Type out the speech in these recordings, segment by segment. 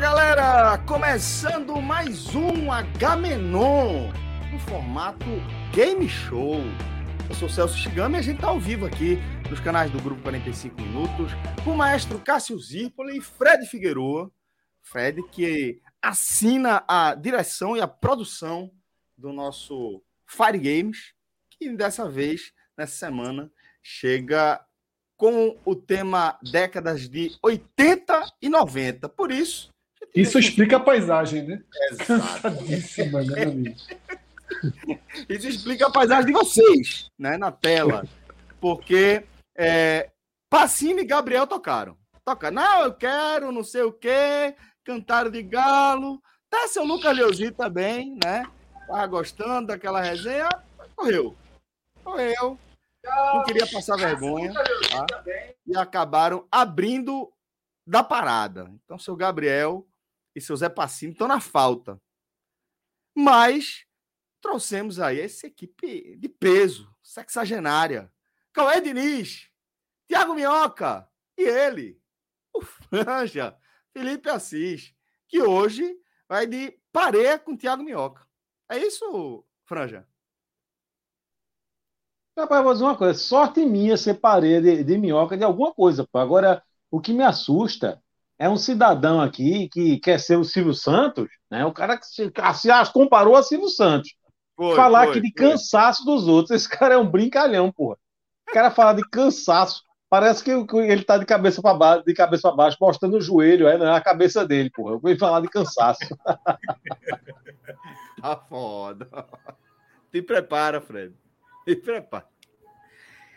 Galera, começando mais um Agamenon no formato Game Show. Eu sou o Celso Shigami e a gente tá ao vivo aqui nos canais do Grupo 45 Minutos com o maestro Cássio Zirpoli e Fred Figueroa. Fred que assina a direção e a produção do nosso Fire Games, que dessa vez, nessa semana, chega com o tema décadas de 80 e 90. Por isso, Isso explica a paisagem, né? Exato. Cansadíssima, né, meu amigo? Isso explica a paisagem de vocês, né? Na tela. Porque é, Pacini e Gabriel tocaram. Toca, não, eu quero, não sei o quê, cantaram de galo. Tá seu Lucas Leozinho também, né? Tava gostando daquela resenha, correu. Correu. Não queria passar vergonha. tá? E acabaram abrindo da parada. Então, seu Gabriel e seu Zé Pacini estão na falta. Mas trouxemos aí essa equipe de peso, sexagenária. Cauê Diniz, Thiago Minhoca e ele, o Franja, Felipe Assis, que hoje vai de pareia com Thiago Minhoca. É isso, Franja? Rapaz, vou dizer uma coisa. Sorte minha ser parede de minhoca de alguma coisa. Pô. Agora, o que me assusta é um cidadão aqui que quer ser o Silvio Santos, né? O cara que se, ah, se as- comparou a Silvio Santos. falar aqui de cansaço dos outros. Esse cara é um brincalhão, porra. O cara fala de cansaço. Parece que o- que ele tá de cabeça para baixo, de cabeça para baixo, mostrando o joelho, é, na cabeça dele, porra. Eu vou falar de cansaço. Tá foda. Te prepara, Fred. Te prepara.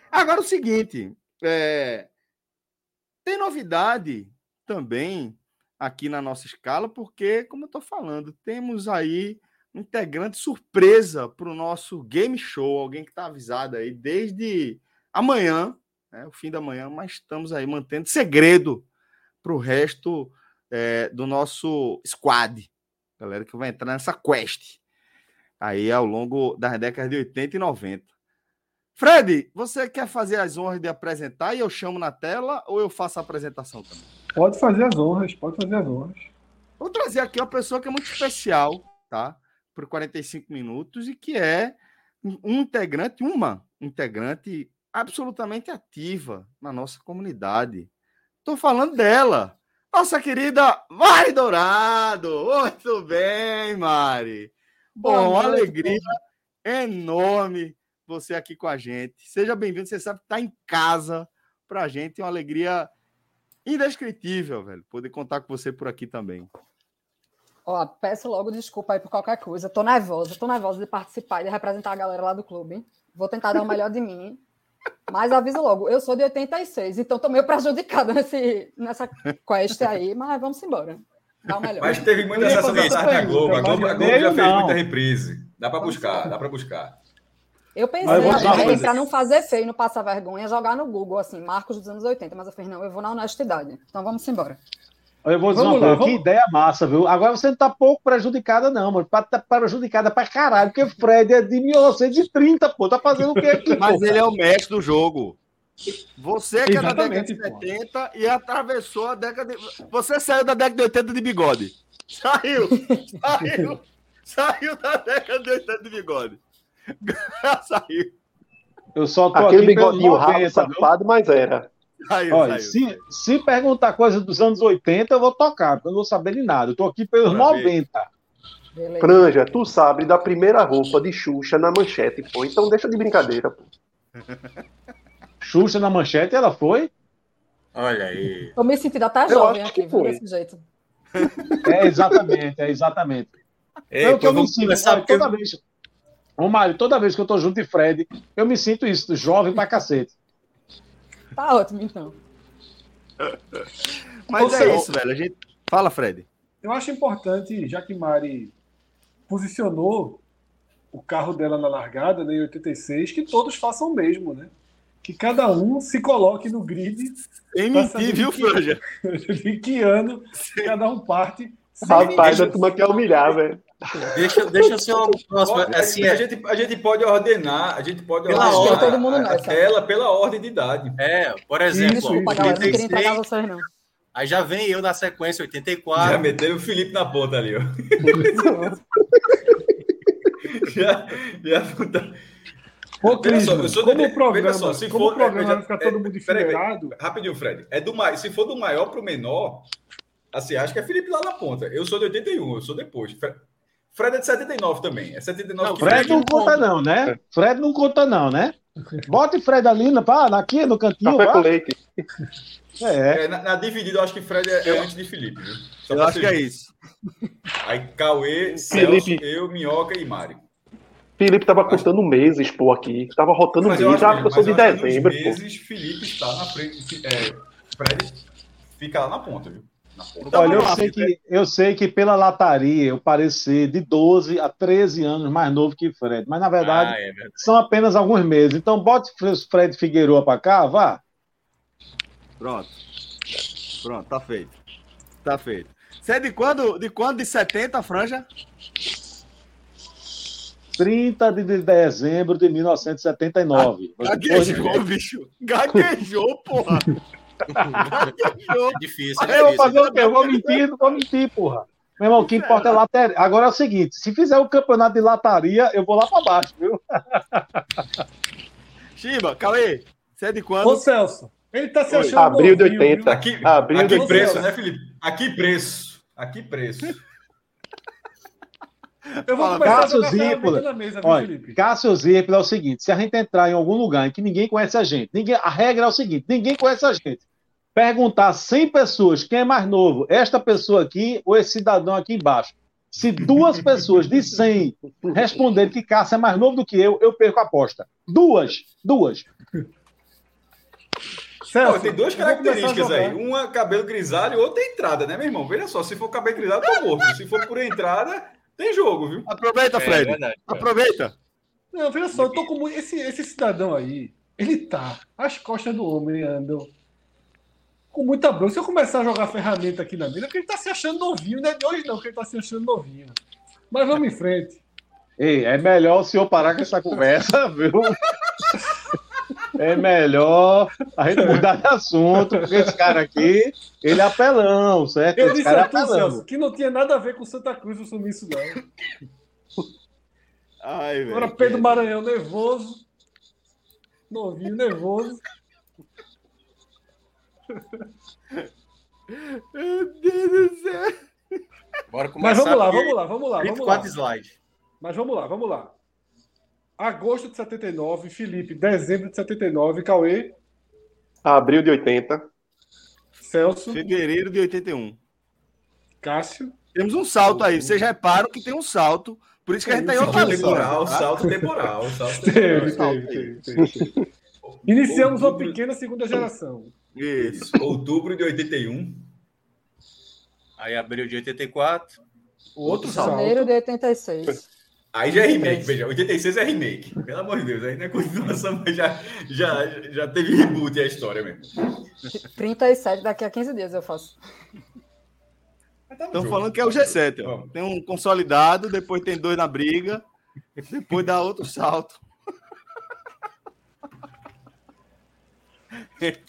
Agora o seguinte, é, tem novidade também aqui na nossa escala, porque, como eu estou falando, temos aí um integrante surpresa para o nosso game show, alguém que está avisado aí desde amanhã, né, o fim da manhã, mas estamos aí mantendo segredo para o resto é, do nosso squad galera que vai entrar nessa quest aí ao longo das décadas de 80 e 90. Fred, você quer fazer as honras de apresentar e eu chamo na tela ou eu faço a apresentação também? Pode fazer as honras, pode fazer as honras. Vou trazer aqui uma pessoa que é muito especial, tá? Por 45 minutos e que é um integrante, uma integrante absolutamente ativa na nossa comunidade. Tô falando dela, nossa querida Mari Dourado. Muito bem, Mari. Boa Bom, uma noite, alegria enorme você aqui com a gente. Seja bem-vindo, você sabe que tá em casa pra gente, é uma alegria indescritível, velho, poder contar com você por aqui também. Ó, peço logo desculpa aí por qualquer coisa. Tô nervosa, tô nervosa de participar e de representar a galera lá do clube. Vou tentar dar o melhor de mim. Mas aviso logo, eu sou de 86, então tô meio prejudicada nesse, nessa quest aí, mas vamos embora. Dá o melhor. Mas teve muita Ele sessão de postou tarde na pra Globo. A ele, Globo, mas a Globo já dele fez não. muita reprise. Dá pra buscar, dá pra buscar. Eu pensei Mas vamos rapaz, lá, mas- pra não fazer feio, não passar vergonha, jogar no Google, assim, Marcos dos anos 80, mas eu falei, não, eu vou na honestidade. Então vamos embora. Eu vou dizer Vamos uma lá, coisa, que vamos- ideia massa, viu? Agora você não tá pouco prejudicada, não, mano. Tá, tá prejudicada pra caralho, porque Fred é de 1930, pô. Tá fazendo o quê aqui, pô? Mas ele é o mestre do jogo. Você que é da década de Exatamente, pô. 70 e atravessou a década de... Você saiu da década de 80 de bigode. Saiu! Saiu! saiu da década de 80 de bigode. saiu, Eu só tô Aquele aqui pelo bigodinho ralo, 90, viu? safado, mas era. saiu, Olha, saiu. se, se perguntar coisa dos anos 80, eu vou tocar, porque eu não vou saber de nada. Eu tô aqui pelos Bora ver. 90. Beleza. Franja, tu sabe da primeira roupa de Xuxa na manchete, pô. Então deixa de brincadeira, pô. Xuxa na manchete, ela foi? Olha aí. Tô me sentindo até Eu jovem acho que aqui, viu, foi. desse jeito. É, exatamente, é exatamente. Ei, então Não, que eu me vamos sinto, começar sabe, porque eu- toda vez. Ô, Mário, toda vez que eu tô junto de Fred, eu me sinto isso, jovem pra cacete. Tá ótimo, então. Mas Ou é seja, isso, velho. A gente... Fala, Fred. Eu acho importante, já que Mari posicionou o carro dela na largada, né, em 86, que todos façam o mesmo, né? Que cada um se coloque no grid Sem Passa mentir, viu, aqui. Franja? de que ano cada um parte. sem Rapaz, ninguém- a turma quer humilhar, velho. Deixa, deixa eu ser o próximo. Ó, Assim, a, é, gente, a gente pode ordenar, a gente pode Pela ordenar ordem. Todo mundo a- nessa. aquela pela ordem de idade. é, por exemplo, Isso, ó, isso. Opa, galera, não queria 86, entregar vocês, não. aí já vem eu na sequência, Já 84. meteu o Felipe na ponta ali, ó. já, já tá. botaram- Ô, Veja Cris, só, eu sou como de- o programa, veja só, se como for- o programa veja- vai ficar é, todo mundo peraí, peraí. enfileirado, Rapidinho, Fred. É do, ma- se for do maior pro menor, assim, acho que é Felipe lá na ponta. Eu sou de 81, eu sou depois. Fre- Fred é de 79 também. É 79 Não, que Fred não conta, não, né? Fred não conta, não, né? Bota Fred ali na- pá, aqui no cantinho. Café com pá. leite. É, É, na, na dividida, eu acho que Fred é, é antes de Felipe. Viu? Só Eu pra acho você que é ver. isso. Aí Cauê, Celso, Felipe. eu, Minhoca e Mário. Felipe tava contando meses, pô, aqui. Tava rotando Mas eu meses. acho, Ah, que- eu sou mas de eu acho que nos dezembro, pô. meses Felipe está na frente. É, Fred fica lá na ponta, viu? Na ponta. Então Olha, eu vamos lá, sei, Felipe. que, eu sei que pela lataria eu parecer de 12 a 13 anos mais novo que Fred, mas na verdade Ah, é verdade. são apenas alguns meses. Então bote Fre- Fred Figueiredo pra cá, vá. Pronto. Pronto, tá feito. Tá feito. Você é de quando? De quando? De 70, Franja? 30 de dezembro de 1979. é Ah, Gaguejou, bicho. Gaguejou, porra. Gaguejou. Difícil, é Eu vou difícil. fazer o quê? Eu vou mentir, não vou mentir, porra. Meu irmão, o que importa é lataria. Agora é o seguinte: se fizer o campeonato de lataria, eu vou lá pra baixo, viu? Chiba, Cauê, você é de Ô quando? Celso, ele tá se Oi. achando. Abril de novinho, 80. Aqui, Ah, Abriu aqui de- preço, né, Felipe? Aqui preço. Aqui preço. viu? Eu vou Fala, começar a Cássio jogar ferramenta Zícola. na mesa, viu, Olha, Felipe? Cássio Zirpel é o seguinte: se a gente entrar em algum lugar em que ninguém conhece a gente, ninguém, a regra é o seguinte: ninguém conhece a gente. Perguntar 100 pessoas quem é mais novo, esta pessoa aqui ou esse cidadão aqui embaixo. Se duas pessoas de 100 responderem que Cássio é mais novo do que eu, eu perco a aposta. Duas, duas. Ó, Celso, tem duas eu vou começar a características jogar. aí. Uma cabelo grisalho, outra entrada, né, meu irmão? Veja só, se for cabelo grisalho, tô morto. Se for por entrada, tem jogo, viu? Aproveita, É Fred. verdade. Aproveita. Não, veja só, eu tô com muito. Esse, esse cidadão aí, ele tá. As costas do homem andam. Com muita bronca. Se eu começar a jogar ferramenta aqui na mesa, é porque ele tá se achando novinho. Não é de hoje, não, que ele tá se achando novinho. Mas vamos em frente. Ei, é melhor o senhor parar com essa conversa, viu? É melhor a gente mudar de assunto, porque esse cara aqui, ele é apelão, certo? Eu esse disse cara é a tu, apelão. Celso, que não tinha nada a ver com Santa Cruz o sumiço, não. Ai, velho. Agora Pedro Maranhão nervoso. Novinho, nervoso. Meu Deus do céu. Bora Mas começar. vamos lá, porque vamos lá, vamos lá, vamos 24 lá. slides. Mas vamos lá, vamos lá. Agosto de 79, Felipe, dezembro de 79, Cauê, Abril de 80. Celso, Fevereiro de 81. Cássio. Temos um salto aí. Vocês reparam que tem um salto. Por isso que a gente tá em outra Salto língua. Temporal, salto temporal, salto Teve, temporal. teve, teve, teve. Iniciamos uma pequena segunda geração. Isso. Outubro de 81. Aí abriu de 84. Outro Janeiro salto. de 86. Aí já é remake, veja. 86 é remake. Pelo amor de Deus, aí não é continuação, mas já, já, já teve reboot a história mesmo. 37, daqui a 15 dias eu faço. Estão falando que é o G7. ó. Vamos. Tem um consolidado, depois tem dois na briga, depois dá outro salto.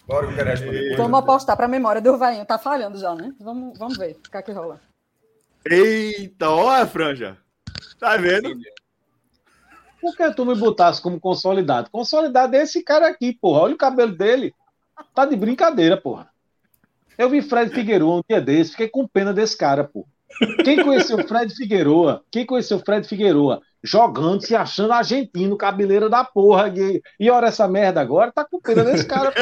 Bora que eu quero responder. Vamos apostar para a memória do Vainho. Tá falhando já, né? Vamos, vamos ver o que é que rola. Eita, olha a franja. Tá vendo? Por que tu me botasse como consolidado? Consolidado é esse cara aqui, porra. Olha o cabelo dele. Tá de brincadeira, porra. Eu vi Fred Figueroa um dia desse, fiquei com pena desse cara, porra. Quem conheceu Fred Figueroa? Quem conheceu Fred Figueroa? jogando, se achando argentino, cabeleira da porra. E, e olha essa merda agora, tá com pena desse cara, pô.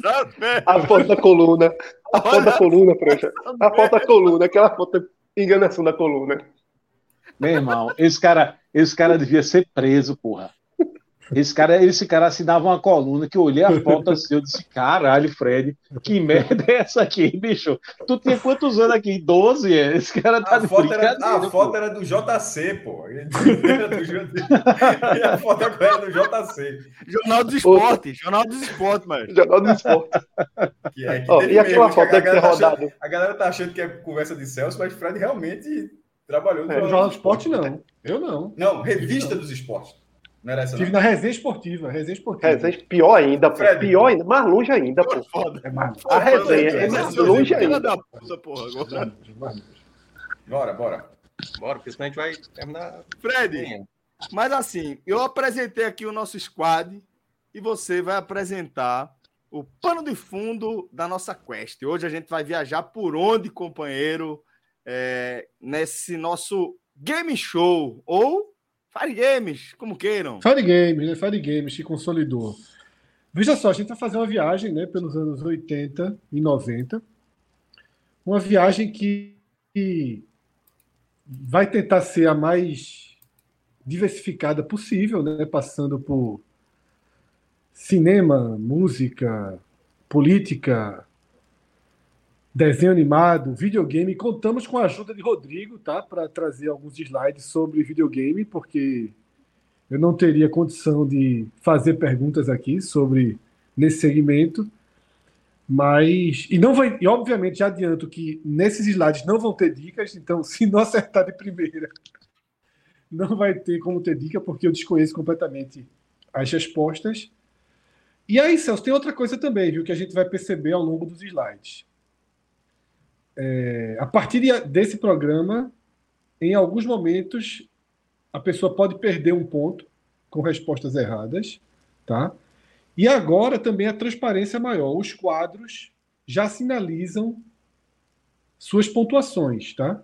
Tá A foto da coluna. A foto da coluna, Prancha. A foto da coluna, aquela foto enganação da coluna. Meu irmão, esse cara, esse cara devia ser preso, porra. Esse cara, esse cara assinava uma coluna que eu olhei a foto assim, eu disse, caralho, Fred, que merda é essa aqui, bicho? Tu tinha quantos anos aqui? 12? é? Esse cara tá A de foto, era, brincadeira, a pô. foto era do JC, pô. Era do J- e a foto agora era do JC. Jornal dos Esportes. Jornal dos Esportes, mano. Jornal do esporte. Que é, que um Ó, teve e aquela mesmo, que a foto deve ter galera tá achando- rodado. A galera tá achando que é conversa de Celso, mas Fred realmente trabalhou no É, No Jornal do Esporte, não. Eu não. Não, revista dos esportes. Não era essa, Estive não. na resenha esportiva. Resenha esportiva. Resenha, pior ainda, pô. Fred. Pior ainda, mais longe ainda, pô. Foda. É mais. A resenha é né? né? mais longe Filha ainda. da puta, porra. agora. Bora, bora. Bora, porque senão a gente vai terminar. Fred, mas assim, eu apresentei aqui o nosso squad e você vai apresentar o pano de fundo da nossa quest. Hoje a gente vai viajar por onde, companheiro, é, nesse nosso game show ou Fire Games, como queiram. Fire Games, né? Fire Games que consolidou. Veja só, a gente vai fazer uma viagem, né, pelos anos 80 e 90. Uma viagem que, que vai tentar ser a mais diversificada possível, né, passando por cinema, música, política, desenho animado, videogame. Contamos com a ajuda de Rodrigo, tá, para trazer alguns slides sobre videogame, porque eu não teria condição de fazer perguntas aqui sobre nesse segmento, mas e não vai, e obviamente já adianto que nesses slides não vão ter dicas, então se não acertar de primeira, não vai ter como ter dica porque eu desconheço completamente as respostas. E aí, Celso, tem outra coisa também, viu, que a gente vai perceber ao longo dos slides. É, a partir de- desse programa, em alguns momentos a pessoa pode perder um ponto com respostas erradas, tá? E agora também a transparência é maior. Os quadros já sinalizam suas pontuações, tá?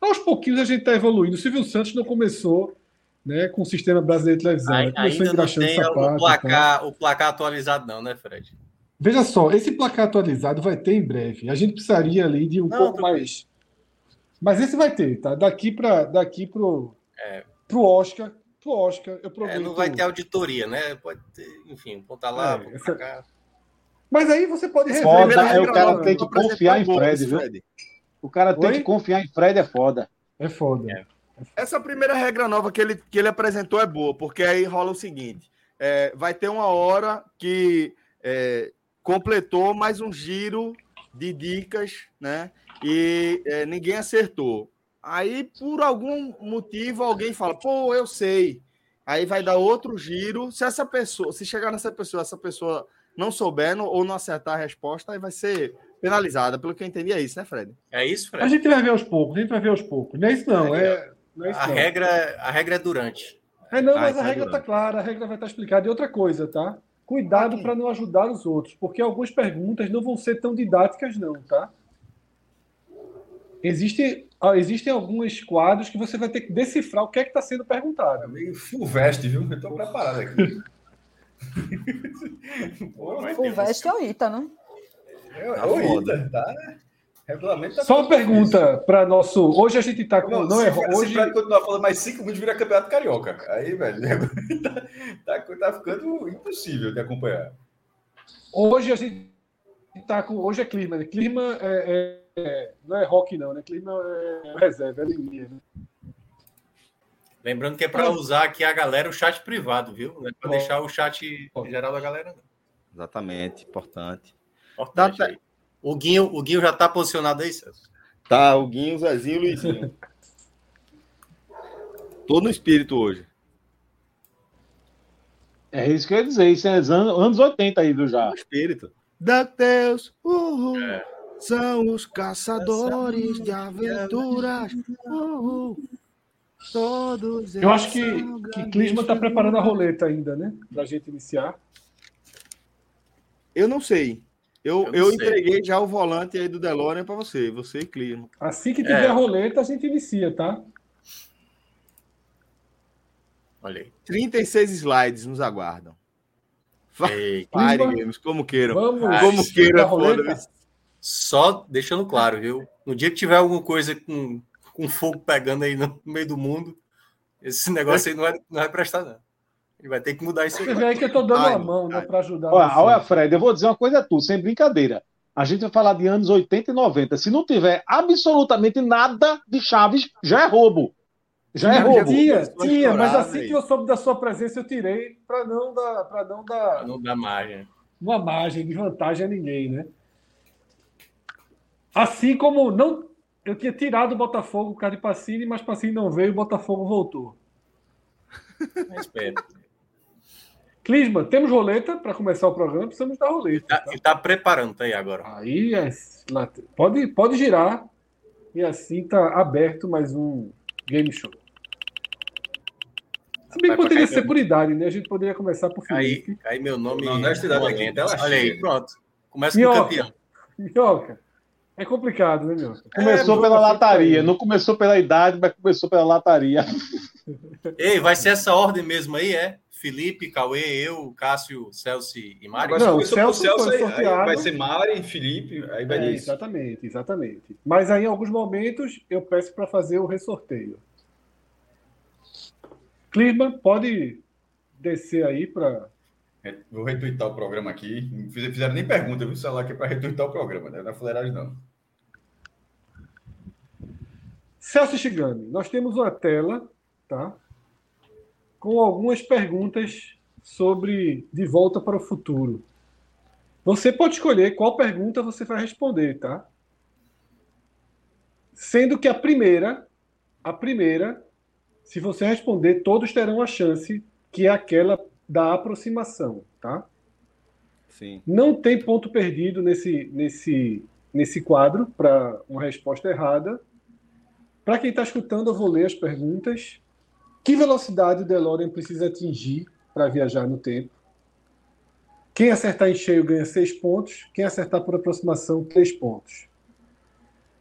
Aos pouquinhos a gente está evoluindo. O Silvio Santos não começou né, com o sistema brasileiro de televisão. Ai- né? Começou ainda não engraxando tem o sapato e tal. placar, o placar atualizado, não, né, Fred? Veja só, esse placar atualizado vai ter em breve. A gente precisaria ali de um Não, pouco tudo mais. Mas esse vai ter, tá? Daqui para daqui pro É. pro Oscar, pro Oscar, eu É, prometo. não vai ter auditoria, né? Pode ter, enfim, botar lá, É, botar essa- cá. Mas aí você pode rever. Foda, Primeiro é o programa. cara tem que Apresentar confiar em o bônus, Fred, viu? O cara tem Oi? que confiar em Fred, é foda. É foda. Essa primeira regra nova que ele, que ele apresentou é boa, porque aí rola o seguinte: é, vai ter uma hora que é, completou mais um giro de dicas, né? E é, ninguém acertou. Aí, por algum motivo, alguém fala, pô, eu sei. Aí vai dar outro giro. Se essa pessoa, se chegar nessa pessoa, essa pessoa não souber no- ou não acertar a resposta, aí vai ser penalizada. Pelo que eu entendi, é isso, né, Fred? É isso, A Fred? gente vai ver aos poucos, a gente vai ver aos poucos. Não é isso não, é, não é isso A não. regra, a regra é durante. É não, Ah, mas tá a regra durando. tá clara, a regra vai estar explicada. E outra coisa, tá? Cuidado para não ajudar os outros, porque algumas perguntas não vão ser tão didáticas, não, tá? Existem, ah, existem alguns quadros que você vai ter que decifrar o que é que está sendo perguntado. Tá Meio full vest, viu? Eu tô preparado aqui. Pô, mas O veste é o Ita, né? É, é Tá o foda. Ita, tá? Regulamento tá Só uma pergunta para nosso. Hoje a gente está com. Não, Não se, é, Fred- se hoje, Fred continuar falando mais cinco minutos, vira campeonato carioca. Aí, velho, tá, tá- tá ficando impossível de acompanhar. hoje a gente tá com. Hoje é clima, né? Clima é, é- é- não é rock, não, né? Clima é reserva, é alegria, né? Lembrando que é para usar aqui a galera o chat privado, viu? Não é para Bom. deixar o chat geral da galera, não. Exatamente, importante. Importante Dá aí. O Guinho, o Guinho já tá posicionado aí, Celso. Tá, o Guinho, o Zezinho e o Luizinho. Tô no espírito hoje. É isso que eu ia dizer, isso é anos, anos 80 aí, viu, já. No espírito. DuckTales, uhul, são os caçadores de aventuras, uhul. Todos Eu acho que, que Clisma está preparando a roleta ainda, né? Pra gente iniciar. Eu não sei. Eu, Eu eu, não sei. entreguei já o volante aí do DeLorean pra você, você e Clisma. Assim que tiver É. a roleta, a gente inicia, tá? Olha aí. 36 slides nos aguardam. Ei, Fire Uba. Games, como queiram. Vamos. Ah, Como isso. queiram, Da roleta. foda-se. Só deixando claro, viu? No dia que tiver alguma coisa com, com fogo pegando aí no meio do mundo, esse negócio aí não vai, não vai prestar, não. Ele vai ter que mudar isso Você aí. vê aí que eu tô dando Ai, a mão, né, ai. pra ajudar. Olha, olha, vocês. Fred, eu vou dizer uma coisa a tu, sem brincadeira. A gente vai falar de anos 80 e 90. Se não tiver absolutamente nada de Chaves, já é roubo. Já é Não, roubo. Tinha, Pessoas tinha, mas choraram, assim aí. que eu soube da sua presença, eu tirei pra não dar, pra não dar Não dá margem. uma margem de vantagem a ninguém, né? Assim como não, eu tinha tirado o Botafogo por causa de Pacini, mas Pacini não veio e o Botafogo voltou. Respeito. Clisma, temos roleta para começar o programa, precisamos da roleta. Tá, ele tá preparando, tá aí agora. Aí é, lá- pode, pode girar. E assim tá aberto mais um game show. Se bem Vai que poderia pra ser por idade, né? A gente poderia começar por Aí, Felipe. aí meu nome. Na honestidade aqui, Olha tela cheia. aí, pronto. Começa com Minhoca. o campeão. Minhoca, é complicado, né, Minhoca? Começou É, pela você lataria. tá aí. Não começou pela idade, mas começou pela lataria. Ei, vai ser essa ordem mesmo aí, é? Felipe, Cauê, eu, Cássio, Celso e Mário? Agora Não, se começou o com o Celso Celso, foi aí, aí sorteado. vai ser Mari, Felipe, aí vai É, disso. exatamente, exatamente. Mas aí, em alguns momentos, eu peço para fazer o ressorteio. Clisma, pode descer aí para. É, Vou retweetar o programa aqui. Não fiz- Fizeram nem pergunta, viu? Sei lá que é para retweetar o programa, né? Na fuleiragem, não. Celso Shigami, nós temos uma tela, tá? Com algumas perguntas sobre De Volta para o Futuro. Você pode escolher qual pergunta você vai responder, tá? Sendo que a primeira, a primeira, se você responder, todos terão a chance, que é aquela da aproximação, tá? Sim. Não tem ponto perdido nesse, nesse, nesse quadro para uma resposta errada. Para quem está escutando, eu vou ler as perguntas. Que velocidade o DeLorean precisa atingir para viajar no tempo? Quem acertar em cheio ganha 6 pontos. Quem acertar por aproximação, 3 pontos.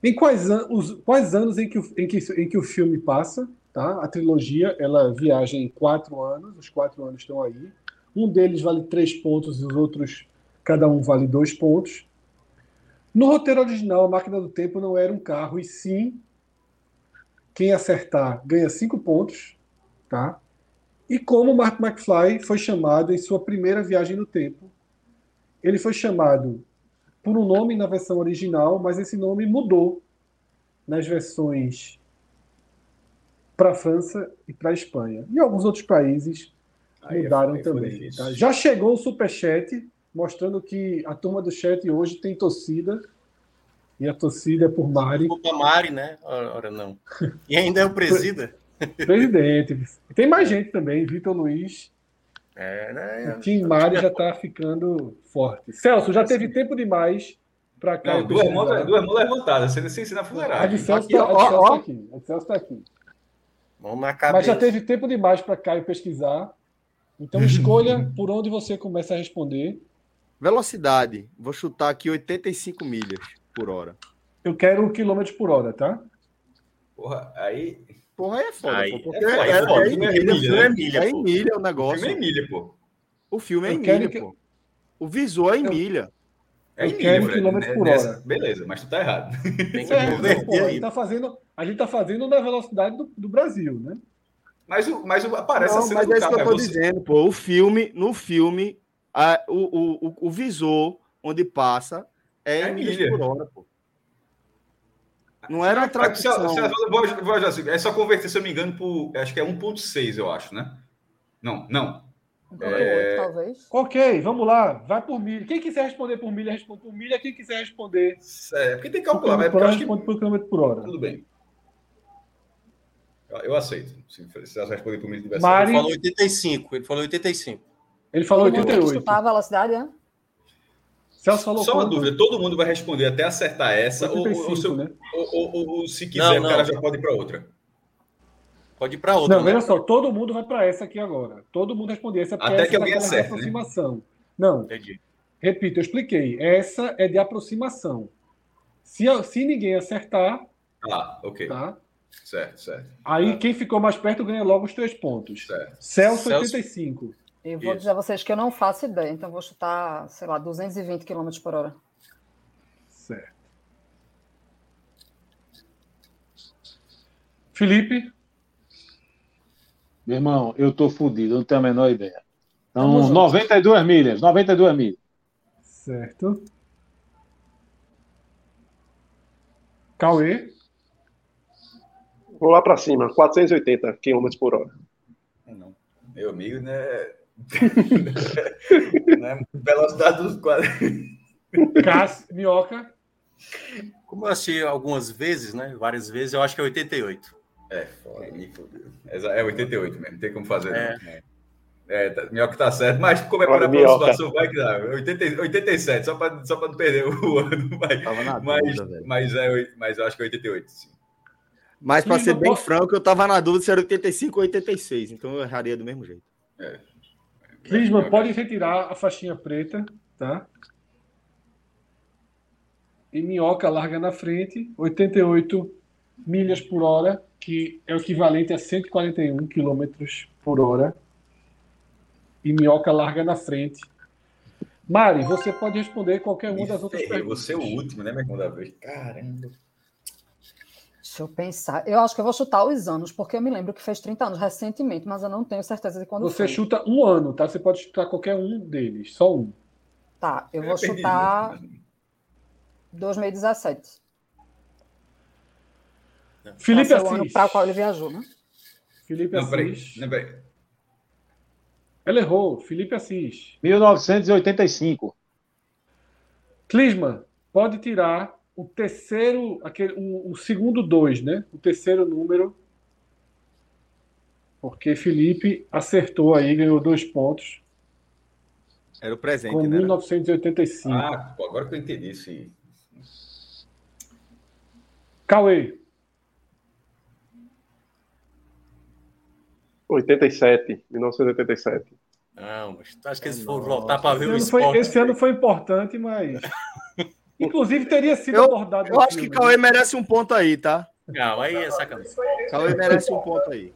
Em quais, an os, quais anos em que, o, em, que, em que o filme passa? Tá? A trilogia ela viaja em 4 anos. Os 4 anos estão aí. Um deles vale 3 pontos e os outros cada um vale dois pontos. No roteiro original, a máquina do tempo não era um carro, e sim quem acertar ganha cinco pontos, tá? E como Mark McFly foi chamado em sua primeira viagem no tempo, ele foi chamado por um nome na versão original, mas esse nome mudou nas versões para a França e para a Espanha. E alguns outros países Aí é mudaram aí foi também. difícil. tá? Já chegou o superchat mostrando que a turma do chat hoje tem torcida. E a torcida é por Mari, Desculpa, Mari, né? Ora, ora, não. E ainda é o presida. presidente. Tem mais gente também, Vitor Luiz. É, né? O Tim Mari já está ficando forte. Celso, já teve tempo demais para cá. Não, duas mãos, é- duas mãos levantadas, sem, sem, sem na A de fuleiragem. Celso Aqui, ó, ó, está ó. aqui. A de Celso tá aqui. Mão na cabeça. Mas já teve tempo demais para Caio pesquisar. Então escolha por onde você começa a responder. Velocidade. Vou chutar aqui 85 milhas por hora. Eu quero o quilômetro por hora, tá? Porra, aí. Porra, aí é foda, Aí, pô, é porque é, foda, é, é foda, em né? milha, É milha, é né? milha, é em Pô. milha o Nossa. Filme é em negócio. milha, pô. O filme é Eu em quero milha, que- pô. O visual é em Eu- milha. É em Eu milha, quero Fred, quilômetros né? por Nessa- hora. Beleza, mas tu tá errado. Tem que É, converter não, pô, a, aí. gente tá fazendo, a gente tá fazendo na velocidade do, do Brasil, né? Mas, o, mas o, aparece a Não, cena mas do é isso que carro. eu é tô você- dizendo, pô. O filme, no filme, a- o, o, o, o visor onde passa é, É em em milhas milha. por hora, pô. Não era uma Aqui, se ela- tradução. se ela- vou- vou- vou- assim, É só converter, se eu me engano, por. Acho que é 1,6, eu acho, né? Não, não. É. 1.8, talvez. Ok, vamos lá, vai por milha. Quem quiser responder por milha, responde por milha. Quem quiser responder É, porque tem que por calcular, mas quilômetro por é porque eu hora, acho que. responde por quilômetro por hora. Tudo bem. Eu, eu aceito. Se você responder por mim, Mari. Ele falou 85, ele falou 85. Ele falou Todo mundo tem que 88. chutar a velocidade, né? Celso falou Só uma quanto? dúvida: todo mundo vai responder até acertar essa, ou, ou, 85, ou se- né? ou- ou- ou- ou se Não, quiser, não. o cara já pode ir para outra. Pode ir para outra. Não, né? veja só, todo mundo vai para essa aqui agora. Todo mundo responde essa porque Até essa que é alguém daquela acerte, né? aproximação. Não, Entendi. Repito, eu expliquei. Essa é de aproximação. Se, se ninguém acertar, Ah, ok. tá? Certo, certo. Aí quem ficou mais perto ganha logo os três pontos. É. Certo. Celso, Celso. 85. Eu vou Isso. dizer a vocês que eu não faço ideia, então vou chutar, sei lá, 220 km por hora. Certo. Felipe, Meu irmão, eu tô fudido, eu não tenho a menor ideia. Tamo Então, junto. 92 milhas, 92 milhas. certo. Cauê, Vou lá pra cima, 480 km por hora. É, Não. Meu amigo, né? né? Velocidade dos quadros. Cássio, Minhoca, Como eu assisti algumas vezes, né? Várias vezes, eu acho que é 88. É, foda, me fudeu. Exa- É 88 mesmo, não tem como fazer. É. não. É, tá, melhor que tá certo, mas como é Olha, para a Minhoca. aproximação, vai que dá. 80, 87, só para só pra não perder o ano. Mas, Tava na mas, dúvida, velho. mas, é, oi- mas eu acho que é 88, sim. Mas pra Sim, ser não bem posso- franco, eu tava na dúvida se era 85 ou 86, então eu erraria do mesmo jeito. Clisman, pode retirar a faixinha preta, tá? E Minhoca larga na frente, 88 milhas por hora, que é o equivalente a 141 quilômetros por hora. E Minhoca larga na frente. Mari, você pode responder qualquer uma Me das outras ferrei, perguntas. você é o último, né, meu irmão, da vez. Caramba. Deixa eu pensar. Eu acho que eu vou chutar os anos, porque eu me lembro que fez 30 anos recentemente, mas eu não tenho certeza de quando Você foi. chuta um ano, tá? Você pode chutar qualquer um deles, só um. Tá, eu Eu vou perdi chutar muito, mas- 2017. Felipe Esse é o ano Assis. para o qual ele viajou, né? Felipe Não, peraí, Assis. não, peraí. Ela errou. Felipe Assis. 1985. Clisman, pode tirar o terceiro, aquele, o, o segundo dois, né? O terceiro número. Porque Felipe acertou aí, ganhou dois pontos Era o presente, com né? era? 1985. Ah, pô, agora que eu entendi, sim. Cauê, 87, 1987. Não, mas acho que eles É, foram nossa. voltar para ver esse o ano, foi, esporte. esse ano foi importante, mas. Inclusive teria sido Eu- abordado. Eu no acho que filme. né? Cauê merece um ponto aí, tá? Não, aí é sacanagem. Cauê merece um ponto aí.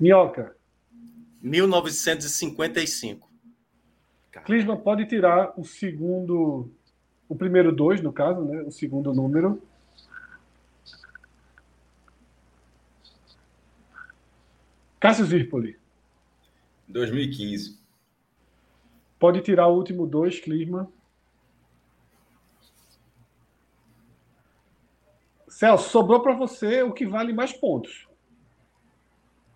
Minhoca, 1955. Clisman pode tirar o segundo. O primeiro dois, no caso, né? O segundo número. Cássio Zirpoli. 2015. Pode tirar o último dois, Clisma. Celso, sobrou para você o que vale mais pontos.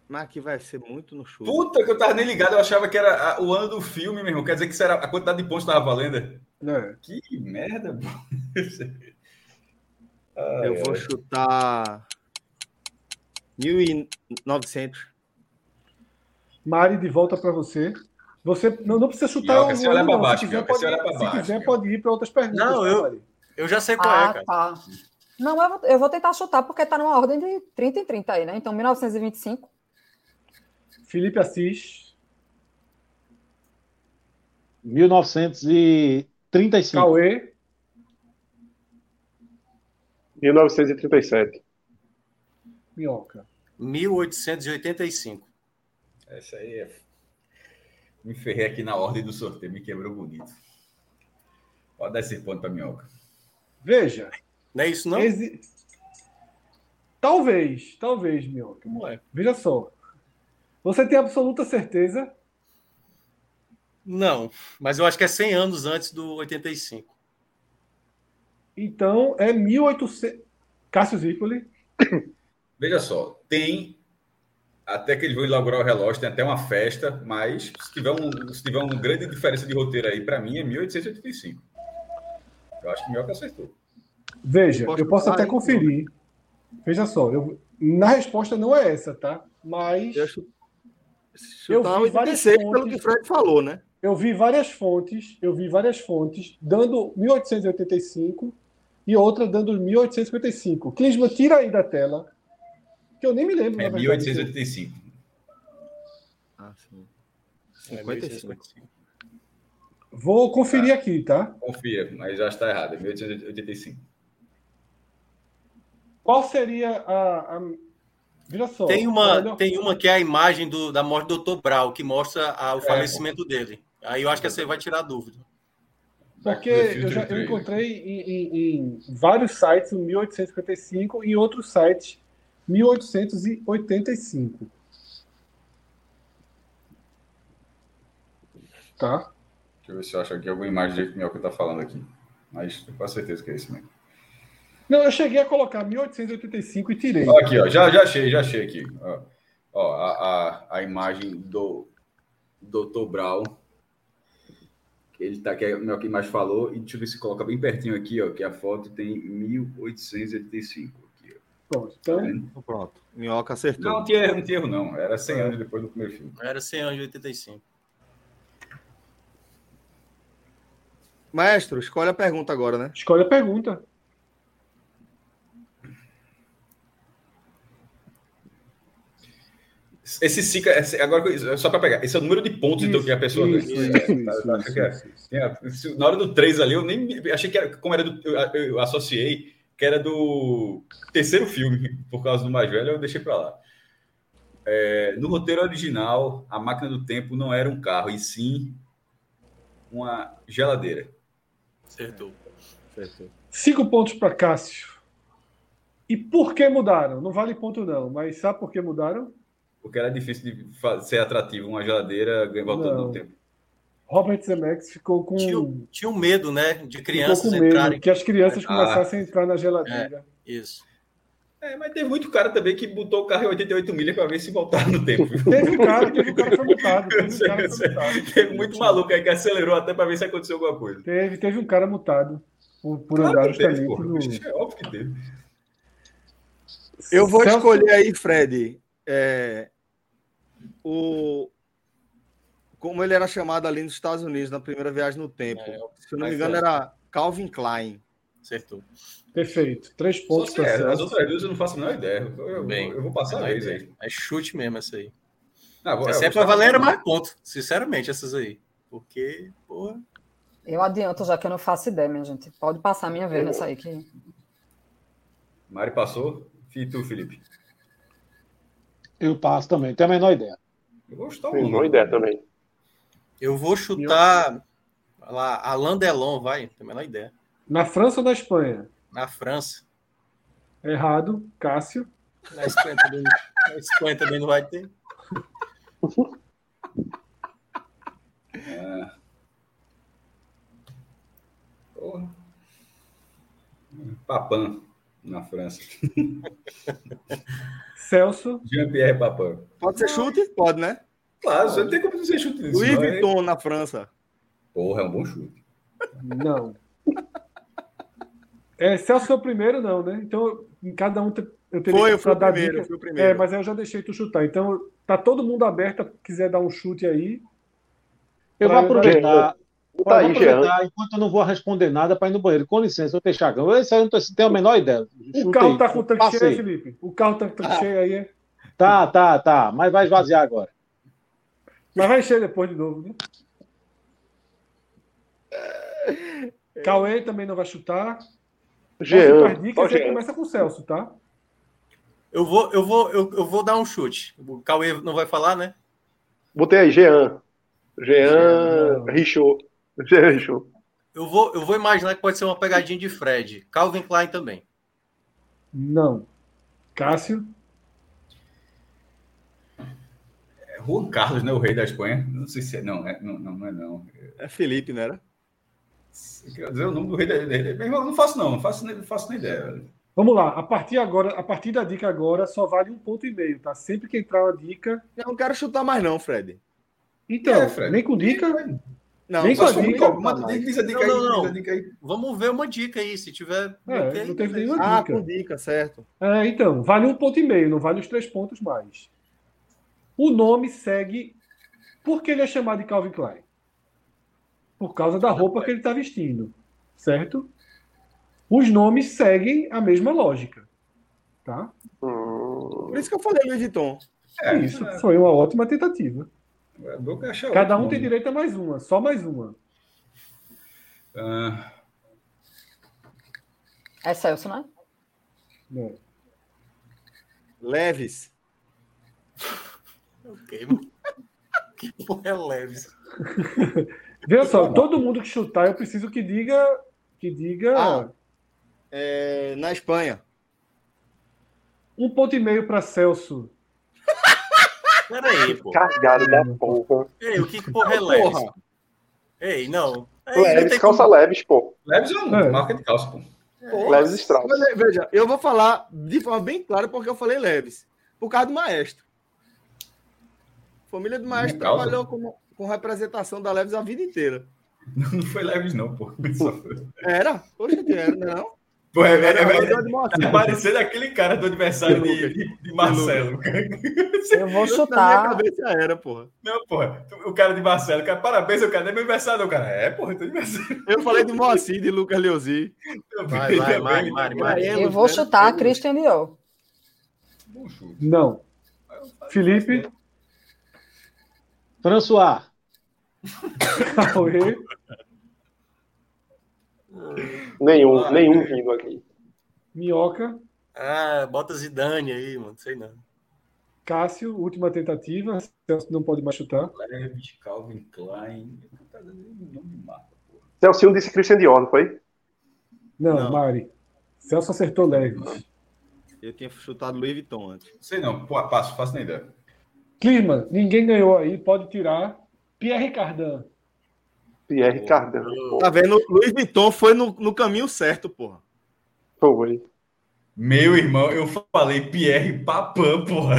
Mas aqui vai ser muito no chute. Puta que eu tava nem ligado, eu achava que era a- o ano do filme, meu irmão. Quer dizer que isso era a quantidade de pontos que tava valendo? É. Que merda, pô. Tá, Eu é. vou chutar 1900. Mari, de volta para você. Você não, não precisa chutar Minhoca, o você olha ano, pra não. baixo, se quiser, Minhoca, pode, você olha se pra baixo, quiser, Minhoca. pode ir para outras perguntas. Não, tá, eu- Mari? Eu já sei qual é, Ah, cara. tá. Não, eu vou, eu vou tentar chutar, porque tá numa ordem de 30 em 30 aí, né? Então, 1925. Felipe Assis, 1935. Cauê, 1937. Minhoca. 1885. Essa aí é. Me ferrei aqui na ordem do sorteio, me quebrou bonito. Pode dar esse ponto pra minhoca. Veja. Não é isso, não? exi- Talvez, talvez, Minhoca. Não é. Veja só. Você tem absoluta certeza Não, mas eu acho que é 100 anos antes do 85. Então é 1800. Cássio Zirpoli. Veja só, tem. Até que eles vão inaugurar o relógio, tem até uma festa, mas se tiver, um, se tiver uma grande diferença de roteiro aí, pra mim é 1885. Eu acho que Minhoca acertou. Veja, Posso eu posso chutar até aí? conferir. Veja só, eu... na resposta não é essa, tá? Mas Eu chu- Eu chutar vi várias 86 pelo fontes. que o Fred falou, né? eu vi várias fontes, eu vi várias fontes dando 1885 e outra dando 1855. Clisma, tira aí da tela. Que eu nem me lembro, É na verdade. 1885. Ah, sim. É 55. 1855. Vou conferir aqui, tá? Confia, mas já está errado, é 1885. Qual seria a. a... Vira só. Tem uma, Olha- tem uma que é a imagem do- da morte do Dr. Brau, que mostra a- É. o falecimento dele. Aí eu acho que essa aí vai tirar a dúvida. Porque Back to the eu já eu Future encontrei em, em- em vários sites o 1855 e em outros sites 1885. Tá? Deixa eu ver se eu acho aqui alguma imagem do jeito que o Minhoca tá falando aqui. Mas eu tenho quase certeza que é esse mesmo. Não, eu cheguei a colocar 1885 e tirei. Ó, Aqui, ó. Já, já achei, já achei aqui. Ó, Ó, a, a, a imagem do Dr. Brown. que Ele tá, que é o que mais falou. E deixa eu ver se coloca bem pertinho aqui, ó. Que a foto tem 1885. Aqui, ó. Pronto. Então, Pronto. Minhoca acertou. Não, não tinha erro, não tinha erro, não. Era 100 anos depois do primeiro filme. Era 100 anos de 85. Maestro, escolhe a pergunta agora, né? escolhe a pergunta. Esse Sica, esse- agora que eu- só para pegar, esse é o número de pontos então, que a pessoa. Isso, isso, isso, isso, tá, tá, isso, isso. É, se- Na hora do 3 ali, eu nem me- achei que era, como era do, eu, eu associei que era do terceiro filme, por causa do mais velho, eu deixei pra lá. É, no roteiro original, a máquina do tempo não era um carro, e sim uma geladeira. Acertou. Cinco pontos para Cássio. E por que mudaram? Não vale ponto, não. Mas sabe por que mudaram? Porque era difícil de fa- ser atrativo uma geladeira ganha- voltando Não. no tempo. Robert Zemeckis ficou com. Tio. Tinha um medo, né? De Ficou crianças com medo entrarem. que as crianças Ah. começassem a entrar na geladeira. Isso. É, mas teve muito cara também que botou o carro em 88 milhas pra ver se voltava no tempo. viu? Teve um cara, teve um cara que foi multado. Teve um cara que foi multado. Teve muito maluco aí que acelerou até pra ver se aconteceu alguma coisa. Teve, teve um cara multado por, por andar Claro que justamente teve, porra. no. É óbvio que teve. Eu vou Celso- escolher aí, Fred, é, o como ele era chamado ali nos Estados Unidos na primeira viagem no tempo. É, Se eu não vai me engano, Celso. era Calvin Klein. Acertou. Perfeito. Três Só pontos se para é, as Celso. outras duas eu não faço a menor ideia. Eu, eu- Bem, eu vou passar a vez aí. É chute mesmo essa aí. Ah, vou- Essa né, eu aí pra vou- valer era mais ponto. Sinceramente, essas aí. Porque, porra. Eu adianto, já que eu não faço ideia, minha gente. Pode passar a minha vez nessa aí. Que... Mari passou. E tu, Felipe? Eu passo também, tenho a menor ideia. Eu vou chutar um. Menor ideia também. Eu vou chutar lá, Alain Delon, vai. Tem a menor ideia. Na França ou na Espanha? Na França. Errado, Cássio. Na Espanha também, na Espanha também não vai ter. Porra. Papan, na França. Celso, Jean-Pierre Papan. Pode ser chute? Pode, né? Claro, você não tem como dizer chute nisso. Louis não, hein? Vuitton na França. Porra, é um bom chute. não. É, Celso foi o primeiro, não, né? Então, em cada um te- eu teria Foi, que eu fui o dar primeiro, dica. fui o É, primeiro. mas eu já deixei tu chutar. Então, tá todo mundo aberto, quiser dar um chute aí. Eu vou Pra- aproveitar. Não Olha, tá vou aí, Jean. aproveitar, enquanto eu não vou responder nada para ir no banheiro. Com licença, eu tenho chagão. Esse aí eu não tô- tenho a menor ideia. O Chuta carro aí. tá com o tanque Passei. cheio, Felipe. O carro tá com o tanque cheio aí. é? Tá, tá, tá. Mas vai esvaziar agora. Mas vai encher depois de novo, né? Cauê também não vai chutar. Jean. As dicas Só já Jean. começa com o Celso, tá? Eu vou, eu vou, eu, eu vou dar um chute. O Cauê não vai falar, né? Botei aí, Jean. Jean. Jean Richou. Jean Richou. Eu vou, eu vou imaginar que pode ser uma pegadinha de Fred. Calvin Klein também. Não. Cássio, É Juan Carlos, né? O rei da Espanha. Não sei se é. Não, é, não, não não é não. É Felipe, não era? Eu quero dizer o nome do rei da. da- Meu irmão, não faço, não. Não faço, nem- não faço nem ideia. velho. vamos lá. A partir agora, a partir da dica agora, só vale um ponto e meio, tá? Sempre que entrar uma dica. Eu não quero chutar mais não, Fred. Então, É, Fred. nem com dica. Não, Nem só com a chuta. Mas foi dica, muito alguma- tá mais. Diz a dica aí, Não, não, diz a não. dica aí. Vamos ver uma dica aí, se tiver. É, ok, não teve beleza. nenhuma Ah, dica. com dica, certo. É, então, vale um ponto e meio, não vale os três pontos mais. O nome segue. Por que ele é chamado de Calvin Klein? Por causa da roupa que ele está vestindo, certo? Os nomes seguem a mesma lógica, tá? Hum, Por isso que eu falei Louis Vuitton. É, Isso foi uma ótima tentativa. é, vou achar Cada outro um tem nome. direito a mais uma, só mais uma. Ah, É Celso, né? né? Leves. Ok, mano. Que porra é Leves? Veja só, todo mundo que chutar, eu preciso que diga. Que diga Ah. É, na Espanha. um ponto e meio para Celso. Peraí, pô. Cagado da porra. Ei, o que que porra é Leves? Ei, não. Aí não Leves, tem calça como- leves, pô. Leves é uma É. marca de calça, pô. Leves Strauss. Mas, é, veja, eu vou falar de forma bem clara porque eu falei leves. Por causa do maestro. A família do maestro Minha causa. trabalhou como, com representação da Leves a vida inteira. Não foi Leves, não, pô. Só foi. Era? Poxa, que era, não? Pô, é, é, Era, é, era de Moacir. Tá parecendo aquele cara do aniversário de, de- de Marcelo. Eu vou Na minha chutar. cabeça era, porra. Não, porra. O cara de Marcelo, cara, parabéns, o cara não é meu aniversário, não, cara. É, porra, teu aniversário. Eu falei de Moacir, de Lucas Leozzi. Vai, vai, Mari, Mari, Mari. Eu vou chutar Christian Dior. Bom chute. Não. Felipe, François, Cauê, Nenhum, Ah, nenhum vindo aqui. Minhoca, Ah, bota Zidane aí, mano. Sei não. Cássio, última tentativa. Celso não pode mais chutar. Leves, Calvin Klein. Não tá dando nenhum nome de marca, porra. Celcinho disse Christian Dior, não foi? Não, Não. Mari. Celso acertou leves. Eu tinha chutado Louis Vuitton antes. Não sei não. Pô, passo, faço nem ideia. Clima, ninguém ganhou aí, pode tirar. Pierre Cardan. Pierre Cardin. Oh. Tá vendo? Luiz Vuitton foi no, no caminho certo, porra. Foi. Meu irmão, eu falei Pierre Papin, porra.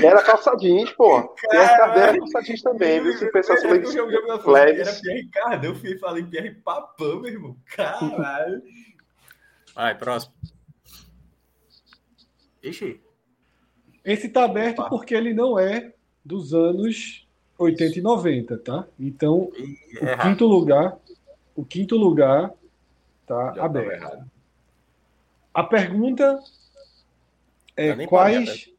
E era calça jeans, pô. Pierre Cardin era calça jeans também, viu? Se pensasse Eu- eu- eu- eu- eu- eu- eu- eu- Era um leves. Pierre Cardin, eu fui- falei Pierre Papin, meu irmão. Caralho. Vai, próximo. Ixi. Esse tá aberto porque ele não é dos anos 80 e 90, tá? Então, É o quinto lugar, o quinto lugar tá Já tava aberto. errado. A pergunta Eu é nem parei, quais.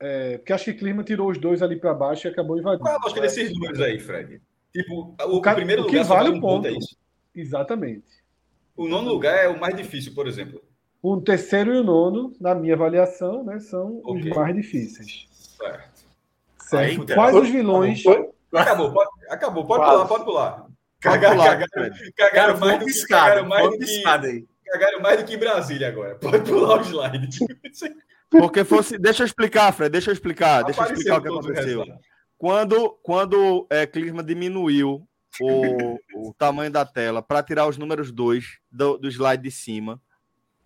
é, porque acho que Clima tirou os dois ali pra baixo e acabou invadindo. Qual é a lógica desses números aí, Fred? Tipo, o, cara- primeiro o que lugar só vale vale o um ponto. ponto. é isso. Exatamente. O nono lugar é o mais difícil, por exemplo. O Um terceiro e o nono, na minha avaliação, né, são Ok. os mais difíceis. Certo. Certo? Eita. Quais os vilões? Tá Foi? Acabou, pode, acabou, pode Quase. pular, pode pular. Cagaram, cagaram, Cara, cagaram, mais do foi que, piscada. cagaram, mais Foi do que, piscada aí. cagaram mais do que Brasília agora. Pode pular o slide. Porque fosse. Deixa eu explicar, Fred. Deixa eu explicar. Deixa eu Apareceu explicar o que todo o aconteceu. É, resultado. Quando, quando é, Clisma diminuiu o, o tamanho da tela para tirar os números 2 do, do slide de cima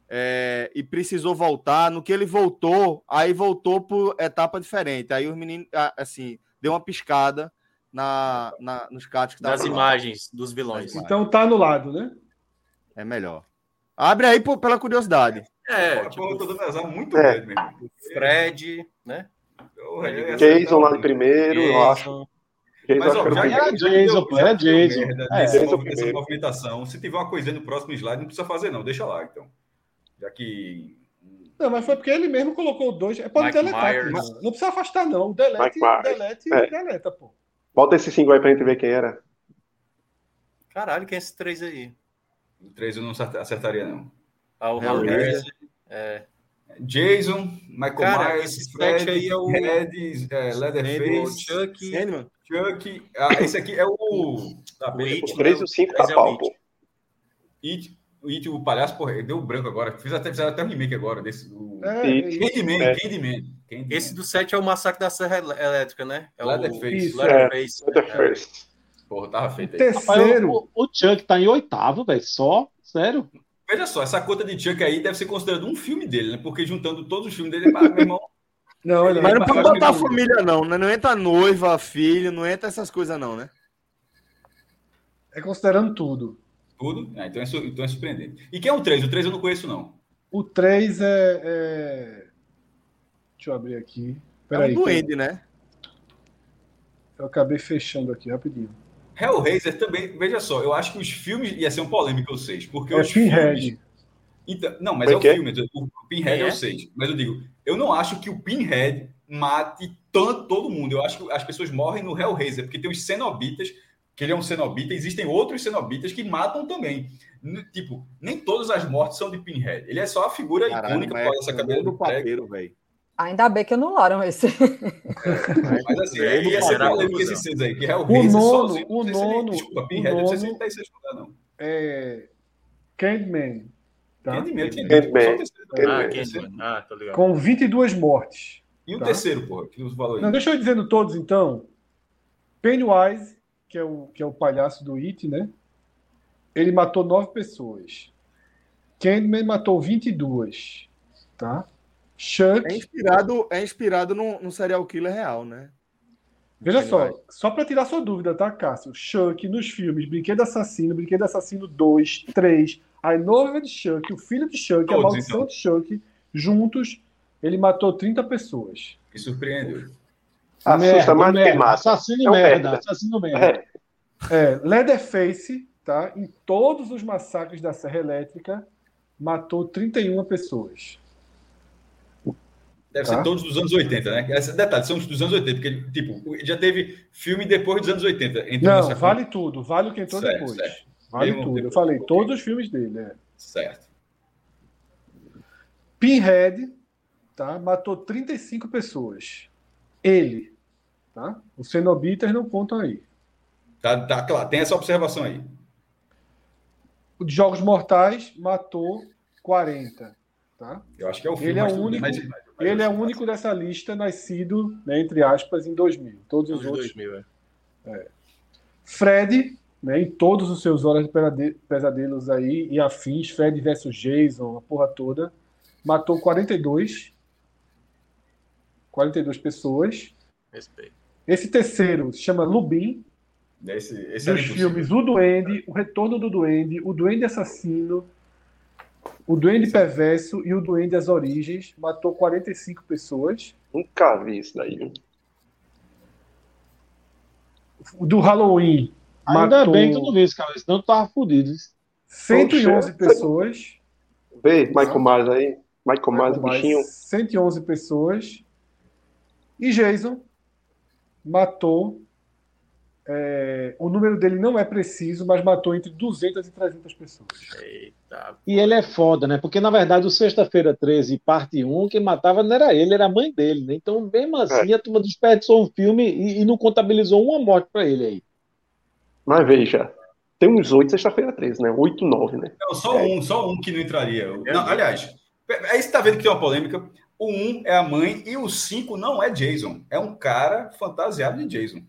é, e precisou voltar, no que ele voltou, aí voltou por etapa diferente. Aí os meninos, ah, assim, deu uma piscada na, na, nos catos que Das tava lá. imagens dos vilões. Então tá anulado, né? É melhor. Abre aí por- pela curiosidade. É, Pô, eu tô tipo, dando azar muito É. grande, meu irmão. Fred, né? Porra, eu- Jason um lá de primeiro, eu acho. Jason. Jason Mas, acho ó, que era o já, primeiro. já, primeiro. já deu- Jason, pô, já é deu Jason. merda É, nesse Jason mov- nessa primeiro. movimentação. Se tiver uma coisinha no próximo slide, não precisa fazer, não. Deixa lá, então. Já que. Não, mas foi porque ele mesmo colocou dois. É, Pode Mike deletar. Myers. Clima. Não precisa afastar, não. Delete, Mike Myers. delete, É. deleta, pô. Bota esse single aí pra gente ver quem era. Caralho, quem é esses três aí? O 3 eu não acert- acertaria, não. Ah, o É, Hal o Harris. É. Jason, Michael Cara, Myers, esse Fred, sete aí é o- Red, é, O Leatherface, Chuck. Sandman? Chuck. Ah, esse aqui é o. Tá, O It, O né? 3 e o 5 tá Mas é o pau, It. pô. It, o It, o palhaço, porra, deu branco agora. Fiz até, fizeram até um remake agora desse. O... É, Sim. Candyman, É. Candyman, Candyman. Esse do 7 é o Massacre da Serra Elé- Elétrica, né? É o Leatherface. Isso, Leatherface. Leather né? First. Porra, tava feito aí. rapaz, terceiro. o, o Chuck tá em oitavo, velho. Só, sério. Veja só, essa conta de Chuck aí deve ser considerado um filme dele, né? Porque juntando todos os filmes dele, ah, meu irmão, Não, ele é Mas não pode Acho que botar a não. família, não, né? Não entra noiva, filho, não entra essas coisas, não, né? É considerando tudo. tudo. Ah, então, é, su- então é surpreendente. E quem é o 3? O 3 eu não conheço, não. O 3 é, é- Deixa eu abrir aqui. é Peraí, um duende, né? eu acabei fechando aqui rapidinho. Hellraiser também, veja só, eu acho que os filmes ia ser um polêmico, eu sei, porque É os filmes. Pinhead. Então, não, mas Como é é o que é? filme, o Pinhead É. eu sei. Mas eu digo, eu não acho que o Pinhead mate tanto todo mundo. Eu acho que as pessoas morrem no Hellraiser, porque tem os cenobitas que ele é um cenobita, existem outros cenobitas que matam também. N- Tipo, nem todas as mortes são de Pinhead. Ele é só a figura Caralho, icônica por causa mas dessa é cadeira do do prego. papeiro, velho. Ainda bem que anularam esse. né? Mas assim, É, é, ia ser será polêmico confusão. esse César aí, que é O Reis nono, sozinho, o não sei se ele- nono, Desculpa, o Pinhead, não sei se nono. ele tá em sexto lugar, não. É. Candyman. Tá? Candyman, Candyman, Candyman. só o terceiro. Candyman. Ah, Ah, Candyman. Ah, tô ligado. Com 22 mortes. E o Tá. terceiro, porra, que os valores. Não, deixa eu ir dizendo todos, então. Pennywise, que é o, que é o palhaço do It, né? Ele matou nove pessoas. Candyman matou 22. Tá? É Chuck, inspirado, é inspirado num, num serial killer real, né? veja só, só para tirar sua dúvida, tá, Cássio? Chuck nos filmes Brinquedo Assassino, Brinquedo Assassino 2, 3, a noiva de Chuck, o filho de Chuck, a Todos, maldição então. de Chuck, juntos, ele matou 30 pessoas. Me surpreendeu. Assusta mais do que merda, massa. Assassino É um merda, merda. assassino merda. É, Leatherface, tá? Em todos os massacres da Serra Elétrica, matou 31 pessoas. Deve Tá. ser todos dos anos 80, né? Esse detalhe, são os dos anos 80, porque ele, tipo, ele já teve filme depois dos anos 80. Entrou Não, nessa- vale tudo, vale o que entrou Certo, depois. certo. Vale Mesmo tudo. Eu depois, falei, ok. todos os filmes dele. É. Certo. Pinhead, tá? Matou 35 pessoas. Ele, tá? Os cenobitas não contam aí. Tá, tá claro, tem essa observação aí. O de Jogos Mortais matou 40, tá? Eu acho que é o filme. Ele é mas o tudo único- bem, mas- mas- mas- Ele é o único dessa lista nascido, né, entre aspas, em 2000. Todos os Anos outros 2000, é. Fred, né, em todos os seus Horas de Pesade- Pesadelos aí e afins, Fred versus Jason, a porra toda, matou 42, 42 pessoas. Respeito. Esse terceiro se chama Lubin, Esse, esse era dos impossível. filmes O Duende, O Retorno do Duende, O Duende Assassino, O Duende Perverso e O Duende As Origens, matou 45 pessoas. Nunca vi isso daí. viu? O do Halloween, Ainda matou bem que eu não vi esse cara, senão eu tava fudido. 111 pessoas. Vê, Michael Myers aí. Michael Myers, o mais um bichinho. 111 pessoas. E Jason matou. é, o número dele não é preciso, mas matou entre 200 e 300 pessoas. Eita. E ele é foda, né? Porque, na verdade, o Sexta-feira 13, parte 1, quem matava não era ele, era a mãe dele, né? Então, mesmo assim, a turma desperdiçou um filme e, e não contabilizou uma morte pra ele aí. Mas veja, tem uns oito sexta-feira 13, né? Oito, nove, né? Não, só É. um, só um que não entraria. É Não, aliás, aí você tá vendo que tem uma polêmica. O um é a mãe e o cinco não é Jason. É um cara fantasiado de Jason.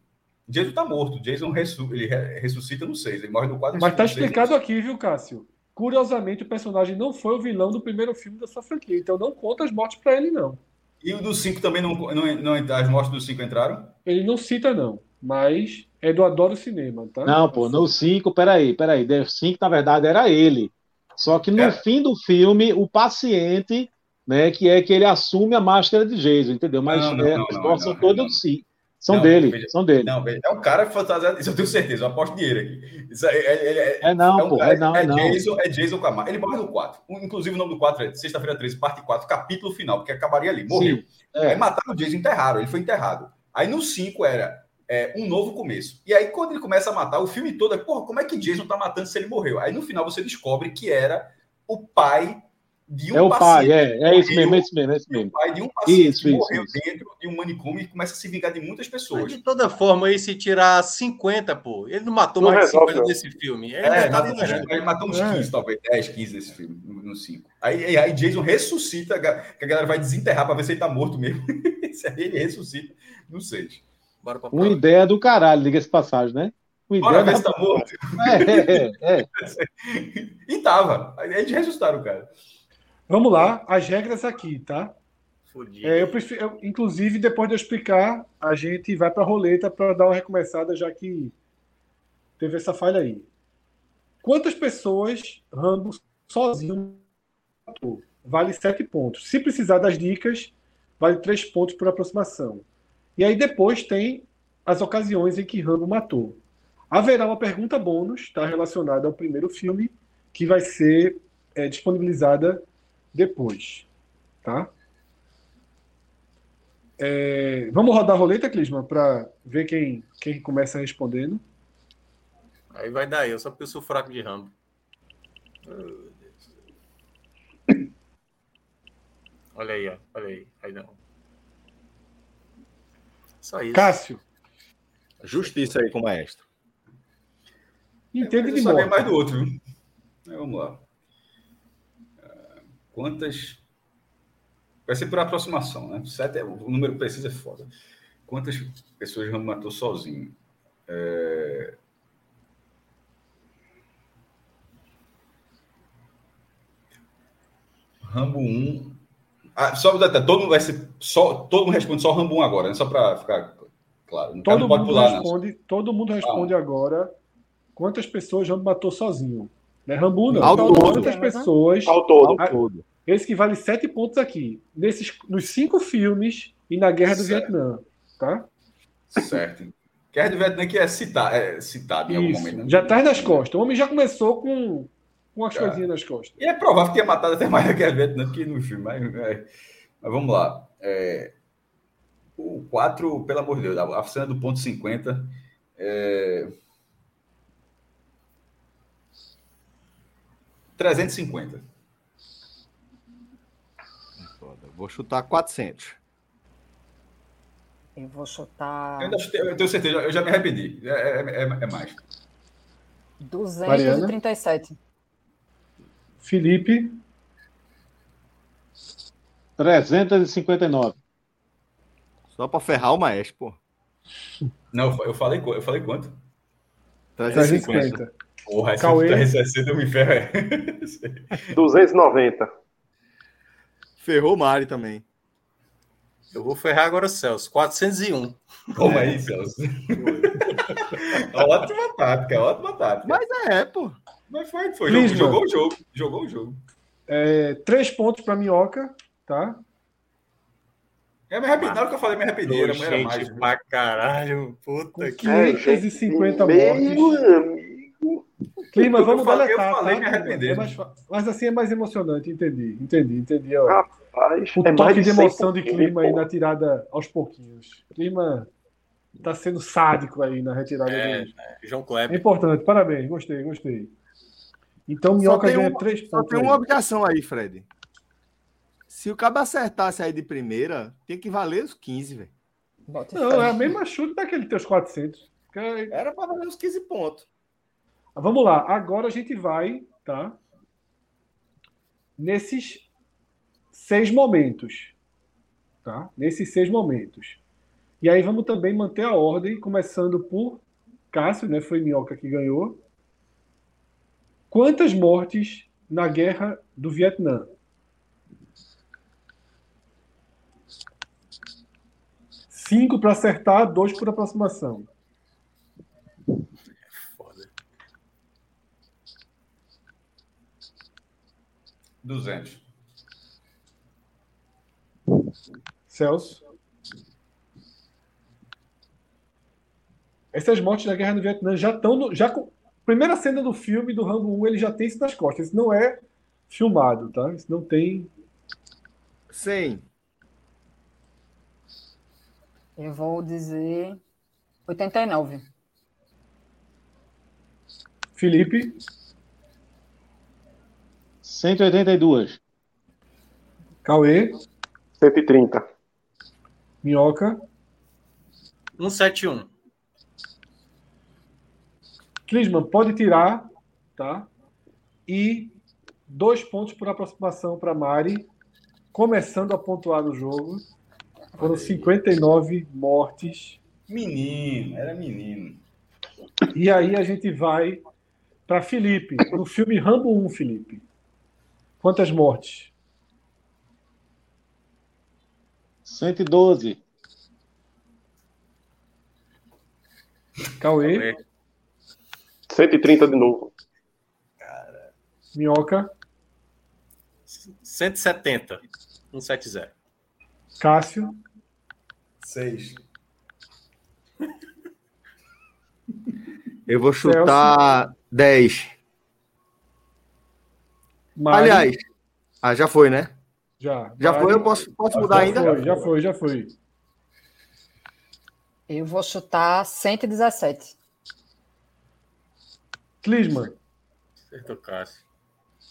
Jason tá morto. Jason ressu- ele re- ressuscita no seis. Ele morre no quatro. é Mas tá ressuscita no seis. explicado aqui, viu, Cássio? Curiosamente, o personagem não foi o vilão do primeiro filme da sua franquia, então não conta as mortes pra ele, não. E o do cinco também não, não, não entra- As mortes do cinco entraram? Ele não cita, não, mas é do Adoro Cinema, tá? Não, pô, no 5, peraí, peraí. O 5, na verdade, era ele. Só que no É. fim do filme, o paciente, né, que é que ele assume a máscara de Jason, entendeu? Mas Não, não, é, não, as não, mortes não, são todas não. do 5. São Não, dele, veja- são dele. Não, velho, é um cara fantasiado. Isso eu tenho certeza. Eu aposto dinheiro aqui. Isso aí, ele- ele- é- É não, pô, é não, é não. Jason, é Jason com a máscara. Ele morre no 4. Inclusive, o nome do 4 é Sexta-feira 13, parte 4, capítulo final, porque acabaria ali. Morreu. Sim, é. Aí mataram o Jason, enterraram, ele foi enterrado. Aí no 5 era é, um novo começo. E aí quando ele começa a matar, o filme todo é, porra, como é que Jason tá matando se ele morreu? Aí no final você descobre que era o pai de um É o pai, paciente. é, é isso mesmo, é isso mesmo, é isso O mesmo. pai de um paciente Isso, que isso, morreu isso. dentro de um manicômio e começa a se vingar de muitas Mas pessoas. de toda forma, aí se tirar 50, pô, ele não matou Não mais de resolve, 50 não. nesse filme. Ele É, ainda tá matou uns- liderando. ele matou uns É. 15, talvez, 10, 15 nesse filme, no- no 5. Aí, aí- aí Jason ressuscita, ga- que a galera vai desenterrar pra ver se ele tá morto mesmo. Esse aí ele ressuscita no 6. Bora pra Uma próxima. ideia do caralho, diga-se de passagem, né? Uma Bora ideia ver se tá morto. da... é, é, é. E tava. Aí eles ressuscitaram, cara. Vamos lá, as regras aqui, tá? Fudido. É, eu prefiro, eu- inclusive, depois de eu explicar, a gente vai para a roleta para dar uma recomeçada, já que teve essa falha aí. Quantas pessoas Rambo sozinho matou? Vale 7 pontos. Se precisar das dicas, vale 3 pontos por aproximação. E aí depois tem as ocasiões em que Rambo matou. Haverá uma pergunta bônus, tá, relacionada ao primeiro filme, que vai ser é, disponibilizada depois. Tá? É, vamos rodar a roleta, Clisman, para ver quem, quem começa respondendo. Aí vai dar eu, só porque eu sou fraco de rambo. Olha aí, ó. Olha aí. Aí não. Só isso. Cássio, Justiça aí com o maestro. entende Eu de sabia bola. mais do outro, viu? Mas vamos lá. Ah, Quantas. Vai ser por aproximação, né? Sete é... O número preciso é foda. Quantas pessoas Rambo matou sozinho? É, Rambo 1. Ah, só um detalhe, todo mundo vai ser. Só, todo mundo responde só Rambo 1 agora, né? Só para ficar claro. Não, Todo não pode mundo, pular, né? não. responde, todo mundo responde agora quantas pessoas Rambo matou sozinho. Não é Rambo, não. Ao Então, todo. Quantas pessoas. Ao todo. Ah, todo. Esse que vale sete pontos aqui. Nesses, nos cinco filmes e na Guerra do Certo. Vietnã. Tá? Certo. Quer de Vietnã que é, citar, é citado em algum Isso. momento. né? Já traz nas costas. O homem já começou com, com as Já. coisinhas nas costas. E é provável que tenha matado até mais que a Vietnã que no filme. Mas, é, mas vamos lá. É, o 4, pelo amor de Deus, a a cena do ponto 50. É, 350. Foda. Vou chutar 400. Eu vou chutar Eu, ainda chutei- eu tenho certeza, eu já me arrependi. É, é- é- é mais. 237. Felipe, 359. Só pra ferrar o maestro, pô. Não, eu fa- eu falei, qu- eu falei quanto? 350. 350. Porra, esse Cauê. 360 eu me ferro. é. 290. Ferrou o Mari também. Eu vou ferrar agora o Celso. 401. Como é aí, Celso? É ótima tática, ótima tática. Mas é, pô. Mas foi, foi. Clisma. Jogou, jogou o jogo. Jogou o jogo. É, três pontos para Minhoca. Tá? Eu É, me arrependi. Na hora que eu falei, me arrependi. Era mulher gente mais. pra caralho. Puta que. 550 mortes. Meu amigo. Clima, Eu vamos falei- eu deletar. falei tá, me Clima? arrepender. É mais fa- mas assim é mais emocionante, entendi. Entendi, entendi. ó. Ah, Rapaz, O é mais toque de 100 emoção de pontos, clima aí né? pô. na tirada aos pouquinhos. Clima tá sendo sádico aí na retirada É, tá. dele. João É Kleber. importante, parabéns, gostei, gostei. Então Só Minhoca tem ganha uma- três Só pontos. tem aí. uma objeção aí, Fred. Se o cabo acertasse aí de primeira, tinha que valer os 15, velho. Bote Não, fé. é a mesma chute daquele teus 400. Que- Era pra valer os 15 pontos. Vamos lá, agora a gente vai, tá? Nesses seis momentos, tá? Nesses seis momentos. E aí vamos também manter a ordem, começando por Cássio, né? Foi Minhoca que ganhou. Quantas mortes na guerra do Vietnã? Cinco para acertar, dois por aproximação. Foda. 200. Celso. Essas mortes da guerra do Vietnã já estão no. Já, com- primeira cena do filme do Rambo 1, ele já tem isso nas costas. Isso não é filmado, tá? Isso não tem. 100. Eu vou dizer 89. Felipe, 182. Cauê, 130. Minhoca, 171. Clisman, pode tirar, tá? E dois pontos por aproximação para Mari, começando a pontuar no jogo. Foram 59 mortes. Menino, era menino. E aí a gente vai para Felipe, no filme Rambo 1, Felipe. Quantas mortes? 112. Cauê, 130 de novo. Minhoca, 170. 170. Cássio, 6. Eu vou chutar 10. Mari. Aliás, ah, já foi, né? já, Já Mari. foi, eu posso, posso mudar já ainda? Foi, já foi, já foi. Eu vou chutar 117. Clisman, Acertou Cássio.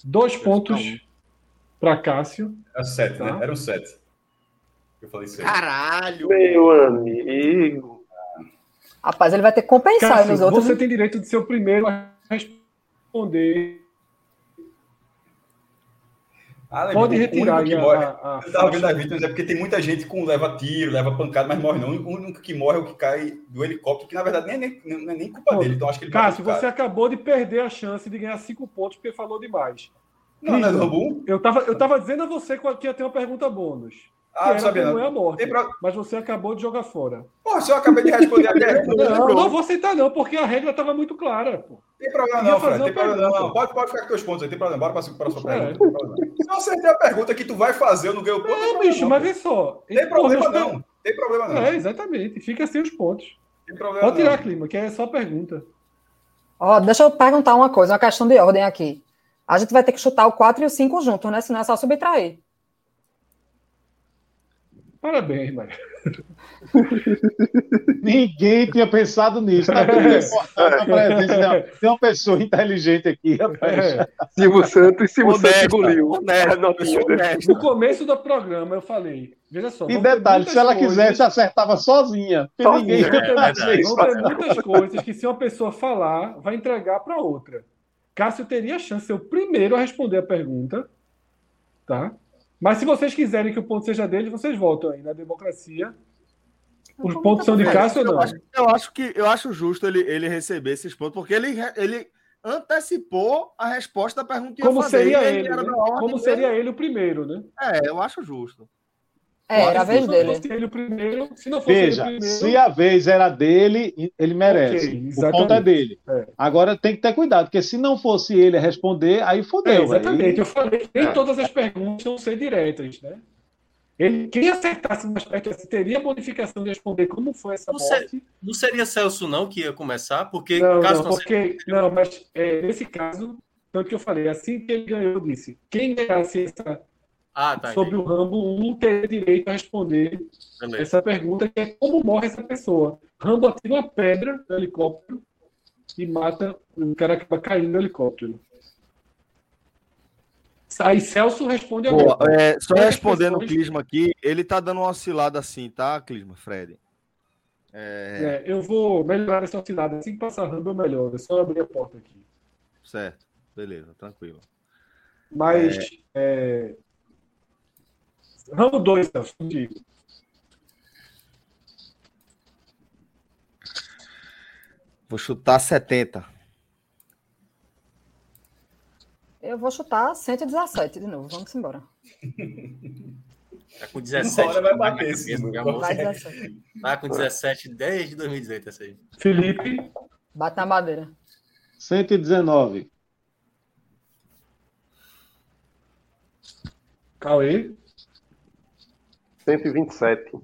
dois pontos um. para Cássio. Era sete, Tá. né? Era um sete. Eu falei seis. Caralho! Meu amigo. Rapaz, ele vai ter que compensar Cássio, nos outros. né? você tem direito de ser o primeiro a responder. Ah, lembrei, Pode o retirar único que aí a, morre. a- a Eu tava vendo faixa. as vítimas, é porque tem muita gente que leva tiro, leva pancada, mas morre não. O único que morre é o que cai do helicóptero, que na verdade nem, é nem, nem- nem culpa Pô, dele. Então acho que ele Cássio, bateu o você é cara. acabou de perder a chance de ganhar cinco pontos porque falou demais. Não, não é do Rambu? Eu tava, eu tava dizendo a você que ia ter uma pergunta bônus. Que Ah, não era sabia como é a não. morte. Tem pro- Mas você acabou de jogar fora. Porra, se eu acabei de responder a pergunta, Não, não vou aceitar, não, porque a regra tava muito clara. Pô. tem problema Queria não, fazer Fred. Tem uma problema não. pergunta. não. Pode, pode ficar com teus pontos aí, tem problema. Bora pra, pra sua É. pergunta. não tem problema. Se eu acertei a pergunta que tu vai fazer, eu não ganho ponto. Não, bicho, mas vê só. Tem Pô, problema mas- tá- não. Tem problema não. É, exatamente. Fica sem os pontos. Tem problema Pode tirar, não. Clima, que é só pergunta. Ó, deixa eu perguntar uma coisa, uma questão de ordem aqui. A gente vai ter que chutar o 4 e o 5 juntos, né? Senão é só subtrair. Parabéns, Maria. Ninguém tinha pensado nisso. É. Tá tudo importante a presença de uma- de uma pessoa inteligente aqui, rapaz. É, Silvio Santos, Silvio Santos engoliu. Honesto, A notinha dele. É, no começo do programa eu falei, veja só. E vão ter detalhe, muitas se ela coisas- quisesse, acertava sozinha. porque Sozinha. Ninguém. É, verdade. Vão ter muitas coisas que, se uma pessoa falar, vai entregar para outra. Cássio teria a chance de ser o primeiro a responder a pergunta. Tá? Mas se vocês quiserem que o ponto seja dele, vocês votam aí na democracia. Os pontos são de Cássio ou É, Eu não? acho, eu acho que eu acho justo ele, ele receber esses pontos, porque ele, re- ele antecipou a resposta da pergunta que ia Como fazer, seria e aí ele? era né? da ordem Como dele. seria ele o primeiro, né? É, eu acho justo. É, era a vez Se não dele. fosse ele o primeiro, se não fosse Veja, ele o primeiro. se a vez era dele, ele merece. Ok, o exatamente. ponto é dele. É. Agora tem que ter cuidado, porque se não fosse ele a responder, aí É, fodeu. exatamente. aí- Ah. Eu falei que nem todas as perguntas vão ser diretas, né? Ele, quem acertasse mais perto assim, teria a bonificação de responder como foi essa Não morte. Não seria Celso, não, que ia começar, porque Não, caso não, não, seja- porque, não, mas é, nesse caso, tanto que eu falei, assim que ele ganhou, eu disse, quem ganhasse essa, Ah, tá. sobre o Rambo 1 teria direito a responder Beleza. essa pergunta, que é como morre essa pessoa. Rambo atira uma pedra no helicóptero e mata, o cara acaba caindo no helicóptero. Aí Celso responde Boa, agora. é, só Várias respondendo o pessoas- Clisma aqui, ele tá dando uma oscilada assim, tá, Clisma, Fred? É, É, eu vou melhorar essa oscilada. Assim que passar Rambo, eu melhoro. É só eu abrir a porta aqui. certo. Beleza, tranquilo. Mas. é, Rambo 2, Celso, contigo. Vou chutar 70. Eu vou chutar 117 de novo. Vamos embora. Tá com 17. Uma hora vai tá na bater cabeça, esse número. já mostrou. Vai 17. Tá com 17, 10 de 2018 essa aí. Felipe. Bate na madeira. 119. Cauê. 127.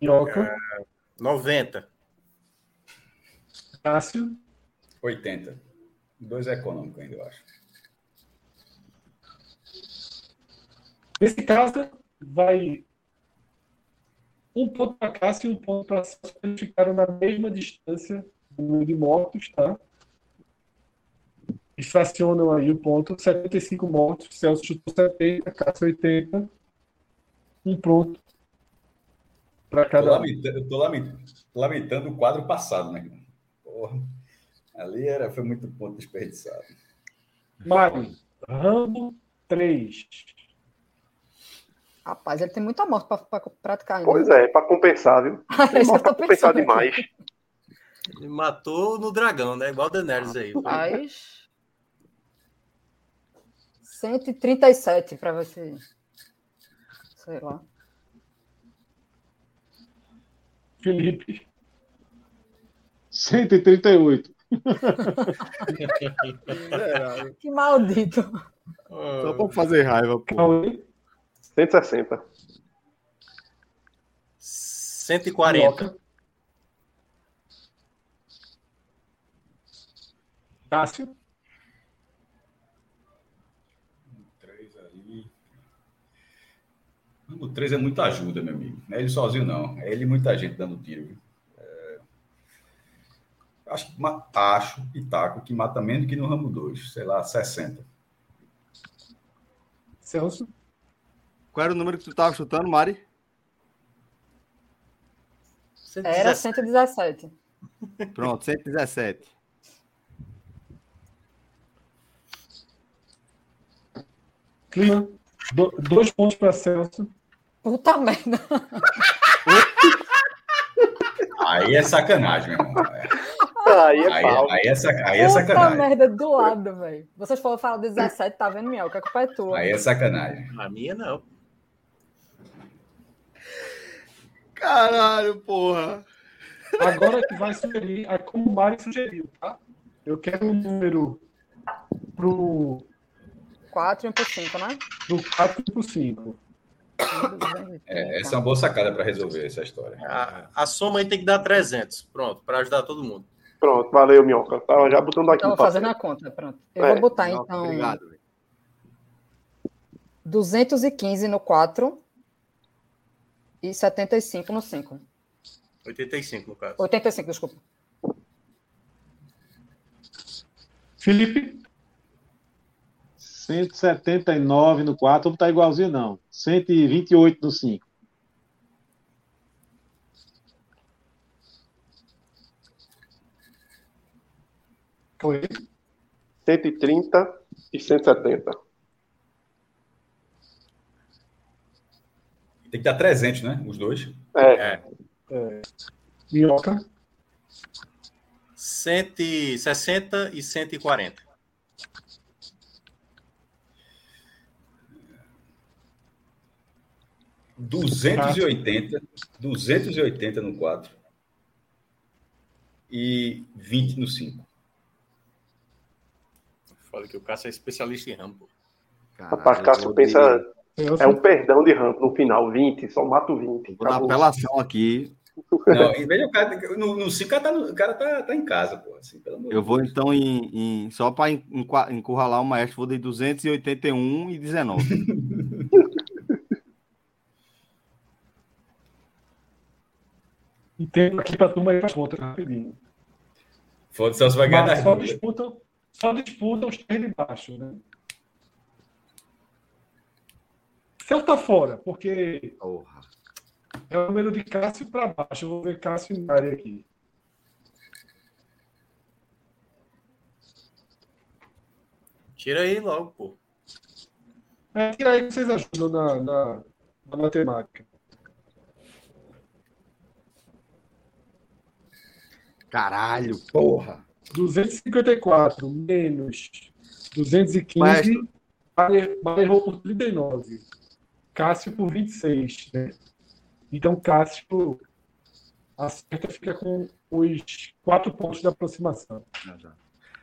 Minhoca. 90. Cássio. 80. Dois é econômico ainda, eu acho. Nesse caso, vai um ponto para Cássio e um ponto para Celso. Eles ficaram na mesma distância do número de mortos, tá? E fracionam aí o ponto. 75 mortos. Celso chutou 70, Cássio 80. Um pronto para Eu tô cada um. lamentando, eu tô lamentando, lamentando o quadro passado, né? cara? Porra. Ali era, foi muito ponto desperdiçado. um. Mário. Rambo 3. Rapaz, ele tem muita morte pra, pra praticar ainda. Pois é, pra compensar, viu? é, isso que eu pra tô compensar pensando. demais. Ele matou no dragão, né? Igual o Daenerys aí. Rapaz. 137 para você. Sei lá. Felipe. 138. Que maldito. Só pra fazer raiva, pô. Cauê. 160. 140. Minhoca. Cássio. Três ali. O três é muita ajuda, meu amigo. Não é ele sozinho, não. É ele e muita gente dando tiro. viu? É. Acho, ma- acho e taco que mata menos que no ramo 2, sei lá, 60. Celso, Qual era o número que tu tava chutando, Mari? Era 117. Pronto, 117. clima. Do- dois pontos para Celso. Puta merda. Aí é sacanagem, meu irmão. É, Aí é Aí, pau. aí é, saca- aí é Puta sacanagem. merda do lado, velho. Vocês falam, falam de 17, tá vendo, Miel? Que a culpa é tua. Aí é sacanagem. A minha não. Caralho, porra. Agora que vai sugerir, aí como o Mário sugeriu, tá? Eu quero um número pro, 4 e 1 por 5, né? do 4 pro 5. É, Então, essa é uma boa sacada para resolver essa história. A, a soma aí tem que dar 300. Pronto, para ajudar todo mundo. Pronto, valeu, Minhoca. Tava já botando aqui Estava no papel. fazendo a conta, pronto. Eu É, vou botar, Não, então, Obrigado. velho. 215 no 4 e 75 no 5. 85, no caso. 85, desculpa. Felipe, 179 no 4, não tá igualzinho, não. 128 no 5. Cauê, 130 e 170. Tem que dar 300, né? Os dois. É, Minhoca, 160 e 140. 280, 280 no 4 e 20 no 5. Foda que o Cássio é especialista em ramo. pô. rapaz, Caralho, eu Cássio vou pensa. de- Celso, É um perdão de rampa no final, 20, só mato 20. eu Vou dar acabou. apelação aqui. Não, e veja, o cara, no, no 5 o cara, tá, no- o cara tá, tá em casa, pô. Assim, pelo amor de Eu vou então em. em- só para encurralar o maestro, vou de 281 e 19. e tem aqui pra turma aí faz conta, rapidinho. Deus. Foda-se, só se vai ganhar Mas das só duas. disputam, só disputam os três de baixo, né? Celso tá fora, porque Porra. é o número de Cássio pra baixo. Eu vou ver Cássio e Mari aqui. Tira aí logo, pô. É, tira aí que vocês ajudam na, na, na matemática. Caralho. Porra. 254 menos 215. Maestro. Bayer Bayer errou por 39. Cássio por 26. Né? Então Cássio acerta fica com os 4 pontos da aproximação.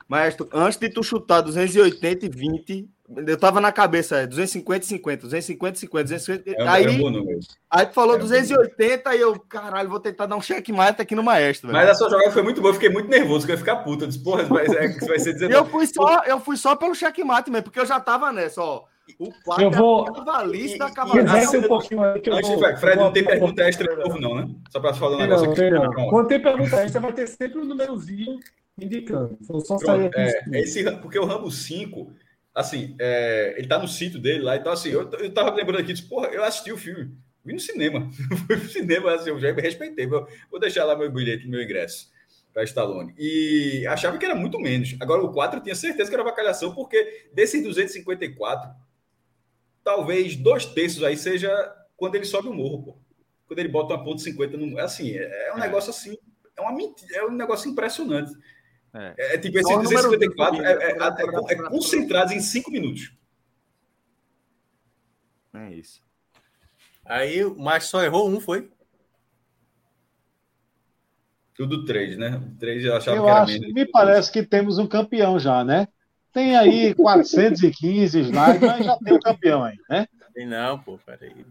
Maestro, antes de tu chutar 280 e 20, eu tava na cabeça, é 250 e 50, 250 e 50, 250. É um, aí, é um bom número. aí tu falou é um- 280 e eu, caralho, vou tentar dar um checkmate aqui no maestro, velho. Mas a sua jogada foi muito boa, eu fiquei muito nervoso, que eu ia ficar puta. Eu disse, porra, vai, é, que vai ser E eu 19. fui só, eu fui só pelo checkmate mesmo, porque eu já tava nessa, ó. O 4 Eu vou- é cavalista da e- cavalaria. Reserva um pouquinho aí que eu Ah, Antes de vou... vai, Fred, vou não tem abrir a pergunta porta. extra de novo, não, né? Só pra falar um Tem negócio não, aqui. tem não. Pronto. Quando tem pergunta extra, vai ter sempre um númerozinho indicando. Então só sair Pronto, aqui. é, é esse, Ram- porque o Rambo 5, assim, é, ele tá no sítio dele lá, então assim, eu, t- eu tava lembrando aqui, disse, porra, eu assisti o filme, vi no cinema, fui no cinema, assim, eu já me respeitei, vou, vou deixar lá meu bilhete, meu ingresso para Stallone. E achava que era muito menos. Agora o 4 eu tinha certeza que era bacalhação, porque desses 254, talvez dois terços aí seja quando ele sobe o morro, pô. Quando ele bota uma ponto 50 no, assim, é, é um negócio assim, é uma mentira, é um negócio impressionante. É. É, tipo, esse Só o número 254 é, do é, é- é concentrado em cinco minutos. É isso. Aí o Márcio só errou um, foi? Tudo três, né? O três eu achava Eu que era acho, menos. me parece que temos um campeão já, né? Tem aí 415 slides, mas já tem um campeão aí, né? Tem não, pô, peraí.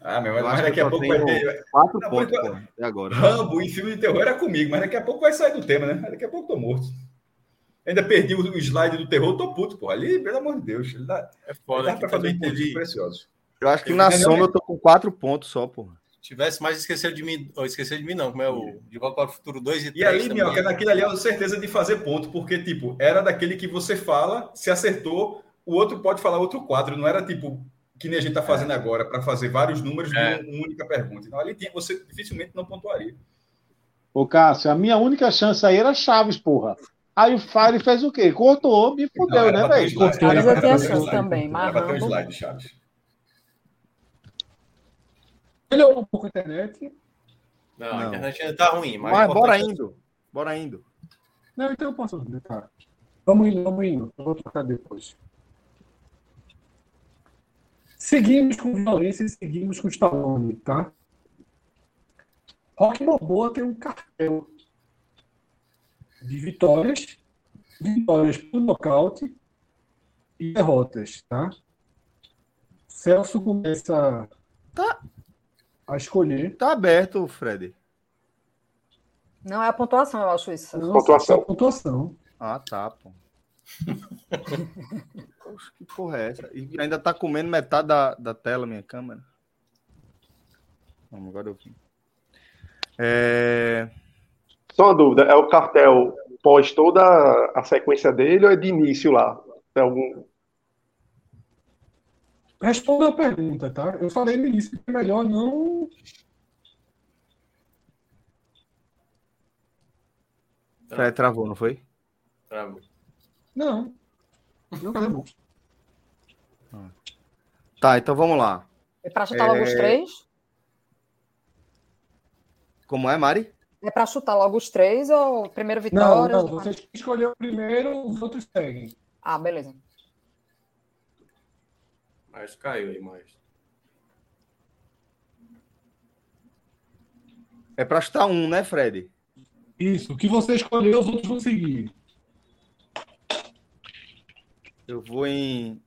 Ah, meu, Eu mas, acho que daqui eu só a pouco tenho- vai ter. 4 Não, pontos, mas- pô, até agora. Rambo e filme de terror era comigo, mas daqui a pouco vai sair do tema, né? Daqui a pouco eu tô morto. Ainda perdi o o slide do terror, tô puto, pô. Ali, pelo amor de Deus. Ele dá, É ele foda dá que pra fazer também um pontinho teve, precioso. Eu acho que Eu na ganhei. soma eu tô com 4 pontos só, porra. tivesse mais esquecido de mim, ou esqueceu de mim não, como é o De Volta para o Futuro 2 e 3. E aí, também. Minhoca, naquilo ali eu tenho certeza de fazer ponto, porque, tipo, era daquele que você fala, se acertou, o outro pode falar outro quadro, não era tipo que nem a gente tá fazendo agora, para fazer vários números É. numa única pergunta. Então, ali tinha, você dificilmente não pontuaria. Ô, Cássio, a minha única chance aí era Chaves, porra. Aí o Fire fez o quê? Cortou, me Não, fudeu, era né, pra ter um velho? slide, Chaves era eu tenho pra ter um chance slide. também, Era pra ter um Marrambo. slide, Chaves. Melhorou um pouco a internet. Não, a Não. internet ainda tá ruim, mas. Mas bora importante- indo. Bora indo. Não, então eu posso trocar. Vamos indo, vamos indo. Eu vou trocar depois. Seguimos com violência e seguimos com Stallone, tá? Rock Balboa tem um cartel de vitórias, vitórias por nocaute e derrotas, tá? Celso começa Tá. a escolher. Tá aberto, Fred. Não é a pontuação, eu acho isso. Não, Pontuação. só Pontuação. Ah, tá, pô. Poxa, que porra é essa? E ainda tá comendo metade da, da tela, minha câmera. Vamos, agora eu vi. É... Só uma dúvida, é o cartel pós toda a sequência dele ou é de início lá? É algum... Responda a pergunta, tá? Eu falei no início que é melhor não. Fred travou, não foi? Travou. Não. Não cadê bom. Tá, então vamos lá. É para chutar logo os três? Como é, Mari? É para chutar logo os três ou primeiro Não, vitória? não, você escolheu primeiro, os outros seguem. Ah, beleza. Mas caiu aí, mas. É pra chutar um, né, Fred? Isso, o que você escolheu, os outros vão seguir. Eu vou em.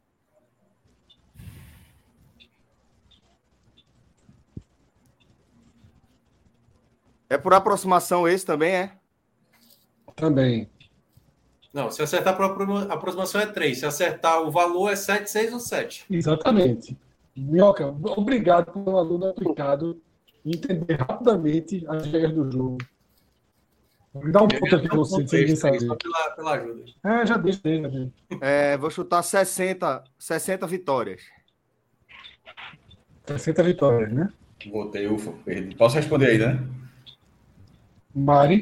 É por aproximação esse também, é? Também. Não, se acertar por apro- aproximação é 3. Se acertar o valor é 7, 6 ou 7. Exatamente. Minhoca, obrigado por um aluno aplicado entender rapidamente as regras do jogo. Dá um ponto aqui pra você, sem ninguém saber. Só pela, pela ajuda. É, já deixa, já deixa. É, vou chutar 60, 60 vitórias. 60 vitórias, né? Voltei, ufa, perdi. Posso responder aí, né? Mari,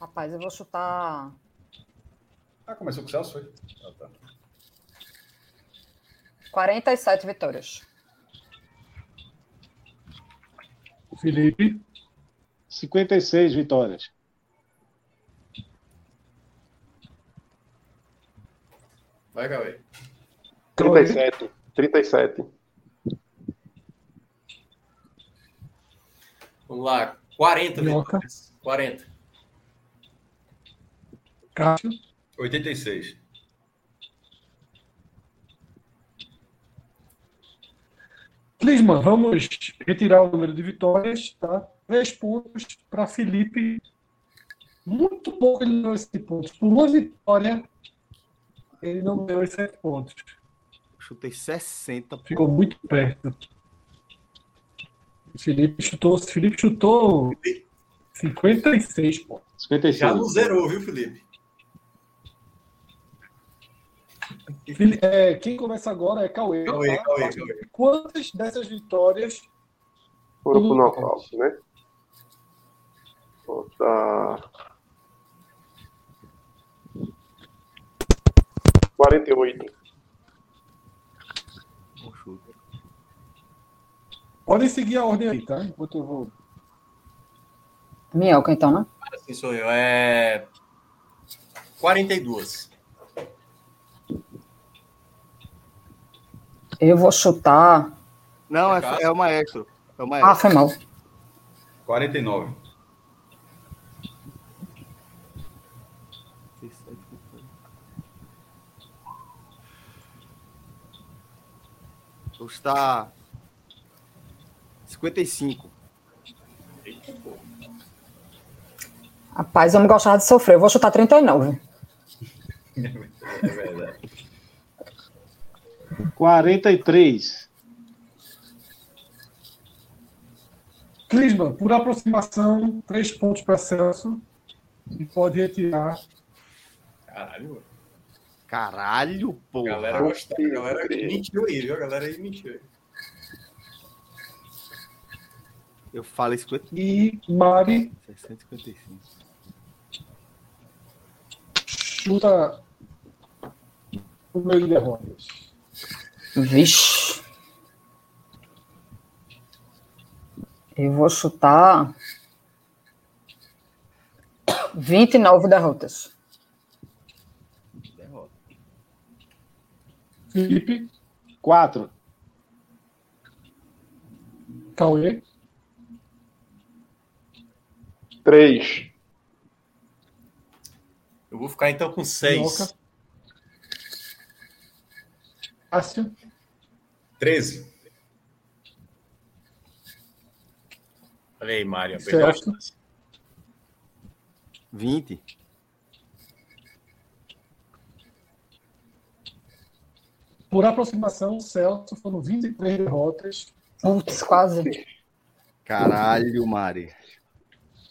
Rapaz, eu vou chutar. Ah, começou com o Celso, foi? Ah, tá. 47 vitórias. Felipe, 56 vitórias. Vai, Cauê. 37. 37. Vamos lá. 40 Minhoca. vitórias. 40. Cássio. 86. Clisman, vamos retirar o número de vitórias, tá? Três pontos para Felipe. Muito pouco ele ganhou esses pontos. Por uma vitória, ele não ganhou esses sete pontos. Chutei 60. pô. Ficou muito perto. Felipe chutou, Felipe chutou 56 pontos. 56. Já não zerou, viu, Felipe? Fili- é, quem começa agora é Cauê. tá? Cauê, Cauê, Cauê. Quantas dessas vitórias Foram pro nocaute, né? tá. Bota... 48. Bom chute. podem seguir a ordem aí, tá? Enquanto eu vou. Minhoca, então, né? Assim sou eu. É. 42. Eu vou chutar. Não, Cássio? é, é o maestro. É o Ah, maestro. foi mal. 49. 57. Vou chutar 55. Eita, pô. Rapaz, eu não gostava de sofrer. Eu vou chutar 39. É verdade. 43. Clisman, por aproximação, três pontos para Celso. E pode retirar. Caralho, Caralho, pô. a galera gostou. A galera é mentiu aí, viu? A galera aí mentiu. aí. Eu falei 50... E Mari 655. chuta o meio de derrotas. Vixe. Eu vou chutar 29 derrotas. Felipe, Quatro. Cauê, Três. Eu vou ficar então com seis. Minhoca. Cássio, 13. Olha aí, Mário. a melhor Celso, chance. 20. por aproximação, Celso foram 23 derrotas. Putz, quase. Caralho, Mari.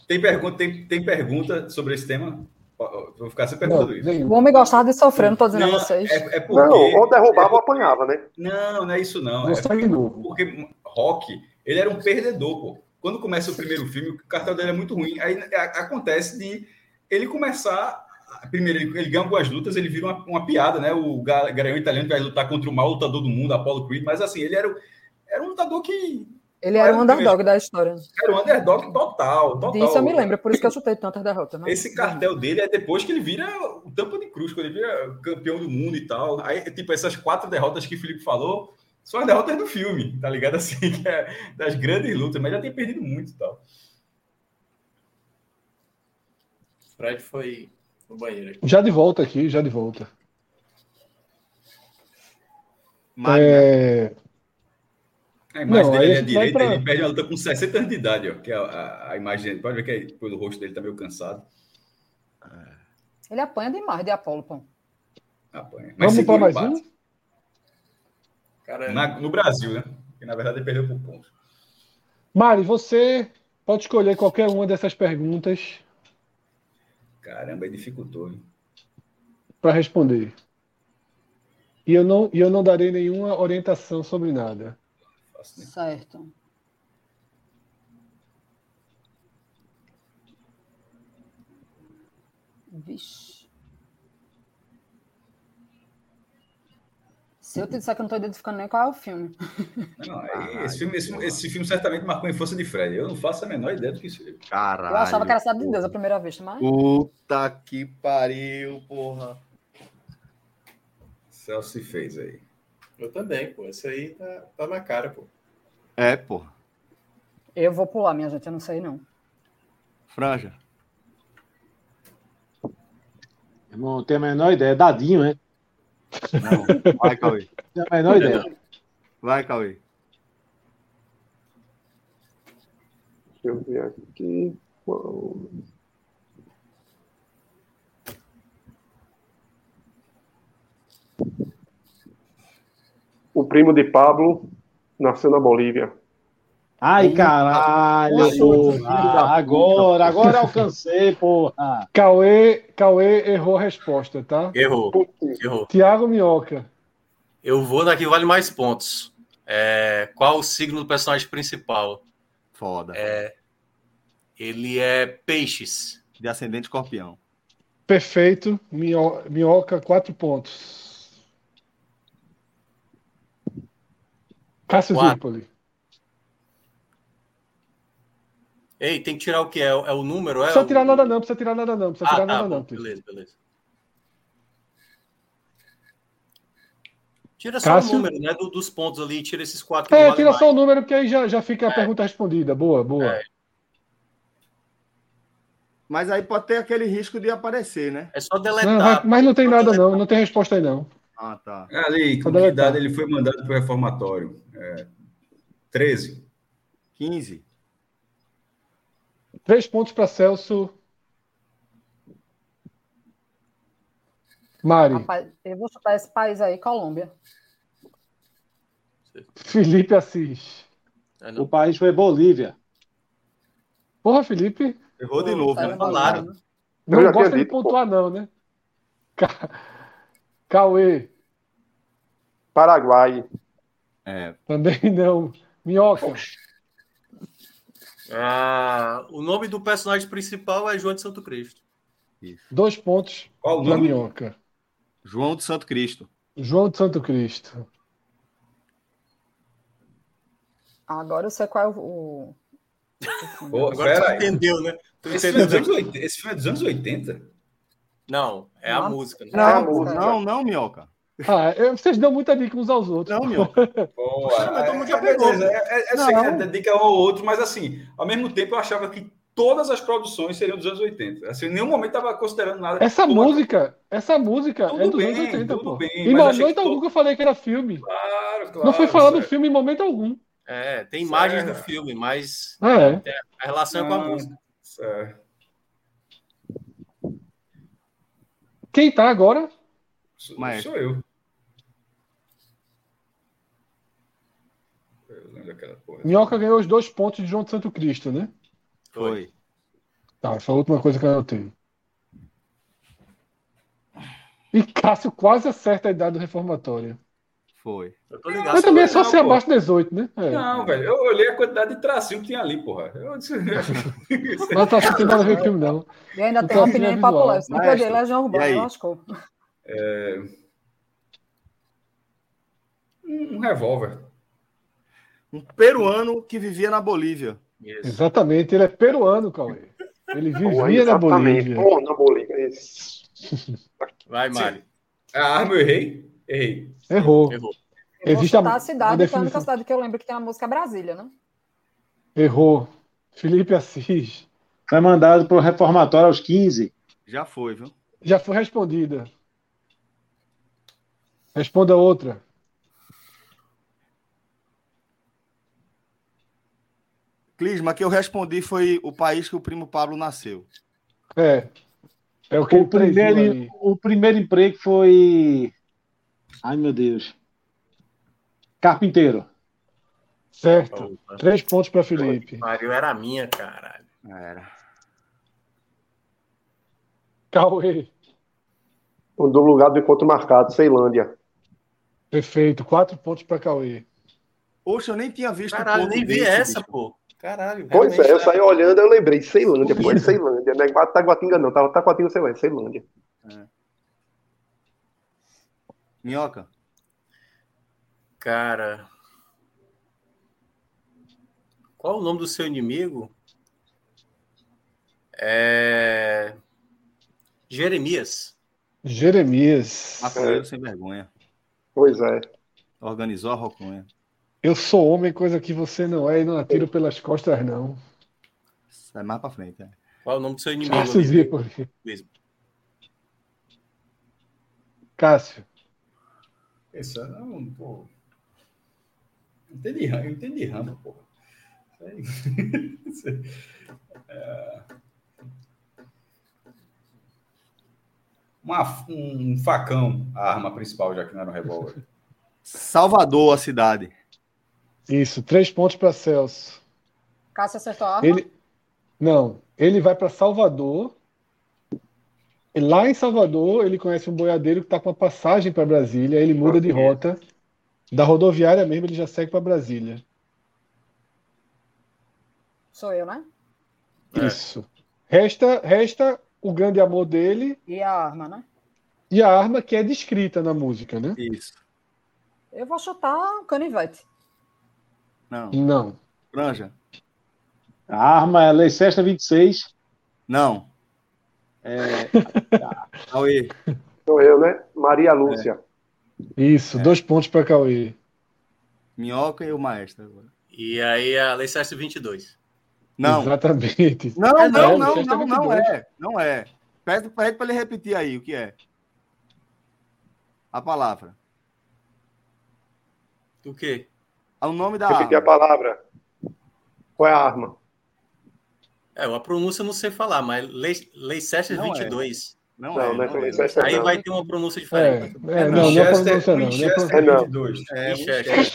Tem pergunta, tem, tem pergunta sobre esse tema? Ó, ó, Vou ficar sem Não, perguntando isso. O nenhum. homem gostava de sofrer, não tô dizendo a vocês. é, é porque. Não, ou derrubava é- ou apanhava, né? Não, não é isso não. Vou É sair de novo. porque Rock, ele era um perdedor, pô. Quando começa o primeiro filme, o cartão dele é muito ruim. Aí a- acontece de ele começar. Primeiro, ele, ele ganha algumas lutas, ele vira uma, uma piada, né? O ga- garanhão italiano que vai lutar contra o maior lutador do mundo, Apollo Creed, mas assim, ele era, o- era um lutador que Ele era o underdog da história. era um underdog total. total. Disso eu me lembro, por isso que eu chutei tantas derrotas. né? mas- Esse cartel dele é depois que ele vira o tampa de cruz, quando ele vira campeão do mundo e tal. Aí, tipo, essas quatro derrotas que o Felipe falou são as derrotas do filme, tá ligado? Assim, que é das grandes lutas, mas já tem perdido muito e tal. Fred foi no banheiro. aqui. Já de volta aqui, já de volta. Mari, É, A imagem Não, dele aí a ali à gente vai direita, pra- ele perde uma luta com 60 anos de idade, ó. Que é a, a- a imagem dele. Pode ver que é, pelo rosto dele tá meio cansado. Ele apanha demais de Apolo, pô. Apanha. Mas vamos para segura o mais bate. um? Cara, Na- no Brasil, né? Porque na verdade ele perdeu por ponto. Mari, você pode escolher qualquer uma dessas perguntas Caramba, aí dificultou, hein? para responder. E eu, não, e eu não darei nenhuma orientação sobre nada. Fácil, né? Certo. Vixe. Se eu te disser que eu não tô identificando nem qual é o filme. Não, aí esse, filme, esse, esse filme certamente marcou a infância de Fred. Eu não faço a menor ideia do que isso. é. Caralho. Eu achava que era Sabe de Deus à primeira vista, mas. Puta que pariu, porra. Celso se fez aí. eu também, pô. Esse aí tá, tá na cara, pô. É, porra. Eu vou pular, minha gente, eu não sei não. Franja. Eu Não tenho a menor ideia. Dadinho, né? Não. Vai, Cauê. Não tenho a menor ideia. Vai, Cauê. Deixa eu ver aqui. Uau. O primo de Pablo nasceu na Bolívia. Ai, caralho, porra. Agora, agora alcancei, porra. Cauê, Cauê errou a resposta, tá? Errou, Putz, errou. Tiago Minhoca. Eu vou daqui, vale mais pontos. É, qual o signo do personagem principal? Foda. Ele é peixes. De ascendente escorpião. Perfeito. Minho- Minhoca, quatro pontos. Cássio Quatro. Zirpoli. Ei, tem que tirar o que? É, o- é o número? Não É precisa o- tirar nada não, precisa tirar nada não, precisa Ah, tirar tá, nada bom, não. Clis. beleza, beleza. Tira só Cássio? o número, né? do- dos pontos ali, tira esses quatro que não É, valem tira mais. só o número porque aí já, já fica a pergunta respondida. Boa, boa. É, Mas aí pode ter aquele risco de aparecer, né? É só Não, vai- deletar. mas não tem Só nada deletar. não, não tem resposta aí não. Ah, tá. Ali, Quando ela convidado, ele foi mandado para o reformatório. É, 13. 15. Três pontos para Celso. Mari, Rapaz, eu vou chutar esse país aí, Colômbia. Felipe Assis. É, O não. É, país foi Bolívia. Porra, Felipe. Errou Tá de novo, né? Falaram. Não Eu já gosta tinha de dito, pontuar, não, né? Ca- Cauê, Paraguai. também não. Minhoca, Ah, o nome do personagem principal é João de Santo Cristo. dois pontos Qual o pra nome? Minhoca. João de Santo Cristo. João de Santo Cristo. Agora eu sei qual é o. o- Ô, Agora tu pera aí. entendeu, né? Tu Esse filme, é dos entendeu? anos 80, esse filme é dos anos 80? Não, é a Não. música. né? Não, é a música. Não, não, Minhoca. Ah, eu- vocês dão muita dica uns aos outros. Não, Minhoca. Pô, Ah, mas todo mundo já pegou. beleza, É, é, é, sei que é dedica um ou outro, mas assim, ao mesmo tempo eu achava que todas as produções seriam dos anos 80. Assim, em nenhum momento estava considerando nada. Essa Pô, música, essa música Tudo é dos bem, anos 80, tudo pô. bem, em mas achei momento que algum todo- que eu falei que era filme. Claro, claro. não fui falar do Zé. filme em momento algum. É, tem imagens do Certo. filme, mas É. a relação é com a Ah, música. certo. Quem tá agora? Sou, Mas- sou eu. Eu lembro daquela porra. Minhoca ganhou os dois pontos de João de Santo Cristo, né? Foi. Tá, essa foi a última coisa que eu anotei. E Cássio quase acerta a idade do reformatório. Foi. Eu tô ligado. Mas também é só não, ser pô. abaixo de 18, né? É. Não, velho, eu olhei a quantidade de tracinho que tinha ali, porra. Eu disse... Mas tá assistindo nada a ver com o filme, não. E ainda O tem uma próximo opinião é impopular. Eu visual. sempre odiei Legião Urbana, E aí? lascou. um revólver. Um peruano que vivia na Bolívia. Isso. Exatamente, ele é peruano, Cauê. Ele vivia na exatamente. Bolívia. Pô, na Bolívia. Isso. Vai, Mari. A arma eu errei? Errei. Errou. Errou. Eu vou Existe a- chutar a, a cidade, que é a definição. única cidade que eu lembro que tem uma música é Brasília, né? Errou. Felipe Assis. Foi mandado para o reformatório aos 15. Já foi, viu? Já foi respondida. Responda outra. Clisma, que eu respondi foi o país que o primo Pablo nasceu. É. É o que O ele previu primeiro, ali. o primeiro emprego foi. Ai, meu Deus. Carpinteiro. Certo. Três pontos para Felipe. Mário era a minha, caralho. Era. Cauê. O Um do lugar do encontro marcado, Ceilândia. Perfeito. Quatro pontos para Cauê. Oxe, eu nem tinha visto Caralho, nem vi português, essa, bicho. pô. Caralho. Pois realmente, é, eu né? saí olhando eu lembrei, Ceilândia, pô, é Ceilândia, não é Gua- Taguatinga não, tava Taguatinga, sei lá, é Ceilândia. Minhoca. Cara. Qual o nome do seu inimigo? É. Jeremias. É. Jeremias. Maconheiro sem vergonha. Pois é. Organizou a Roconha. Eu sou homem, coisa que você não é, e não atiro pelas costas, não. Sai mais pra frente. né? Qual o nome do seu inimigo? Cássio amigo? Zirpoli. Mesmo. Cássio. Isso, não, é um, pô. Entendi, rama, entendi rama, pô. Isso aí. É. Uma- um facão, a arma principal, já que não era um revólver. Salvador, a cidade. Isso. Três pontos para Celso. Cássio acertou a arma. Ele. Não. Ele vai para Salvador. E Lá em Salvador, ele conhece um boiadeiro que está com uma passagem para Brasília. Ele muda de rota. Da rodoviária mesmo, ele já segue para Brasília. Sou eu, né? É. Isso. Resta, resta o grande amor dele E a arma, né? e a arma que é descrita na música, né? Isso. Eu vou chutar um canivete. Não. Não. Franja. A arma é Lei Sexta 26. Não. É... Cauê. Sou eu, né? Maria Lúcia. Isso, dois pontos para Cauê. Minhoca e o maestro. agora. E aí a Lei 722. Não. Exatamente. Não, É, não, é, não, tá sexta não, não é. Não é. Pede, pede pra ele repetir aí o que é. A palavra. Do quê? Ah, O nome da Repetir a arma. palavra. Qual é a arma? É, a pronúncia eu não sei falar, mas Lei, lei 722. Não, Não, é. não é Não é. começar essa Aí não. vai ter uma pronúncia É, diferente. é, não, não é para Winchester- você não. Não é pra- Winchester É, não. 22. É, Winchester.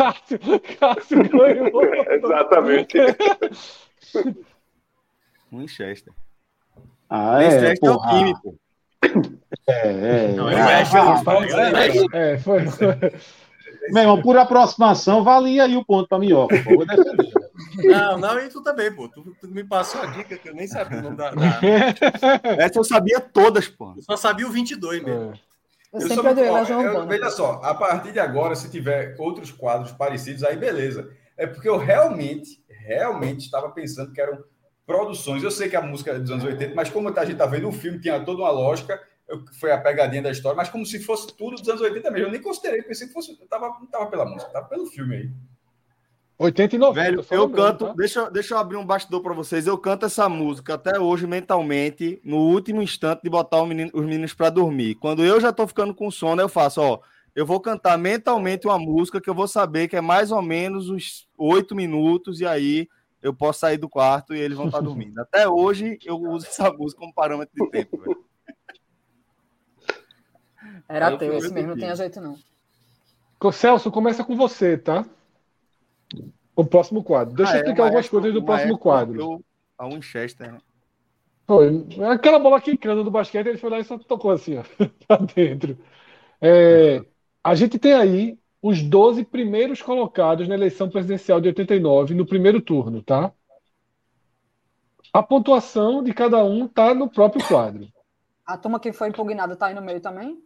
Cássio, Cássio ganhou. Exatamente. Winchester. Ah, é, Winchester é, o porra. time, pô. É, é. Não, é West, Ah, é West. é, é, é. É, foi. Meu irmão, por aproximação, valia aí o ponto pra minhoca. pô. Vou defender. Não, não, e tu também, pô. Tu, tu me passou a dica que eu nem sabia o nome da. da- É. Essa eu sabia todas, pô. Eu só sabia o 22 mesmo. Eu, Eu sempre só- odeio ó, Legião eu- Urbana. Veja só, a partir de agora, se tiver outros quadros parecidos, aí beleza. É porque eu realmente, realmente estava pensando que eram produções. Eu sei que a música é dos anos 80, mas como a gente tá vendo o filme, tinha toda uma lógica, eu- foi a pegadinha da história, mas como se fosse tudo dos anos 80 mesmo. Eu nem considerei, pensei que fosse. Eu tava, não tava pela música, tava pelo filme aí. 80 e 90. Velho, só eu lembrando, canto. tá? Deixa, eu- deixa eu abrir um bastidor pra vocês. Eu canto essa música até hoje, mentalmente, no último instante de botar o menino- os meninos pra dormir. Quando eu já tô ficando com sono, eu faço, ó. Eu vou cantar mentalmente uma música que eu vou saber que é mais ou menos uns oito minutos, e aí eu posso sair do quarto e eles vão estar dormindo. Até hoje eu uso essa música como parâmetro de tempo, velho. Era eu teu, fui esse mesmo, não repetido. tinha jeito não. Co- Celso, começa com você, tá? O próximo quadro. Deixa Ah, eu é, explicar o algumas maestro- coisas do o próximo maestro quadro. bateu A Winchester, né? Foi. Aquela bola que encanando do basquete, ele foi lá e só tocou assim, ó, pra dentro. É, a gente tem aí os 12 primeiros colocados na eleição presidencial de 89, no primeiro turno, tá? A pontuação de cada um tá no próprio quadro. A turma que foi impugnada tá aí no meio também?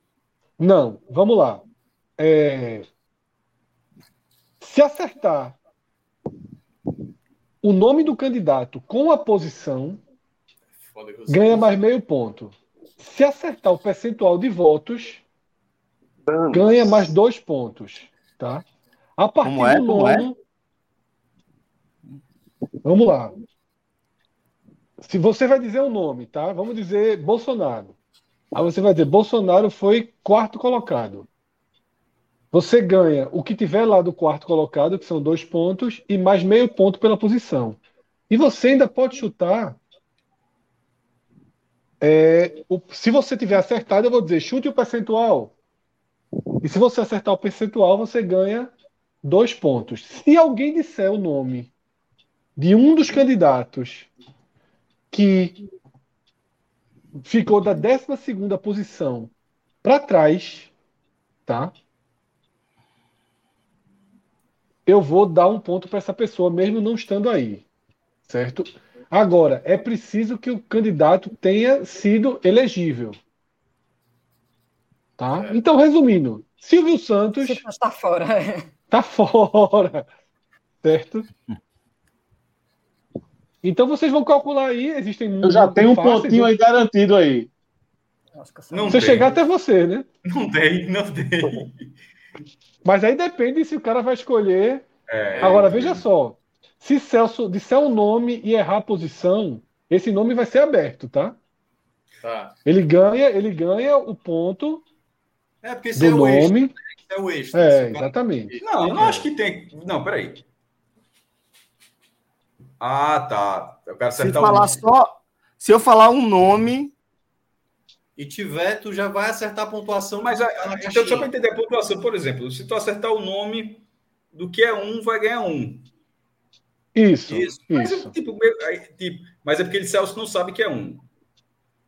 Não, vamos lá. É, Se acertar o nome do candidato com a posição, Foda que eu ganha mais meio ponto. Se acertar o percentual de votos, ganha mais dois pontos, tá? A partir Como é? do Como é? nono, vamos lá. Se você vai dizer um nome, tá? Vamos dizer Bolsonaro. Aí você vai dizer Bolsonaro foi quarto colocado. Você ganha o que tiver lá do quarto colocado, que são dois pontos, e mais meio ponto pela posição. E você ainda pode chutar o- se você tiver acertado, eu vou dizer chute o percentual. E se você acertar o percentual, você ganha dois pontos. Se alguém disser o nome de um dos candidatos que ficou da 12ª posição para trás, tá? Eu vou dar um ponto para essa pessoa, mesmo não estando aí, certo? Agora, é preciso que o candidato tenha sido elegível. Tá? Então, resumindo, Silvio Santos Se não está fora. é. tá fora, certo? Então vocês vão calcular aí, existem né? Eu já tenho um pontinho aí garantido aí. Acho que eu sei. Não Você tem, chegar até você, né? não tem, não tem. Mas aí depende se o cara vai escolher. É, Agora veja só, se Celso disser o nome e errar a posição, esse nome vai ser aberto, tá? Tá. Ele ganha, ele ganha o ponto É porque isso do é o extra. nome. isso É o extra. É, Isso exatamente. Não, eu não É. acho que tem. Não, peraí. Ah, tá. Eu quero Se acertar falar o. só. Se eu falar um nome, E tiver, tu já vai acertar a pontuação. Mas que Ah, a- tá na Então, só para caixinha. entender a pontuação, por exemplo, se tu acertar o nome do que é um, vai ganhar um. Isso, Isso. isso. Mas, é, tipo, meio- aí, tipo, mas é porque ele Celso não sabe que é um.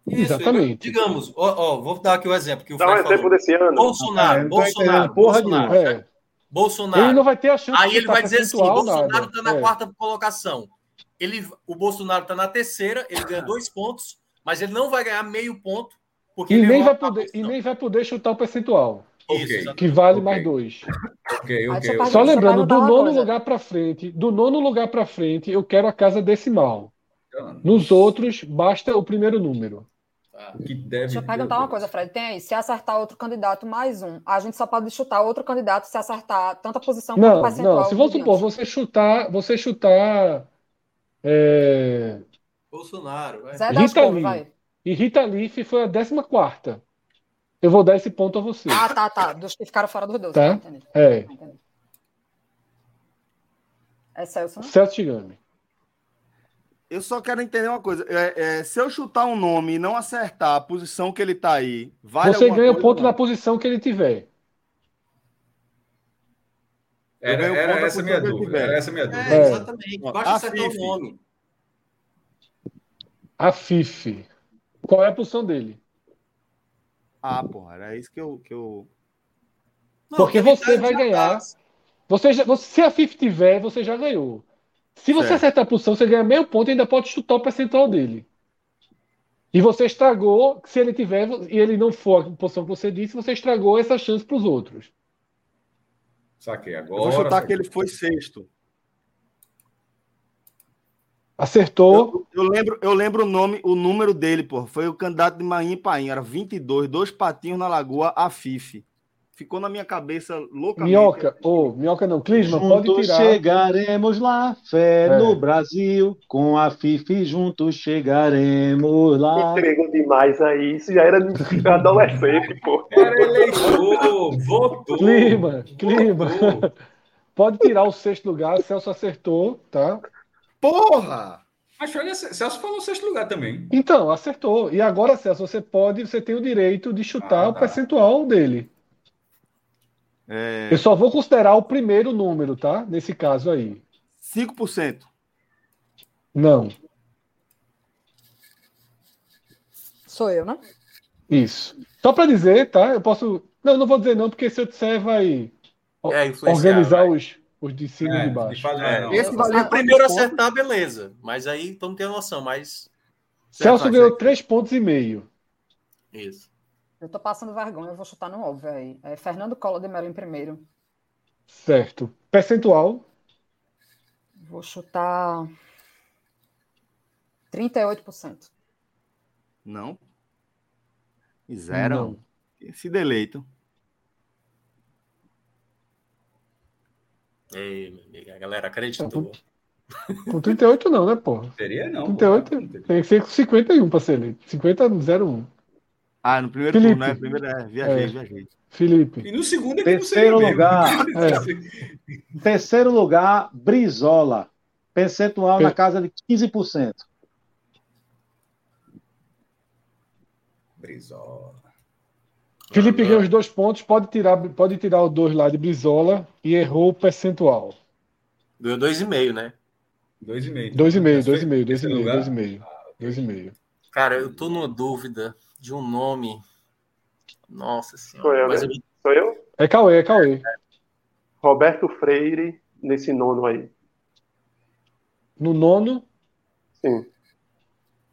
Isso, Exatamente. Digamos, ó, ó, vou dar aqui o exemplo Tá, que o Dá um Fred exemplo falou. desse ano. Bolsonaro, Cara, não tô Bolsonaro, entendendo porra Bolsonaro, É. Bolsonaro. Ele não tá vai ter a chance Aí ele chutar vai dizer assim: percentual, Bolsonaro nada. está na É. quarta colocação. Ele, o Bolsonaro está na terceira, ele Ah. ganha dois pontos, mas ele não vai ganhar meio ponto, porque E ele é nem, errou a vai poder, e posição. nem vai poder chutar o percentual, Isso, Ok. exatamente. que vale Ok. mais dois. Ok, Aí ok. só faz- Só Mas Tá você lembrando, vai mudar do uma nono coisa. lugar para frente, do nono lugar para frente, eu quero a casa decimal. ok. Nos outros, basta o primeiro número. Tá. Que deve. Deixa eu perguntar uma coisa, Fred. Tem aí, se acertar outro candidato, mais um. A gente só pode chutar outro candidato se acertar tanto a posição quanto o Não, Então, percentual. não. Se vamos de supor, antes. você chutar, você chutar é, Bolsonaro, vai. Zé das Rita Couve, Lee. vai. e Rita Leaf foi a décima quarta. Eu vou dar esse ponto a você, Ah, tá, tá. Dos que ficaram fora dos 12. Tá. Entendi. É. Entendi. É Celso, né? Celso Tigami. eu só quero entender uma coisa. É, é, se eu chutar um nome e não acertar a posição que ele tá aí, vale Você alguma ganha o coisa ponto ou não? na posição que ele tiver. Era, Eu ganho era ponto essa por minha tudo que eu É. É, dúvida. tiver. Ah, Era essa minha dúvida. É, exatamente. Ó, Basta acertar o Afif. nome. A Fife. Qual é a posição dele? Ah, porra, era isso que eu. Que eu... Porque você vai ganhar. Você já- você- se a Fife tiver, você já ganhou. Se você Certo. acertar a posição, você ganha meio ponto e ainda pode chutar o percentual dele. E você estragou, se ele tiver e ele não for a posição que você disse, você estragou essa chance para os outros. Saquei Eu agora. vou chutar saquei. que ele foi sexto. Acertou. Eu, eu lembro, eu lembro o nome, o número dele, porra. Foi o candidato de Maim e Paim, era 22, dois patinhos na lagoa, a Fife. Ficou na minha cabeça loucamente. Minhoca, ou Minhoca não, Clisma, pode Juntos tirar. chegaremos lá, fé É. no Brasil. Com a Fifi juntos chegaremos lá. Entregou demais aí. Isso já era de adolescente, pô. Era eleitor, votou. Clima, clima. votou. Pode tirar o sexto lugar, Celso acertou, tá? Porra! Mas olha, Celso falou sexto lugar também. Então, acertou. E agora, Celso, você pode, você tem o direito de chutar Ah, o tá. percentual dele. É, Eu só vou considerar o primeiro número, tá? Nesse caso aí. 5%. Não. Sou eu, né? Isso. Só para dizer, tá? Eu posso. Não, não vou dizer não, porque se eu disser, vai É, influenciar. organizar vai. os, os de cima e É, de baixo. fala, É. não, Esse não. valeu Se primeiro quantos pontos? acertar, beleza. Mas aí então tem a noção, mas. Celso Certo, ganhou Isaac. três pontos e meio. Isso. Eu tô passando vergonha, eu vou chutar no óbvio aí. É Fernando Collor de Mello em primeiro. Certo. Percentual, Vou chutar 38%. Não. Fizeram. Não. Esse deleito. Ei, meu amigo, a galera É, acreditou. com 38 não, né, porra? Teria não. 38. pô. Tem que ser com 51 para ser eleito. um. 50, 01. Ah, no primeiro Felipe. turno, né? Primeiro, é, viajei, É. viajei. Felipe. E no segundo é que não Terceiro seria mesmo. lugar. é. Terceiro lugar, Brizola. Percentual na Per- casa de 15%. Brizola. Felipe ganhou os dois pontos, pode tirar, pode tirar o dois lá de Brizola e errou o percentual. Ganhou dois e meio, né? Dois e meio. Dois e meio, Esse- dois e meio, dois e esse meio, lugar? dois e meio, dois e meio. Cara, eu tô numa dúvida de um nome. Nossa Sou senhora. eu, Mas né? eu, Sou eu? É Cauê, é Cauê. Roberto Freire, nesse nono aí. No nono, Sim.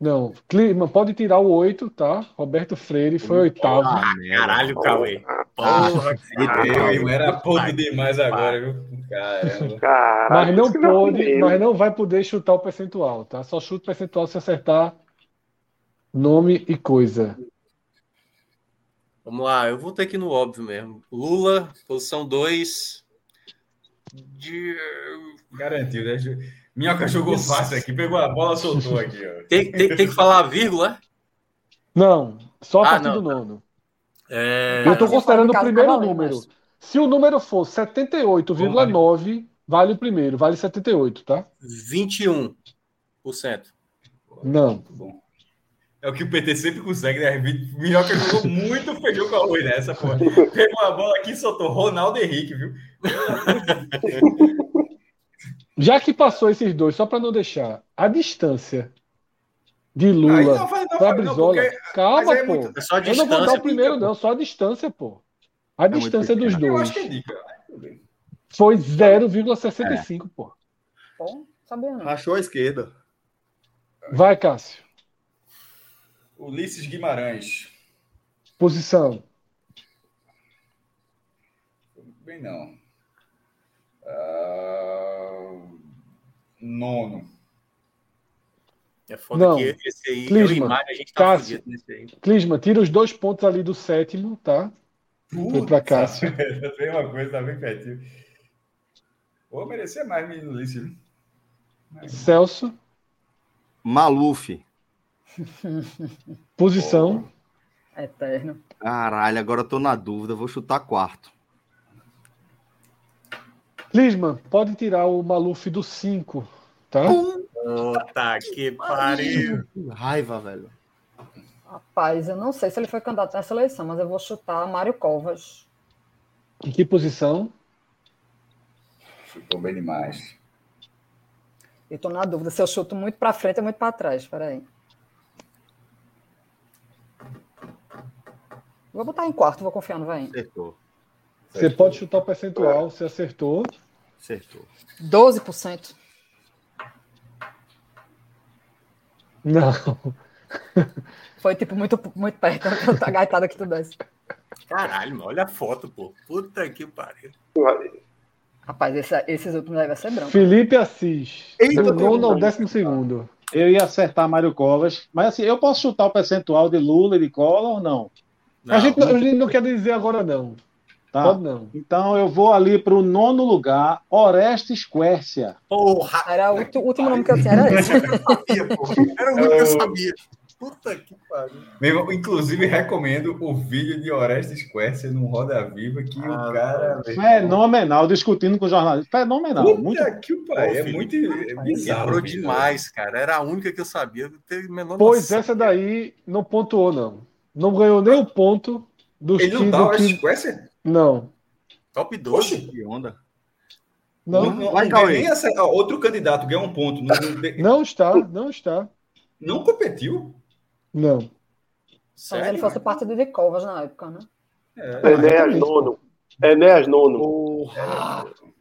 não. Clima, pode tirar o oito, tá? Roberto Freire foi oitavo. caralho, Cauê. Ah, Porra, Meu irmão, era podre demais agora, viu? Caramba. Caralho. é Mas não isso que eu pode, aprendi. mas não vai poder chutar o percentual, tá? Só chuta o percentual se acertar nome e coisa. Vamos lá, eu vou ter que ir no óbvio mesmo. Lula, posição 2. Garantiu, né? Ju- Minhoca jogou fácil aqui, pegou a bola, soltou aqui, ó. Tem, tem- tem que falar a vírgula? Não, só a Ah, partir não, do nono. É, Eu tô Você considerando o fala de primeiro cada um, número. mas- Se o número for 78,9, vale o primeiro, vale 78, tá? 21%. Não. Muito bom. É o que o PT sempre consegue, né? Minhoca jogou muito feijão com a arroz nessa, porra. Pegou a bola aqui e soltou. Ronaldo Henrique, viu? Já que passou esses dois, só para não deixar, a distância de Aí Lula não, faz- não, para faz não, Brizola. porque Calma, mas aí é pô. muito- É só a Eu não vou dar distância. o primeiro, não, só a distância, pô. A muito distância dos É eu acho dois que é dica. foi 0,65, pô. Bom, sabia não. Achou a esquerda. Vai, Cássio. Ulisses Guimarães. Posição. Bem, não. Ah, Nono. É foda Não. que esse aí, Clisma, eu e Mário, a gente tá Cássio. fudido nesse aí. Clisma, tira os dois pontos ali do sétimo, tá? Foi pra Cássio. Tem uma coisa, tá bem pertinho. Vou merecer mais, menino Ulisses. viu? Celso, Maluf. posição. Eterno. Caralho, agora eu tô na dúvida, vou chutar quarto. Clisma, pode tirar o Maluf do 5, tá? Puta que pariu. Que raiva, velho. Rapaz, eu não sei se ele foi candidato nessa eleição, mas eu vou chutar Mário Covas. Em que posição? Chutou bem demais. Eu tô na dúvida se eu chuto muito pra frente ou muito pra trás. Peraí. Vou botar em quarto, vou confiar no Vain. Acertou. Você pode chutar o percentual, você acertou. Acertou. 12%. Não. Foi, tipo, muito, muito perto da gaitada que tu desse. Caralho, mano, olha a foto, pô. Puta que pariu. Rapaz, esse- esses últimos aí vai ser branco. Felipe Assis. Eita, do nono ao Deus. décimo segundo. Eu ia acertar Mário Covas, mas assim, eu posso chutar o percentual de Lula e de Collor ou não? Ah, a, gente, não- a gente não quer dizer agora, não. Tá. Pode não. Então eu vou ali para o nono lugar, Orestes Quércia. Porra, Era o ulti- o último nome que eu tinha, era esse. sabia, porra. Era o único que eu sabia. Puta que pariu. Meu irmão, inclusive, recomendo o vídeo de Orestes Quercia no Roda Viva, que o cara. Fenomenal, discutindo com o jornalista. Fenomenal. Puta é Muito... que o pai. Ô, É filho, muito é bizarro. né? Lembrou bicho. demais, cara. Era a única que eu sabia. Eu não tenho a menor Pois noção. essa daí não pontuou, não. Não ganhou nem o ponto dos Ele não que- tá do Orestes que... Quercia? Não. Top 12. Que onda. Não, Não, não, vai, não Cauê. tem nem essa- ó, outro candidato ganhou um ponto. Não, não tem- não está, não está. não competiu? Não. Talvez ele fosse o partido de Covas na época, né? É, Enéas nono. É Enéas nono.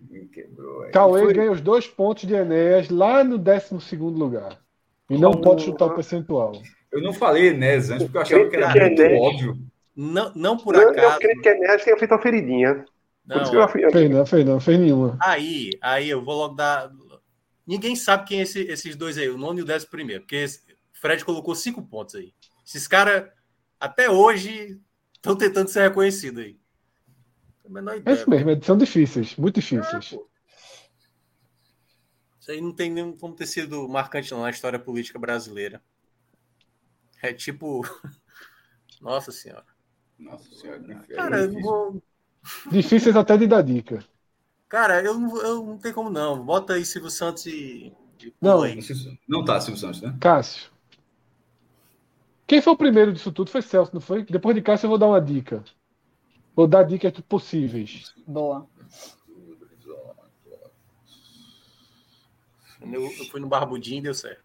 me quebrou. é. Cauê Foi. ganha os dois pontos de Enéas lá no 12 lugar. E não Como- pode chutar o percentual. Eu não falei Enéas antes, porque eu achava que era Enéas. muito óbvio. Não, não por Não, eu acaso. creio que Enéas tenha feito uma feridinha. Por isso que Não, eu fui. eu- Fez não, fez não, fez nenhuma. Aí, aí eu vou logo dar. Ninguém sabe quem é esse- esses dois aí, o nono e o décimo primeiro, porque esse- o Fred colocou cinco pontos aí. Esses caras, até hoje, estão tentando ser reconhecidos aí. Tem a menor É ideia. isso mesmo, é- são difíceis, muito difíceis. Isso aí não tem nem como ter sido marcante não, na história política brasileira. É tipo. Nossa Senhora. Nossa senhora, é Cara, eu não difícil. vou- Difíceis até de dar dica. Cara, eu não, vou- eu não tem como não. Bota aí Silvio Santos e. e pula Não. aí. Não tá, Silvio Santos, né? Cássio. Quem foi o primeiro disso tudo foi Celso, não foi? Depois de Cássio eu vou dar uma dica. Vou dar dicas possíveis. Boa. Eu, eu fui no Barbudinho e deu certo.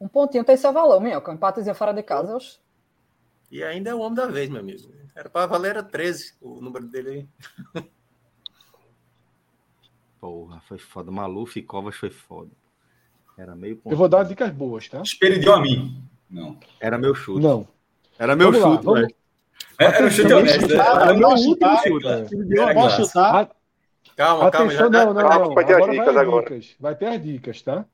Um pontinho tem seu valor, minhoca. Um empatezinho fora de casa. oxe. E ainda é o homem da vez, meu amigo. Era para valer era 13 o número dele aí. Porra, foi foda. Maluf e Covas foi foda. Era meio ponto. Eu vou dar dicas boas, tá? Esperidião a mim. Não. Era meu chute. Não. Era meu Vamos lá, chute, vamos- velho. É, Era um chute honesto. né? Ah, Era meu posso último chutar? chute. É. Era Eu posso graça. chutar? Calma, Atenção, calma. Já, tá. não, não, Calma, não. vai ter as Agora vai dicas as agora. dicas. Vai ter as dicas, tá?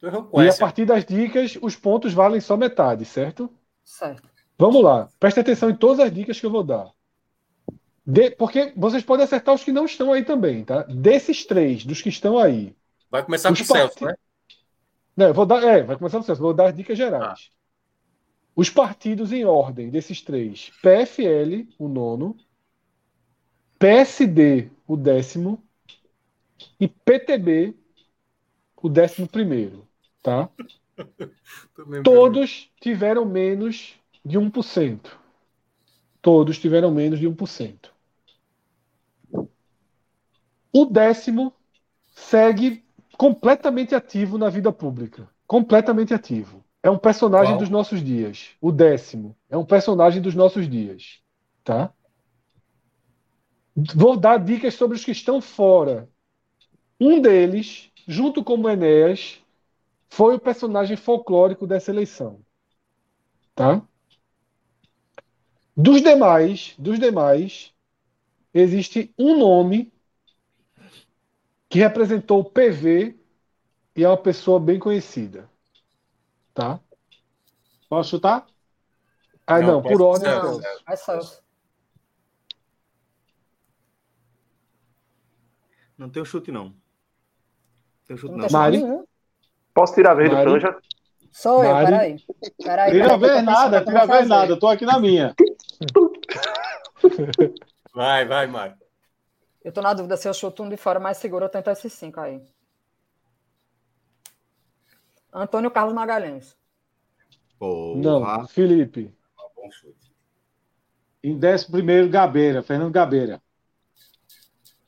tu errou com E a essa. partir das dicas, os pontos valem só metade, certo? Certo. Vamos lá. Presta atenção em todas as dicas que eu vou dar. De- porque vocês podem acertar os que não estão aí também, tá? Desses três, dos que estão aí. Vai começar com o Os Celso, né? Né, eu vou dar, é, vai começar o processo, vou dar as dicas gerais. Os partidos em ordem desses três: PFL, o nono, PSD, o décimo, e PTB, o décimo primeiro. Tá? Todos tiveram menos de 1%. Todos tiveram menos de 1%. O décimo segue completamente ativo na vida pública. Completamente ativo. É um personagem Qual? dos nossos dias. O décimo é um personagem dos nossos dias. Tá? Vou dar dicas sobre os que estão fora. Um deles, junto com o Enéas, foi o personagem folclórico dessa eleição. Tá? Dos demais, dos demais, existe um nome que representou o PV e é uma pessoa bem conhecida. Tá? Posso chutar? Ah, Não, não, posso- por ordem. Não, então. É Celso. Não tem um chute, não. Tem um chute, Não não. tem chute Mari? nenhum. Posso tirar a vez do Mari? Franja? Sou eu, Mari? peraí. Peraí. Tira peraí, que eu tô vez pensando nada, como tira fazer. vez nada. Eu tô aqui na minha. Vai, vai, Mário. Eu tô na dúvida se eu chuto um de fora mais seguro, eu tento esses cinco aí. Antônio Carlos Magalhães. Porra. Não, Felipe. Bom chute. Em décimo primeiro, Gabeira, Fernando Gabeira.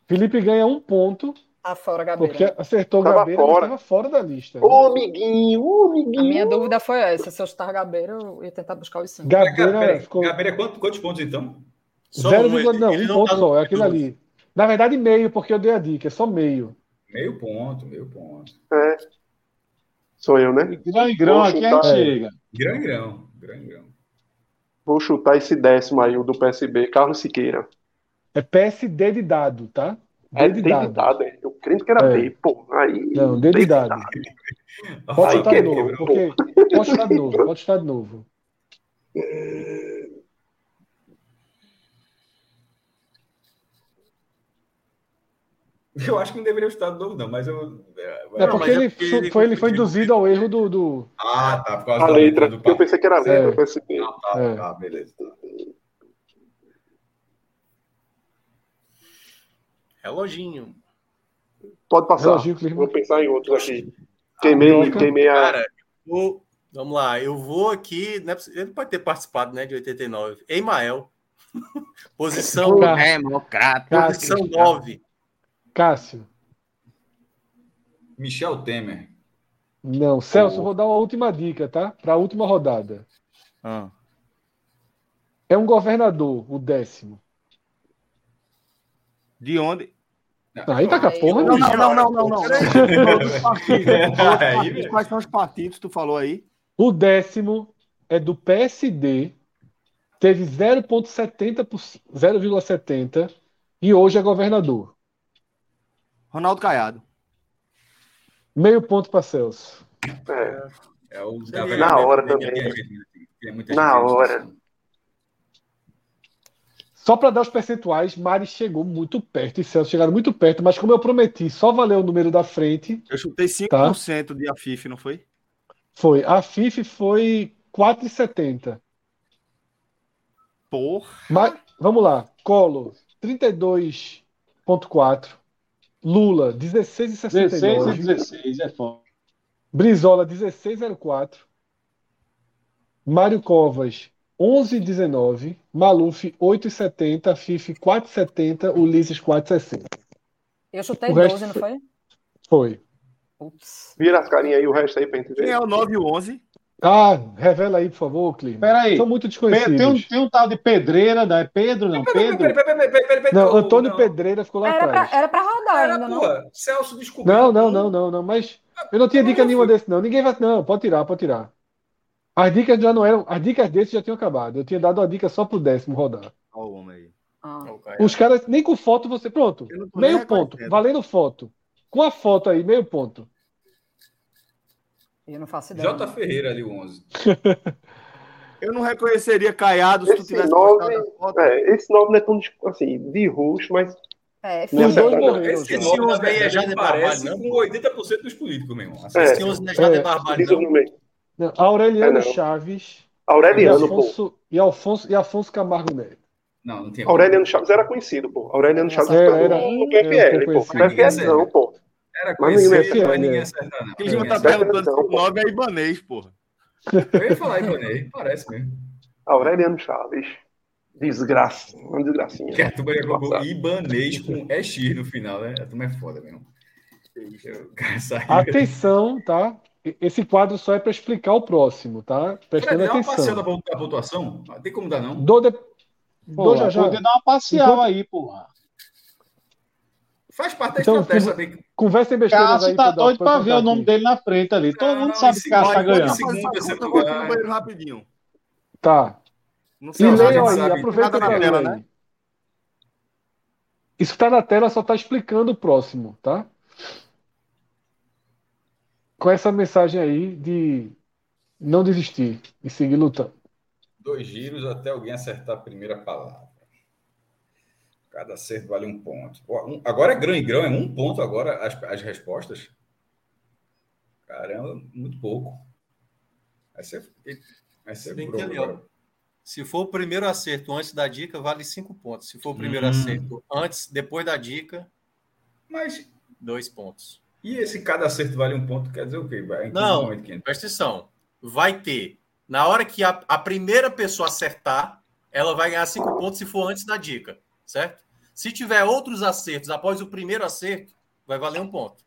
Felipe ganha um ponto Afora, Gabeira. Porque acertou Tava Gabeira, mas fora. estava fora da lista. Ô, amiguinho, ô, amiguinho. A minha dúvida foi essa. Se eu estar Gabeira, eu ia tentar buscar os cinco. Gabeira ficou Gabeira, quanto- quantos pontos então? Só zero um, vírgula- ele- não, ele um não ponto tá no só, é aquilo número. ali. Na verdade, meio, porque eu dei a dica, é só meio. Meio ponto, meio ponto. Sou eu, né? Grão em um grão aqui a gente É. chega. Grão em grão, grão em grão. Vou chutar esse décimo aí, o do PSB, Carlos Siqueira. É PSD de dado, tá? É D de dedidado, dado. é. Eu crendo que era É. B, pô. Aí, Não, D de dado. Pode Aí, chutar de quebrou. novo, porque... Pode chutar de novo, pode chutar de novo. Eu acho que não deveria estar de novo, não, mas eu. é, É vai- Não, porque, mas é ele, porque foi- ele foi, ele foi confundiu. induzido ao erro do... do... Ah, tá, por causa A da letra, do que eu pensei que era a letra É. do PSB. Ah, tá, É. tá, beleza. Reloginho. Pode passar. Reloginho, clima. Vou pensar em outros aqui. Queimei, minhoca. queimei a. Cara, eu- vamos lá, eu vou aqui. né, ele pode ter participado né, de 89. Emael. Posição, Tá. Democrata. posição 9. Cássio. Michel Temer. Não, Celso, vou dar uma última dica, tá? Para a última rodada. Ah. É um governador, o décimo. De onde? Aí tá com a porra. Não, né? não, não, não, não. não. Outros partidos. é Outros partidos. É, Aí, Quais são os partidos que tu falou aí? O décimo é do PSD, teve 0,70%, por- 0,70% e hoje é governador. Ronaldo Caiado. Meio ponto para Celso. É, É o Na hora tem- tem- também. tem- tem- tem muita Na gente, hora. assim. Só para dar os percentuais, Mari chegou muito perto e Celso chegaram muito perto, mas como eu prometi, só valeu o número da frente. Eu chutei Tá. 5% de Afif, não foi? Foi. A FIF foi 4,70. Porra. Mas, vamos lá. Colo, 32,4. Lula, 16 e 16,69. 16, é foda. Brizola, 1604. Mário Covas, 1119. Maluf, 870. Fife, 470. Ulisses, 460. Eu chutei O resto 12, não foi? Foi. Ups. Vira as carinhas aí, o resto aí pra gente Quem ver. é o 9 e o 11? Ah, revela aí, por favor, Clima. Peraí. São muito Pe- desconhecidos. Tem um, tem um tal de pedreira, não é Pedro, não? Pedro? Peraí, peraí, peraí, peraí, peraí, peraí, Não, peraí, Antônio não. Pedreira ficou lá Era pra, atrás. era pra rodar Cara, ainda, não? pô, Celso descobriu. Não, não, não, não, não. Mas eu não tinha dica nenhuma desse, não. Ninguém vai. Não, pode tirar, pode tirar. As dicas já não eram. As dicas desse já tinham acabado. Eu tinha dado uma dica só pro décimo rodar. Olha o homem aí. Ah. Os caras, nem com foto você. Pronto. Eu não tô nem Meio ponto. reconhecendo. Valendo foto. Com a foto aí, meio ponto. Eu não faço ideia. Jota Ferreira ali, o 11. Eu não reconheceria Caiado se tu Esse tivesse nove- postado a foto. É, esse nome não é tão des- assim, de roxo, mas É, Os Nossa, filho. dois cara, morreram Esse já. Esse nome, na 11 aí é verdade, Jader parece Barbalho, com 80% dos políticos, meu irmão. Assim, É. Esse 11 não é já É. de barbárie, diz o não. nome aí. Não, Aureliano É, não. Chaves e Aureliano, pô. Afonso, e Afonso e Afonso Camargo Neto. Não, não tem. Aureliano Chaves era conhecido, pô. Aureliano Chaves Era, era, era. do Era PFL, pô. conhecido. PFL não, pô. Era Mas ninguém vai conhecido, mas ser, ninguém né? acerta, não. Eles Ninguém vão estar acerta. perguntando se não, o 9 é ibanês, porra. Eu ia falar Ibanez, parece mesmo. Aureliano Chaves. Desgraça. Uma desgracinha. Que a turma jogou Passar. Ibanez com EX no final, né? A turma é foda mesmo. Eu- O cara saiu. Atenção, tá? E- Esse quadro só é para explicar o próximo, tá? Cara, Prestando deu uma passeada atenção. da da pontuação? Não Tem como dar, não? Dou de... Dou Pô, já, já. podia dar uma parcial aí, porra. Faz parte da Então, estratégia tipo, saber que Conversem besteiras aí. Cássio tá pra dar- doido pra pra ver contar o nome aqui. dele na frente ali. Todo Não, mundo sabe esse que Cássio tá Olha, ganhando. esse- Faz essa Segunda, conta, segundo eu vou aqui no lugar. banheiro rapidinho. Tá. Não E sei Celso, lá, a gente leiam aí, sabe, tá aproveita nada na pra ler tela, aí. né? Isso que tá na tela só tá explicando o próximo, tá? Com essa mensagem aí de não desistir e seguir lutando. dois giros até alguém acertar a primeira palavra. Cada acerto vale um ponto. Ó, um- Agora é grão e grão, é um ponto agora as, as respostas. Caramba, muito pouco. Vai ser, vai ser Bem bro, que ali, ó. agora. Se for o primeiro acerto antes da dica, vale 5 pontos. Se for o primeiro Hum. acerto antes, depois da dica, Mas dois pontos. e esse cada acerto vale um ponto quer dizer o quê? Vai, em que Não. momento que- Presta atenção. Vai ter. Na hora que a, a primeira pessoa acertar, ela vai ganhar cinco pontos se for antes da dica, certo? Se tiver outros acertos após o primeiro acerto, vai valer um ponto.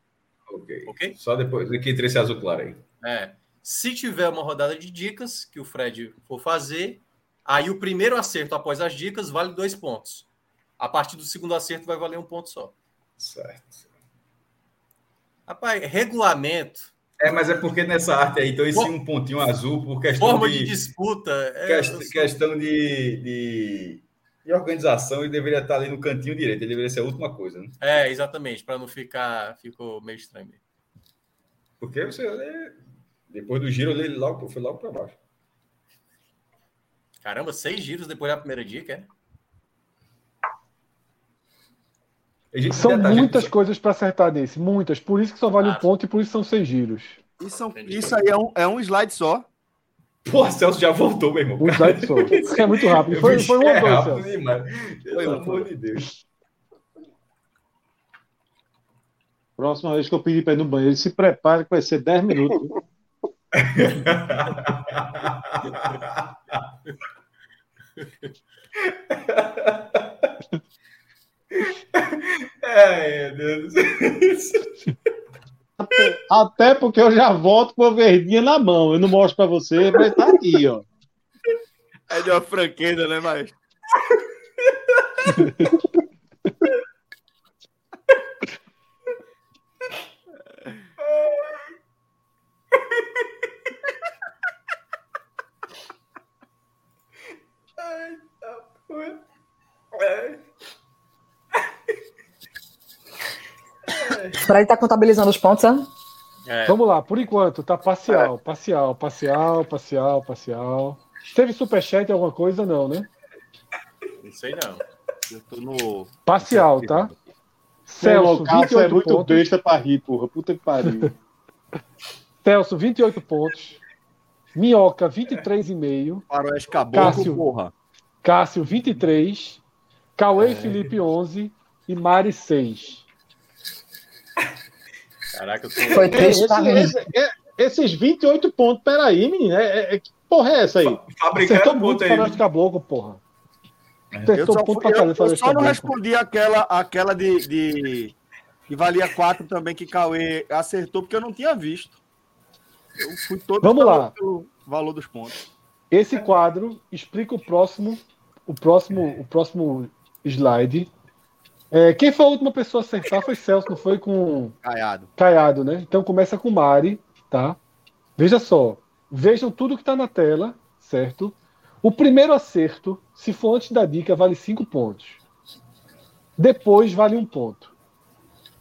Ok. Ok? Só depois. Aqui entre esse azul claro aí. É. Se tiver uma rodada de dicas que o Fred for fazer, aí o primeiro acerto após as dicas vale dois pontos. A partir do segundo acerto vai valer um ponto só. Certo. Rapaz, regulamento, É, mas é porque nessa arte aí, então esse um pontinho azul por questão forma de de, disputa. é, quest- eu sou- questão de, de, de organização, ele deveria estar ali no cantinho direito, ele deveria ser a última coisa, né? É, exatamente, para não ficar. Ficou meio estranho. mesmo. Porque você é, depois do giro ele logo foi logo para baixo. Caramba, seis giros depois da primeira dica, é? E, tá, gente, São detalhe, muitas gente, coisas pra acertar nesse, muitas. Por isso que só vale Ah. um ponto e por isso são seis giros. Isso, é um- isso aí é um, é um slide só. Pô, Celso já voltou, meu irmão. Um slide só. Isso é muito rápido. Foi, foi um é ou dois, rápido Celso. demais. Pelo amor de Deus. Próxima vez que eu pedir para ir no banheiro, se prepare que vai ser 10 minutos. Ai, É, meu Deus do céu. Até porque eu já volto com a verdinha na mão. Eu não mostro para você, mas tá aqui, ó. É de uma franqueza, né, mas Fred tá contabilizando os pontos, é? É, Vamos lá, por enquanto, tá parcial, parcial, parcial, parcial, parcial. Teve superchat alguma coisa? Não, né? não sei não. eu tô no. Parcial, tá? Celso, Celso, Pô, Cássio é 28 muito pontos. besta pra rir, porra. Puta que pariu. Celso, 28 pontos. Minhoca, 23,5. Faroeste Caboclo, Cássio. porra. Cássio, 23. Cauê e Felipe, 11. E Mari, 6. Caraca, eu tô. Foi Ei, três esse- tá pra mim. esse- é- esses 28 pontos, peraí, menino. É, é- é- que porra é essa aí? Fabricando Acertou o ponto muito aí. para o Caboclo, porra. Eu Acertou só, ponto fui- pra eu- caralho eu Faroeste só não Caboclo. respondi aquela, aquela de, de- que valia 4 também, que Cauê acertou, porque eu não tinha visto. Eu fui todo Vamos pelo- lá. pelo valor dos pontos. Esse quadro explica o próximo, o próximo, o próximo slide. É, quem foi a última pessoa a acertar foi Celso, não foi com Caiado. Caiado, né? Então começa com Mari, tá? Veja só. Vejam tudo que está na tela, certo? O primeiro acerto, se for antes da dica, vale 5 pontos. Depois vale um ponto.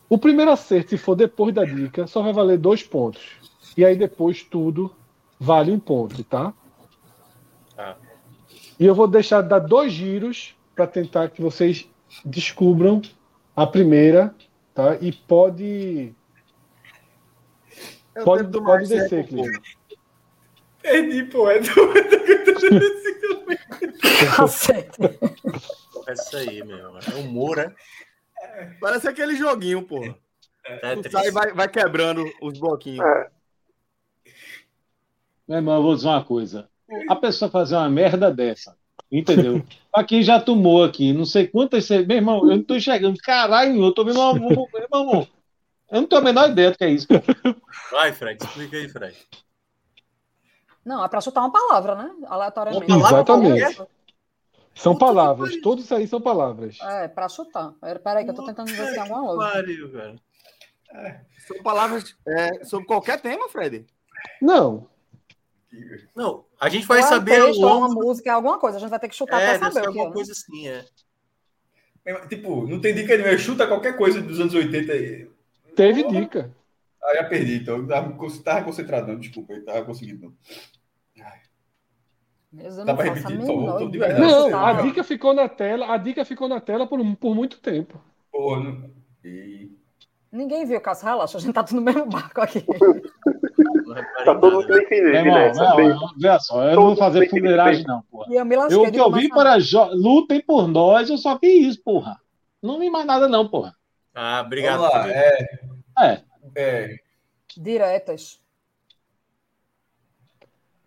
O primeiro acerto, se for depois da dica, só vai valer dois pontos. E aí depois tudo vale um ponto, tá? Tá. E eu vou deixar dar dois giros para tentar que vocês descubram a primeira, tá? E pode Eu Pode, tento mais, pode descer, né, Cleide. Perdi, pô. É Cacete. É isso aí, meu. É humor, né? pô? Parece aquele joguinho, porra. Tu Tetris. sai e vai, vai quebrando os bloquinhos. Meu irmão, eu vou dizer uma coisa. A pessoa fazer uma merda dessa, entendeu? pra quem já tomou aqui, não sei quantas. ce- Meu irmão, eu não tô enxergando. Caralho, eu tô vendo uma. Meu irmão, eu não tenho a menor ideia do que é isso. Vai, Fred, explica aí, Fred. Não, é pra chutar uma palavra, né? Aleatoriamente. Exatamente. Palavra? São Puta que palavras, pariu. todos isso aí são palavras. É, pra chutar. Pera- Peraí, que eu tô tentando ver se tem alguma lógica. Pariu, cara. São palavras é, sobre qualquer tema, Fred. Não, Não, a gente vai Ou é um saber ao texto, ou é uma longo. música, é alguma coisa. A gente vai ter que chutar É, pra deve ser saber o que é. alguma coisa assim, é. Tipo, não tem dica nenhuma. Chuta qualquer coisa dos anos 80 aí. teve dica. Ah, já perdi, então. Eu Tava, tava concentrado, não. Desculpa, eu tava conseguindo. não. Mas eu Dá não pra faço a repetir, menor Tom? Eu tô de ideia. tá. É, não, não, a não. dica ficou na tela, a dica ficou na tela por, por muito tempo. Pô, não... E... Ninguém viu, Cássio, relaxa. A gente tá tudo no mesmo barco aqui. Não reparei Tá todo mundo nada. bem feliz, Meu irmão, né? meu Bem- irmão, veja só, eu não vou fazer fuleiragem, não, porra. E eu me lasquei. Eu o que de eu tomar vi essa- para jo- lutem por nós, eu só vi isso, porra. Não vi mais nada, não, porra. Ah, obrigado. Vamos lá, Fred. é, É. é, Diretas.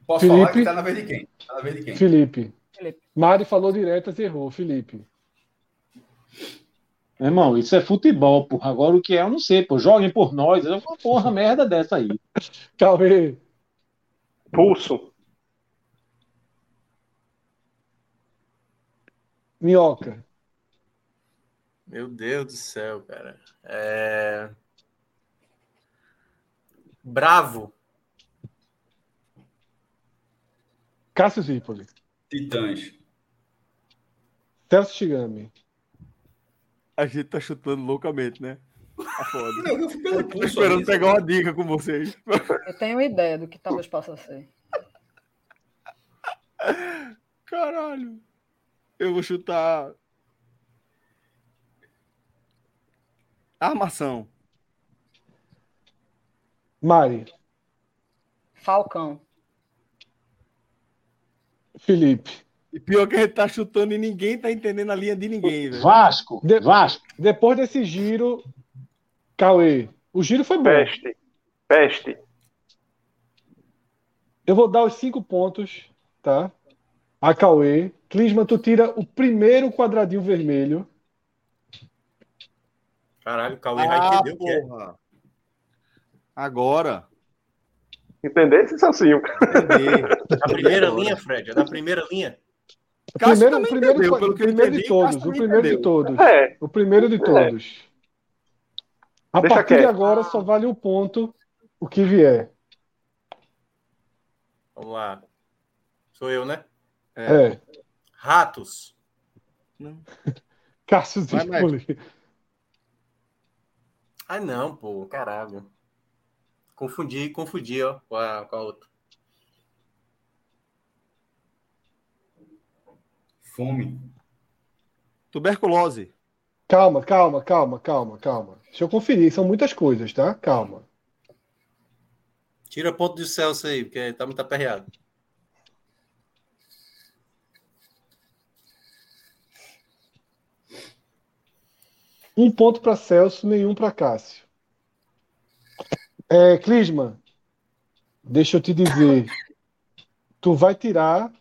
posso falar que Felipe? tá na vez de quem? Tá na vez de quem? Felipe. Felipe. Mari falou diretas e errou, Felipe. Meu irmão, isso é futebol, porra. Agora o que é, eu não sei, pô. Joguem por nós. É uma porra merda dessa aí. Talvez. Pulso. Minhoca. Meu Deus do céu, cara. É... Bravo. Cássio Zípoli. Titãs. Celso Shigami. A gente tá chutando loucamente, né? Tá foda. Não, eu fui pelo Tô pulso. esperando ali. pegar uma dica com vocês. Eu tenho ideia do que talvez possa ser. Caralho. Eu vou chutar. Armação. Mari. Falcão. Felipe. E pior que a gente tá chutando e ninguém tá entendendo a linha de ninguém, velho. Vasco, De- Vasco. Depois desse giro, Cauê. O giro foi bom. Peste. Peste. Eu vou dar os cinco pontos, tá? A Cauê. Clisman, tu tira o primeiro quadradinho vermelho. Caralho, o Cauê vai Ah, entender o que é. Ah, porra. Agora. Entendesse, Salsinho? Entender. Da primeira linha, Fred? É da primeira linha? O Cássio primeiro, o também primeiro, entendeu, qua- pelo o que eu primeiro de entendi, todos. Cássio O também primeiro de entendeu. todos. É. O primeiro de todos. A Deixa partir de quieto. agora só vale o ponto o que vier. Vamos lá. Sou eu, né? É. Ratos. Cássio Vai, Zirpoli. Ah, não, pô, caralho. Confundi, confundi, ó, com a, com a outra. Fome. Tuberculose. Calma, calma, calma, calma, calma. Deixa eu conferir. São muitas coisas, tá? Calma. Tira ponto do Celso aí, porque tá muito aperreado. Um ponto para Celso, nenhum para Cássio. É, Clisman, deixa eu te dizer. Tu vai tirar.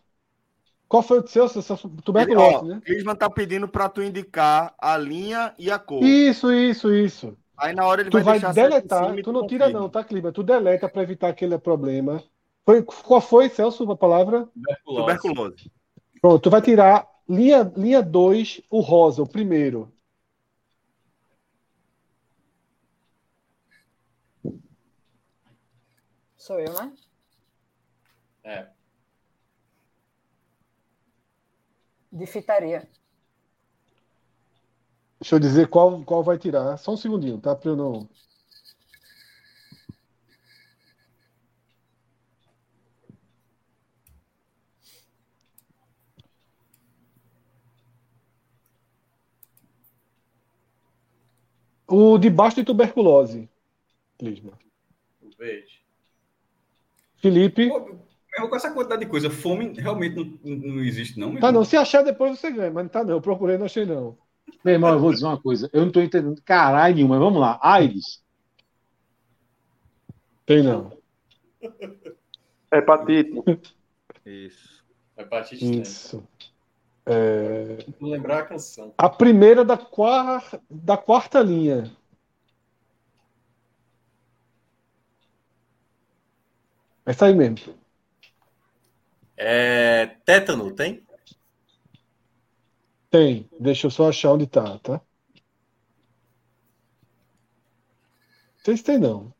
Qual foi o de Celso? Celso? Ele, Tuberculose, ó, né? Clisman tá pedindo pra tu indicar a linha e a cor. Isso, isso, isso. Aí na hora ele Tu vai deixar certo em deletar. cima e Tu não tira, confirma. não, tá, Clisman? Tu deleta para evitar aquele problema. Foi, qual foi, Celso, a palavra? Tuberculose. Pronto, tu vai tirar linha 2, linha dois, o rosa, o primeiro. Sou eu, né? É. De fitaria. Deixa eu dizer qual, qual vai tirar. Só um segundinho, tá? Pra eu não. O de baixo de tuberculose. Clisma. Verde. Felipe. Pô, mesmo com essa quantidade de coisa, fome realmente não, não- não existe, não. meu Tá irmão. não. Se achar depois você ganha, mas não tá não. Eu procurei, não achei não. Meu irmão, eu vou dizer uma coisa. Eu não tô entendendo caralho nenhuma. Vamos lá. AIDS. Tem não. Hepatite. Isso. Hepatite Isso. É, Vou lembrar a canção. A primeira da quarta, da quarta linha. É isso aí mesmo. É. Tétano, tem? Tem. Deixa eu só achar onde tá, tá? Não sei se tem, não.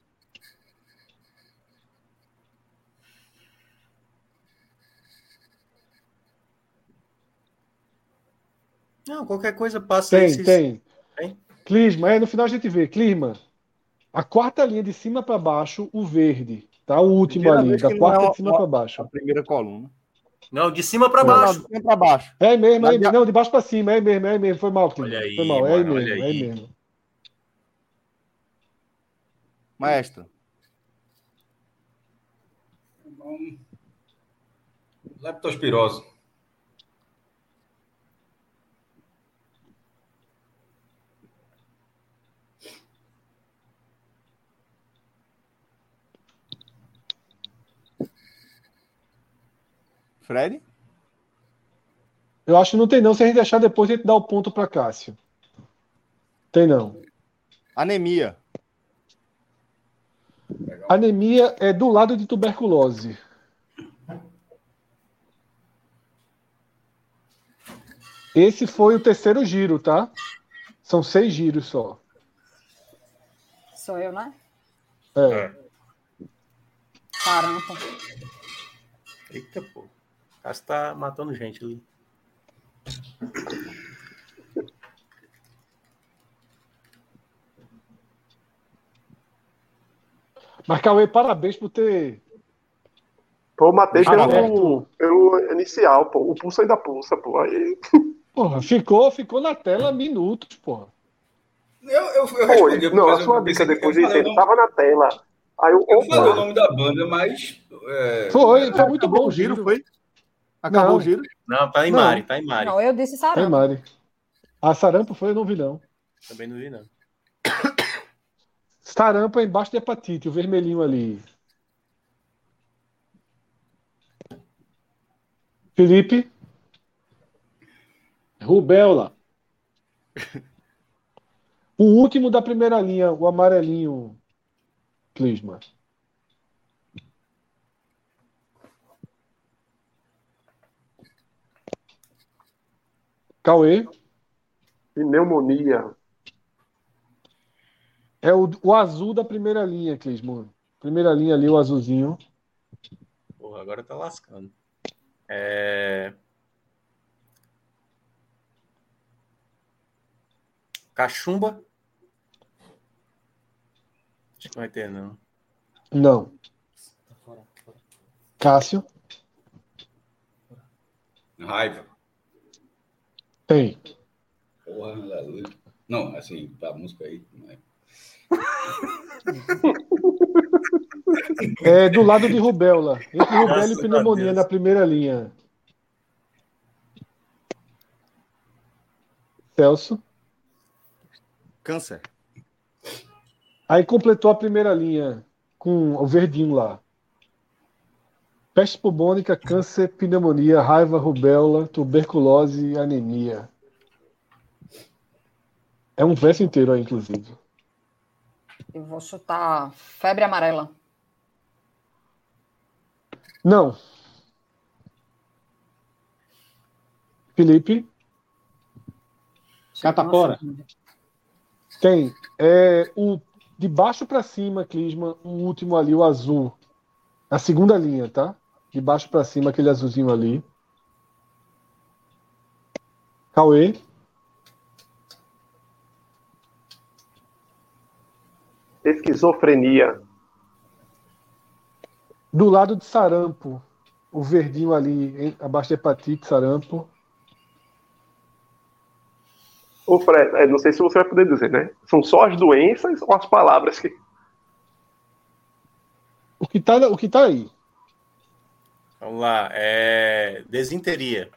Não, qualquer coisa passa Tem, aí. vocês- tem. Tem? Clisma, é, no final a gente vê. Clisma, a quarta linha de cima para baixo, o verde. Tá? O último Primeira ali, vez da que não é quarta uma- de cima para baixo. A primeira coluna. Não, de cima pra Não, baixo. Não, pra baixo. É mesmo, é Mas já- mesmo. Não, de baixo pra cima, é mesmo, é mesmo. Foi mal, Clean. Olha aí, Foi mal, é mesmo, mano, olha é aí. mesmo. Maestro. Leptospirose. Fred? Eu acho que não tem não. Se a gente achar depois, a gente dá o ponto pra Cássio. Tem não. Anemia. Anemia é do lado de tuberculose. Esse foi o terceiro giro, tá? São seis giros só. Sou eu, né? É. Caramba. Eita, pô. O Cássio tá matando gente ali. Mas, Cauê, parabéns por ter. Pô, eu matei Ah, pelo, pelo um, inicial, pô. O pulso ainda pulsa, pô. Aí, Porra, ficou, ficou na tela minutos, porra. Eu, eu, eu pô, respondi, não, mas a eu sua pensei dica que depois de um assim, eu falei o inteiro nome- tava na tela. Aí eu, tá? Eu falei o opa, nome da banda, mas. é, Foi, foi muito Acabou bom o giro, foi. foi? Acabou Não. o giro? Não, tá em Não. Mari, tá em Mari. Não, eu disse Foi, sarampo. Mari. A sarampo foi, eu não vi, não. Também não vi, não. Sarampo é embaixo de hepatite, o vermelhinho ali. Felipe? Rubéola. O último da primeira linha, o amarelinho. Clisma. Cauê? pneumonia. É o, o azul da primeira linha, Clismo. Primeira linha ali, o azulzinho. Porra, agora tá lascando. É... Cachumba? Acho que não vai ter, não. Não. Cássio? Raiva. Tem. Porra, aleluia. Não, assim, a música aí. Né? É do lado de Rubéola. Entre Rubéola Graças e a pneumonia Deus. na primeira linha. Celso. Câncer. Aí completou a primeira linha com o verdinho lá. Peste pulmônica, câncer, pneumonia, raiva, rubéola, tuberculose e anemia. É um verso inteiro aí, inclusive. Eu vou chutar febre amarela. Não. Felipe, Catapora. tem é, o de baixo para cima, Clisma, o último ali, o azul. A segunda linha, tá? De baixo para cima, aquele azulzinho ali. Cauê, Esquizofrenia. do lado de sarampo, o verdinho ali, em- abaixo de hepatite, sarampo. Ô, Fred, é, não sei se você vai poder dizer, né? São só as doenças ou as palavras que. O que tá, o que tá aí? Vamos lá. É... Desinteria.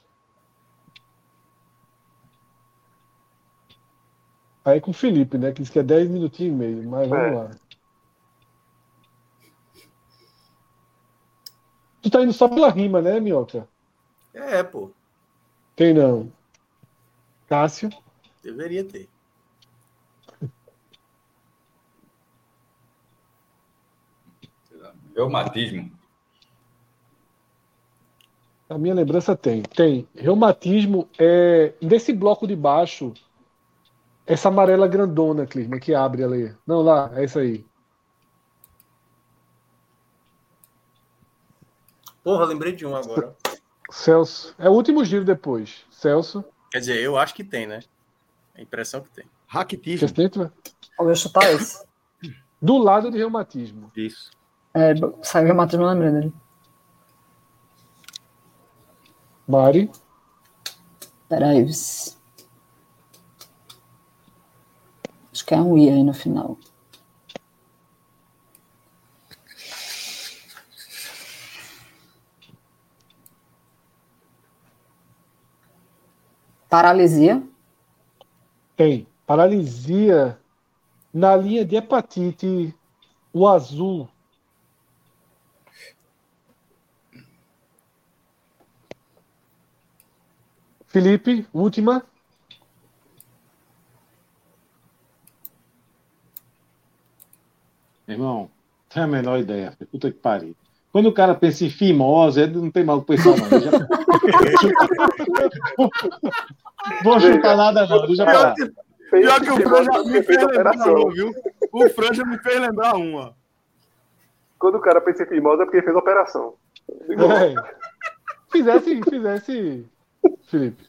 Aí com o Felipe, né? Que disse que é 10 minutinhos e meio, mas vamos É. lá. Tu tá indo só pela rima, né, Minhoca? É, pô. Quem não? Cássio? Deveria ter. É Reumatismo. A minha lembrança tem. Tem. Reumatismo é. Desse bloco de baixo, essa amarela grandona, Clisma, que abre ali. Não, lá, é isso aí. Porra, lembrei de um agora. Celso. É o último giro depois. Celso. Quer dizer, eu acho que tem, né? A impressão que tem. Raquitismo. Chestento? Ou eu chutar esse. Do lado de reumatismo. Isso. É, saiu o Matheus, não lembrei dele. Mari. Peraí. ps. Acho que é um I aí no final. Paralisia. Tem. Paralisia na linha de hepatite, o azul. Felipe, última. Tem é a menor ideia. filho. Puta que pariu. Quando o cara pensa em fimose, é um- ele não tem mal o pessoal, não. Já... Vou chutar nada, não. Deixa pra lá. Fez, Pior que o fez- Franja me fez fez lembrar, operação. uma, viu? O Franja me fez lembrar uma. Quando o cara pensa em fimose é porque fez operação. Digo, É. Fizesse, fizesse. Felipe.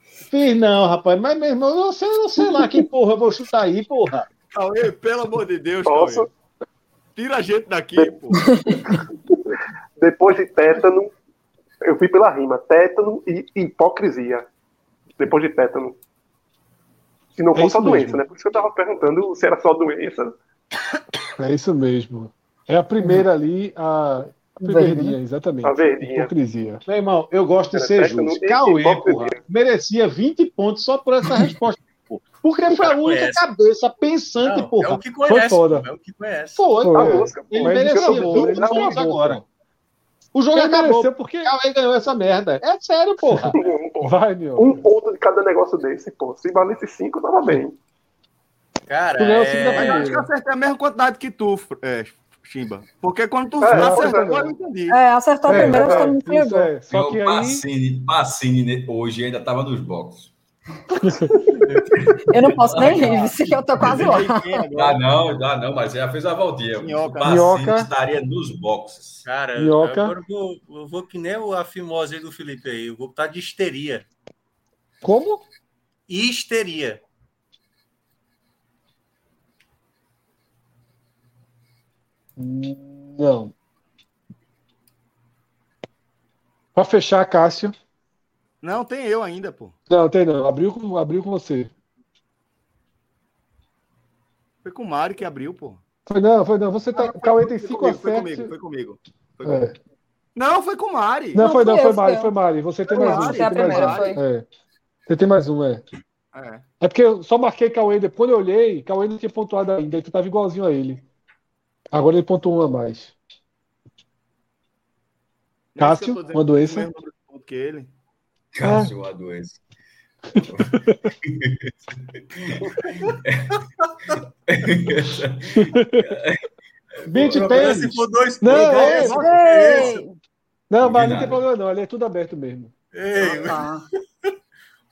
Fiz não, rapaz. Mas, meu irmão, eu não sei, eu não sei lá que porra eu vou chutar aí, porra. Cauê, pelo amor de Deus, Nossa. Cauê. Tira a gente daqui, pô. Depois de tétano, eu fui pela rima. Tétano e hipocrisia. Depois de tétano. Se não É fosse isso só doença, mesmo. né? Por isso que eu tava perguntando se era só doença. É isso mesmo. É a primeira ali, a, a né? primeirinha, exatamente. Hum. A verdinha. Hipocrisia. Meu irmão, eu gosto de Era ser técnico justo. e Cauê, hipocrisia. porra, merecia 20 pontos só por essa resposta. pô. Porque foi a única Conhece. cabeça pensante, Não, é porra. o que conhece. Foi foda. pô, É o que conhece. Foi, Foi. A É. música. pô. Ele Mas merecia ele 20 não, pontos ele não acabou, agora. O jogo Ele acabou. mereceu porque. Cauê ganhou essa merda. É sério, porra. Não, pô. Vai, meu. Um ponto de cada negócio desse, pô. Se valesse cinco, tava bem. Cara, Tu ganhou a segunda Mas eu é... acho que eu acertei a mesma quantidade que tu, Fr- é, Chimba. Porque quando tu É, acertou, pois é. eu entendi. É, acertou a É, primeira, acho que é, eu não isso pegou. é. Só um que aí. Pacini, Pacini né, hoje ainda estava nos blocos. é Eu não posso nem rir, se eu tô quase lá. Dá Ah, não, dá não, mas já fez a Valdir. Minhoca. O Pacini Minhoca. estaria nos boxes. Cara, Minhoca. agora eu vou, eu vou que nem o- a fimose aí do Felipe aí. Eu vou botar de histeria. Como? Histeria. Não. Pra fechar, Cássio. Não, tem eu ainda, pô. Não, tem não. Abriu com, abriu com você. Foi com o Mário que abriu, pô. Foi não, foi não. Você tá. Cauê tem Foi 5 comigo, foi acertos. comigo, foi comigo. Foi comigo. É. Não, foi com o Mari. Não, Não, foi não, fui foi eu, fui Mari, eu. foi Mari. Você tem Foi mais um. Mari, Você é a tem mais primeira, um. foi. É. Você tem mais um, é. É. É porque eu só marquei Cauê depois. Quando eu olhei, Cauê não tinha pontuado ainda. Tu tava igualzinho a ele. Agora ele pontuou um a mais. Não é isso que eu Cássio, tô dizendo, uma doença. eu tenho o mesmo ponto Que ele. É. Cássio, a doença. Bitch, Pelo menos pênis. Se for dois Não, pontos, é, assim, esse- esse- Ei! Não, mas não Não vi tem nada. problema não. Ali é tudo aberto mesmo. ei, Ah,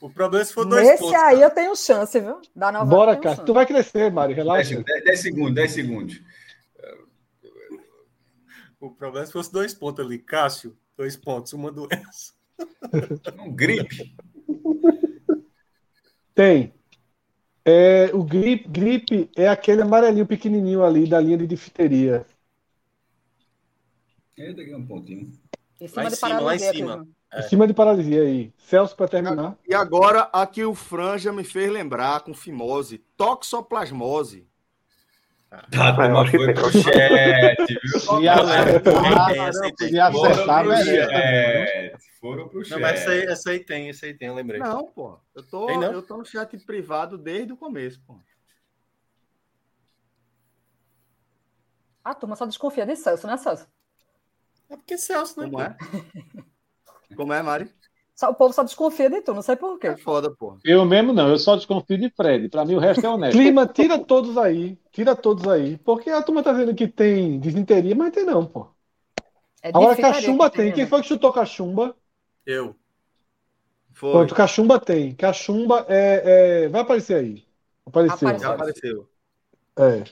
o problema é se for dois Esse pontos. aí eu tenho chance, viu? Da nova Bora, eu tenho Cássio. Tu vai crescer, Mari. Relaxa. 10, 10 segundos, 10 segundos. O problema é se fosse dois pontos ali. Cássio, dois pontos, uma doença. Um gripe. Tem. É, o gripe, gripe é aquele amarelinho pequenininho ali da linha de difteria. Eita, ganhei um pontinho. chance. Em cima Lá em de cima, lá em paralisia, cima. Clisma. É. Em cima de paralisia aí. Celso, pra terminar. E agora, a que o Franja me fez lembrar com fimose, toxoplasmose. Tá, Ah, eu acho mas que foi tem. pro chat, viu? Ah, Se acertar, se acertar, Foram pro merece. chat. Foram pro Não, mas essa aí, chat. essa aí tem, essa aí tem, eu lembrei. Não, pô. Eu tô, Tem não? eu tô no chat privado desde o começo, pô. A turma só desconfia de Celso, né, Celso? É porque Celso, né? Como é? Como é, Mari? Só- o povo só desconfia de tu, não sei por É quê. foda, pô. Eu mesmo não, eu só desconfio de Fred. Pra mim o resto é honesto. Clima, tira todos aí. Tira todos aí. Porque a turma tá dizendo que tem desinteria, mas tem não, pô. É Agora difícil, cachumba né? tem. Quem foi que chutou cachumba? Eu. Foi. Pronto, cachumba tem. Cachumba é. é- Vai aparecer aí. Apareceu. Apareceu. Já apareceu. É.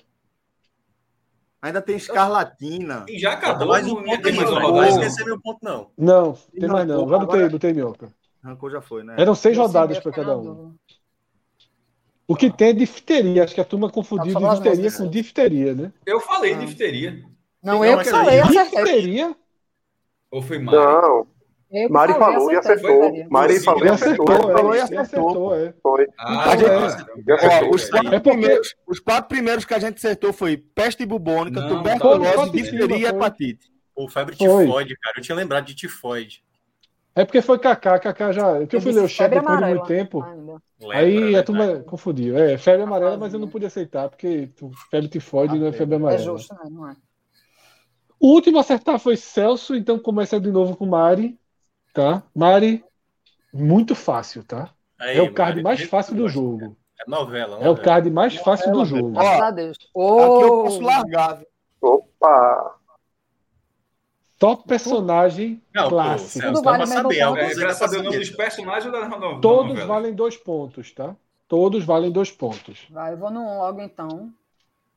Ainda tem escarlatina. E já acabou. Mas não um ponto tem Tá mais uma não vai rodada. esquecer meu ponto, não. Não, tem Não, mais não. pô, Já botei, agora- botei minhoca. Rancor já foi, né? É, Eram seis Eu é rodadas sabia pra ficar cada na um. dúvida. O que tem é difteria. Acho que a turma confundiu Tá falando difteria mesmo, com né? difteria, né? Eu falei difteria. Não, Não, eu mas que falei, eu acertei. Difteria? Ou foi mal? Não, Eu que Mari falei, falou e acertei, acertou. Maria. Mari Ele falou e Ele acertou. acertou, acertou, é. ele Ele acertou, é. Foi. Ah, Então, tá. Já acertou. Ó, os, quatro É porque- primeiros, os quatro primeiros que a gente acertou foi peste bubônica, Não, tuberculose, foi, foi difteria e foi. hepatite. O febre Foi. tifoide, cara. Eu tinha lembrado de tifoide. É porque foi Kaká, Kaká já. O que eu fui disse ler o chat febre depois de muito amarela. tempo. Ainda. Lembra, Aí a é verdade. turma confundiu. É, Tá febre amarela, mas eu não Rapazinho. pude aceitar, porque tu- febre tifoide não é febre É amarela. justo, né? Não é. O último a acertar foi Celso, então começa de novo com Mari. Tá? Mari, muito fácil, tá? Aí, É o card Mário, mais gente, fácil do gosta. jogo. É novela. É o novela. card mais fácil do jogo. Ó, Graças a Deus. Aqui eu Ô, posso largar. viu? Opa! Top personagem Não, pô, clássico. Celso, dá Tudo vale pra saber. mesmo, Alguns É, aí graças pra a Deus, o nome saber. dos personagens da da novela. Todos valem dois pontos, tá? Todos valem dois pontos. Vai, eu vou no 1 logo então.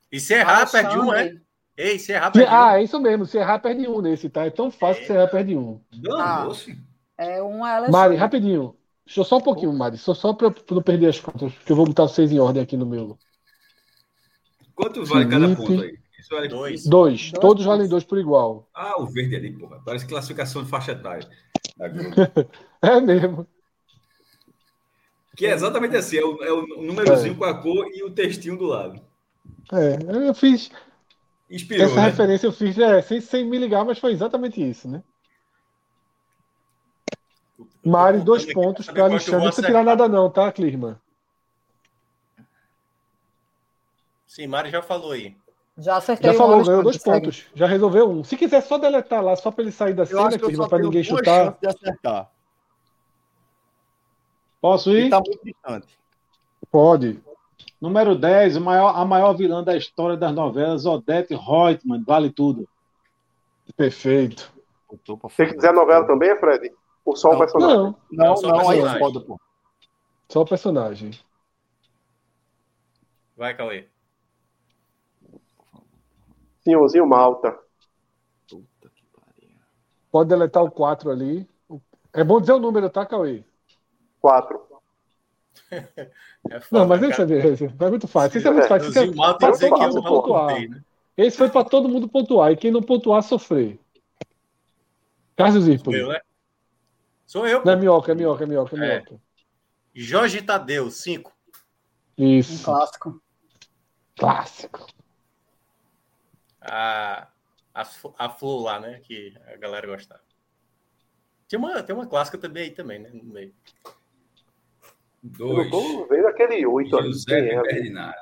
E se errar, Alexandre. perde um, né? Ei, se errar, Se- perde um. ah, é isso mesmo. Se errar, perde um nesse, tá? É tão fácil que você errar, perde um. Não, Ah. moço. É um Alexandre. Mari, rapidinho. Deixa eu só um pouquinho, Mari. Só, só pra, pra não perder as contas, porque eu vou botar vocês em ordem aqui no meu. Quanto vale cada Felipe. ponto aí? Isso vale Dois. Dois. Dois Todos pontos. valem dois por igual. Ah, o verde ali, porra. Parece classificação de faixa etária. da Globo. É mesmo. Que é exatamente assim, é o, é o númerozinho com a cor e o textinho do lado. É, eu fiz. Inspirou, essa né? referência eu fiz é, sem, sem me ligar, mas foi exatamente isso, né? Mari, dois pontos para Alexandre. Não precisa tirar nada, não, tá, Clirman? Sim, Mari já falou aí. Já acertei Já um, falou, Alexandre, ganhou dois segue. um. Eu cena, acho que eu Clirman, só para tenho ninguém duas chutar. chances de acertar. Posso E ir? Então- tá muito distante. Pode. Número 10, o maior- a maior vilã da história das novelas, Odete Reutemann, vale tudo. Perfeito. Se quiser a novela também, Fred? Ou só um Não. personagem? Não, Não, Não, só não, aí é personagem. foda, pô. só o personagem. Vai, Cauê. Senhorzinho Malta. Puta que pariu. Pode deletar o 4 ali. É bom dizer o número, tá, Cauê? Quatro. É foda, Não, mas nem cara. sabia. Esse é muito fácil. Isso é muito fácil. Isso é- Zinho Malta ia dizer que eu Vamos não pontuar. contei, né? Esse foi para todo mundo pontuar. E quem não pontuar, sofrer. Carlos Zirpoli. Eu, né? Sou eu. pô. Não, é minhoca, é minhoca, é minhoca, é É. minhoca. Jorge Tadeu, cinco. Um Isso. clássico. Clássico. a, a, Flo- a Flow lá, né? Que a galera gostava. Tem uma, tem uma clássica também aí também, né? No meio. Eu Dois. não tô vendo aquele oito ali. José Quem é? Bernardo.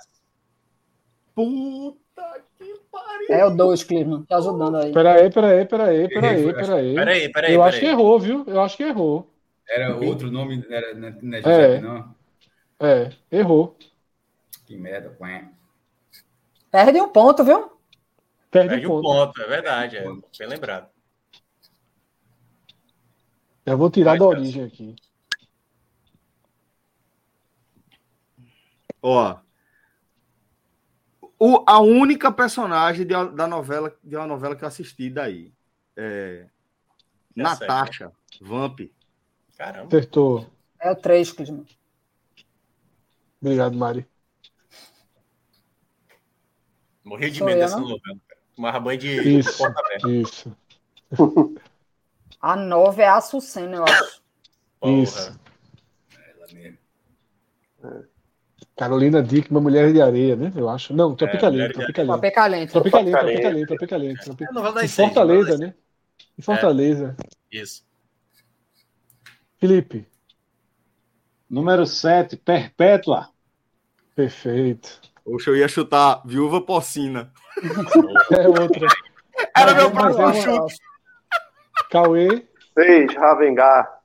Puta que pariu. É o 2, Clirman. Tá ajudando aí. Peraí, peraí, peraí, Errei, peraí, foi, peraí. Peraí, peraí, Eu peraí. acho que é errou, viu? Eu acho que errou. Era outro nome, não era, não é É. José, não? É, errou. Que merda, é? põe. Perde um ponto, viu? Perde Perde o um ponto. ponto, é verdade. É. Bem lembrado. Eu vou tirar Vai, da Celso. origem aqui. Ó. O, a única personagem de, da novela, de uma novela que eu assisti daí. É, Tá Natasha, Vamp. Caramba. Acertou. É o 3, Clirman. Obrigado, Mari. Morri de Sou medo eu, dessa não? novela. cara. Tomava banho de Isso. porta aberta. Isso. A 9 é a Açucena, eu acho. Porra. Isso. Ela mesmo. Carolina Dickman, Mulher de Areia, né? Eu acho. Não, É, Mulher Tropicalente, de Tropicalente. Papel calente. Tropicalente, Tropicalente, Tropicalente. Tropicalente. É a Tropicalente. novela Em das seis, novela Fortaleza, das né? Em Fortaleza. seis. Isso. Felipe, Número 7, Perpétua. perfeito. Oxe, eu ia chutar Viúva Porcina. É outra. Era Mas é- meu mas próximo é uma- chute. Cauê, Seis, Ravengar.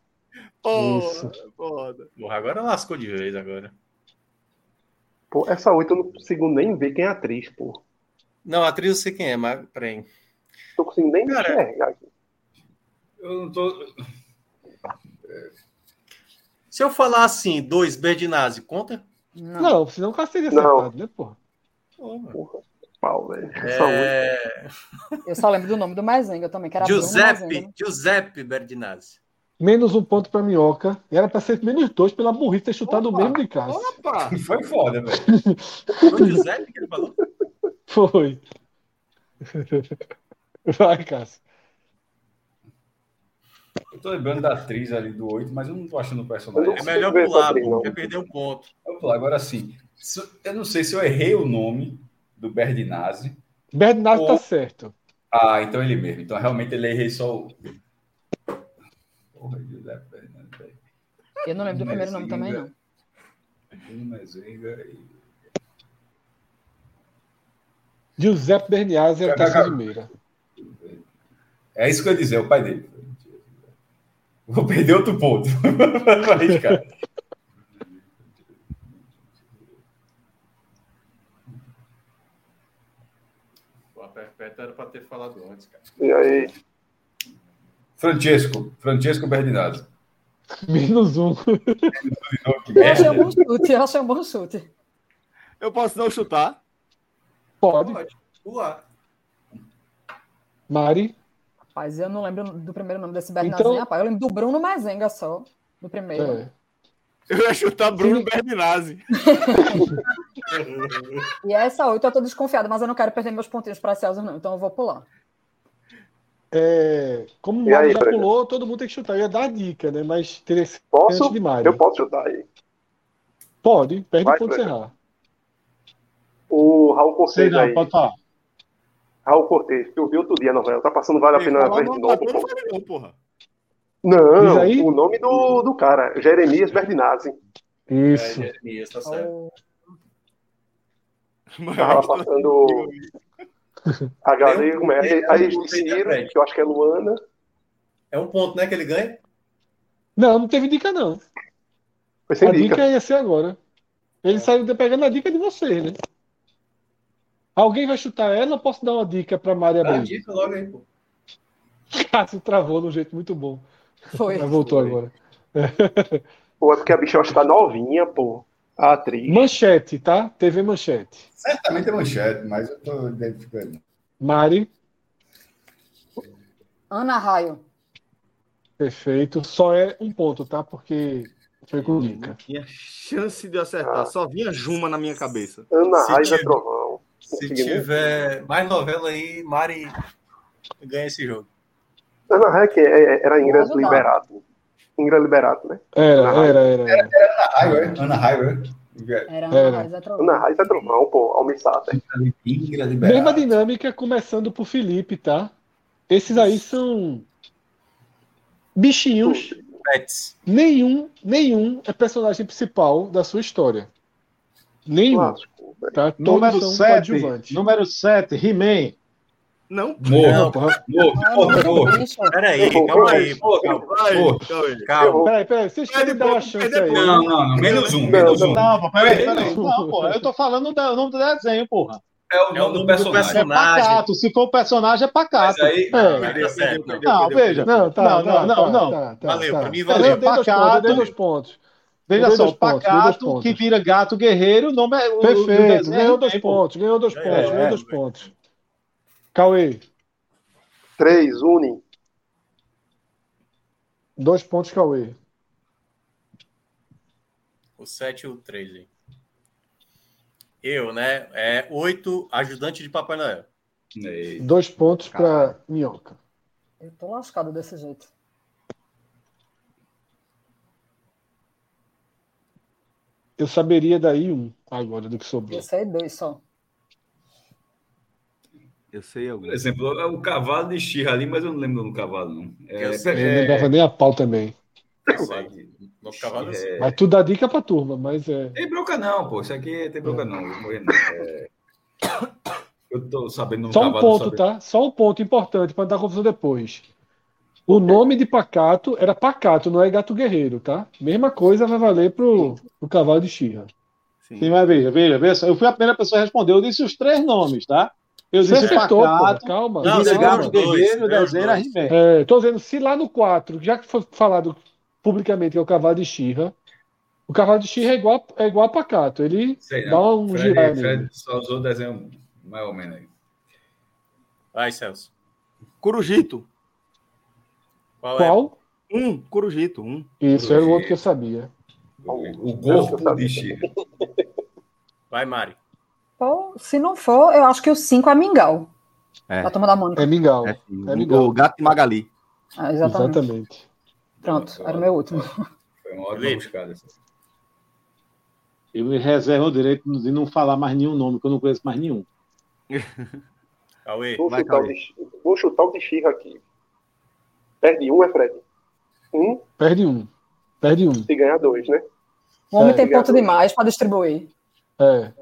Porra, Isso. foda. Porra, agora lascou de vez agora. Pô, essa oito eu não consigo nem ver quem é a atriz, pô. Não, a atriz eu sei quem é, mas peraí. Não consigo nem Cara. enxergar aqui. Eu não tô. Se eu falar assim, dois Berdinazzi, conta? Não. Não, senão o cara seria acertado, né, porra? Porra. Pau, velho. Essa oito. É... Eu só lembro do nome do Mazenga também, que era Bruno Mazenga, Giuseppe, né? Giuseppe Berdinazzi. Menos um ponto pra minhoca. E era pra ser menos dois pela burrice ter chutado o Opa! mesmo de Cássio. Ah. Opa! Foi foda, velho. Foi o Giuseppe que ele falou? Foi. Vai, Cássio. Eu tô lembrando da atriz ali do oito, mas eu não tô achando o personagem. É Não melhor sei ver pular, sobre, pô, não. porque perdeu um ponto. Vamos lá, agora sim. Se- Eu não sei se eu errei o nome do Berdinazzi. Bernardo tá Ou- certo. Ah, então ele mesmo. Então realmente ele errei só o. Porra, José Bernardo. velho. Eu não lembro É do primeiro nome também, não. Bruno Mazenga e- Giuseppe Bernazzi era o Cássio de Cacá. Meira. É isso que eu ia dizer, é o pai dele. Vou perder outro ponto. Vou arriscar. Pô, Perpétua era para ter falado antes, cara. E aí, Francesco, Francesco Berdinazzi. Menos um. Que Eu achei merda. um bom chute, eu achei um bom chute. Eu posso não chutar? Pode. Uá. Mari. Rapaz, eu não lembro do primeiro nome desse Bernardo, Então- rapaz. Eu lembro do Bruno Mazenga só, do primeiro. É. Eu ia chutar Bruno Berdinazzi. E essa oito eu tô desconfiada, mas eu não quero perder meus pontinhos para Celso, não, então eu vou pular. É, como o E Mário aí, já Fred? pulou, todo mundo tem que chutar. Eu ia dar dica, né? Mas teria que ser antes posso? de Mário. Eu posso chutar aí. Pode, perde Vai, o ponto de Fred. errar. O Raul Sei Cortez não, aí. pode falar. Raul Cortez, eu vi outro dia a novela. Tá passando Vale a Pena Falar o Verde nome do de novo. ator pô. não foi não, porra. Diz Não, aí. o nome do, do cara, Jeremias Berdinazzi. Isso. É, Jeremias, tá certo. Tava passando a galera, como é? Tem um- A Elis tem um- Dinheiro, tem um- que eu acho que é Luana. É um ponto, né, que ele ganha? Não, não teve dica, não. Foi sem a dica. dica. ia ser agora. Ele saiu de- pegando a dica de vocês, né? Alguém vai chutar ela? Eu posso dar uma dica para Mari Dá a abrir? dica logo aí, pô. Cássio travou de um jeito muito bom. Foi. Mas voltou Foi. agora. Pô, é porque a bicha eu acho que tá novinha, pô. A atriz. Manchete, tá? TV Manchete. Certamente é manchete, mas eu tô identificando. Mari, Ana Raio. perfeito. Só é um ponto, tá? Porque foi com dica. Tinha chance de eu acertar. Só vinha Juma na minha cabeça. Ana Se Raiva tiver- Trovão. Se Conseguiu, né? tiver mais novela aí, Mari ganha esse jogo. Ana Raiva que é- é- era Ingra Não, não. Liberato. Ingra Liberato, né? Era, era, era. era. Ana Highway, Ana Highway. Era Era. Ana Raio, Zé Trovão. Ana Raiva Trovão, pô. né? Almissata. Mesma Ingra Liberato. dinâmica, começando por Felipe, tá? Esses aí são bichinhos. Pets. Nenhum, nenhum é personagem principal da sua história. Nenhum. Clássico. Tá? Todos Número são sete. coadjuvantes. Número 7, He-Man. Não. Morro, porra. morro, Ah, morro, não, morro. bicho. Pera aí, Errou, calma errou. aí, pô, calma, Vai, Pô. calma aí. calma. Peraí, peraí, vocês têm que Perde dar uma ponto, chance perde aí. ponto. Não, não, não. Menos um, menos um. Não, pô, peraí, peraí. Errou. Não, pô, eu tô falando da- o nome do desenho, porra. É o nome do personagem. É pacato. Se for personagem, é Mas pacato. aí, É. Tá certo, não. Não, veja. Não, tá, tá, Não, não, tá, não, não. tá, tá, Valeu, tá. pra mim Eu dei valeu. dois Pacato. pontos, eu dei dois pontos. Veja Dei só, dois o pontos, dei dois pacato pontos. que vira gato guerreiro, o nome é. o- o Perfeito, desenho é ganhou He-Man, dois pô. pontos, ganhou dois É, pontos, ganhou é. dois pontos. Cauê, Três, Uni. dois pontos, Cauê. O 7 e o 3 aí. Eu, né? É 8, ajudante de Papai Noel. Ei, Dois pontos para Minhoca. Eu tô lascado desse jeito. Eu saberia daí um agora do que sobrou. Eu sei dois só. Eu sei Por algum. exemplo, é o cavalo de Xirra ali, mas eu não lembro do cavalo, não. É, Eu sei. Eu não lembrava nem a pau também. Eu sei que No cavalo assim. eu sei. é, Mas tu dá dica pra turma, mas é. Tem bronca não, pô. Isso aqui tem bronca não. Eu, morri, não. É, eu tô sabendo do Só um cavalo, ponto, sabendo- tá? Só um ponto importante para não dar confusão depois. O nome de Pacato era Pacato, não é Gato Guerreiro, tá? Mesma coisa vai valer pro, pro cavalo de Xirra. Sim. Sim, mas veja, veja, veja. só, Eu fui a primeira pessoa a responder. Eu disse os três nomes, tá? Eu Você disse acertou, pô, pacato, calma. Não, não, só gato os dois, guerreiro, né, os desenho era dois. He-Man. É, tô dizendo, se lá no 4, já que foi falado publicamente que é o cavalo de Xirra, o cavalo de Xirra é igual, é igual a Pacato. Ele Sei dá não. um É, Fred, girado. Fred só usou o desenho mais ou menos aí. Vai, Celso. Corujito. é Qual, é? Qual? Um, Corujito, um. Isso, era o outro que eu sabia. O, o corpo de Xirra. é? Vai, Mari. Pô, se não for, eu acho que o cinco é Mingau. É. Da turma da Mônica. É Mingau. É legal. o Um gato de Magali. Ah, exatamente. Exatamente. Tá Pronto, era o meu último. Foi uma ótima Felipe. buscada. assim. essa. Eu me reservo o direito de não falar mais nenhum nome, que eu não conheço mais nenhum. Cauê. Vou Vai, chutar, o Cauê. de, vou chutar o de Xirra aqui. Perde um, é Fred. Um, Perde um. Perde um. se ganhar dois, né? O homem É, tem obrigado. ponto demais para distribuir. É.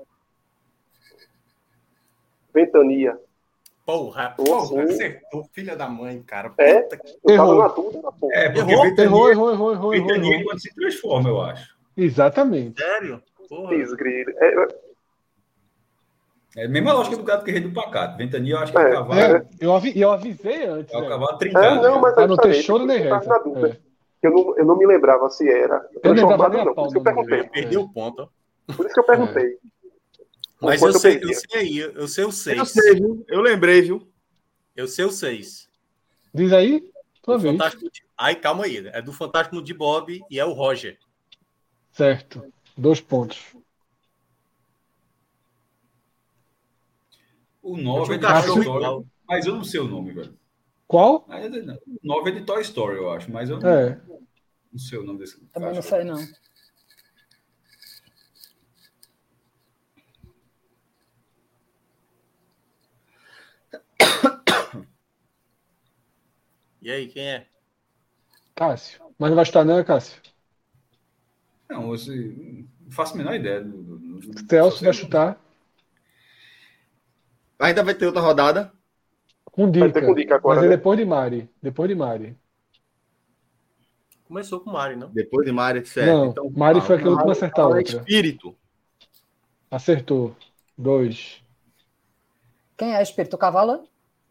Ventania. Porra, Porra. porra, acertou, filha da mãe, cara. É? Puta que- Eu tava Errou. na tudo, na porra. É, porque Errou, Errou, Ventania, errou, errou, errou, errou, Ventania é errou. quando se transforma, eu acho. Exatamente. é, Sério? Porra. Desgrilho. É, É a mesma lógica do gato que rei do pacato. Ventania, eu acho que É, é o cavalo. é. É, Eu, avi- eu avisei antes. o né? cavalo É, trincado. não, mas é Pra não ter diferente, choro nem eu tava raiva. na dúvida. É. Eu, não, eu não me lembrava se era Eu não lembrava transformado nem ou a não. Por pau. isso que eu perguntei. Perdi o ponto. ó. Por isso que eu perguntei. O Mas eu quanto eu sei, eu perdi. sei aí, eu sei o Eu 6. sei, viu? Eu lembrei, viu? Eu sei o 6. Diz aí, tua vez. Fantástico. de- Ai, calma aí. né? É do Fantástico de Bob e é o Roger. Certo. Dois pontos. O Eu 9 é tinha um de Toy cachorro Story. igual. Mas eu não sei o nome, velho. Qual? Aí eu não- O 9 é de Toy Story, eu acho. Mas eu não, É. não sei o nome desse. Tá Também não sei, cachorro. não. E aí, quem é? Cássio. Mas não vai estar, não, é, Cássio? Não, esse- não faço a menor ideia. do- do- do- Celso só vai sei- chutar Ainda vai ter outra rodada. com Vai dica. ter com dica agora. Mas é né? depois de Mari. Depois de Mari. Começou com o Mari, não? Depois de Mari, certo. Então, não, Mari foi a que aquele última a acertar a outra. Espírito. Acertou. Dois. Quem é espírito? O cavalo?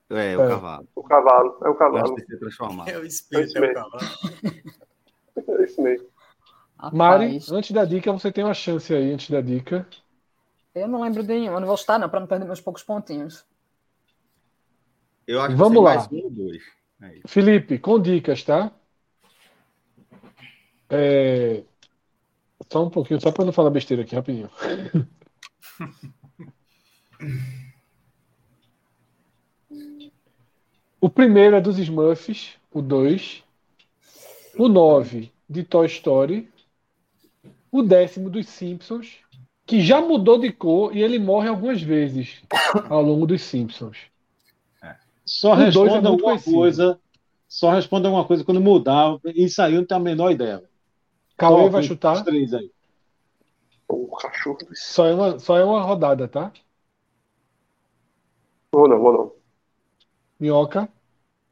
É, o É. cavalo. O cavalo. É o Antes cavalo. de ser transformado. É o espírito, É é o o cavalo. É isso mesmo. Mari, Rapaz, antes da dica, você tem uma chance aí, antes da dica. Eu não lembro de nenhum. Eu não vou estar, não, para não perder meus poucos pontinhos. Eu acho Vamos que lá. tem mais um ou dois. Aí. Felipe, com dicas, tá? É, Só um pouquinho, só para não falar besteira aqui, rapidinho. O primeiro é dos Smurfs, o 2. O 9 de Toy Story. O décimo dos Simpsons, que já mudou de cor e ele morre algumas vezes ao longo dos Simpsons. Só O dois é responda muito alguma conhecido. coisa. Só responda alguma coisa quando mudar. Isso aí eu não tenho a menor ideia. Cauê Top, vai chutar. Os três aí. O cachorro. Só é uma, só é uma rodada, tá? Vou não, vou não. Minhoca,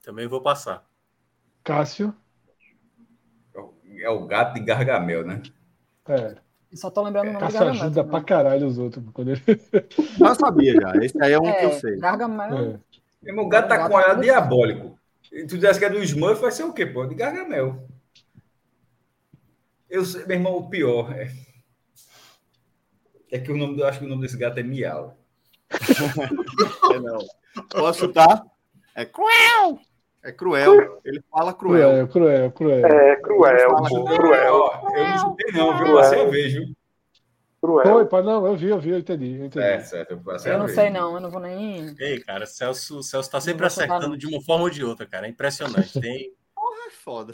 Também vou passar. Cássio. É o- É o gato de Gargamel, né? É, Eu só tô lembrando o nome né? do Cássio Gargamel. ajuda também. pra caralho os outros. Quando ele... Já sabia já. Esse aí é um que eu É, sei. Gargamel. é. Meu irmão, o gato tá com um olhar diabólico. E tu dissesse que é do Smurf, vai ser o quê, pô? De Gargamel. Eu sei, meu irmão, o pior é. É que o nome, do- eu acho que o nome desse gato é Miau. É, não. Posso chutar? É cruel. É cruel. Ele fala cruel. Cruel, cruel, cruel. É cruel, Fala, pô, cruel. cruel, Ó, eu não chutei, não, viu? Assim, Eu passei a vez, viu? Foi, cruel. pá, não, eu vi, eu vi, eu entendi. Eu entendi. É, certo, eu Tá passei Eu a não vez. sei, não. Eu não vou nem. Ei, cara, Celso, Celso tá Não sempre vou chutar, acertando não. de uma forma ou de outra, cara. É impressionante. Tem... É foda.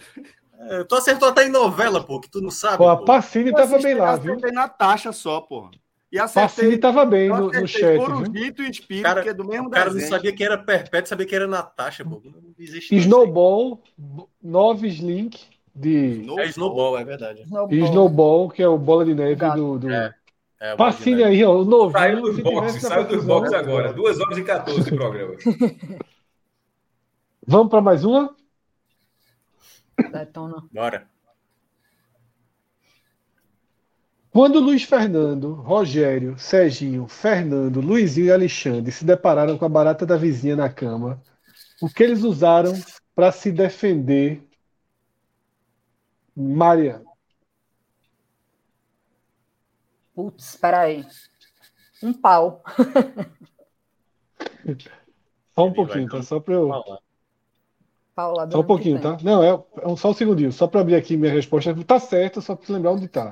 É, tu acertou até em novela, pô, que tu não sabe. Pô, a pô. Pacini tava bem lá, Eu viu? acertei na taxa só, porra. E Pacini acertei, tava bem eu no, acertei no chat, viu? Corujito e Espírito, Cara, que é do mesmo O cara não desenho. sabia quem era Perpétua, sabia quem era Natasha, pô. Não existe isso. Snowball, bo- Noves Link de Novo. É Snowball, é verdade. Snowball. e Snowball, que é o bola de neve Gato. do. do... É, É, Pacini aí, ó, o novo. Saiu dos boxes, saiu dos né? boxes agora. 2 horas e 14 de programa. Vamos pra mais uma? Detona. Bora. Quando Luiz Fernando, Rogério, Serginho, Fernando, Luizinho e Alexandre se depararam com a barata da vizinha na cama, o que eles usaram para se defender? Maria, Putz, peraí. Um pau. só um Ele pouquinho, vai tá? Só para eu. Fala. Pau lá do Só um nome que pouquinho, tem. tá? Não, é, é um- só um segundinho, só para abrir aqui minha resposta. Tá certo, só para lembrar onde tá.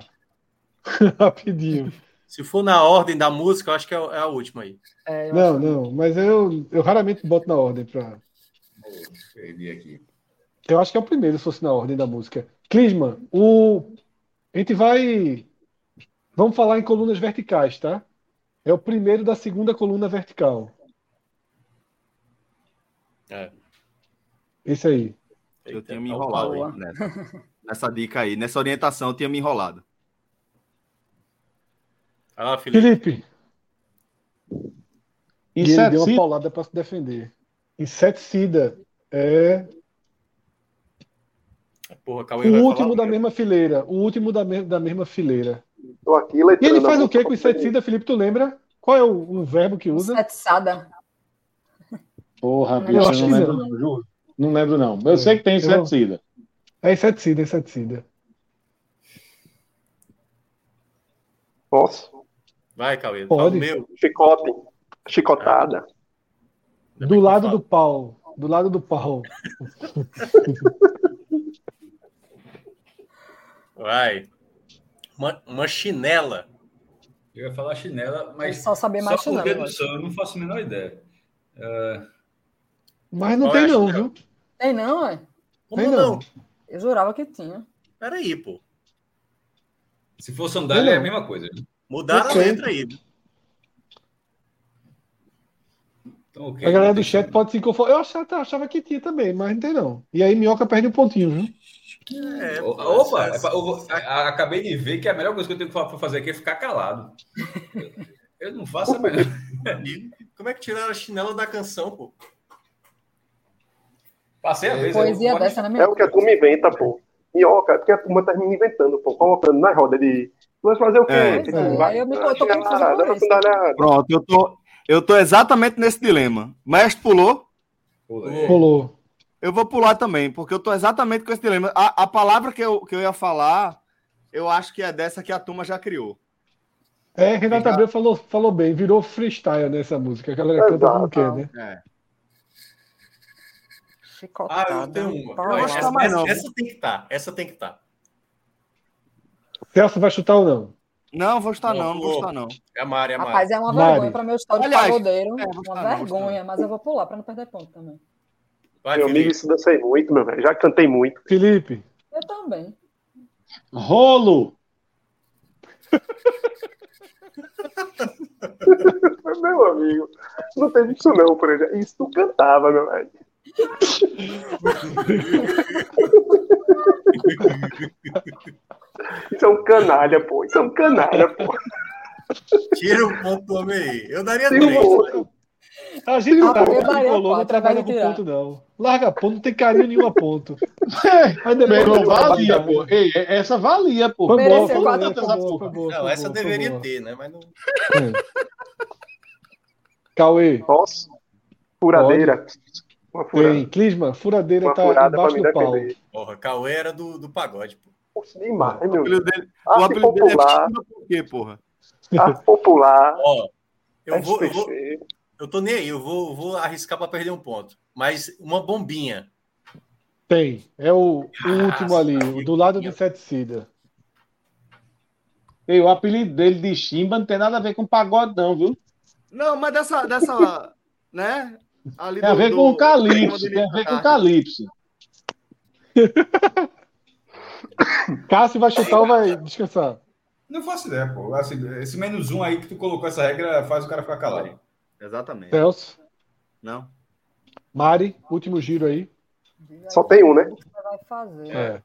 Rapidinho. Se for na ordem da música, eu acho que é é a última aí. É, eu Não, acho- não, mas eu, eu raramente boto na ordem para. Perdi aqui. Eu acho que é o primeiro, se fosse na ordem da música. Clisman, o... a gente vai. Vamos falar em colunas verticais, tá? É o primeiro da segunda coluna vertical. É. Esse aí. Eu Eita, tinha me tá o enrolado pau aí. aí, nessa, nessa dica aí. Nessa orientação, eu tinha me enrolado. Vai lá, Felipe. Felipe, e ele deu uma paulada para se defender. Inseticida. É Porra, o Cauê vai falar último da primeiro. mesma fileira. O último da, me- da mesma fileira. Tô aqui E letrando. ele faz a o que com música. inseticida, Felipe? Tu lembra? Qual é o, o verbo que usa? Setiçada. Porra, bicho, Eu eu acho não que lembro, não. não, juro. Não lembro, não. Eu sei que tem inseticida. É inseticida, é inseticida. Nossa, Vai, Cauê. Fala o Pode. meu. chicote. Chicotada. Ainda bem do que lado eu do pau. Do lado do pau. falo. Vai. Uma, uma chinela. Eu ia falar chinela, Eu mas só sabia só mais por chinelo. É eu acho. dedução, eu não faço a menor ideia. Ah, Mas não Qual é tem, a não, chinela? viu? Tem não, é? Como Tem não? não. Eu jurava que tinha. Peraí, pô. se for sandália, é a Não. mesma coisa. Mudaram a Ok. letra aí. Então, ok, A galera não do tem chat chinelo. pode se conformar. Eu achava, achava que tinha também, mas não tem, não. E aí, minhoca perde um pontinho, viu? É, O- pô, Opa, essa- eu vou- a- a- acabei de ver que a melhor coisa que eu tenho que fa- pra fazer aqui é ficar calado. Eu, eu não faço a melhor. Como é que tiraram a chinela da canção, pô? Passei a vez. eu- Poesia pode- dessa, né, minha? É o que a turma inventa, pô. Minhoca, é porque a turma termina inventando, pô. Colocando na roda de. Tu vai fazer o quê? Tipo, É, pois é. Aí eu me- eu tô Vai, confusa com vai, isso. vai, vai. Pronto, eu tô, eu tô exatamente nesse dilema. Mestre pulou, Pulei. Rolou. eu vou pular também, porque eu tô exatamente com esse dilema. A, a palavra que eu, que eu ia falar, eu acho que é dessa que a turma já criou. É, Renata Obrigado. Abreu falou, falou bem, virou freestyle nessa música. A galera canta como Exato. quer, né? É. Chicotada. Ah, eu tenho uma. Tá Não, lá. essa, tá mais essa- não. essa tem que estar. essa tem que tá. estar. Celso vai chutar ou não? Não, vou estar não, Não, não pô. vou estar não. É a Mari, é a Mari. Rapaz, é uma Mari. vergonha para meu histórico Aliás, pagodeiro. é, vou Uma estar, vou vergonha, mas eu vou pular para não perder ponto também. Vai, Meu amigo, Felipe. isso dancei muito, meu velho. Já cantei muito. Felipe, Eu também. Rolo. Mas, Meu amigo, não teve isso não, por exemplo. Isso tu cantava, meu velho. Isso é um canalha, pô. Isso é um canalha, pô. Tira o ponto do homem aí. Eu daria Tem um três. outro. a gente Ah, sabe eu que daria Rolou não quatro, trabalha vai com tirar. ponto, não. Larga ponto, não tem carinho nenhum a ponto. Aí depois- Meu irmão, valia, Foi boa, pô. Ei, é, essa valia, pô. Foi boa, Mereceu foi boa, quatro foi boa, foi boa. Não, foi essa boa, foi deveria boa. ter, né? Mas não. Cauê, Nossa, furadeira. Uma furadeira. tem. Clisma, furadeira Uma tá furada pra embaixo me do pau. defender. Porra, Cauê era do, do pagode, pô. Poxa, demais, O meu apelido velho. dele, o Arte apelido dele é popular, China por quê, porra? arte popular. é Ó, Tá eu vou, eu vou. SPC. Eu tô nem aí, eu vou, eu vou arriscar pra perder um ponto. Mas uma bombinha. Tem. É o, o Ah, último Nossa, ali, que o do lado do minha- inseticida. Ei, o apelido dele de Chimba não tem nada a ver com pagode, não, viu? Não, mas dessa, dessa né? Ali Tem a ver com o Calypso. Tem a ver com o Calypso. Cássio vai chutar ou vai descansar? Não faço ideia, pô. Assim, esse menos um aí que tu colocou essa regra faz o cara ficar calado. É. Exatamente. Celso, Não. Mari, último giro aí. Diga Só aí tem um, né? o que Você vai fazer. É.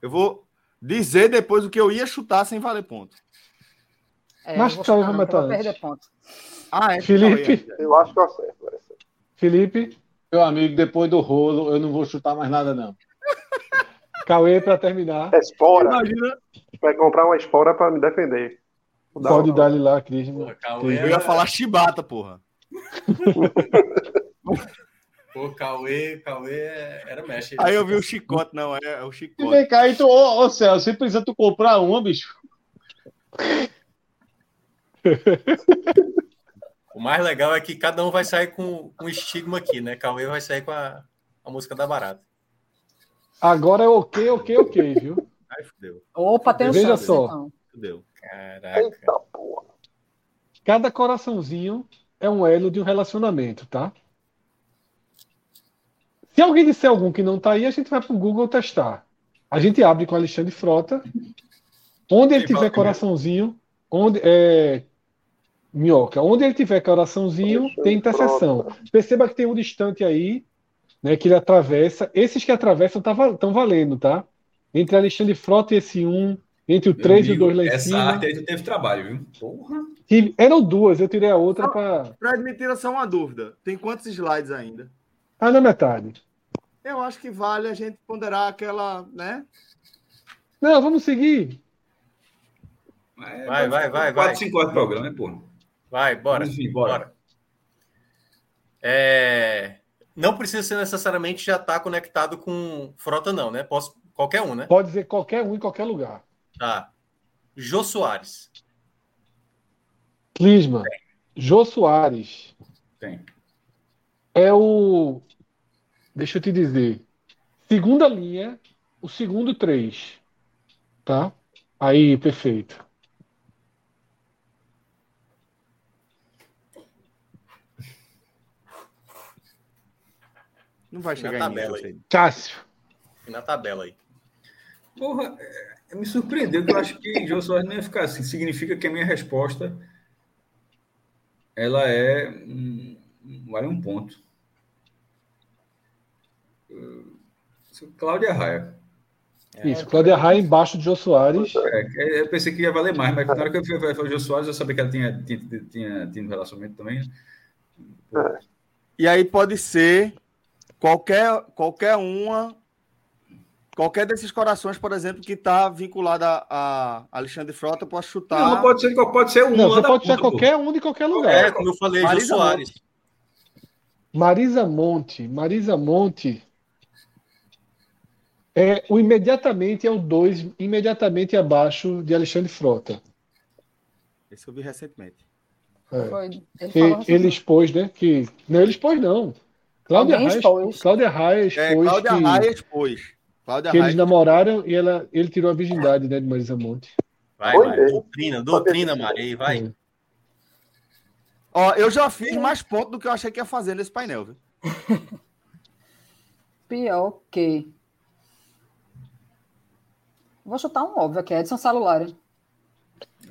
Eu vou dizer depois o que eu ia chutar sem valer ponto. É, Mas tá Cauê eu vou chutar, vai não, que eu matar vou perder antes. ponto. Ah, é. Felipe, Eu acho que eu acerto. essa. Felipe, Meu amigo, depois do rolo, eu não vou chutar mais nada, não. Cauê pra terminar. É espora. Imagina. Vai comprar uma espora pra me defender. Vou dar Pode uma- dar-lhe lá, Clisma. Porra, Cauê Eu ia era, falar chibata, porra. Pô, Cauê, Cauê era mexe. Aí eu vi o chicote, não, é, é o E chicote. vem cá, então, ô, ô Celso, você precisa tu comprar uma, bicho? O mais legal é que cada um vai sair com com um estigma aqui, né? Cauê vai sair com a, a música da barata. Agora é ok, ok, ok, viu? Ai, fudeu, Opa, tem um Veja chance, só. então. fudeu. Caraca. Eita porra. Cada coraçãozinho é um elo de um relacionamento, tá? Se alguém disser algum que não tá aí, a gente vai pro Google testar. A gente abre com Alexandre Frota. Onde ele Quem fala tiver primeiro? coraçãozinho, onde é minhoca, onde ele tiver coraçãozinho, Alexandre tem interseção. Perceba que tem um distante aí, né, que ele atravessa. Esses que atravessam estão valendo, tá? Entre Alexandre Frota e esse um, entre o Meu 3 e o amigo, 2 lá em Essa cima. arte aí tu teve trabalho, viu? Porra. E eram duas, eu tirei a outra para. Fred, me tira só uma dúvida. Tem quantos slides ainda? Ah, na metade. Eu acho que vale a gente ponderar aquela, né? Não, vamos seguir. Mas- Vai, vai, vai, vai. 4, 5 horas de programa, né, pô? Vai, bora. Vamos sim, bora. bora. É, Não precisa ser necessariamente já estar conectado com frota, não, né? Posso... Qualquer um, né? Pode dizer qualquer um em qualquer lugar. Tá. Jô Soares. Clisma. Jô Soares Tem. é o. Deixa eu te dizer. Segunda linha, o segundo três. Tá? Aí, perfeito. Não vai chegar Na em nisso, assim. tabela eu sei. Cássio. Na tabela aí. Porra, é, me surpreendeu que eu acho que João Soares não ia ficar assim. Significa que a minha resposta ela é hum, vale um ponto. Hum, Cláudia Raia. Isso, Cláudia Raia embaixo de Jô Soares. É, eu pensei que ia valer mais, mas na hora que eu fui falar João Soares, eu sabia que ela tinha, tinha, tinha, tinha um relacionamento também. né? E aí pode ser qualquer, qualquer uma, qualquer desses corações, por exemplo, que está vinculada a Alexandre Frota, pode chutar. Não, pode ser, pode ser um. Tá. Não, lá você da pode ser puta, pô. qualquer um de qualquer É, lugar. como eu falei, Marisa Jô Soares. Marisa Monte. Marisa Monte é o imediatamente é o 2, imediatamente abaixo de Alexandre Frota. Esse eu vi recentemente. É. Foi, ele Que falou assim, ele expôs, né? Que... Não, ele expôs, não. Cláudia Alguém Raia expôs. expôs, Cláudia Raia expôs É, Cláudia que, Raia expôs. Cláudia que eles Raia. namoraram e ela, ele tirou a virgindade né, de Marisa Monte. Vai, Oi, vai. Deus. Doutrina, doutrina, Marei, vai. É. Ó, eu já fiz mais pontos do que eu achei que ia fazer nesse painel, viu? Pior que. Vou chutar um óbvio aqui, Edson Celular.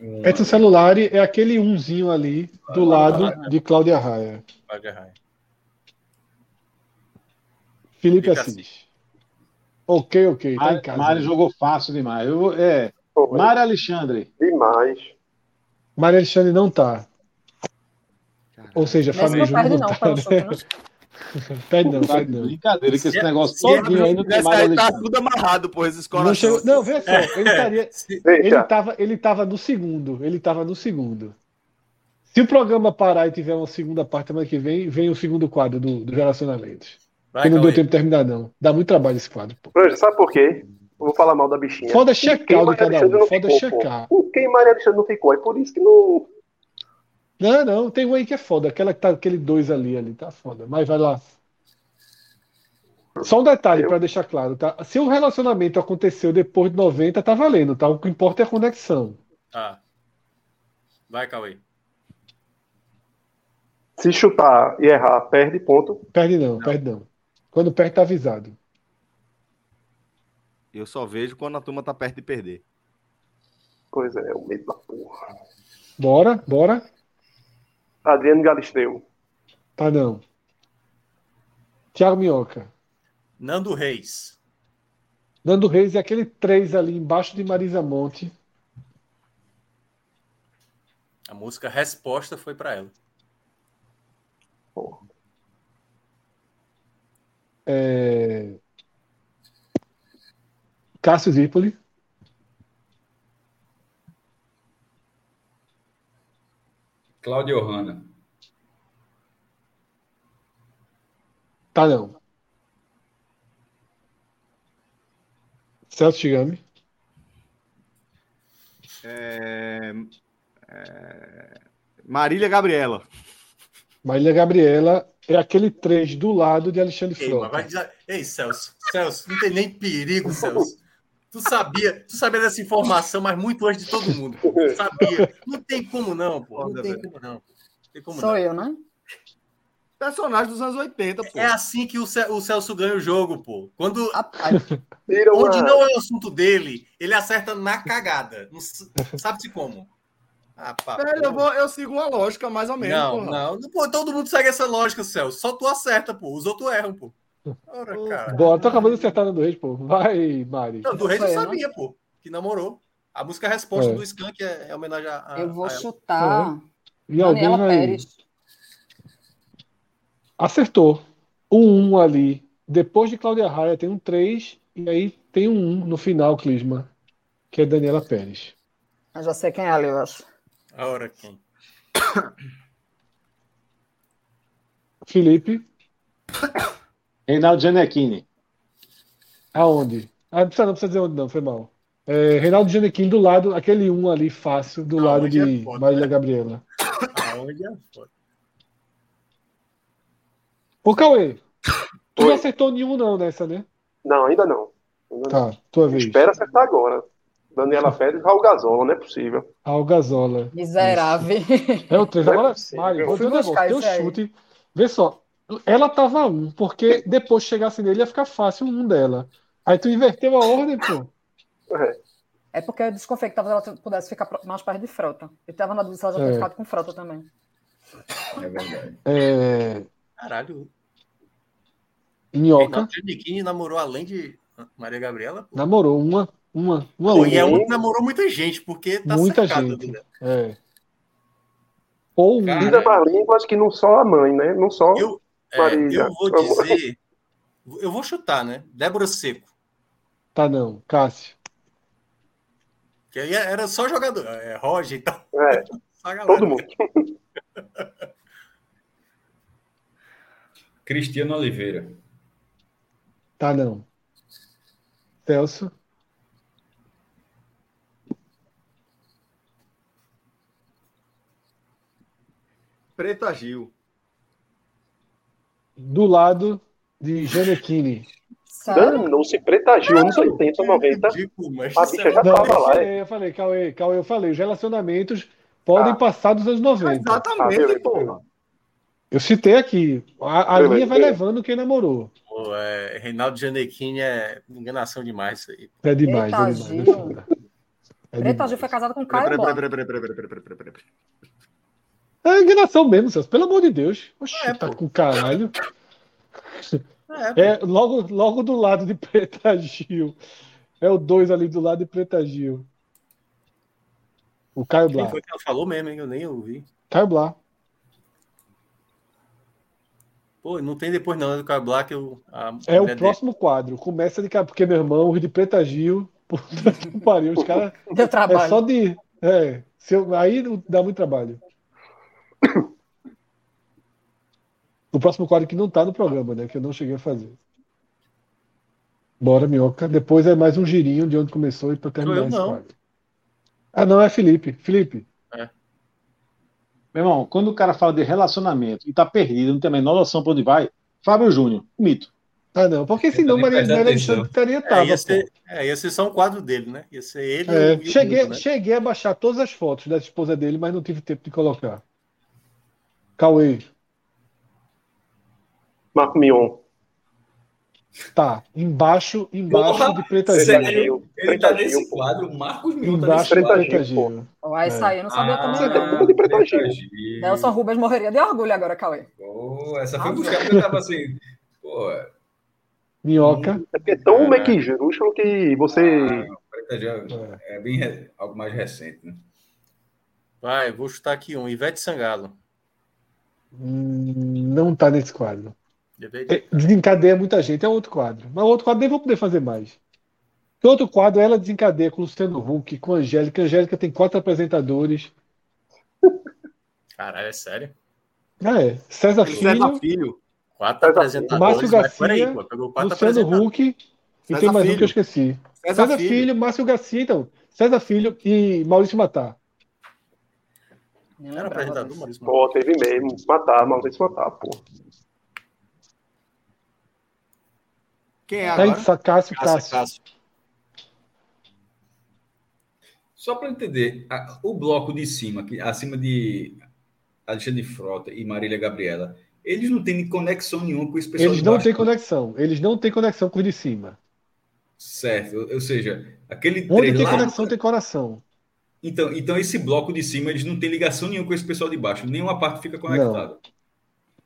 Um, Edson Celular é aquele unzinho ali do lado de Cláudia Raia. Cláudia Raia. Felipe Fica Assis. Ok, ok. Tá em Mari, casa. Mari jogou fácil demais. Eu, é, Pô, Mari Alexandre. Demais. Maria Alexandre não tá. Ou seja, Nesse Fábio não Júnior perde, não não, tá. pelo Né? chute. não. Perde não, Tá perde de não. brincadeira que esse Se- negócio se- todinho aí não tem Nesse Mari aí tá Alexandre. tudo amarrado, pô, esses Não, chegou... corações. não, veja só. É. Ele estaria, Se- Ele Veja, tava, ele tava no segundo. Ele tava no segundo. Se o programa parar e tiver uma segunda parte semana que vem, vem o segundo quadro do, do relacionamentos. Vai, que não deu Cauê. tempo de terminar, não. Dá muito trabalho esse quadro. Pô. Franja, sabe por quê? Eu vou falar mal da bichinha. Foda Quem checar o de Maria cada Alexandre um. não Foda ficou, pô. checar. Com Quem Maria Alexandre não ficou, é por isso que não. Não, não, tem um aí que é foda. Aquela que tá aquele dois ali, ali, tá foda. Mas vai lá. Só um detalhe Eu- pra deixar claro, tá? Se o relacionamento aconteceu depois de 90, tá valendo, tá? O que importa é a conexão. Tá. Vai, Cauê. Se chutar e errar, perde ponto. Perde não, perde não. Quando perde, tá avisado. Eu só vejo quando a turma tá perto de perder. Pois é, o medo da porra. Bora, bora. Adriano Galisteu. Tá não. Thiago Minhoca. Nando Reis. Nando Reis é aquele 3 ali embaixo de Marisa Monte. A música Resposta foi pra ela. É... Cássio Zirpoli. Cláudia Ohana. Tá não. Celso Chigami. Marília Gabriela. Marília Gabriela é aquele 3 do lado de Alexandre Ei, mas Frota. vai dizer- Ei, Celso. Celso, não tem nem perigo, Celso. Tu sabia, tu sabia dessa informação, mas muito antes de todo mundo. pô. Tu sabia. Não tem como não, pô. Não Foda, tem velho. como não. Não tem como Sou não. eu, né? Personagem dos anos 80, pô. É assim que o Ce- o Celso ganha o jogo, pô. Quando Rapaz, Tira uma... Onde não é o assunto dele, ele acerta na cagada. Não s- Sabe-se como? Ah, pá, Velho, eu, vou, eu sigo uma lógica, mais ou menos. não, porra. não, não. Pô, todo mundo segue essa lógica, Celso. Só tu acerta, pô. Os outros erram, pô. Ora, cara. Bora, tô acabando de acertar Nando Reis, pô. Vai, Mari. Não, do Reis eu Foi, né? sabia, pô. Que namorou. A música Resposta É. do Skank é, é homenagem a. a- eu vou a ela. chutar E alguém Daniela vai. Pérez. Acertou. O 1 um ali. Depois de Cláudia Raia tem um 3 e aí tem um 1 um no final, Clisma, que é Daniela Pérez. Eu já sei quem é ali, eu acho. A hora quem? Felipe, Reinaldo Gianecchini. aonde? Ah, não precisa, não precisa dizer onde, não, foi mal. É, Reinaldo Gianecchini do lado, aquele um ali fácil, do Ah, lado hoje é de foda, Marília né? Gabriela. Aonde é foda. Ô, Cauê, tu não Oi. acertou nenhum, não, nessa, né? Não, ainda não. Ainda não. Tá, tua vez. Espera acertar agora. Daniela Félix e Raul Gazola, não é possível. Algazola. Miserável. Ah, É o 3. Não é Agora, possível. Mário, Eu vou fui dizer um negócio. buscar Teu isso aí. chute. Vê só. Ela tava um, porque depois chegasse nele ia ficar fácil um dela. Aí tu inverteu a ordem, pô. É. É porque eu desconfiei que talvez ela pudesse ficar pro- mais perto de frota. Eu tava na dúvida se ela já É. tinha ficado com frota também. É verdade. É, Caralho. Minhoca Reinaldo Giannichini namorou além de Maria Gabriela. pô. namorou uma, uma, uma Pô, e outra. é um que namorou muita gente, porque tá Muita cercado gente. ali, né? É. Ou um. Cara, Diz as línguas que não só a mãe, né? Não só. Eu, é, Marília. eu vou dizer. Eu vou chutar, né? Débora Seco. Tá não, Cássio. Que aí era só jogador. É, Roger e tal. É, Só a galera. todo mundo. Cristiano Oliveira. Tá não. Celso. Preta Gil. Do lado de Janequine. Sério? Danou-se Preta Gil, anos 80, 90. Ridículo, Tipo, mas A bicha tá? já Não, eu tava lá. é. falei, eu falei, Cauê, Cauê, eu falei, os relacionamentos podem Ah. passar dos anos 90. Exatamente, beleza. porra. Eu citei aqui. A, a Beleza, linha vai beleza. levando quem namorou. Pô, é, Reinaldo Gianecchini é enganação demais isso aí. É demais, Eita, é demais. Gil. É foda. É, Preta demais. Gil foi casada com Peraí, Caio Bola. peraí, peraí, peraí, peraí, peraí, peraí, peraí, peraí. É enganação mesmo, Celso. Pelo amor de Deus. Oxi, É, tá pô. com caralho. É, pô. É, logo, logo do lado de Preta Gil. É o dois ali do lado de Preta Gil. O Caio Quem Blá. foi que ela falou mesmo, hein? Eu nem ouvi. Caio Blá. Pô, não tem depois não, é do Cabo Black. Eu, a É o mulher dele. próximo quadro. Começa de cá, porque meu irmão, os de Preta Gil. Puta que pariu. Os caras. Deu trabalho. É só de. É, se eu- aí dá muito trabalho. O próximo quadro que não tá no programa, né? Que eu não cheguei a fazer. Bora, minhoca. Depois é mais um girinho de onde começou e pra terminar eu esse não. quadro. Ah, não, é Felipe. Felipe, É. Meu irmão, quando o cara fala de relacionamento e tá perdido, não tem a menor noção pra onde vai, Fábio Júnior, mito. ah não, porque senão nem Maria presta Isabel atenção. Alexandre estaria É, tava, ia pô. ser, é, ia ser só um quadro dele, né? Ia ser ele É, e o- e o cheguei, Guto, né? cheguei a baixar todas as fotos da esposa dele, mas não tive tempo de colocar. Cauê, Marco Mion. tá. Embaixo, embaixo Porra, de Preta Gil. Preta Sério? Gil. Ele tá Preta nesse Gil. pô. quadro, o Marcos Mion tá nesse Embaixo de quadro. Preta Preta Gil, Gil. Ó, Essa aí eu não Ah. Ah, sabia Você tá também, tem não. culpa de Preta Preta Gil. Gil. Nelson Rubens morreria de orgulho agora, Cauê. Pô, essa foi um buscar porque eu tava assim. Pô, Minhoca. É porque é tão meio que esdrúxulo que você. Preta Gil É. é bem re- algo mais recente, né? Vai, vou chutar aqui um. Ivete Sangalo. Hum, Não tá nesse quadro. Deveria. É, Desencadeia muita gente, é outro quadro. Mas o outro quadro nem vou poder fazer mais. O outro quadro, ela desencadeia com o Luciano Huck, com a Angélica. A Angélica tem quatro apresentadores. Caralho, é sério? Ah, é. César César Filho, Filho. Quatro apresentadores. Márcio mas Garcia, peraí, pô, pegou quatro Luciano apresentadores. Huck e César tem mais um Filho. que eu esqueci. César, César Filho, Filho. Márcio Garcia, então. César Filho e Maurício Matar. Nem Era lembrava apresentador, disso. Maurício Matar. Pô, teve mesmo. Matar, Maurício matar, pô. Quem é Tá aí, agora? Cássio, Cássio, Cássio. Cássio. Só para entender, a- o bloco de cima, que, acima de Alexandre Frota e Marília Gabriela, eles não têm conexão nenhuma com esse pessoal Eles de não baixo, têm conexão. Eles não têm conexão com os de cima. Certo, ou ou seja, aquele Onde três tem lá... conexão, tem coração. Então, então, esse bloco de cima, eles não têm ligação nenhuma com esse pessoal de baixo. Nenhuma parte fica conectada.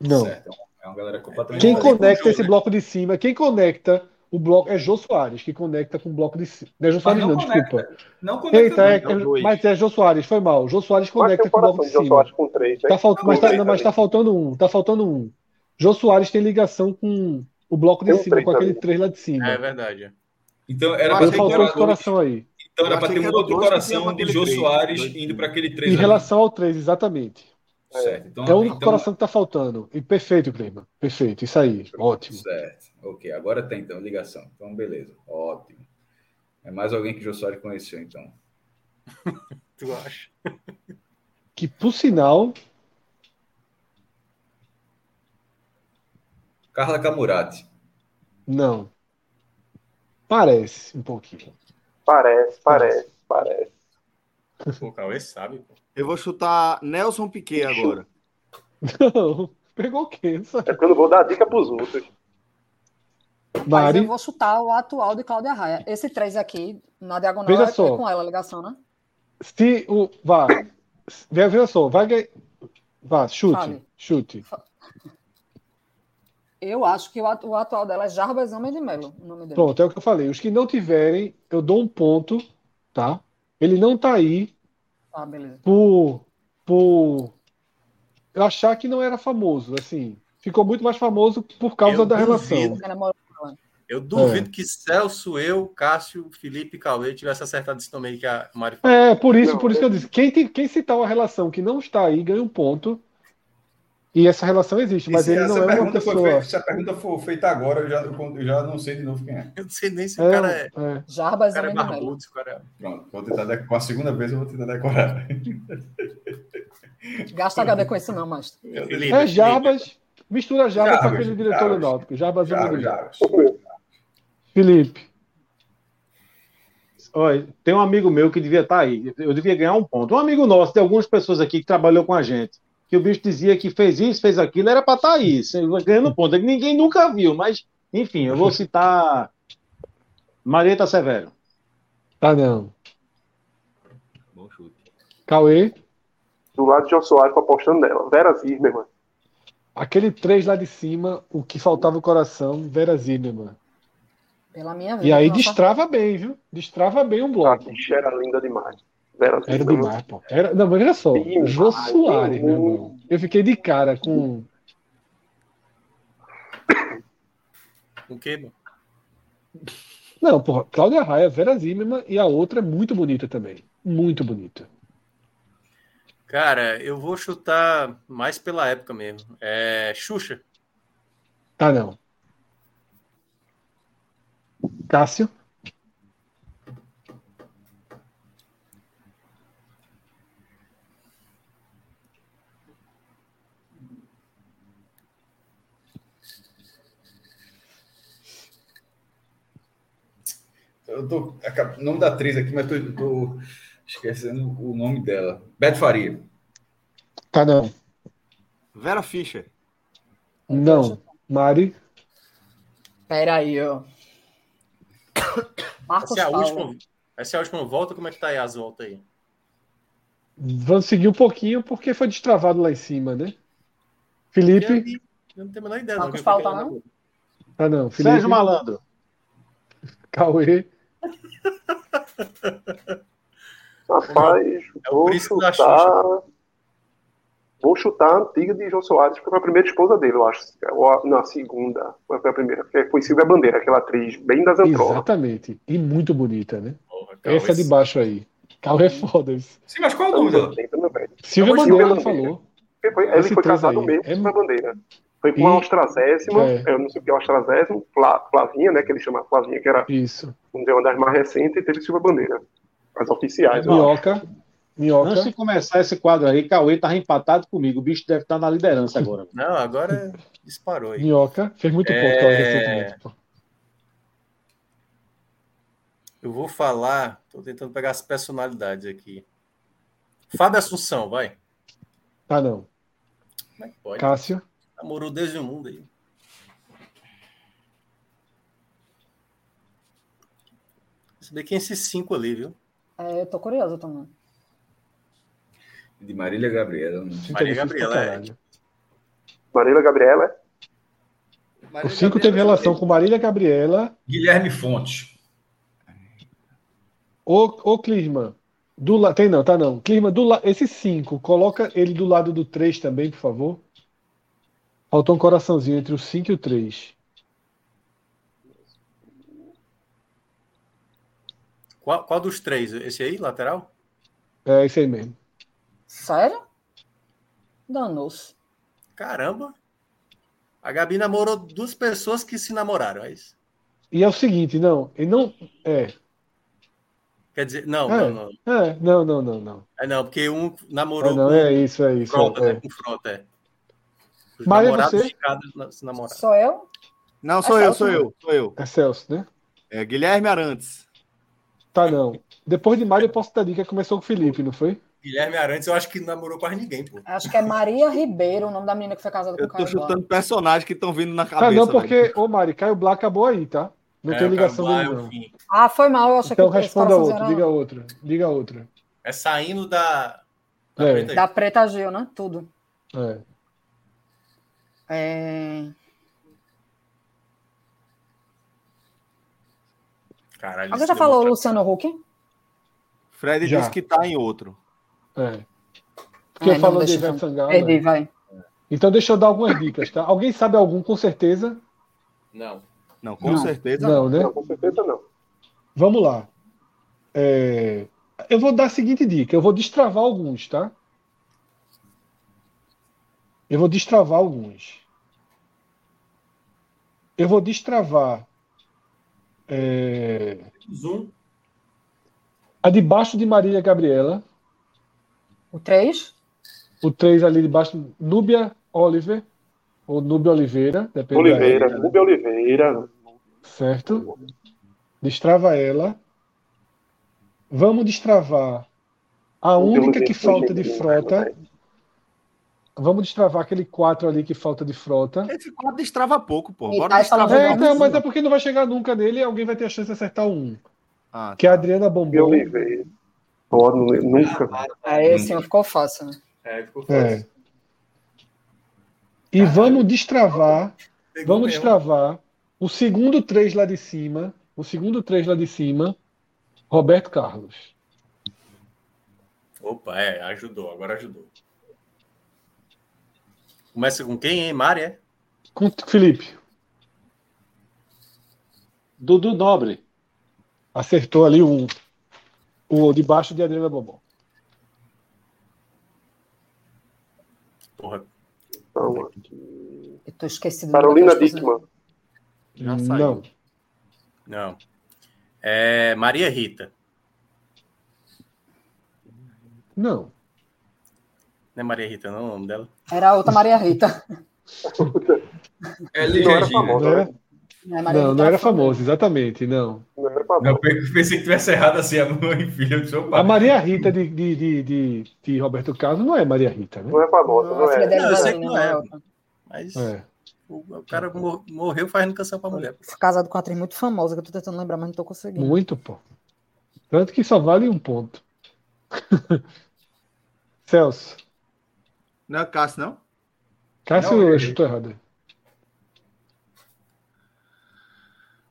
Não. Certo, né? é uma- é uma galera completamente... Quem diferente. conecta esse bloco de cima, quem conecta o bloco é Jô Soares, que conecta com o bloco de cima. Não é Jô Soares, não não, conecta, desculpa. Não conecta, Eita, é, não, é o dois. mas é Jô Soares, foi mal. Jô Soares Mas tem conecta é o com o bloco de coração de Jô cima. Soares com três, né? Tá falt... Não, mas, tá... conecta, não, mas tá faltando um, tá faltando um. Jô Soares tem ligação com o bloco de Tem um cima, três com aquele ali. três lá de É cima. verdade. Então, era Eu Então pra achei ter que faltou era esse dois. coração aí. Então Eu era achei para ter que um era outro dois que coração tinha de aquele Jô três, Soares dois. indo para aquele Em 3. relação ao 3, exatamente. Certo. Então, É o único então- coração que tá faltando. E perfeito, Clima. Perfeito. Isso aí. Ótimo. Certo. Ok, agora tem então ligação. Então, beleza. Ótimo. É mais alguém que o Jô Soares conheceu, então. Tu acha? Que por sinal, Carla Camurati. não. Parece um pouquinho. Parece, parece, parece. Pô, Cauê sabe. pô. Eu vou chutar Nelson Piquet agora. Não. Pegou o quê? Só- É porque eu não vou dar dica pros outros. Mas Mari, eu vou chutar o atual de Cláudia Raia. Esse 3 aqui, na diagonal, Veja é- é só. com ela a ligação, né? se o. Vá. Vê, vê só. Vai ganhar. Vá, chute. Fale. Chute. Eu acho que o, atu- o atual dela é Jarbas Homem de Melo, o nome dele. Pronto, é o que eu falei. Os que não tiverem, eu dou um ponto, tá? Ele não tá aí Ah, beleza. por. por eu achar que não era famoso, assim. Ficou muito mais famoso por causa Eu da duvido. relação. Porque namorou- É. Eu duvido que Celso, eu, Cássio, Felipe e Cauê tivesse acertado isso também que a Mari falou. É, por isso, Não, por isso que eu disse. Quem, tem- quem citar uma relação que não está aí ganha um ponto. E essa relação existe, mas E se ele essa não é uma pergunta foi pessoa. feita- se a pergunta for feita agora, eu já, eu já não sei de novo quem é. Eu não sei nem se o É, cara é, é. o Jarbas cara é Homem de Melo. barbudo, se o cara Pronto, vou tentar decorar. Uma segunda vez eu vou tentar decorar. Gasta HD com isso não, mas... é. É Felipe, Jarbas, mistura Jarbas com Jarbas, aquele diretor do Jarbas. Náutico, Jarbas Já, Amorim. já. Felipe, Olha, tem um amigo meu que devia estar aí. Eu devia ganhar um ponto. Um amigo nosso, tem algumas pessoas aqui que trabalhou com a gente. Que o bicho dizia que fez isso, fez aquilo, era para estar aí, sem- ganhando ponto. Ninguém nunca viu, mas, enfim, eu vou citar Marieta Severo. tá não. Bom chute. Cauê, Do lado de João Soares, tô apostando nela. Vera Zimmermann. aquele 3 lá de cima, o que faltava o coração, Vera Zimmermann. Pela minha vida. E aí nossa, destrava bem, viu? Destrava bem um A bloco. bicha era linda demais. Vera né? Era Zimmermann. demais, pô. Era, não, Ah, mas olha só, Demais, Jô Soares, meu irmão. demais. Eu fiquei de cara com o é quê, mano? Não, porra, Cláudia Raia, Vera Zimmermann e a outra é muito bonita também. Muito bonita. Cara, eu vou chutar mais pela época mesmo. É Xuxa. Tá, não. Cássio, Eu tô. acab- O nome da atriz aqui, mas tô, tô esquecendo o nome dela. Beto Faria. tá, não. Vera Fischer. Então, Não. Mari, Pera aí, ó. Marcos Essa é a Paulo. última. Essa é a última volta. Como é que tá aí as voltas aí? vamos seguir um pouquinho porque foi destravado lá em cima, né? Eu, Felipe, eu não tenho a menor ideia. Marcos quem foi Paulo que tá ela mandou. tá, não. Felipe, Sérgio Malandro. Cauê, Rapaz, É o vou príncipe da Tá. chutar. Vou chutar a antiga de João Soares, porque foi a primeira esposa dele, eu acho. Ou a- Não, a segunda. Foi a primeira. Porque foi Silvia Bandeira, aquela atriz bem das antrolas. exatamente. E muito bonita, né? Porra, Então, Cauê, Essa de baixo aí. Cauê é foda. isso. Sim, mas qual é o nome Anos dela? 80, meu velho. Silvia Mas Bandeira, ela Silvia falou. Porque foi- Esse Ele foi três casado aí, mesmo é- com Silvia Bandeira. Foi com E- a austrasésima, É. eu não sei o que é austrasésimo, Fla- Flavinha, né? Que ele chama Flavinha, que era Isso. uma das mais recentes, e teve Silvia Bandeira. As oficiais, né. eu acho. Minhoca, Minhoca. Antes de começar esse quadro aí, Cauê tava empatado comigo. O bicho deve estar na liderança agora. Não, agora disparou aí. Minhoca fez muito ponto, É. Cauê, recentemente. pô. Eu vou falar. Tô tentando pegar as personalidades aqui. Fábio Assunção, vai. Tá, não. Como é que pode? Cássio, Namorou desde o mundo aí. Saber quem é esses cinco ali, viu? É, eu tô curiosa também. De Marília Gabriela. né? não sei. cinco Maria é difícil pra Gabriela, é. caralho. Marília Gabriela, O 5 teve relação com Marília Gabriela, Guilherme Fontes. O, o Clisma, do lado. Tem não, tá não. Clisma, do lado. Esse 5, coloca ele do lado do 3 também, por favor. Faltou um coraçãozinho entre o 5 e o 3. Qual, qual dos três? Esse aí, lateral? É isso aí mesmo. Sério? Danou-se. Caramba! A Gabi namorou duas pessoas que se namoraram, é isso? E é o seguinte, não, e não. É, Quer dizer, não, É. não, não. é, não, não, não, não. É não, porque um namorou É, não, com é isso, é isso. Frota, é, né? Com Frota, é. Os Maria, namorados você? ficados na- se namoraram. Sou eu? Não, sou É eu, Celso, sou né? eu, sou eu. é Celso, né? É Guilherme Arantes. Tá, não. Depois de Mário, eu posso dar dica. Começou com o Felipe, não foi? Guilherme Arantes, eu acho que não namorou quase ninguém, pô. Acho que é Maria Ribeiro, o nome da menina que foi casada com Eu o tô Caio Blá. chutando personagens que estão vindo na cabeça. ah, não, velho. porque, ô Mari, Caio Blá acabou aí, tá? Não É, tem o ligação Cablar dele, é o não. fim. Ah, foi mal, eu achei Então que esse responda coraçãozinho outro, era diga outra, diga outra. É saindo da. da É. preta aí. Da Preta Gil, né? Tudo. É. É... Caralho, tá Alguém isso já deu falou uma- Luciano Huck? Fred Já. disse que tá em outro. É. Porque eu É, não, falo de deixa eu Ivete ver. Sangalo. né? Perdi, vai. Então deixa eu dar algumas dicas, tá? Alguém sabe algum com certeza? Não. Não, com Não. certeza. Não, né? Não, com certeza não. Vamos lá. É, Eu vou dar a seguinte dica. Eu vou destravar alguns, tá? Eu vou destravar alguns. Eu vou destravar é, Zoom. a debaixo de Marília Gabriela, O 3? o 3 ali debaixo, Núbia Oliver, ou Núbia Oliveira, depende da Oliveira, época, né? Rubem Oliveira. Certo? Destrava ela. Vamos destravar a única que falta de frota. Vamos destravar aquele 4 ali que falta de frota. Esse quadro destrava pouco, pô. E Bora tá destravar. É, falando- não, mas é porque não vai chegar nunca nele e alguém vai ter a chance de acertar um. Ah, Que é a tá. Adriana Rubem Bombom. Oliveira. Pô, nu- nunca. Hum. Aí, assim, ficou fácil, né? É, ficou É. fácil. E vamos destravar, Pegou Ah, vamos mesmo. destravar o segundo 3 lá de cima, o segundo 3 lá de cima, Roberto Carlos. Opa, é, ajudou, agora ajudou. Começa com quem, hein? Mari, é? Com Felipe, Dudu Nobre. acertou ali um, o debaixo de Adriana Bombom. Porra. Então, Eu tô esquecido. Carolina do- Dickman. Já Não, saiu. Não. É, Maria Rita. não. Não é Maria Rita, não, o nome dela? Era a outra Maria Rita. É Não era Ligadinho. Não famosa, né? era, Né, Maria não, Rita não era famoso, exatamente, não. Não é era Não, famosa. eu pensei que tivesse errado assim a mãe e filha do seu pai. A Maria Rita de, de, de, de, de Roberto Carlos não é Maria Rita, né? Não é famosa, não a filha é. dela Não, eu sei Marina, que não não é é. outra. Mas É. o, o cara mor- morreu fazendo canção pra mulher. Fui Casado com uma atriz muito famosa, que eu tô tentando lembrar, mas não tô conseguindo. Muito, pô. Tanto que só vale um ponto. Celso, Não é Cássio, não? Cássio Não, eu- chutou errado.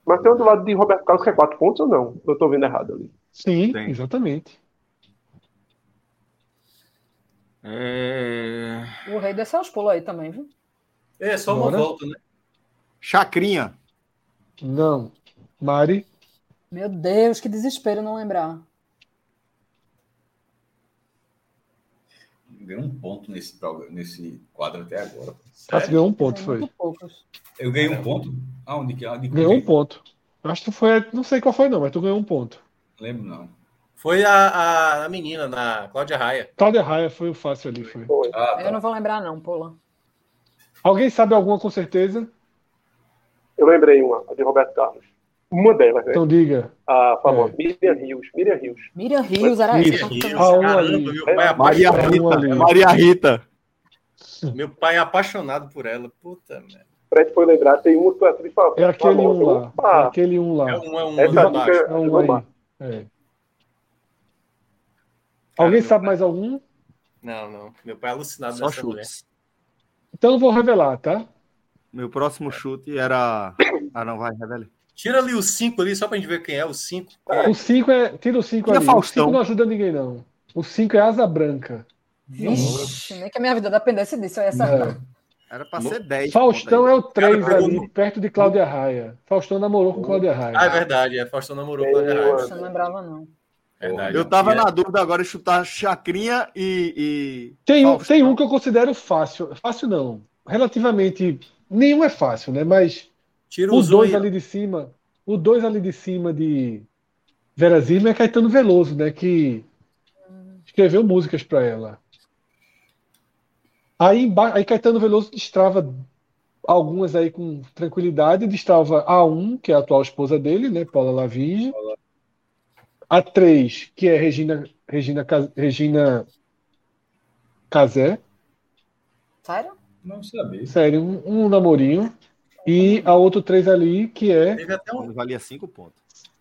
Mas tem um do lado de Roberto Carlos que é 4 pontos ou não? Eu tô vendo errado ali. Sim, Tem. exatamente. É... O rei desceu aos pulos aí também, viu? É, só uma Bora. volta, né? Chacrinha. Não. Mari, Meu Deus, que desespero não lembrar. Ganhei um ponto nesse, prog- nesse quadro até agora. É? Cássio ganhou um ponto, Tem foi. Muito poucos. Eu ganhei um ponto? Aonde que? Aonde que eu Ganhou um ganhei? ponto. Acho que foi, não sei qual foi não, mas tu ganhou um ponto. Lembro não. Foi a, a, a menina, na Cláudia Raia. Cláudia Raia foi o fácil ali, foi. Foi. Ah, Eu tá. não vou lembrar, não, Pula. Alguém sabe alguma com certeza? Eu lembrei uma, a de Roberto Carlos. Uma delas, né? Então diga. A famosa. É. Miriam Rios. Miriam Rios. Miriam Rios era essa. Isso. eu tô tentando Ah, lembrar. Caramba, meu pai, é Maria Era apaixonado, um ali. Rita. Maria Rita. meu pai é apaixonado por ela. Puta merda. Fred foi lembrar, tem uma que foi atriz fa- É aquele um famosa. lá. É Opa! aquele um É lá. um, é um Essa ano dica abaixo. É um ajudou aí. bastante. É. Alguém meu sabe pai- mais algum? Não, não. Meu pai é alucinado Só nessa mulher. chutes. Então eu vou revelar, tá? Meu próximo chute era. Ah, não, vai, revele. Tira ali o 5 ali, só pra gente ver quem é o 5. O 5 é. Tira o 5 Tira ali. O Faustão. 5 não ajuda ninguém, não. O 5 é asa branca. Vixe, nem que a minha vida dependesse disso, eu ia acertar. É. Era pra ser 10. Faustão é o 3 Cara, ali, como- perto de Cláudia Raia. Faustão namorou com Cláudia Ah, é Raia. verdade. É, Faustão namorou Meu com a Gerard. Poxa, não lembrava, não. Verdade. Eu tava E na dúvida agora de chutar Chacrinha e. e... Tem um, Faustão. tem um que eu considero fácil. Fácil não. Relativamente. Nenhum é fácil, né? Mas Tira o o zoom 2 aí. ali de cima. O 2 ali de cima de Vera Zirma é Caetano Veloso, né? Que escreveu músicas pra ela. Aí, emba- aí Caetano Veloso destrava algumas aí com tranquilidade, destrava a 1, que é a atual esposa dele, né, Paula Lavigne. A 3, que é Regina Regina Ca- Regina Casé, Sério? Não sabia. sério, um, um namorinho. E a outro 3 ali, que é Teve até um, Valia 5 pontos.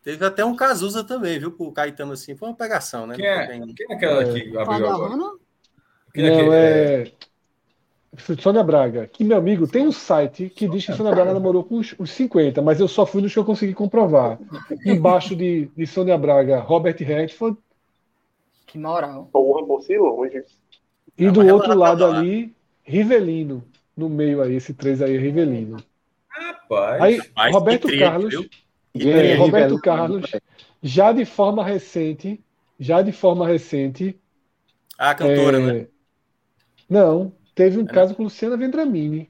teve até um Cazuza também, viu? Com o Caetano assim. Foi uma pegação, né? Quem é, Não foi bem- quem é aquela que Tá abriu Cláudia agora? Hanna? Quem Não, que- é. é, Sônia Braga, que meu amigo, tem um site que diz que Sônia Braga namorou com os, os 50, mas eu só fui nos que eu consegui comprovar. Embaixo de, de Sônia Braga, Robert Redford, Que moral. Porra, você ir longe. e Ah, do mas outro ela tá lado lá. ali, Rivelino. No meio aí, esse três aí é Rivelino. Rapaz. Aí, Mas que Roberto trio, Carlos, viu? é, Guerreiro, Roberto Rivelino, Carlos, já de forma recente, já de forma recente, A cantora, né? É. é, não, teve um caso com Luciana Vendramini.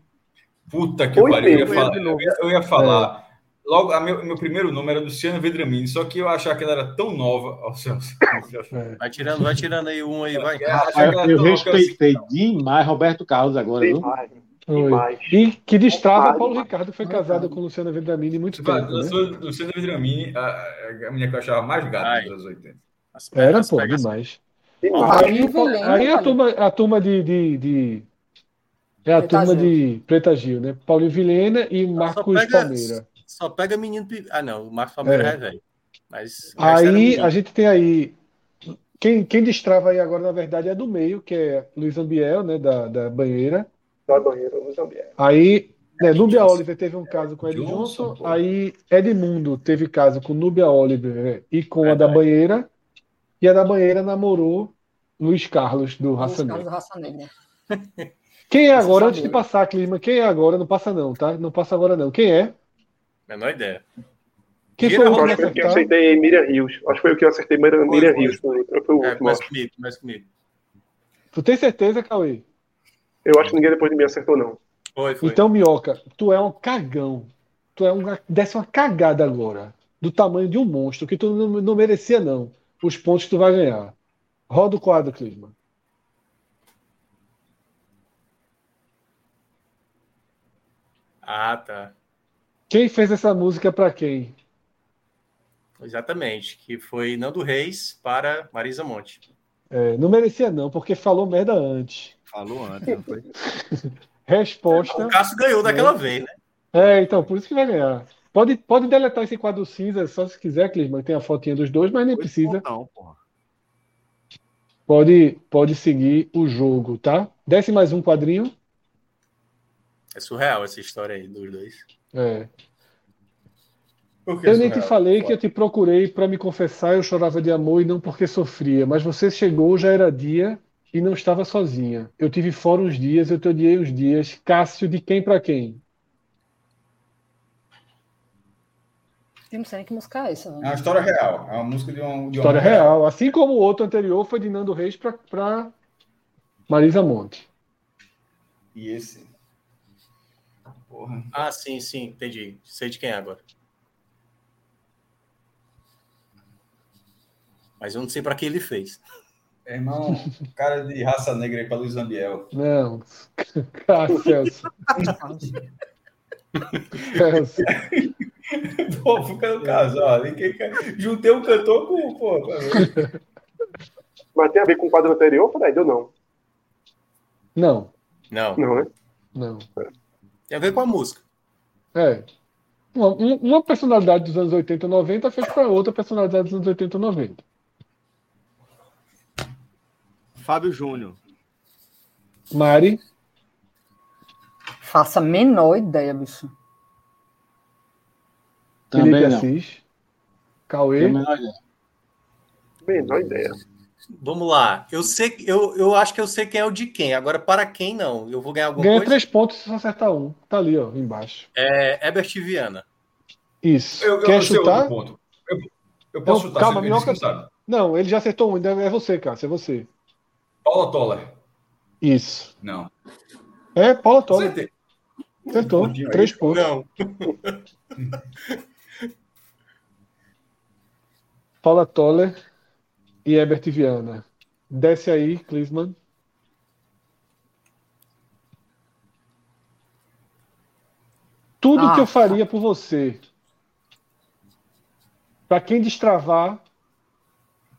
Puta que Oi, pariu, eu ia Pedro, falar. Eu ia, eu ia falar. É. Logo, a meu, meu primeiro nome era Luciana Vedramini, só que eu achava que ela era tão nova. Ó, Celso. É. Vai tirando, vai tirando aí um aí, vai. Eu achava que Ah, ela Eu, era eu tão nova que eu- respeitei demais Roberto Carlos agora, Uhum. viu? Demais, Oi. demais. E que destrava Otário, Paulo mano. Ricardo, que foi casado com Luciana Vendramini há muito Tipo, a tempo, né? Luciana Luciana Vedramini, a, a minha que eu achava mais gata Ai. dos anos 80. As pe- Era, as pô, pegações. demais. Tá Demais. Aí, Rivelino, aí a olha. turma, a turma de, de, de- É a Preta turma Gil. de Preta Gil, né? Paulinho Vilhena e Marcos pega- Palmeira. Só pega menino. pe- Ah, não, o Marcos Palmeira É. é, velho. Mas o resto era Aí menino. a gente tem aí. Quem, quem destrava aí agora, na verdade, é do meio, que é Luiz Ambiel, né? Da, da banheira. Vai banheiro, Luiz Ambiel. Aí, né, Eric Núbia Johnson. Oliver teve um caso com Ed Johnson, Johnson, pô. aí Edmundo teve caso com Núbia Oliver e com a da Verdade. banheira, e a da banheira namorou Luiz Carlos do Os Raça caras Negra. do Raça Negra. Quem é Isso agora, eu antes de sabia. passar a clima, quem é agora? Não passa não, tá? Não passa agora não. Quem é? Menor ideia. Quem Gira foi o a Eu último a acho que foi o que eu acertar? acertei Miriam Rios. Acho que foi o que eu acertei Miriam, Foi, Miriam foi. Rios. Foi, foi o É, último, começa acho. comigo, começa comigo. Tu tem certeza, Cauê? Eu acho que ninguém depois de mim acertou, não. Foi, foi. Então, Minhoca, tu é um cagão. Tu é uma, desce uma cagada agora. Do tamanho de um monstro, que tu não, não merecia, não. Os pontos que tu vai ganhar. Roda o quadro, Clisma. Ah, tá. Quem fez essa música pra quem? Exatamente. Que foi Nando Reis para Marisa Monte. É, não merecia, não, porque falou merda antes. Falou antes, não foi? Resposta. O Cássio ganhou daquela vez, né? É, então, por isso que vai ganhar. Pode, pode deletar esse quadro cinza só se quiser, Clisma. Tem a fotinha dos dois, mas nem precisa. Não, porra. Pode, pode seguir o jogo, tá? Desce mais um quadrinho. É surreal essa história aí dos dois. É. Por que Eu nem te surreal? falei que eu te procurei para me confessar, eu chorava de amor e não porque sofria, mas você chegou, já era dia e não estava sozinha. Eu tive fora uns dias, eu te odiei uns dias. Cássio, de quem para quem? Eu não sei nem que música é essa. É uma história real. É uma música de um. De um História real. Assim como o outro anterior foi de Nando Reis para Marisa Monte. E esse. Porra. Ah, sim, sim, entendi. Sei de quem é agora. Mas eu não sei para que ele fez. É, Irmão, cara de raça negra aí pra Luiz Ambiel. Não. Ah, Celso. Celso. Pô, fica no caso, ó. E quem quer- Juntei um cantor com. Pô, pra ver. Mas tem a ver com o quadro anterior? Peraí, deu não. Não, Não. Não, né? não. Tem a ver com a música. É. Uma, um- uma personalidade dos anos 80 e 90 fez para outra personalidade dos anos 80 e 90. Fábio Júnior. Mari. Faça a menor ideia, bicho. Felipe Também não. Assis. Cauê. Tenho a menor ideia. Menor ideia. Vamos lá. Eu sei, eu, eu acho que eu sei quem é o de quem. Agora, para quem não? Eu vou ganhar alguma Ganha coisa? três pontos se só acertar um. Tá ali, ó, embaixo. É Ebert e Viana. Isso. Eu, eu Quer não sei outro chutar? ponto. Eu, eu posso Não, chutar, calma, você disse que minhoca- não sabe. Não, ele já acertou um. ainda É você, Cássio. É você. Paula Toller. Isso. Não. É, Paula Toller. Acertei. Acertou. Gordinho aí. Três pontos. Não. Paula Toller e Herbert Viana. Desce aí, Clisman. Tudo Ah. que eu faria por você. Pra quem destravar,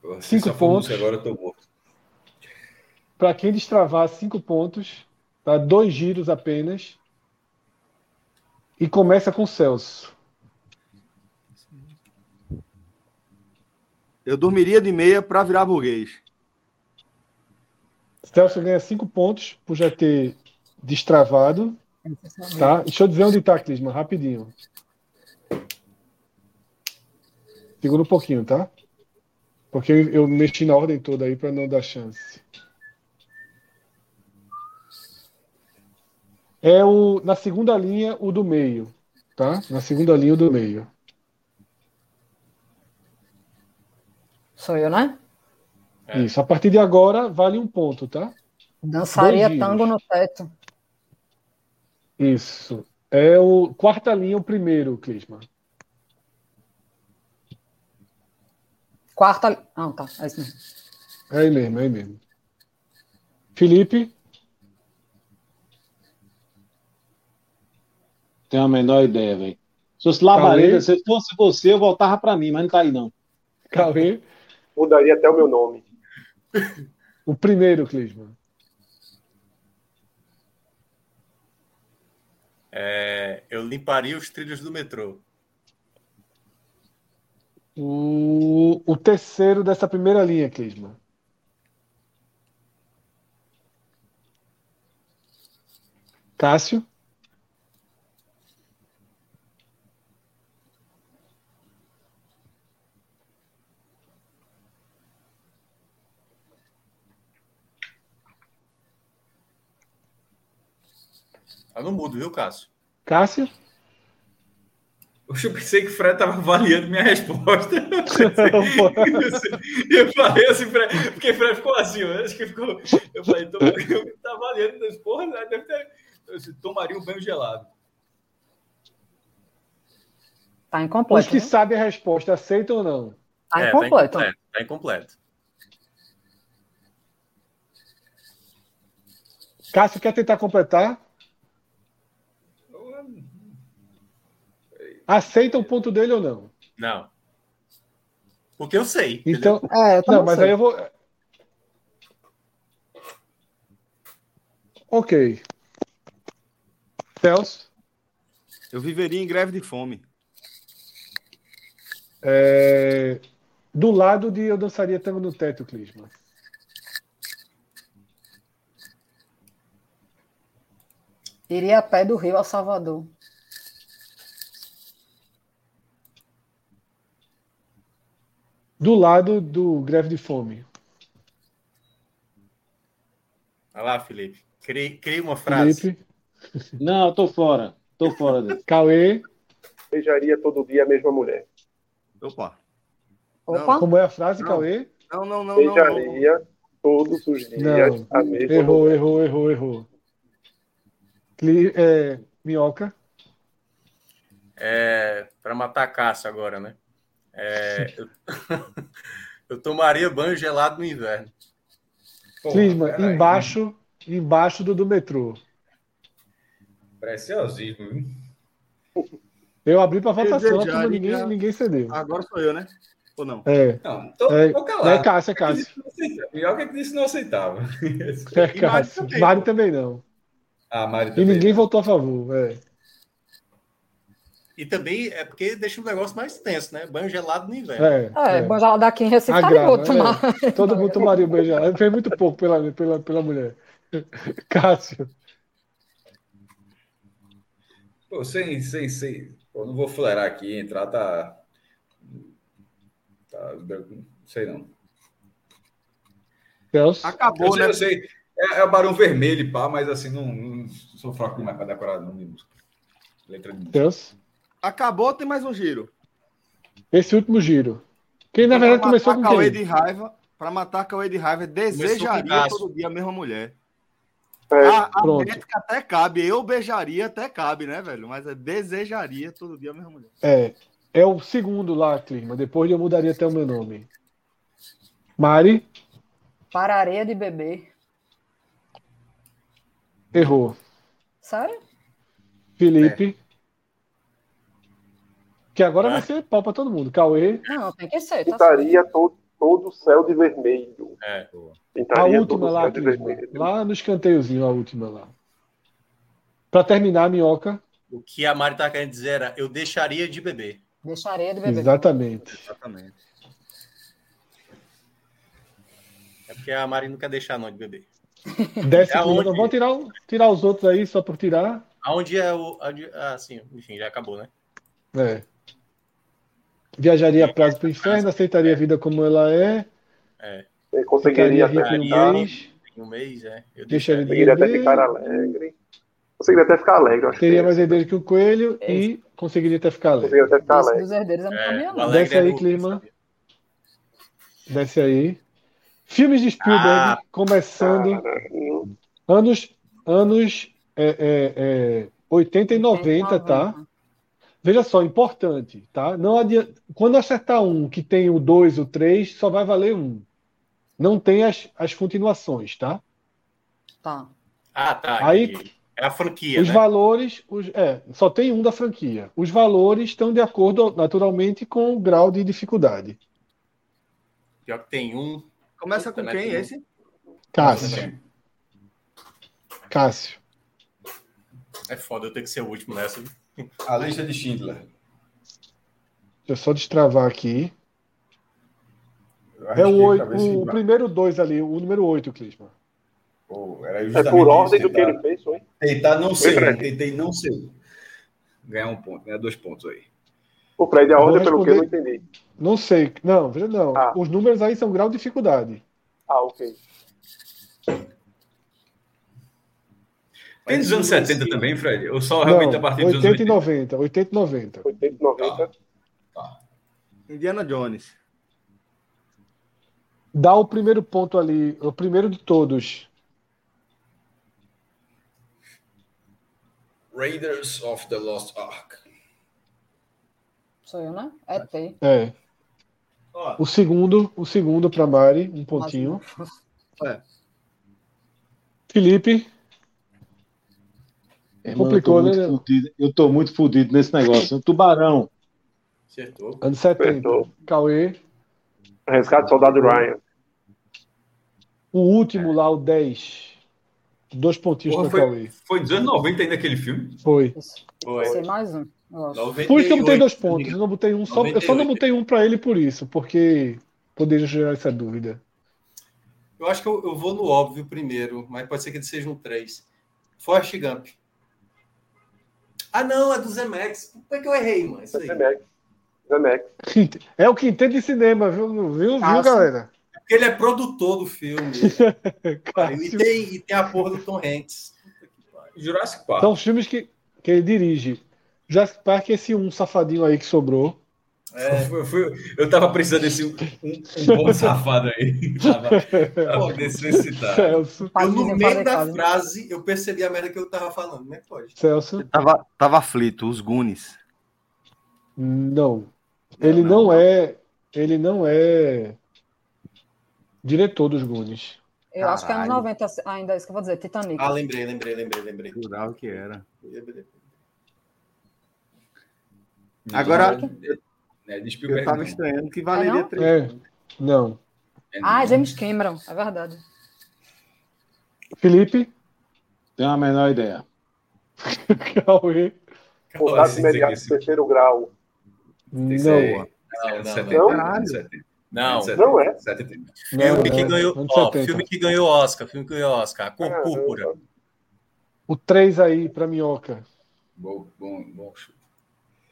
Pô, se Cinco só for pontos. música Agora eu tô morto. para quem destravar cinco pontos, tá? Dois giros apenas. E começa com o Celso. Eu dormiria de meia pra virar burguês. Celso ganha cinco pontos por já ter destravado, tá? Deixa eu dizer onde tá, Clisman, rapidinho. Segura um pouquinho, tá? Porque eu, eu mexi na ordem toda aí para não dar chance. É o na segunda linha o do meio, tá? Na segunda linha o do meio. Sou eu, né? É. Isso. A partir de agora vale um ponto, tá? Dançaria Dois giros. tango no teto. Isso. É o quarta linha, o primeiro, Clisman. Quarta. Ah, tá. É isso mesmo. É aí mesmo, é aí mesmo. Felipe, Tenho a menor ideia, velho. Se fosse labareda, Cauê? se fosse você, eu voltava pra mim, mas não tá aí, não. Cauê, Mudaria até o meu nome. o primeiro, Clisman. É, eu limparia os trilhos do metrô. O, o terceiro dessa primeira linha, Clisman. Cássio, Eu não Tá mudo, viu, Cássio? Cássio, Oxe, Eu pensei que o Fred estava avaliando minha resposta. Eu, pensei- eu falei assim, Fred, porque o Fred ficou assim, eu acho que ficou. Eu falei, tô, eu tá avaliando das porra, né? deve ter. Eu disse, tomaria um banho gelado. Tá os incompleto. que né? sabem a resposta aceitam ou não? Tá é, incompleto. Tá incompleto. Tá incompleto. Cássio quer tentar completar? Aceita o ponto dele ou não? Não. Porque eu sei. entendeu? Então, É, eu também não, mas sei. aí eu vou. Ok. Celso, Eu viveria em greve de fome. é, do lado de eu dançaria tango no teto, Clisma. Iria a pé do Rio ao Salvador. Do lado do greve de fome. Vai lá, Felipe. Criei, criei uma frase. Felipe, Não, eu tô fora. Tô fora dele. Cauê, Beijaria todo dia a mesma mulher. Opa. Opa, como é a frase, Não. Cauê? Não, não, não, não. não. Beijaria todos os dias Não. a mesma mulher. Errou, errou, errou, errou. Cli... É... Minhoca, É, para matar a caça agora, né? É, eu... eu tomaria banho gelado no inverno. Porra, Clisma, peraí. embaixo, embaixo do do metrô. Preciosismo. viu? Eu abri para votação, Desejaria- mas ninguém, ninguém cedeu. Agora sou eu, né? Ou não? É, Não, tô, É, tô calado. é Cássio, é Cássio. Melhor que disse não aceitava. É, E Mari Cássio. também, Mari também não. Ah, Mário E também. ninguém votou a favor. é. E também é porque deixa o negócio mais tenso, né? Banho gelado no inverno. É, é, é. bom, já daqui em Recife tá de Agrava, boa, tomar. é. Todo mundo tomaria um beijo. Ele fez muito pouco pela, pela, pela mulher. Cássio, Pô, sem, sem, sem. Pô, não vou flerar aqui, entrar tá. tá... Não sei não. Celso. Acabou, eu sei, né? eu sei. É, é o Barão Vermelho, e pá, mas assim, não, não sou fraco demais para decorar nome de música. Letra de música. Celso. Acabou, tem mais um giro. Esse último giro. Quem na verdade Pra começou matar com Cauê quem? de raiva, para matar Cauê de raiva, com desejaria Cássio. todo dia a mesma mulher. É, A, a Pronto. métrica até cabe, eu beijaria até cabe, né, velho? Mas é desejaria todo dia a mesma mulher. É, é o segundo lá, Clima. Depois eu mudaria até o meu nome. Mari Parareia de bebê. errou. Sério? É. Felipe. Que agora Ah. vai ser pau pra todo mundo. Cauê, Não, tem que ser. Tá pintaria to- todo o céu de vermelho. É. a Pintaria todo última o céu lá, de Clima. vermelho. Lá no escanteiozinho, a última lá. Pra terminar, a minhoca. O que a Mari tá querendo dizer era: eu deixaria de beber. certo. Deixaria de bebê. Exatamente. Exatamente. É porque a Mari não quer deixar não de beber. Décimo É aonde? programa. Vamos tirar, o- tirar os outros aí, só por tirar. Aonde é o. aonde- ah, sim, enfim, já acabou, né? É. Viajaria a prazo pro inferno, aceitaria a vida como ela é. Ele Ficaria conseguiria até, rico em ficar- um mês. Em um mês, é. Eu Deixaria de conseguiria até beber. ficar alegre. Conseguiria até ficar alegre, eu acho. Teria que mais é. herdeiros que o coelho e conseguiria até ficar leve. Conseguiria até ficar Esse alegre. dos herdeiros eu não sabia, É, o não. Alegre Desce aí, era o- Clima. Desce aí. Filmes de Spielberg, Ah, começando Hum, anos, anos é, é, é, 80 e um, 90, tá? né? Veja só, importante, tá? Não adianta, quando acertar um que tem o 2, o 3, só vai valer um. Não tem as, as continuações, tá? Tá. Ah, tá. Aí- entendi. É a franquia, Os né? valores, os- é, só tem um da franquia. Os valores estão de acordo, naturalmente, com o grau de dificuldade. Pior que tem um. Começa Puta, com né, quem tem um. esse? Ah, né? Cássio. Cássio. É foda eu ter que ser o último nessa. né? A lista de Schindler. Deixa eu só destravar aqui. Eu É arrisquei, o, oito, talvez, o, sim, primeiro dois ali, o número 8, Clisma. pô, era É justamente por ordem isso, do que ele tentar, fez, foi? tentar não ser, Fred. tentei não ser. Ganhar um ponto, ganhar dois pontos aí. O Fred, a Vou ordem pelo que eu não responder. entendi. Não sei. Não, veja, não. Ah. Os números aí são grau de dificuldade. Ah, ok. Tem dos anos 70 também, Fred? Eu só realmente a Não, partir dos 80 e anos 90. 80 e 90. 80, 90. Indiana Jones. Dá o primeiro ponto ali, o primeiro de todos. Raiders of the Lost Ark. Sou eu, né? É T. É. O segundo, o segundo para Mari, um pontinho. Felipe, É, Complicou, eu tô né, muito fudido, eu tô muito fudido nesse negócio. O tubarão. Acertou. anos 70. Acertou. Cauê. Resgate do Soldado Ryan. O último lá, o 10. Dois pontinhos É. Porra, para foi, Cauê. foi dos anos 90 ainda aquele filme? Foi. Isso. Foi. Sei mais um. Eu acho. Por isso que eu botei dois 98, pontos. Eu não botei um só. Eu só 98. não botei um pra ele por isso, porque poderia gerar essa dúvida. Eu acho que eu, eu vou no óbvio primeiro, mas pode ser que ele seja um 3. Forrest Gump. Ah, não, é do Zemex. Por que que eu errei, mano? Isso aí. Zemex. Zemex. É o que entende de cinema, viu, viu, viu Cássio. galera? Porque ele é produtor do filme. e, Cássio. tem, e tem a porra do Tom Hanks. Jurassic Park. São os filmes que, que ele dirige. Jurassic Park, esse um safadinho aí que sobrou. Eu, fui- eu tava precisando desse um, um bom safado aí. tava tava É. necessitado. Celso. Eu, no Patrizinho fora meio de da casa. frase, eu percebi a merda que eu tava falando. Não é que pode. Celso. Tava, tava aflito, os Gunis. Não. Ele não, é. Ele não é. Diretor dos Goonies. Eu acho que é anos Caralho. 90 ainda, é isso que eu vou dizer. Titanic. Ah, lembrei, lembrei, lembrei, lembrei. Jurava que era. Agora, Agora, né, de eu Spielberg, tava não. estranhando que É valeria não? três. É. Não. É, não. Ah, James Cameron. É verdade. Felipe. Tenho a menor ideia. Cauê. Contato esse- imediato assim, esse- terceiro grau. esse Não. aí- Não, anos não, 70, não. anos 70, Não, anos 70, Não é. 70. não, filme que é, ganhou, anos ó, 70. filme que ganhou Oscar, filme que ganhou Oscar, com Caramba. púrpura. O 3 aí pra minhoca. Bom, bom, bom chute.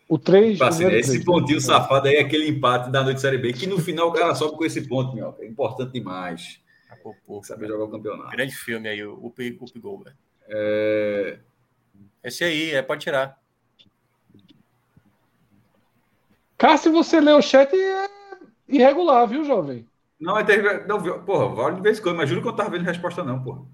O 3. Tipo assim, né, esse pontinho safado aí é aquele empate da noite Série B, que no final o cara sobe com esse ponto, meu. É importante demais. Acopou. Saber jogar o campeonato. Grande filme aí, o Up, Up Goldberg. É, Esse aí, é, pode tirar. Cá, se você lê o chat, é irregular, viu, jovem? Não, mas teve. Não, viu- porra, vale de vez em quando, mas juro que eu não tava vendo resposta, não, porra.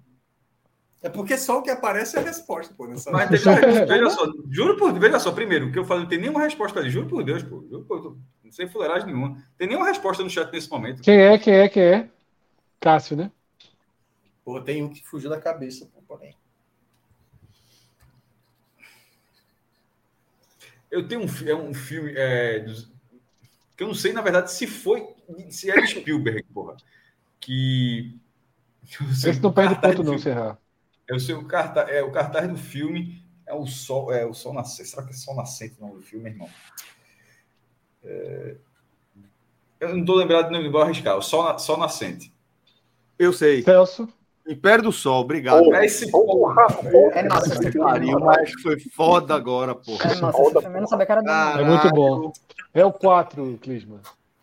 É porque só o que aparece é a resposta, pô. Nessa... Mas teve uma resposta, veja só, juro por veja só, primeiro, o que eu falo, não tem nenhuma resposta ali, juro por Deus, pô, juro por, não sem fuleiragem nenhuma. Tem nenhuma resposta no chat nesse momento. Quem é, quem é, quem é? Cássio, né? Pô, tem um que fugiu da cabeça, pô, porém. Eu tenho um, fi- é um filme é, dos- que eu não sei, na verdade, se foi, se é de Spielberg, porra, que... eu sei Esse o não perde cartaz ponto, do não, filme- Serra. Eu sei o cartaz, é, o cartaz do filme é o sol, é o sol nascente, será que é sol nascente o nome do filme, irmão? É, Eu não tô lembrado, não vou arriscar, o sol, Na- sol nascente. Eu sei. Celso. Império do Sol, obrigado. Oh, É esse Porra, porra, velho. porra. É massa esse Que filme. pariu, mas foi foda agora, pô. É massa esse filme. Eu não sabia que era dele. É muito bom. É o 4, Clisman.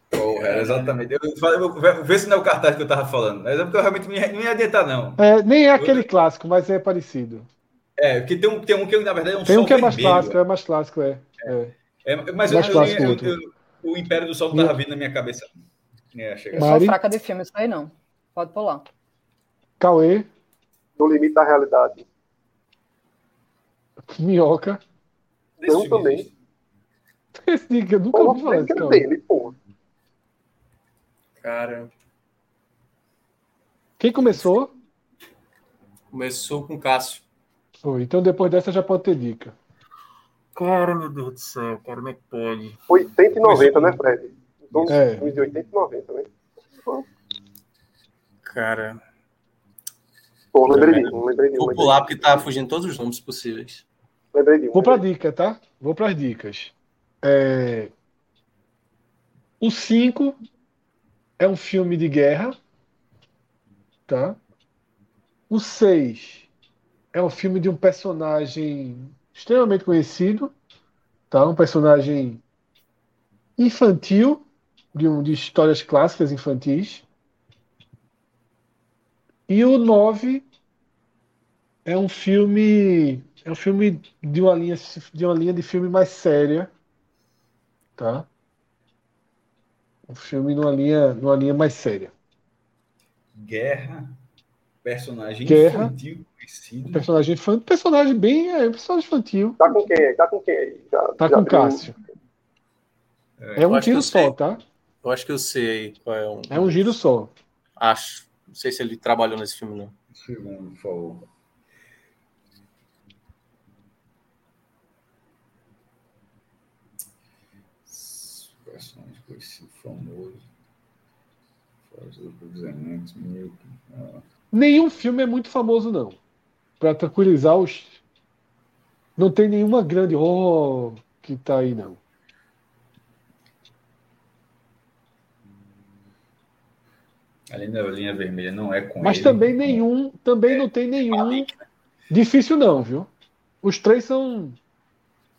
Porra, era exatamente. Eu falei, eu vou- vê se não é o cartaz que eu tava falando. Mas é porque eu realmente não ia, não ia adiantar, não. É, nem é aquele clássico, mas é parecido. É, porque tem um, tem um que, na verdade, é um Tem sol um que é mais vermelho. clássico, é mais clássico, é. é. É, mas mais eu, clássico eu- outro. eu- o Império do Sol não tava vindo na minha cabeça. É, Eu chega. Mari? sou fraca de filme, isso aí não. Pode pular. Cauê, No limite da realidade. Minhoca. Esse um filme eu Então, também. existe. Esse dica eu nunca Porra, ouvi como falar é que desse era Cauê. dele, porra? Cara, Quem começou? começou com Cássio. Foi. Então depois dessa já pode ter dica. Cara, meu Deus do céu, cara, como é que pode? 80 e 90, né, Fred? Então, É. uns de 80 e 90, né? Cara, Pô, lembrei de um, lembrei de um. vou lembrei de um, pular porque tá fugindo todos os nomes possíveis. Lembrei de um. Vou pra lembrei de dica, tá? Vou pras dicas. É, O 5 é um filme de guerra, tá? O 6 é um filme de um personagem extremamente conhecido, tá? Um personagem infantil, de, um, de histórias clássicas infantis. E o 9 é um filme é um filme de uma linha de uma linha de filme mais séria, tá? Um filme numa linha numa linha mais séria. Guerra, personagem Guerra. infantil Um conhecido. personagem infantil, personagem bem, é um personagem infantil. um. Tá com quem aí? Tá com quem aí? Já, Tá já com abriu- um- Cássio. É eu um acho que tiro eu só, sei. tá? Eu acho que eu sei qual é um. É um giro só. Acho. Não sei se ele trabalhou nesse filme, não. Segundo, por favor. Personagem conhecido, famoso. Faz o cruzamento, meio que. ah. Nenhum filme é muito famoso não. Pra tranquilizar os não tem nenhuma grande oh que tá aí não. Além da linha vermelha, não é com Mas ele. também nenhum, também não tem nenhum difícil não, viu? Os três são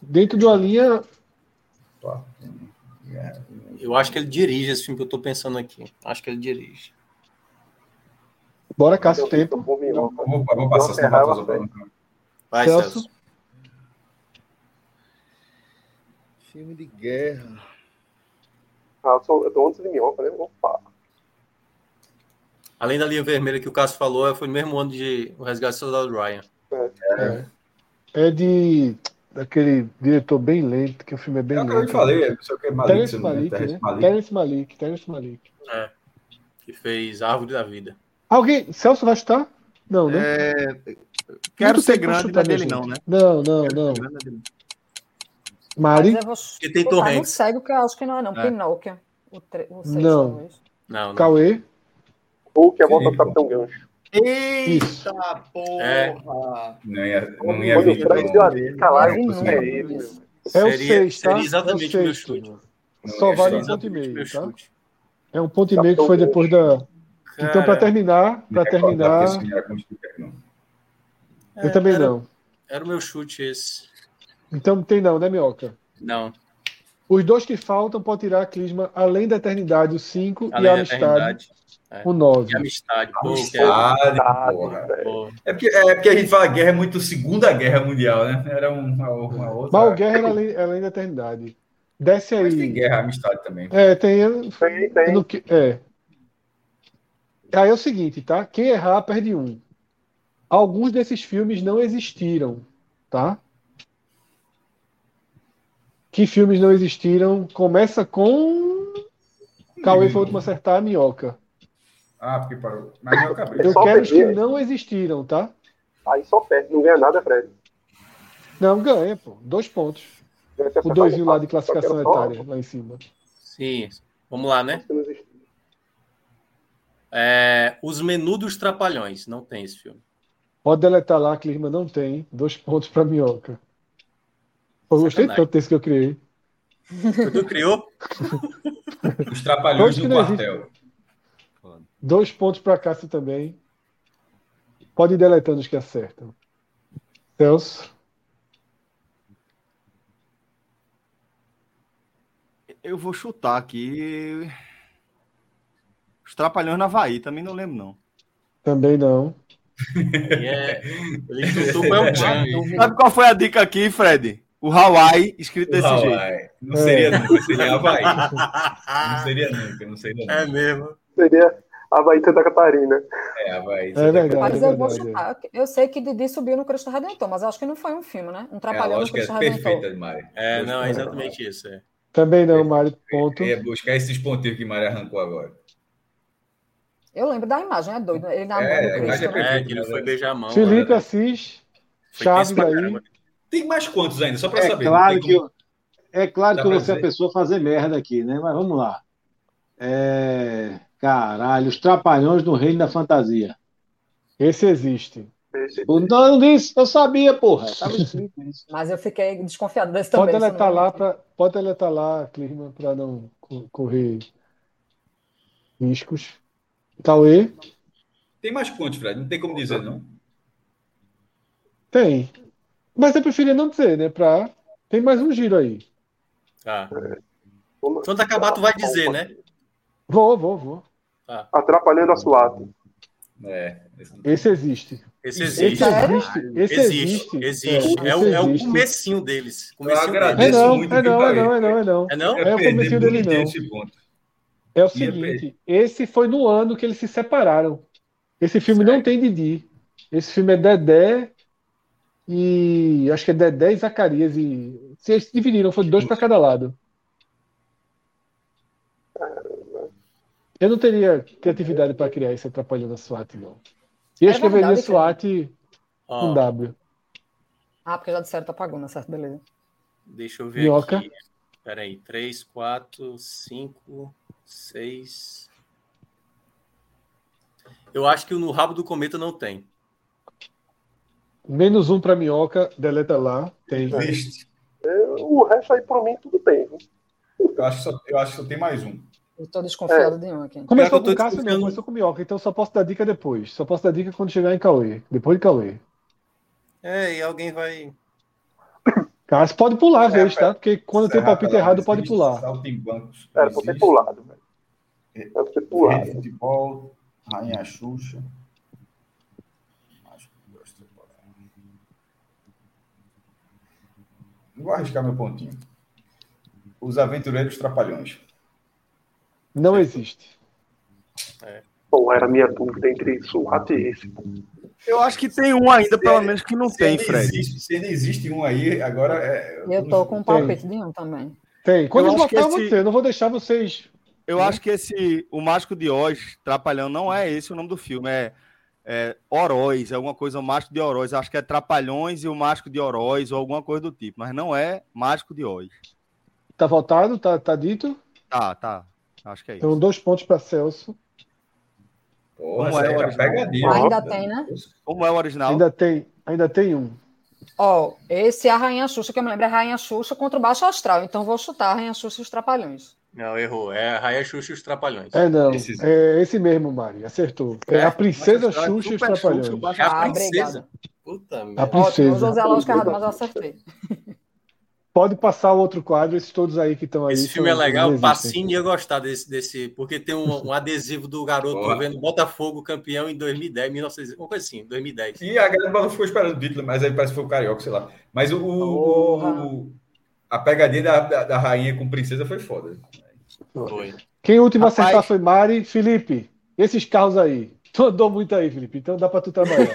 dentro de uma linha Eu acho que ele dirige esse filme que eu tô pensando aqui. Acho que ele dirige. Bora, Cássio, Eu tempo. vou vir, ó. Vou, vou passar, senão vai fazer o problema. Vai, Celso. Celso. Filme de guerra. Ah, eu sou- eu tô antes de minhoca, né? Opa. Além da linha vermelha que o Cássio falou, foi no mesmo ano de O Resgate do Soldado Ryan. né? É de daquele diretor bem lento, que o filme é bem Eu acabei de lento. falar, é só que é maligno, Terence se não me Malik, né? engano, Terrence Malick. Terence Malik, Terence Malik. Que fez Árvore da Vida. Alguém, Celso vai chutar? Não, né? É, Quero Muito ser grande, tempo pra não chutar, é dele minha não, né? gente. Não, não, não. Grande é dele. Mari? Mas é eu vou Que tem chutar Tom no Hanks. cego, que eu acho que não é não. É. Pinóquio. O, tre... o seis, Não. talvez. Não, não. Cauê? Hulk é a volta do Sim. Capitão Gancho. Isso. Eita porra! Não ia, não ia Quando o vir. Fred deu a dica lá, Eu vi eu nunca é ele, meu. isso. É o Seria- 6, tá? seria exatamente é o seis, o meu chute. turma. Não, Só é vale um exatamente ponto e Meu meio, tá? chute. É um ponto e meio Tá que foi depois da. Então, pra Cara, terminar, pra terminar, Porque esse não era com Spielberg, não. eu também é, era- não. Era o meu chute esse. Então não tem não, né, Mioca? Não. Os dois que faltam pode tirar a Clisma, além da eternidade, o 5 e Além a da amistade. eternidade. O 9. De amistade. Pô, que é- Amistade, Amistade, porra. pô. É porque, é porque a gente fala guerra é muito Segunda Guerra Mundial, né? Era um- uma, uma outra. Mas o Guerra era além, era além da eternidade. Desce Mas tem aí. guerra, amistade também. É, tem. eu- Tem, tem. no que- é. Aí é o seguinte, tá? Quem errar, perde um. Alguns desses filmes não existiram, tá? Que filmes não existiram? Começa com. Cauê foi o último a acertar a minhoca. Ah, porque parou. Mas eu acabei. Eu É Só né? quero os que perdi. não existiram, tá? Aí só perde, não ganha nada, Fred. Não, ganha, pô. Dois pontos. Ganha se O doisinho lá de acertar um passo. Só classificação quero só- etária, lá em cima. Sim. Vamos lá, né? que não existe. É, Os Menudos Trapalhões. Não tem esse filme. Pode deletar lá, que Lima não tem. Dois pontos pra minhoca. Eu gostei Sacanagem. tanto desse que eu criei. Tu criou? Os Todos trapalhões que do não existem. quartel. Dois pontos pra Cássio também. Pode ir deletando os que acertam. Celso, Eu vou chutar aqui. Os Trapalhões na Havaí, também não lembro, não. também não. Ele é- Ele chutou é com um El Chan. Sabe qual foi a dica aqui, Fred? O Hawaii, escrito desse Hawaii. jeito. Não seria nunca, seria Havaí. Não seria nunca, não seria nunca. É mesmo. Seria Havaí e Santa Catarina. É, Havaí. É verdade, Mas é eu vou verdade. chutar. Eu sei que Didi subiu no Cristo Redentor, mas eu acho que não foi um filme, né? Um É, a Trapalhão no lógica Cristo é Redentor. perfeita de Mari. É, não, é exatamente isso. é. Também não, Mário. Ponto. É buscar esses pontinhos que Mari arrancou agora. Eu lembro da imagem, é doido. Ele na mão É, do a Cristo, imagem né? É, que ele foi beijar a mão. Felipe né? Assis, Foi Chaves tenso pra aí. caramba. Tem mais quantos ainda? Só pra É saber. claro Tá Tem que eu, é claro Dá que eu vou pra ser a dizer. pessoa a fazer merda aqui, né? Mas vamos lá. É, Caralho, os Trapalhões no Reino da Fantasia. Esse existe. Esse- Eu não disse, eu sabia, porra. Tava escrito isso. Mas eu fiquei desconfiado desse Pode também. se deletar não- lá, pra, pode deletar lá, Clima, para não co- correr riscos. Cauê? Tem mais quantos, Fred? Não tem como dizer, não. Tem. Mas eu preferia não dizer, né? Pra... Tem mais um giro aí. Tá. Vamos- Quando acabar, tu vai dizer, né? Vou, vou, vou. Atrapalhando a suate. É. esse não tem. Esse existe. Esse Esse existe. existe. Esse Existe, existe. existe. É, o, esse é o existe. comecinho deles. Comecinho agradeço. É deles. não, muito é não, pra é não, ele. é não, é não. É não? Eu É o perdi comecinho dele, bonitinho não. esse ponto. É o Ia seguinte, esse foi no ano que eles se separaram. Esse filme não tem Didi. Esse filme é Dedé e acho que é Dedé e Zacarias e se eles se dividiram, foi dois para cada lado. Eu não teria criatividade para criar isso atrapalhando a SWAT, não. E eu É escreveria verdade, SWAT com Ó, W. Ah, porque já disseram que tá pagando, certo? Beleza. deixa eu ver Minhoca. aqui. Peraí. 3, 4, 5, 6. Eu acho que o No Rabo do Cometa não tem. Menos um para minhoca, deleta lá. Tem. Existe. O resto aí, por mim, tudo tem. Eu acho, que só, eu acho que só tem mais um. Eu tô É. desconfiado de um aqui. Pior que eu Começou tô com Cássio, desconfiando. não, começou com minhoca, então só posso dar dica depois. Só posso dar dica quando chegar em Cauê. Depois de Cauê. É, e alguém vai. Cássio pode É, pular às vezes, tá? Porque quando tem Serra palpite Pelada errado, pode existe, pular. Salto em bancos. Era pra ter existe, pulado, velho. Era pra ter Rede pulado. de futebol, Rainha Xuxa. Acho que gosto de bola. Não vou arriscar meu pontinho. Os Aventureiros Trapalhões. Não existe. Bom, era a minha dúvida entre suate e esse. Eu acho que tem um ainda, pelo menos, que não Se tem, ainda Fred. Existe, se ainda existe um aí, agora é. E eu tô com um Tem. palpite de um também. Tem. Quando Eu eu acho que botar esse- você, eu não vou deixar vocês. né? Eu acho que esse O Mágico de Oz, Trapalhão, não é esse o nome do filme, é, é Oroz, alguma coisa, o Mágico de Oroz. Acho que é Trapalhões e o Mágico de Oroz, ou alguma coisa do tipo, mas não é Mágico de Oz. Tá votado, tá, tá dito. Tá, tá. Acho que é Então, isso. dois pontos para Celso. Porra, Como é, essa era Jorge? pegadinha. Ainda tem, né? Como é o original? Ainda tem, ainda tem um. Ó, esse é a Rainha Xuxa, que eu me lembro é a Rainha Xuxa contra o Baixo Astral. Então vou chutar a Rainha Xuxa e os Trapalhões. Não, errou. É Raia Xuxa e os Trapalhões. É não. Esse- É esse mesmo, Mari. Acertou. É a Princesa Xuxa e os Super Xuxa, Trapalhões. o Baixo É a Ah, princesa. obrigada. Puta merda. A Ótimo, princesa. José Alonso Carrado, mas eu acertei. Pode passar o outro quadro, esses todos aí que estão aí. Esse filme é são- legal, existem. Pacini ia gostar desse, desse porque tem um, um adesivo do garoto Boa. vendo Botafogo campeão em 2010, 1900, uma coisa assim, 2010. E a galera do Botafogo ficou esperando o título, mas aí parece que foi o Carioca, sei lá. Mas o, o- o- a pegadinha da, da, da rainha com princesa foi foda. Foi. Quem o último a Rapaz. acertar foi Mari. Felipe, esses carros aí. Tu andou muito aí, Felipe, então dá pra tu trabalhar.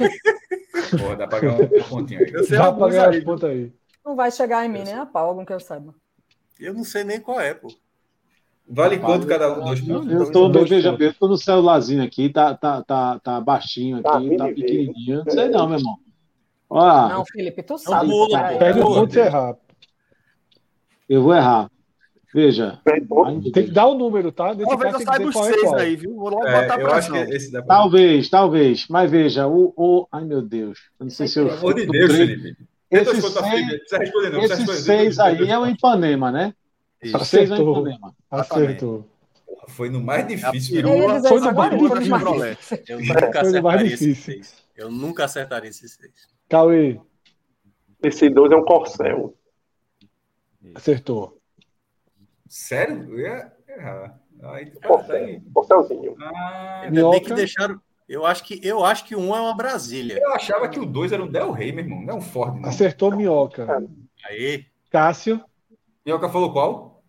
Porra, dá pra ganhar um pontinho aí. Eu sei dá pra alguns ganhar aí. as pontas aí. Não vai chegar em mim nem a pau, algum que eu saiba. Eu não sei nem qual é, pô. Vale quanto cada um? Dois pontos. Eu tô, no- veja bem, eu tô no celularzinho aqui, tá, tá, tá, tá baixinho Tá aqui, ruim tá de ver, pequenininho. Não sei não, meu irmão. Ah. Ó, Não, Felipe, tu sabe. pula, peraí. Perde é o Pô, ponto e Deus. errar. eu vou errar. Veja. Perde ponto? Ai, meu Tem que Deus. dar o número, tá? Dentro Talvez eu tem que saiba dizer os qual é seis qual. aí, viu? Vou logo É, botar eu pra acho que esse dá pra. Talvez, talvez. Mas veja, o, o. Ai, meu Deus. Eu não sei se eu. Pelo amor de Deus, Felipe. Dê dois Esses pontos pra né? seis, Felipe. Não precisa responder, não. Não precisa esses responder. seis aí é o Ipanema, né? Esses seis é o Acertou. Ipanema. Acertou. Porra, Ah, Foi no mais difícil. né? Eu ia dizer Foi isso no agora, banco foi do no Chevrolet. Marquinhos. Eu nunca Foi o mais acertaria esses difícil. seis. Eu nunca acertaria esses seis. Cauê, Esse 2 é um corcel. acertou. Sério? Eu ia errar. Aí, cara, tá aí. Corcel. Corcelzinho. Ah, Ainda bem que Minhoca. deixaram. Eu acho que, eu acho que um é uma Brasília. eu achava que o dois era um Del Rey, meu irmão. Não é um Ford, não. Acertou Minhoca. Aí, Cássio, Minhoca falou qual?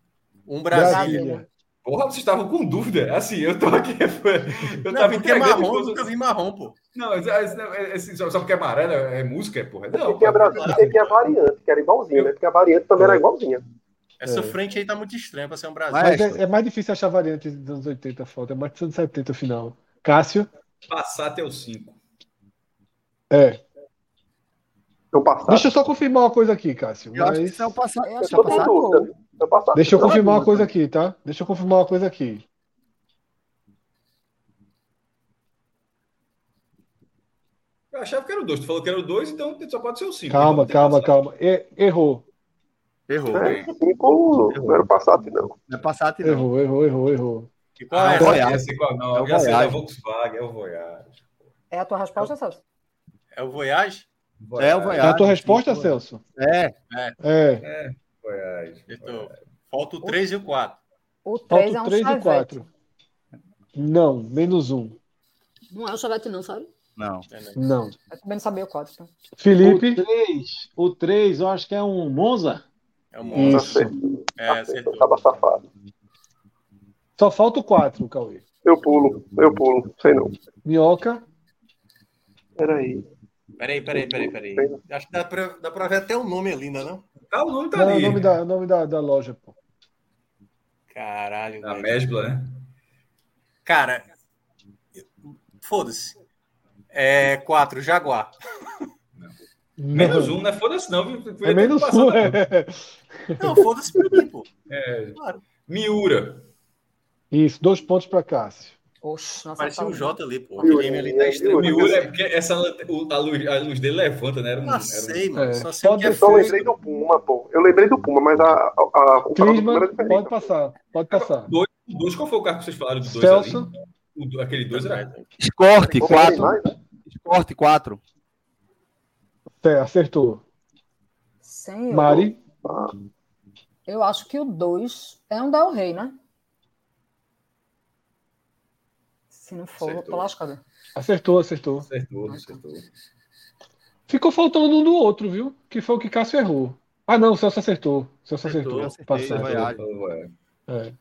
um Brasília. Brasília. Porra, vocês estavam com dúvida. Assim, eu tô aqui. Eu Não, tava porque é entregando. assim. marrom, coisas- nunca vi marrom, pô. Não, esse- esse- só só porque é amarelo é é música, é porra. Não, E tem a Brasília, e tem a variante, que era igualzinha, né? Porque a variante também era igualzinha. Essa É. frente aí tá muito estranha pra ser um Brasília. Mas é, é mais difícil achar variantes dos anos 80 foto. É mais dos anos 70 o final. Cássio, passar até o 5. é. No passado. Deixa eu só confirmar uma coisa aqui, Cássio. Eu acho que mas- isso é o passado. Eu eu acho que é tô o com passado. dúvida. No passado. Deixa eu Toda confirmar uma dúvida. coisa aqui, tá? Deixa eu confirmar uma coisa aqui. Eu achava que era o 2. Tu falou que era o 2, então só pode ser o Então, 5. Calma, calma, calma. E- errou, Errou. É, cinco não era o passado, não. Tá Não é passado, não. errou, errou, errou, errou. E qual Ah, é? Voyage. Eu sei qual não. É Eu o já sei, é Voyage. o Volkswagen, é o Voyage. É a tua resposta, Celso? É o Voyage? É o É a tua Voyage. resposta, Celso? É. É, Voyage. Eu tô- Falta o É. 3 e o 4. O 3 é falta um 3 e chevette. 4. Não, menos um. Não é um chevette, não, sabe? Não. Não. Eu também não sabia o código. então. Felipe, O 3, o 3, eu acho que é um Monza. É o Hum. Não Monza. Isso. sei. É, acertou. Tava safado. só falta o 4, Cauê. Eu pulo, eu pulo, sei não. Minhoca, né? Peraí. Peraí, peraí, peraí, peraí. Acho que dá pra, dá pra ver até o nome ali, ainda não? Tá, o nome tá não, é o ali. nome da, é o nome da, da loja, pô. Caralho, Na velho. Mesbla, né? Cara, foda-se. É 4, Jaguar. Menos Não. um, né? Foda-se não. viu? Podia É ter menos passado. um, é. Não, foda-se pra mim, pô. É. Claro. Miura. Isso, dois pontos pra Cássio. Oxe, nossa. Parecia tá um lindo. J ali, pô. Miura, Aquele M ali é, tá estranho. Miura. Miura é porque essa, lan- o- a, luz, a luz dele levanta, né? Era um, Não era sei, mano. É. Só sei o que é Pode- Só fogo. lembrei do Puma, pô. Eu lembrei do Puma, mas a, a, a, o carro do Puma Clisma, era diferente. pode passar, pode passar. um dois, o dois, qual foi o carro que vocês falaram de dois Celso, ali? O do- aquele dois era. Escorte, Vamos ver 4. mais, né? Escorte, 4. é, acertou. Senhor. Mari, Ah, Eu acho que o 2 é um Del Rey, né? Se não for, eu tô Acertou. lascada. acertou, acertou. Acertou, acertou. Ficou faltando um do outro, viu? Que foi o que Cássio errou. Ah, não, o Celso acertou. O Celso acertou. Acertou, Tá acertei, certo. vai. Voyage. Falou, é. É.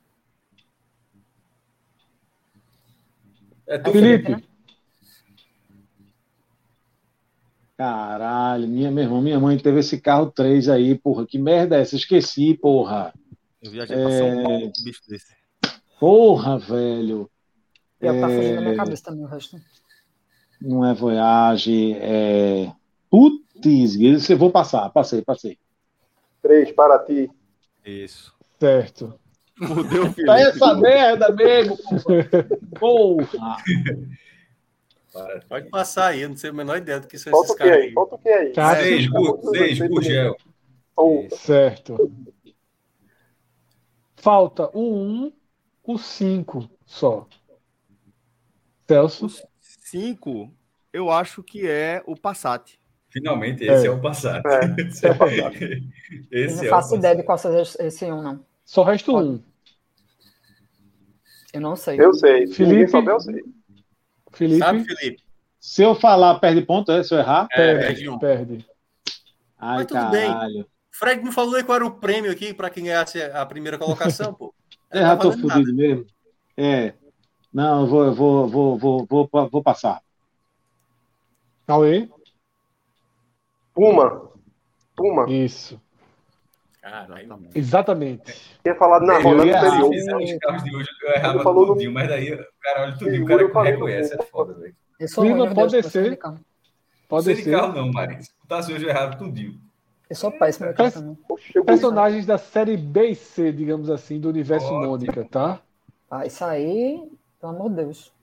É tu, Felipe. né? Felipe, Caralho, minha, meu irmão, minha mãe teve esse carro 3 aí, porra. Que merda é essa? Esqueci, porra. Eu viajei pra É. São Paulo com um bicho desse. Porra, velho. Já tá fugindo é, da minha cabeça também o resto. Não é Voyage, é. Putz, isso eu vou passar, passei, passei. três, para ti. Isso. certo. Fudeu, filho. Tá essa merda mesmo, porra. Porra. Para. Pode passar aí, eu não sei a menor ideia do que são Falta esses o que aí? caras aí. Falta o que aí? Cássio. Seis, Gu- seis, Gurgel. Um. Certo. Falta o 1, o 5 só. Celso, 5, eu acho que é o Passat. Finalmente, esse é, o passado. É. Esse é o passado. eu Esse não é o faço ideia de passado. qual seja esse- esse um, não. Só resta um. Eu não sei. Eu sei. Felipe- Ninguém souber, eu sei. Felipe Sabe, Felipe? Se eu falar, perde ponto, é? Se eu errar? É, Perde. perde um. perde. Ai, Mas tudo bem. caralho. Fred não falou nem qual era o prêmio aqui para quem ganhasse a primeira colocação, pô. É, Eu já tô Não tá valendo fudido mesmo. É. Não, eu vou, eu vou, vou, vou, vou, vou, vou passar. Cauê? Puma. Puma. Isso. Caralho. Exatamente. Tinha falado na Eu rodada ia- Se anterior. fizer os carros de hoje, eu Ele errava falou tudinho, mas daí, o cara, olha tudinho, o Segura cara o palito, reconhece, é foda, velho. Eu sou ruim, Clima meu pode Deus, pra ser. explicar. Não Pode sei de ser. carro não, Mari. Se botasse hoje, eu errava tudinho. Eu sou péssimo. meu Cara, também. Chegou. Personagens da série B e C, digamos assim, do universo Ótimo. Mônica, tá? Ah, isso aí, pelo amor de Deus.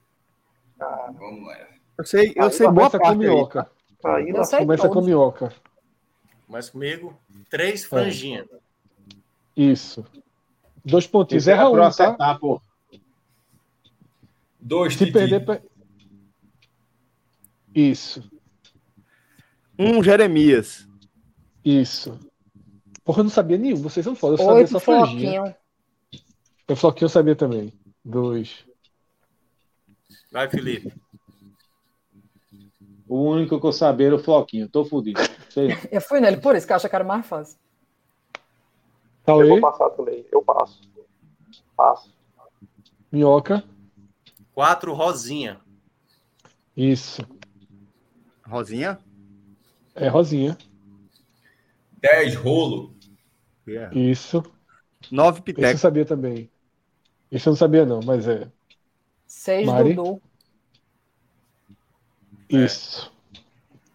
Vamos lá. Eu sei, eu sei boa Começa com Ah, parte aí. minhoca. Aí, Eu sei Começa com todos. minhoca. Mas comigo, três franjinhas. Isso. Dois pontinhos. Isso é Erra pra eu um, tá? acertar, pô. Dois, Se Titi. perder. pe- Isso. Um Jeremias. Isso. Porra, eu não sabia nenhum. Vocês são foda. Eu sabia Oito só franjinha. floquinhos. Eu floquinho eu sabia também. Dois. Vai, Felipe. O único que eu sabia era o Floquinho. Tô fudido. Sei. Eu fui nele, por isso que eu acho que era mais fácil. Eu Cauê, vou passar também. Eu passo. Passo. minhoca. Quatro rosinha. Isso. Rosinha? É Rosinha. Dez, rolo. Isso. Nove Esse eu Piteco. sabia também. Esse eu não sabia, não, mas é. Seis Mari? Dudu. Isso.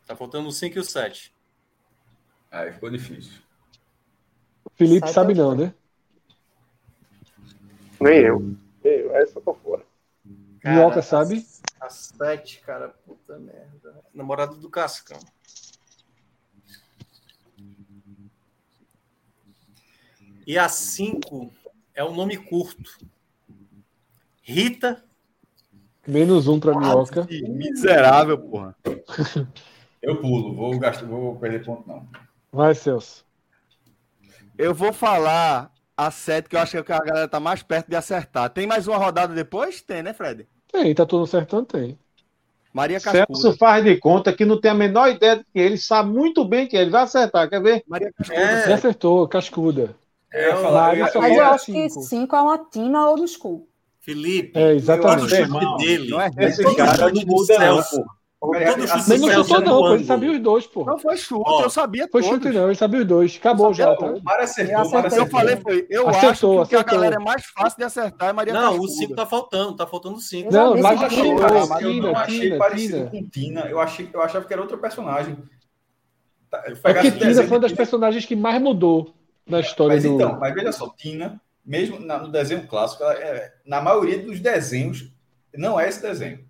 Tá faltando o 5 e o 7. Aí ficou difícil. Felipe Sabe sabe eu não, né? Nem eu. Nem eu. Essa eu tô fora. Minhoca sabe? A 7, cara, puta merda. Namorado do Cascão. E a 5 é um nome curto. Rita, Menos um Ah, pra minhoca. Que miserável, porra. Eu pulo, vou, gastar, vou perder ponto não. Vai, Celso. Eu vou falar a sete, que eu acho que a galera tá mais perto de acertar. Tem mais uma rodada depois? Tem, né, Fred? Tem, tá tudo certo, tem. Maria Cascuda. Celso faz de conta que não tem a menor ideia de que ele sabe muito bem que ele vai acertar. Quer ver? Maria Cascuda. Você É, acertou, cascuda. Eu ia o falar, eu ia Mari, só falar- Mas eu Agora acho que cinco. cinco é uma Tina ou do School. Felipe. É, Todo exatamente. Meu chute irmão, dele. Não é Esse Todo cara chute não do muda, não, Celso. pô. Todo assim, chute Mas do não Celso chutou, é não, no pô. Ele ângulo. sabia os dois, pô. Não foi chute, Ó, eu sabia Foi todos. chute, não. Ele sabia os dois. Acabou já, tá? O Mari acertou, o Eu Mari Mas eu acertou. falei foi, eu Acertou, acho que o que a acertou. galera é mais fácil de acertar é Maria Não, o Cascuda. 5 tá faltando, tá faltando 5. Eu já Não, disse Eu mas não achei Tina, parecido, Assim, eu Tina, É não achei Tina, parecido Tina. com Tina. Eu, achei, eu achava que era outro personagem. Tá, eu É pegasse porque o Tina desenho foi uma de das personagens que mais mudou na história Mas do. então, mas veja só, Tina, mesmo na- no desenho clássico, ela é- na maioria dos desenhos, não é esse desenho.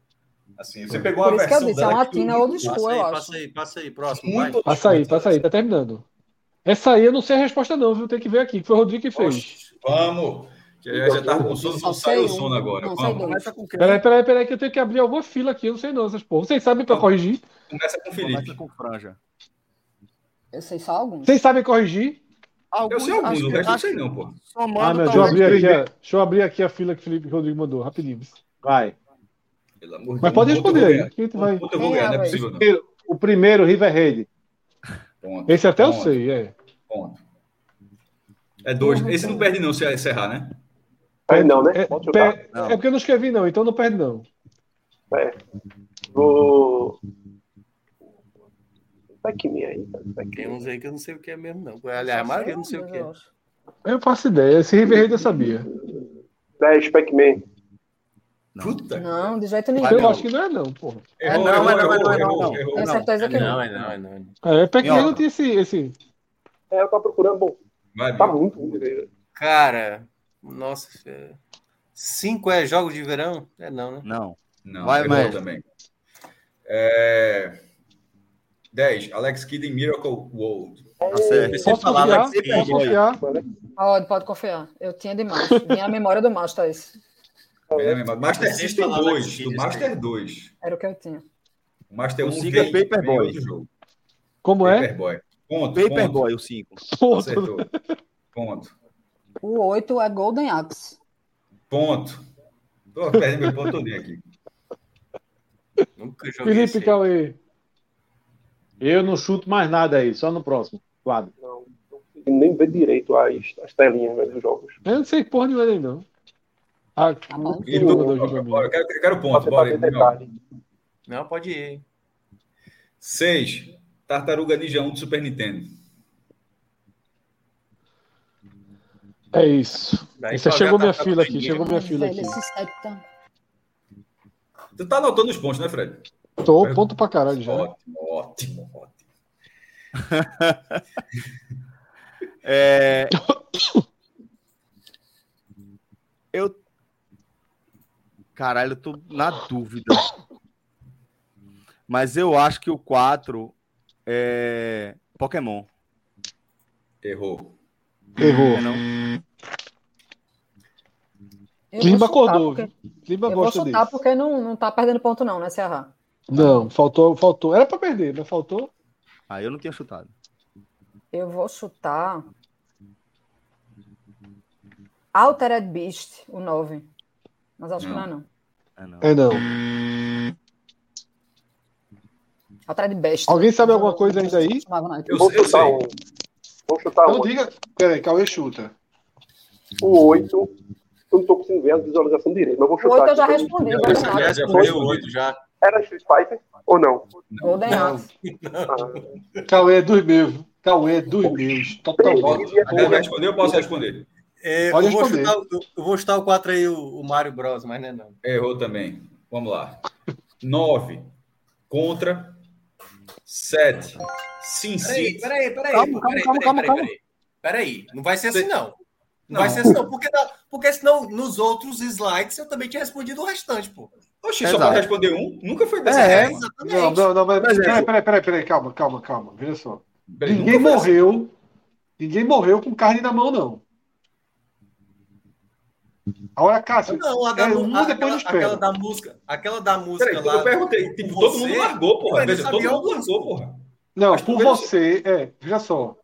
Assim, Hum. você pegou Por uma isso que eu versão disse, é dela uma que Tina eu- old school. Passa eu aí, acho. passa aí, passa aí, próximo. vai. Muito Passa aí, passa aí, tá terminando. Essa aí eu não sei a resposta, não, viu? Tem que ver aqui, que foi o Rodrigo que fez. Oxe, Vamos! Já, já tava tá com sono, Só não saiu o sei um. sono agora. Não, sai Vamos. dois. Começa com quem? Peraí, peraí, peraí, que eu tenho que abrir alguma fila aqui, eu não sei não, essas porra. Vocês sabem pra corrigir? Começa com o Começa Felipe. com franja. Eu sei só alguns. Vocês sabem corrigir? Eu sei alguns, o resto eu não sei não, pô. Ah, Somando, meu Deixa eu talvez- abrir aqui, a, deixa eu abrir aqui a fila que o Felipe Rodrigo mandou, rapidinho. Vai. Pelo amor Mas de Deus, pode um ponto eu vou responder aí. ganhar. que a gente Um vai- ponto eu vou ganhar, não é possível não. Primeiro, o primeiro, Riverhead. Ponto, Esse até eu ponto, sei, é. ponto. É dois. Esse não perde não se encerrar, né? Aí não, né? É, Pode chutar. pe- é porque eu não escrevi, não, então não perde, não. Do... Tá aqui minha aí. tá aqui. Tem uns aí que eu não sei o que é mesmo, não. Aliás, a maioria eu não sei o que é. Eu faço ideia, esse Riverhead eu sabia. 10 É, Pac-Man. Puta. Não, de jeito nenhum. Ah, Eu não. acho que não é, não, porra. Errou, não, errou, é não, é errou, não, é errou, não. errou. Tenho certeza que não. Não, é não, é não. É, Pac-Man não Minhoca. tinha esse, esse. É, eu tava procurando. Bom, Vai, tá Bill. muito. ruim. Cara, nossa. é- Cinco é jogos de verão? É não, né? Não. Não, Vai, errou Maestro. também. É... 10. Alex Kidd em Miracle World. Tá certo. Você Posso falar confiar? Alex Kidd, Posso confiar? Pode, pode confiar. Eu tinha demais. Minha memória do Master, esse. é Master Você System fala Alex 2. Kidd, Do Master 2. Era o que eu tinha. O Master O 1 Siga vem, Paper vem Boy. outro jogo. Como é? Paperboy. Ponto, Paperboy, o 5. ponto. Ponto. Acertou. Ponto. O 8 é Golden Axe. Ponto. Tô perdendo meu ponto todinho aqui. Nunca joguei Felipe esse. então. Cauê. Eu não chuto mais nada aí, só no próximo quadro. Não, não consegui nem ver direito as, as telinhas velho, dos jogos. Eu não sei porra nenhuma dele, não. Ah, Tá bom. E tu, Tudo, Benjamin. bora, eu quero, eu quero ponto. Pra Bora aí, ver Daniel. detalhe. Não, pode ir. hein? 6. Tartaruga Ninja 1 do Super Nintendo. é isso. Daí Essa pra chegou ver a minha Tartaruga fila aqui, Ninja. chegou minha fila Velho, aqui. esse site tá- Tu tá anotando os pontos, né, Fred? Tô ponto pra caralho já. Ótimo, ótimo, ótimo. É... Eu. Caralho, eu tô na dúvida. Mas eu acho que o 4 é. Pokémon. Errou. É Errou. não? Eu Climba vou chutar, acordou. porque- Clima Eu vou gosta chutar dele. porque não, não tá perdendo ponto, não, né, Serra? Não, faltou, faltou. Era pra perder, mas faltou. Aí eu não tinha chutado. Eu vou chutar. Altered Beast, o 9. Mas acho que não é, não. É, não. É não. Altered Beast. Alguém sabe alguma coisa ainda aí? Chamava, não. Eu, Vou eu sei. chutar um. Vou chutar Não um. diga. Peraí, Cauê chuta. O 8. Eu não tô conseguindo ver a visualização direito, mas vou O chutar. 8 Um eu já aqui. respondi. né? Eu vou sei, chutar. Já respondeu o oito já. Era Street Fighter ou não? Golden Não. Axe. Ah, Cauê é dos meus. Cauê é dos meus. Totalmente. Posso- A galera responder, eu posso responder. É, Pode eu, vou responder. chutar, o- eu vou chutar o 4 aí, o, o Mario Bros, mas não é não. Errou também. Vamos lá. 9 contra 7. Sim, sim. peraí, peraí. Calma, calma, calma, calma, calma. Peraí, não vai ser Você- assim não. Não. Não, vai ser assim não, porque, na- porque senão nos outros slides eu também tinha respondido o restante, pô. Oxi, só Exato. pode responder um? Nunca foi dessa É, forma. exatamente. Não, não, não, mas. Mas é. Peraí, peraí, peraí, peraí, calma, calma, calma. Veja só. Peraí, nunca Ninguém foi assim. morreu. Ninguém morreu com carne na mão, não. Agora, Cássio, Não, a da, É, mu- um a- depois aquela, nos pega. aquela da música, aquela da música Peraí, lá. eu perguntei. Tipo, com todo você, mundo largou, porra. mas Veja, não todo sabia mundo o- largou, porra. não, mas tu por veja- você, é, veja só.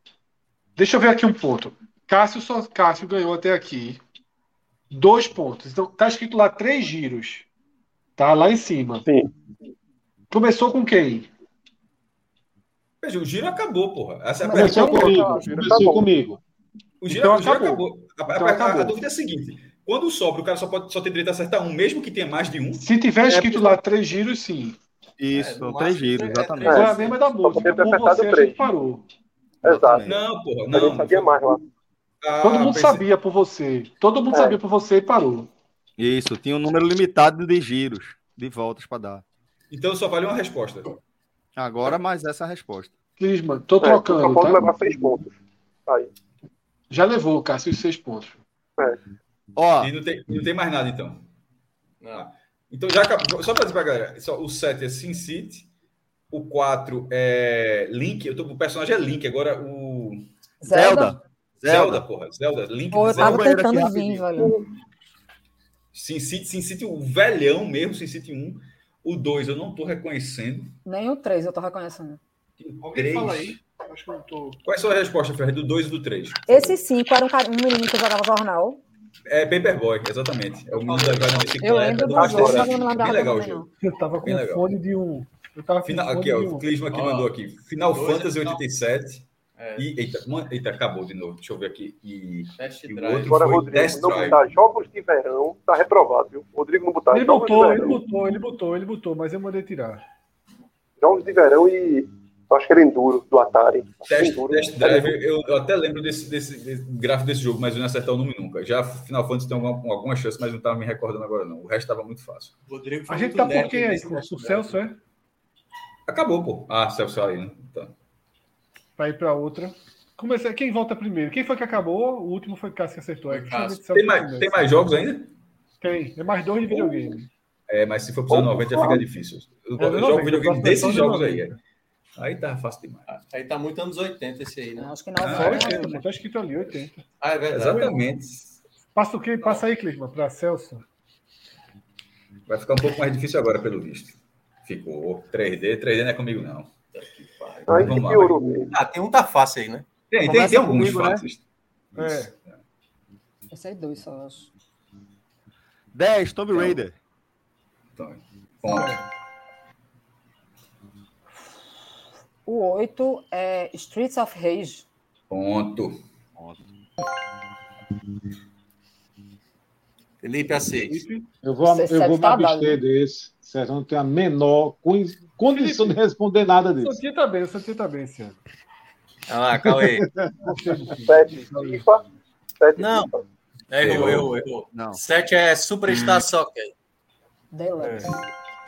Deixa eu ver aqui um ponto. Cássio só Cássio ganhou até aqui dois pontos. Então, tá escrito lá três giros. Tá lá em cima. Sim. Começou com quem? Veja, o giro acabou, porra. Essa- é Mas a- Começou eu tô- comigo. tá Começou bom. comigo. O giro, Então o giro acabou. acabou. A, a- Então a- acabou. a dúvida é a seguinte: quando sobra, o cara só, pode, só tem direito a acertar um, mesmo que tenha mais de um. Se É, tiver escrito lá três giros, sim. É, Isso, no são três máximo, giros, é, exatamente. Foi É, a mesma da música. poderia ter Por acertado você, a três. gente parou. Exato. Não, porra, Eu não. não sabia mais lá. Ah, Todo mundo pensei- sabia por você. Todo mundo É. sabia por você e parou. Isso, tinha um número limitado de giros, de voltas para dar. Então só vale uma resposta. Agora mais essa resposta. Clisma, tô É, só trocando, pode tá? levar seis pontos. Aí. Já levou, Cássio, os seis pontos. Ó, Ah. E não tem, não tem mais nada, então. Não. Então já acabou. Só pra dizer pra galera: só, o 7 é Sin City, o 4 é Link. Eu tô, o personagem é Link, agora o. Zelda. Zelda, porra. Zelda, Link. Pô, eu Zelda. o tava banheiro tentando aqui vir, rapidinho. velho. Sin City, Sin City, o velhão mesmo, Sin City 1. O 2 eu não tô reconhecendo. Nem o 3 eu tô reconhecendo. O Alguém fala 3. aí. Acho que eu não tô. Quais são as respostas, Fred? Do 2 e do 3? Esse 5 era um, cara- um menino que jogava jornal. É Paperboy, exatamente. É o menino da vai na bicicleta. Eu lembro dá do uma jogo, mas história. eu não lembrava Bem do legal o nome, jogo. não. Eu tava com Bem legal. fone de um. Eu tava com Final, fone aqui, de ó, um. o Clisma aqui Ó. mandou aqui. Final Dois, Fantasy então. 87. É, E, eita, uma- eita, acabou de novo. Deixa eu ver aqui. E test E o drive. outro- Agora, Foi Rodrigo, Death não tá. Drive. botar jogos de verão, tá reprovado, viu? Rodrigo não Tá botar Ele jogos botou, de ele verão. botou, ele botou, ele botou, mas eu mandei tirar. Jogos de verão e. Eu acho que era Enduro, do Atari. Acho que Test, Enduro, né? test era Drive, eu, eu até lembro desse, desse, desse gráfico desse jogo, mas eu não ia acertar o número nunca. Já Final Fantasy tem alguma, alguma chance, mas não estava me recordando agora, não. O resto estava muito fácil. Rodrigo foi A gente muito tá por nerd né? quem aí, nesse test Celso? O drive. Celso é? Acabou, pô. Ah, Celso aí, né? Tá. Pra ir pra outra. Começa, quem volta primeiro? Quem foi que acabou? O último foi o Cássio que acertou. É, Foi deixa eu ver se Cássio. o Celso Tem, mais, começa. tem mais jogos ainda? Tem. É mais dois de videogame. É, mas se for para os 90 já fica difícil. Eu, É, eu não, jogo velho, videogame eu gosto desses de jogos aí. 90. é. Aí tá fácil demais. Aí tá muito anos 80 esse aí, né? Acho que é Ah, Só 80, 9 pô, tá escrito ali, 80. Ah, é verdade. Exatamente. Passa o quê? Passa aí, Clisma, pra Celso. Vai ficar um pouco mais difícil agora, pelo visto. Ficou 3D. 3D não é comigo, não. Puta que pariu. Aí Vamos lá, piorou mesmo. Ah, tem um tá fácil aí, né? Tem, tem, Começa tem alguns comigo, né? fáceis. É. Isso. Eu sei é dois só, eu acho. 10, Tomb é, Raider. Então, ponto. O oito é Streets of Rage. Ponto. Felipe aceita. Eu vou, Você eu vou me sabe tá abster dado. desse. Certo? Eu não tenho a menor coi- condição de responder nada O disso. Santinha tá bem, o Santinha tá bem esse ano. Ah, lá, calma aí. Sete FIFA. Sete Não. FIFA. É, Errou, errou, errou. Não. 7 é Superstar Soccer. Deluxe.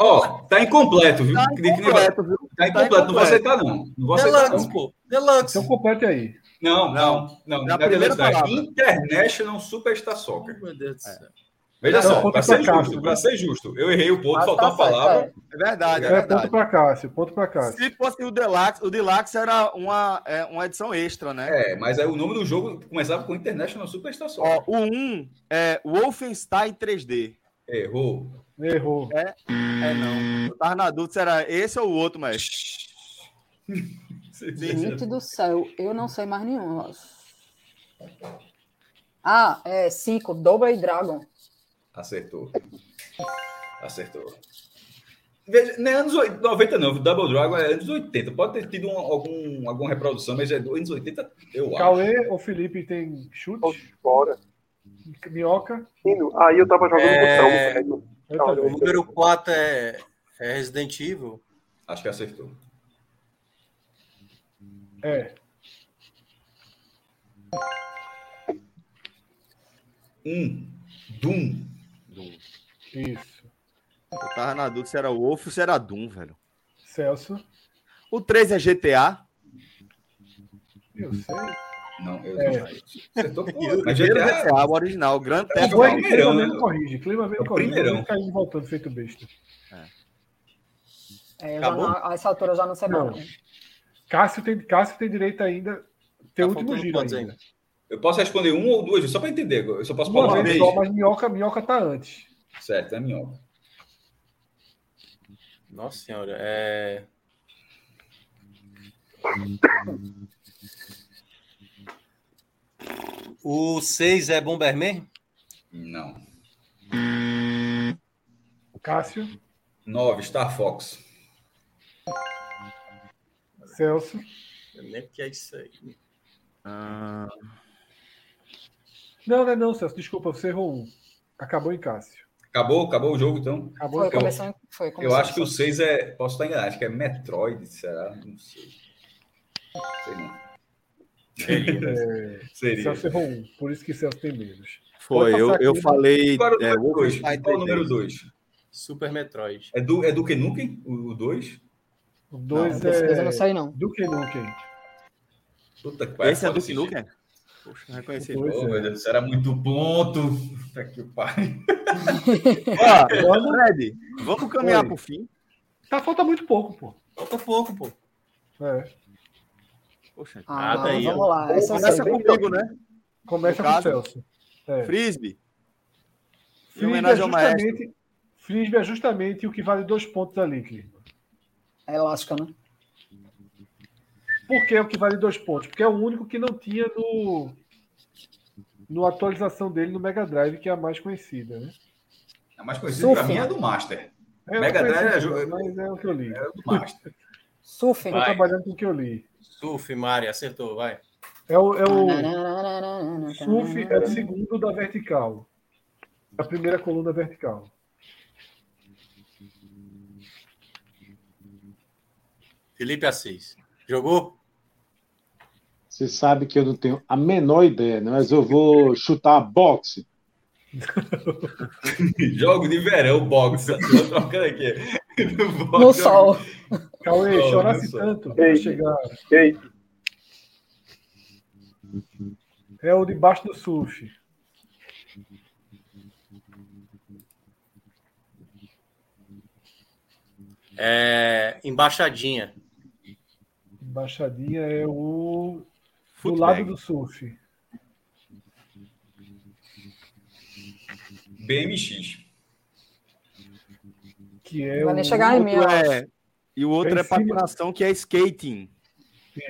Ó, tá incompleto, viu? Tá De que nem- incompleto, viu? Tá incompleto, não vou aceitar, não. Não vou aceitar, Deluxe, não. pô. tá Deluxe. Então complete aí. Não, não, não. Na Na primeira primeira palavra. International Superstar Soccer. Meu Deus do céu. Veja É, é só, ponto pra pra ser Cássio, justo, né? pra ser justo. Eu errei o ponto, Ah, faltou tá uma palavra. certo, É verdade, é É, ponto verdade. pra Cássio, ponto pra Cássio. Se fosse o Deluxe, o Deluxe era uma, é, uma edição extra, né? É, mas aí o nome do jogo começava com International Superstar Soccer. Ó, o 1 é Wolfenstein 3D. Errou. Errou. É, não. Eu tava na dúvida se era esse ou o outro, mas. Gente do céu, eu não sei mais nenhum, eu acho. Ah, é cinco, Double e Dragon. Acertou. Acertou. Veja, não é anos oit- 90, não. Double Dragon é anos 80. Pode ter tido um- algum, alguma reprodução, mas é do- anos 80, eu acho. Cauê ou Felipe tem chute? Fora. Minhoca? Indo. Aí eu tava jogando um É. com o Salmo. Eu Calma, O também. número 4 é, é Resident Evil. Acho que acertou. É. Um. Doom. Isso. Eu tava na dúvida se era Wolf ou se era Doom, velho. Celso. O 3 é GTA. Uhum. Eu sei. Não, eu É. né? não acertou. Pô, O mas é, primeiro GTA GTA, o original. o Grand É Theft bom, Foi Auto. hein? Clima Primeirão, né? mesmo corrige. Clima É o mesmo corrige. primeirão. Clima caindo e voltando, feito besta. É, eu já Acabou? não- a essa altura eu já não sei mais. Não. não. Cássio tem, Cássio tem direito ainda. Tem o Tá último faltando giro quantos ainda. ainda? Eu posso responder um ou duas, só para entender. Eu só posso falar Uma uma vez vez. só, mas minhoca, minhoca tá antes. Certo, é minhoca. Nossa senhora, é. O 6 é Bomberman? Não. Cássio, Nove, Star Fox. Celso, Eu nem lembro que é isso aí. Ah, Não, não é não, Celso. Desculpa, você errou um. Acabou em Cássio. Acabou, acabou o jogo, então. Acabou em Foi, eu- Cássio. começou, foi, Eu começou. acho que o seis é. Posso estar enganado, acho que é Metroid, será? Não sei. Sei não. né? Seria. Celso errou um. Por isso que Celso tem menos. foi, Pode eu, passar eu aqui. falei. Agora o é, número 2. Wolfenstein Qual o número 3D. 2? Super Metroid. É do, é do Kenuken, o 2? O dois Não, eu Ah, não é. sei, não. Do que Nukem. Puta que Esse é Duke Nukem? Poxa, não reconheci. Foi. Oh, meu Deus, isso era muito ponto. Puta que pariu. Ó, Fred, vamos caminhar Oi. pro fim. Tá, falta muito pouco, pô. Falta pouco, pô. É. Poxa, Ah, tá Nada aí, vamos lá. Essa eu começa sei. comigo, né? Começa No com o caso, Celso. É. Frisbee. Em Frisbee é homenagem ao maestro. justamente, Frisbee é justamente o que vale dois pontos ali, Clima. É elástica, né? Por que é o que vale dois pontos? Porque é o único que não tinha no. No atualização dele no Mega Drive, que é a mais conhecida, né? A mais conhecida pra Surf. mim é do Master. É, Mega eu Drive é conheci, jo- Mas é o que eu li. É do Master. Surfing. Tô Vai. trabalhando com o que eu li. Surf, Mari, acertou, vai. É o, é Ah, o Tananana, surf, é o segundo da vertical. A primeira coluna vertical. Felipe Assis. Jogou? Você sabe que eu não tenho a menor ideia, né? mas eu vou chutar boxe. Jogo de verão, boxe. Tô trocando aqui. No sol. Cauê, Não, chorasse olha só. tanto pra Ei. chegar. Ei, É o debaixo do surf. É... Embaixadinha. Embaixadinha é o. Do Footbag. lado do surf. BMX. Que é Vai o. nem chegar em mim. outro é- E o outro Em é cima. patinação, que é skating.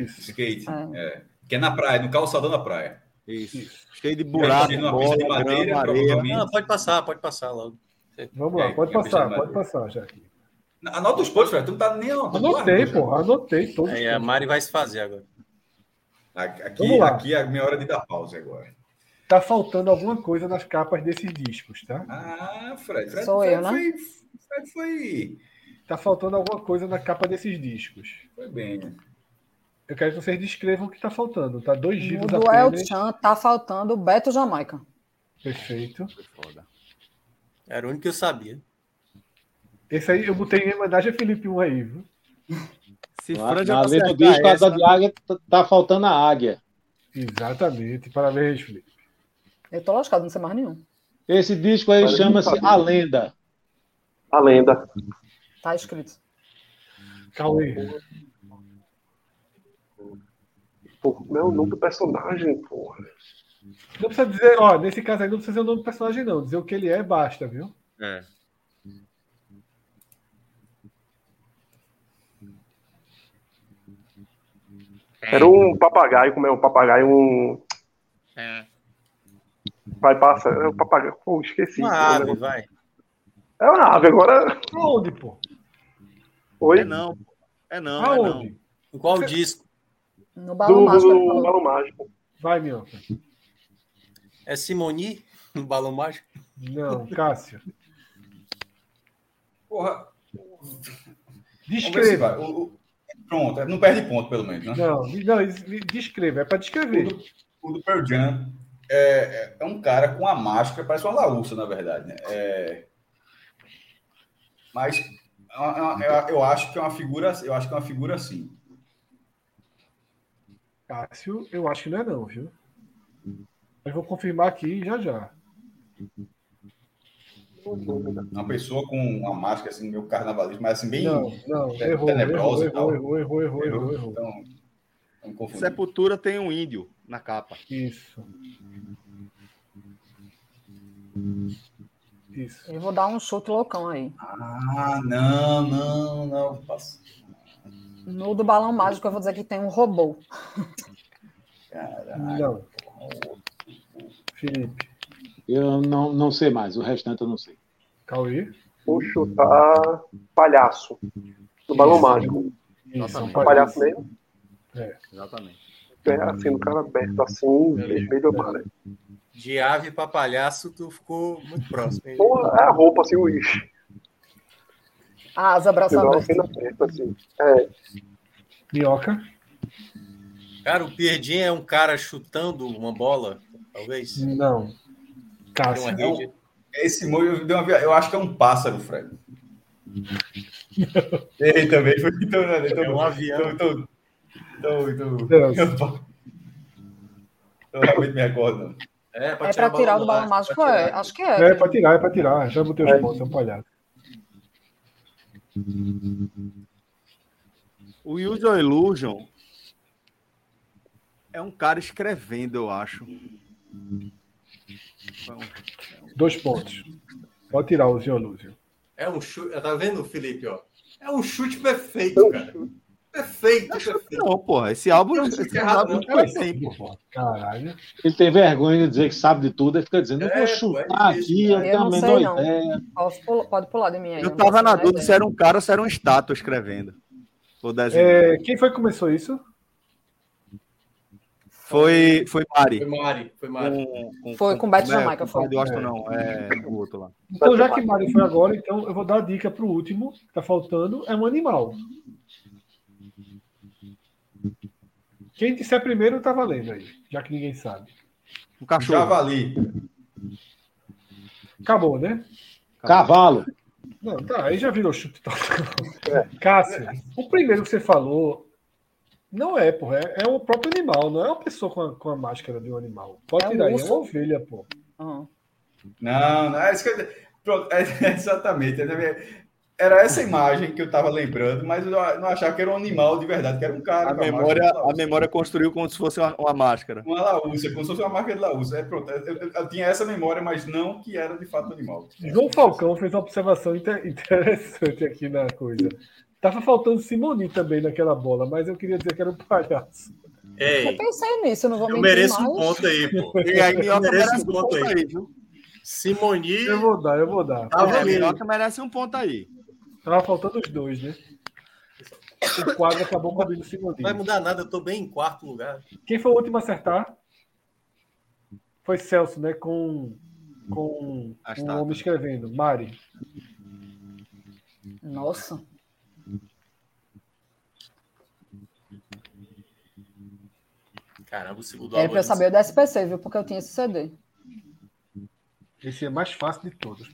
Skate. Ah. É. É. Que é na praia, no calçadão da praia. Isso. Cheio de Eu buraco, imagino uma bola, pista de madeira, grama, areia. provavelmente. Não, pode passar, pode passar logo. Vamos lá, É, pode é passar, besteira, pode mas- passar, já aqui. Anota os pontos, Fred. Tu não tá nem anotando. Anotei, Guarda, porra, anotei todos. Aí a Mari vai se fazer agora. já. A- Aqui, Vamos lá. aqui é a minha hora de dar pausa agora. Tá faltando alguma coisa nas capas desses discos, tá? Ah, Fred. Fred, Sou Fred eu, né? foi, Fred foi, Tá faltando alguma coisa na capa desses discos. foi bem. Eu quero que vocês descrevam o que tá faltando, tá? Dois giros No do El apenas. Chan tá faltando o Beto Jamaica. Perfeito. Era o único que eu sabia. Esse aí eu botei em homenagem a Felipe 1 aí, viu? Se Na, Fran já na lei do consertar disco, essa- asa de águia, tá, tá faltando a águia. Exatamente. Parabéns, Felipe. Eu tô lascado, não sei mais nenhum. Esse disco aí Parece chama-se um A Lenda. A lenda. Tá escrito. Cauê. Pô, não é o nome do personagem, porra. Não precisa dizer, ó, nesse caso aí não precisa dizer o nome do personagem, não. Dizer o que ele é, basta, viu? É. É. Era um papagaio, como é um papagaio, um. É. Vai, passa. É um papagaio. Pô, esqueci. Uma ave, vai. É uma ave, agora. Aonde, pô? Oi? É não. pô. É não, é não. Aonde? Em qual disco? No é do um balão tá mágico ele do falou. Balão Mágico. Vai, Minhoca. É Simoni, no Balão Mágico? Não, Cássio. Porra, vamos ver se Descreva. vai. O- o- Pronto, é, não perde ponto, pelo menos. Né? Não, de- não, es- descreva. É pra descrever. O do Pearl Jam é, é- é um cara com a máscara, parece uma laúça, na verdade. Né? É, mas é uma- é uma- é uma- eu acho que é uma figura, eu acho que é uma figura assim. Cássio, eu acho que não é não, viu? Mas vou confirmar aqui já já. Uma pessoa com uma máscara assim, meio carnavalista, mas assim, bem Não, não. Errou, é, errou, tenebrosa e tal. errou, errou, errou, errou, errou, errou. Então, não confundi. Sepultura tem um índio na capa. Isso. Isso. Eu vou dar um chute loucão aí. Ah, não, não, não. Passa. No do balão mágico eu vou dizer que tem um robô. Caralho. Não. Felipe, Eu não, não sei mais, o restante eu não sei. Cauê. Vou chutar tá palhaço. Do Balão Mágico. Isso, Exatamente. Palhaço mesmo. Exatamente. É assim, no cara aberto, assim, vermelho, amarelo. De ave pra palhaço, tu ficou muito próximo. hein? Porra, é a roupa, assim, o ixi. A asa, braço Final, aberto. assim, na frente, assim. É, Minhoca. Cara, o Pierdin é um cara chutando uma bola, talvez. Tem é Não. uma Cássio. rede. Esse molho deu uma via- Eu acho que é um pássaro, Fred. Ele também foi. Então, então, É um avião. Então, então, então, então, Deus. eu realmente me recordo. não. É, É pra tirar do balão mágico, pra é. tirar. Acho que É, é. pra tirar, é pra tirar. Já botei os É. pontos, é um palhaço. O Usual Illusion é um cara escrevendo, eu acho. Dois pontos. Pode tirar o Zio Lúcio. É um chute. Tá vendo, Felipe? Ó? É um chute perfeito, cara. Perfeito, perfeito. Não, porra, esse álbum, Não, esse é errado, álbum assim, não. faz tempo. Caralho. Ele tem vergonha de dizer que sabe de tudo, aí fica dizendo, eu É, vou pô, chutar é difícil, aqui, eu cara. tenho Eu a não menor sei, não. ideia. Posso pular- Pode pular de mim aí. né? Eu não tava faço na a menor dúvida se ideia. era um cara ou se era uma estátua escrevendo. Ou desenho. É, quem foi que começou isso? Foi, foi Mari. Foi Mari, foi Mari. Com, com, Foi com Beto não é, Jamaica, com foi. Fred Austin, não. É o outro lá. Então, já que Mário foi agora, então eu vou dar a dica pro último, que tá faltando, é um animal. Quem disser primeiro tá valendo aí, já que ninguém sabe. Um cachorro. Javali. Acabou, né? Cavalo. Não, tá, aí já virou chute. Tá. É. Cássio, o primeiro que você falou não é, porra, é, é o próprio animal, não é uma pessoa com a, com a máscara de um animal. Pode É um tirar aí, é urso. uma ovelha, pô. Uhum. Não, não, é isso que eu- Pronto, é- exatamente. é da minha- Era essa imagem que eu tava lembrando, mas eu não achava que era um animal de verdade, que era um cara. A com memória, máscara, a memória construiu como se fosse uma, uma máscara. Uma laúça, como se fosse uma marca de laúça. É, pronto, eu, eu- eu tinha essa memória, mas não que É. era de fato um animal. João Falcão fez uma observação inter- interessante aqui na coisa. Tava faltando Simoni também naquela bola, mas eu queria dizer que era um palhaço. Eu Ei, pensei nisso, não vou eu mentir mereço um mais. ponto aí, pô. E aí, Eu Minhoca mereço merece um um ponto ponto aí. aí, viu? Simoni. Eu vou dar, eu vou dar. tava É, ali. Minhoca merece um ponto aí. Tava faltando os dois, né? O quadro acabou cobrindo Simoni. Não vai mudar nada, eu tô bem em quarto lugar. Quem foi o último a acertar? Foi Celso, né? Com, com A um estátua. homem escrevendo. Mari. Nossa. Caramba, o segundo Era É pra eu algoritmo. saber o da SPC, viu? Porque eu tinha esse CD. Esse é mais fácil de todos.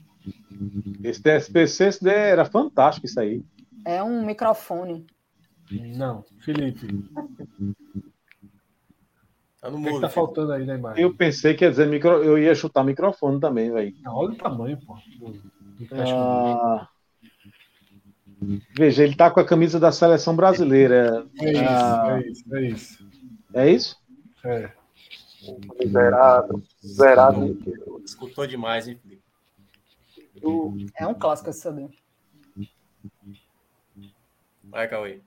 Esse TSPC esse daí era fantástico isso aí. É um microfone. Não, Felipe. O Tá no que, muro. que tá filho. faltando aí na imagem? Eu pensei que ia dizer micro... eu ia chutar microfone também, velho. Não, olha o tamanho, pô. do- do casco Ah, Veja, ele tá com a camisa da seleção brasileira. dele. É isso, Ah, é isso, é isso? é isso. É. Zerado. Zerado. Escutou demais, hein, Felipe? É um clássico esse CD. Vai, Cauê.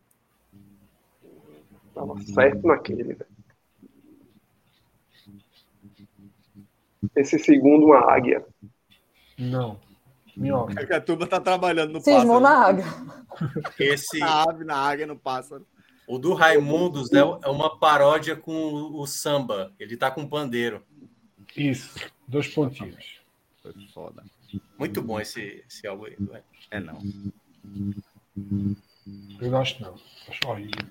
Tava certo naquele. né? Esse segundo, uma águia. Não. Minhoca. É que a turma tá trabalhando no pássaro. Cismou na água. Esse, Na ave, na águia, no pássaro. o do Raimundos é é uma paródia com o, o samba. Ele tá com pandeiro. Isso. Dois pontinhos. Foi foda. Muito bom esse, esse álbum aí. velho. É não. Eu não acho, não. Acho horrível.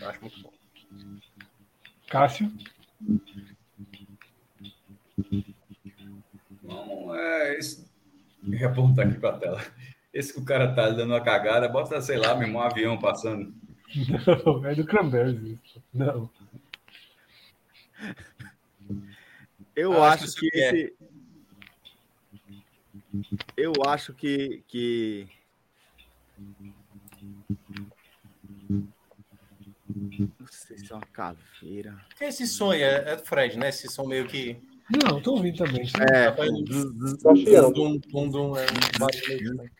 Eu acho muito bom. Cássio? Não, é esse... Eu ia apontar aqui pra tela. Esse que o cara tá dando uma cagada, bota, sei lá, meu irmão, um avião passando. Não, é do Cranberries. isso. Não. Eu Ah, acho acho que que é. eu sei esse. Eu acho que. que... Não sei se é uma caveira. Porque esse som aí é, é do Fred, né? Esse som meio que. Não, tô ouvindo também. É. Tá fazendo Tá dum, chiando. dum, dum, dum, é um barulho meio-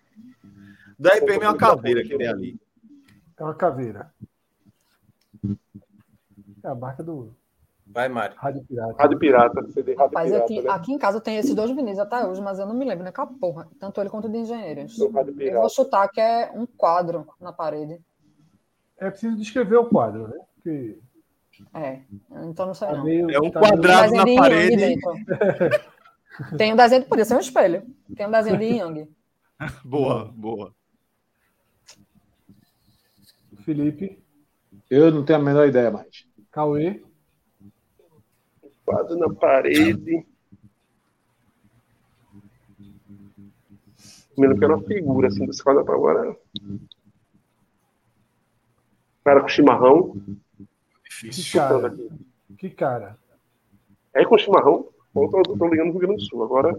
Da IPM é uma caveira que tem ali. É uma caveira. É a marca do Vai, Mário. Rádio Pirata. Rádio Pirata. CD Rádio Rapaz, eu Pirata, tinha- né? aqui em casa tem esses dois vinis até hoje, mas eu não me lembro naquela porra. Tanto ele quanto o de engenheiros. Do Rádio Eu vou Pirata. chutar que é um quadro na parede. É preciso descrever o quadro, né? Porque É. Então não sei tá não. meio, É um tá quadrado. Tem um na desenho de parede. Yang dentro. Tem um desenho, podia ser um espelho. Tem um desenho de Yang. Boa, boa. Meio... Felipe, Eu não tenho a menor ideia mais. Cauê, Quadro na parede. Me lembro que era uma figura assim dos quadros pra agora. Cara com chimarrão. que Chutando cara, aqui. que cara. É com chimarrão. Outro eu tô ligando no Rio Grande do Sul. Agora.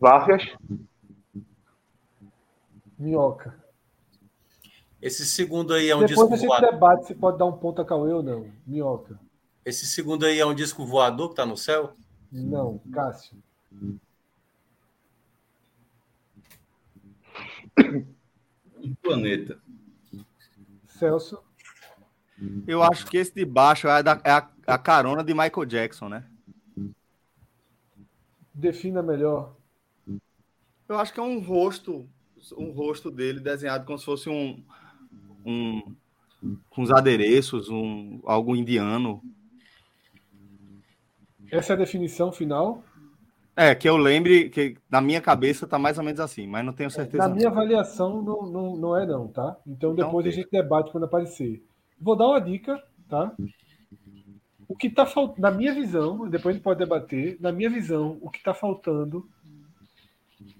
Vargas. Minhoca. Esse segundo aí é um Depois a disco gente voador. debate se pode dar um ponto a Cauê ou não. Minhoca. Esse segundo aí é um disco voador que tá no céu? Não, Cássio. Um planeta. Celso, Eu acho que esse de baixo é, da- é a, a carona de Michael Jackson, né? defina melhor. Eu acho que é um rosto, um rosto dele desenhado como se fosse um, um com os adereços, um algo indiano. Essa é a definição final. É, que eu lembre que na minha cabeça tá mais ou menos assim, mas não tenho certeza. É, Na não. minha avaliação, não, não, não é não, tá? Então Então, depois a ok. gente debate quando aparecer. Vou dar uma dica, tá? O que tá faltando, na minha visão, depois a gente pode debater, na minha visão, o que tá faltando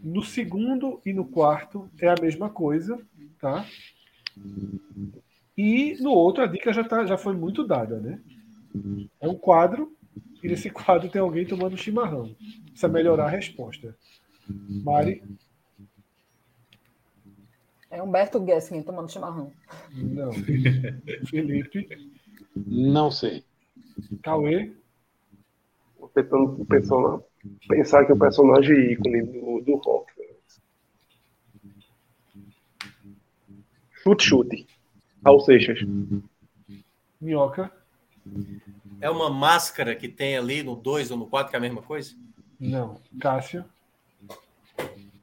no segundo e no quarto é a mesma coisa, tá? E no outro a dica já, tá, já foi muito dada, né? É um quadro, e nesse quadro tem alguém tomando chimarrão. Precisa melhorar a resposta. Mari, É Humberto Gessinger tomando chimarrão. não. Felipe. Não sei. Cauê. Tô Tentando pensar, pensar que o personagem ícone do, do rock. Chute, chute. Raul Seixas. Minhoca. É uma máscara que tem ali no 2 ou no 4, que é a mesma coisa? Não. Cássio.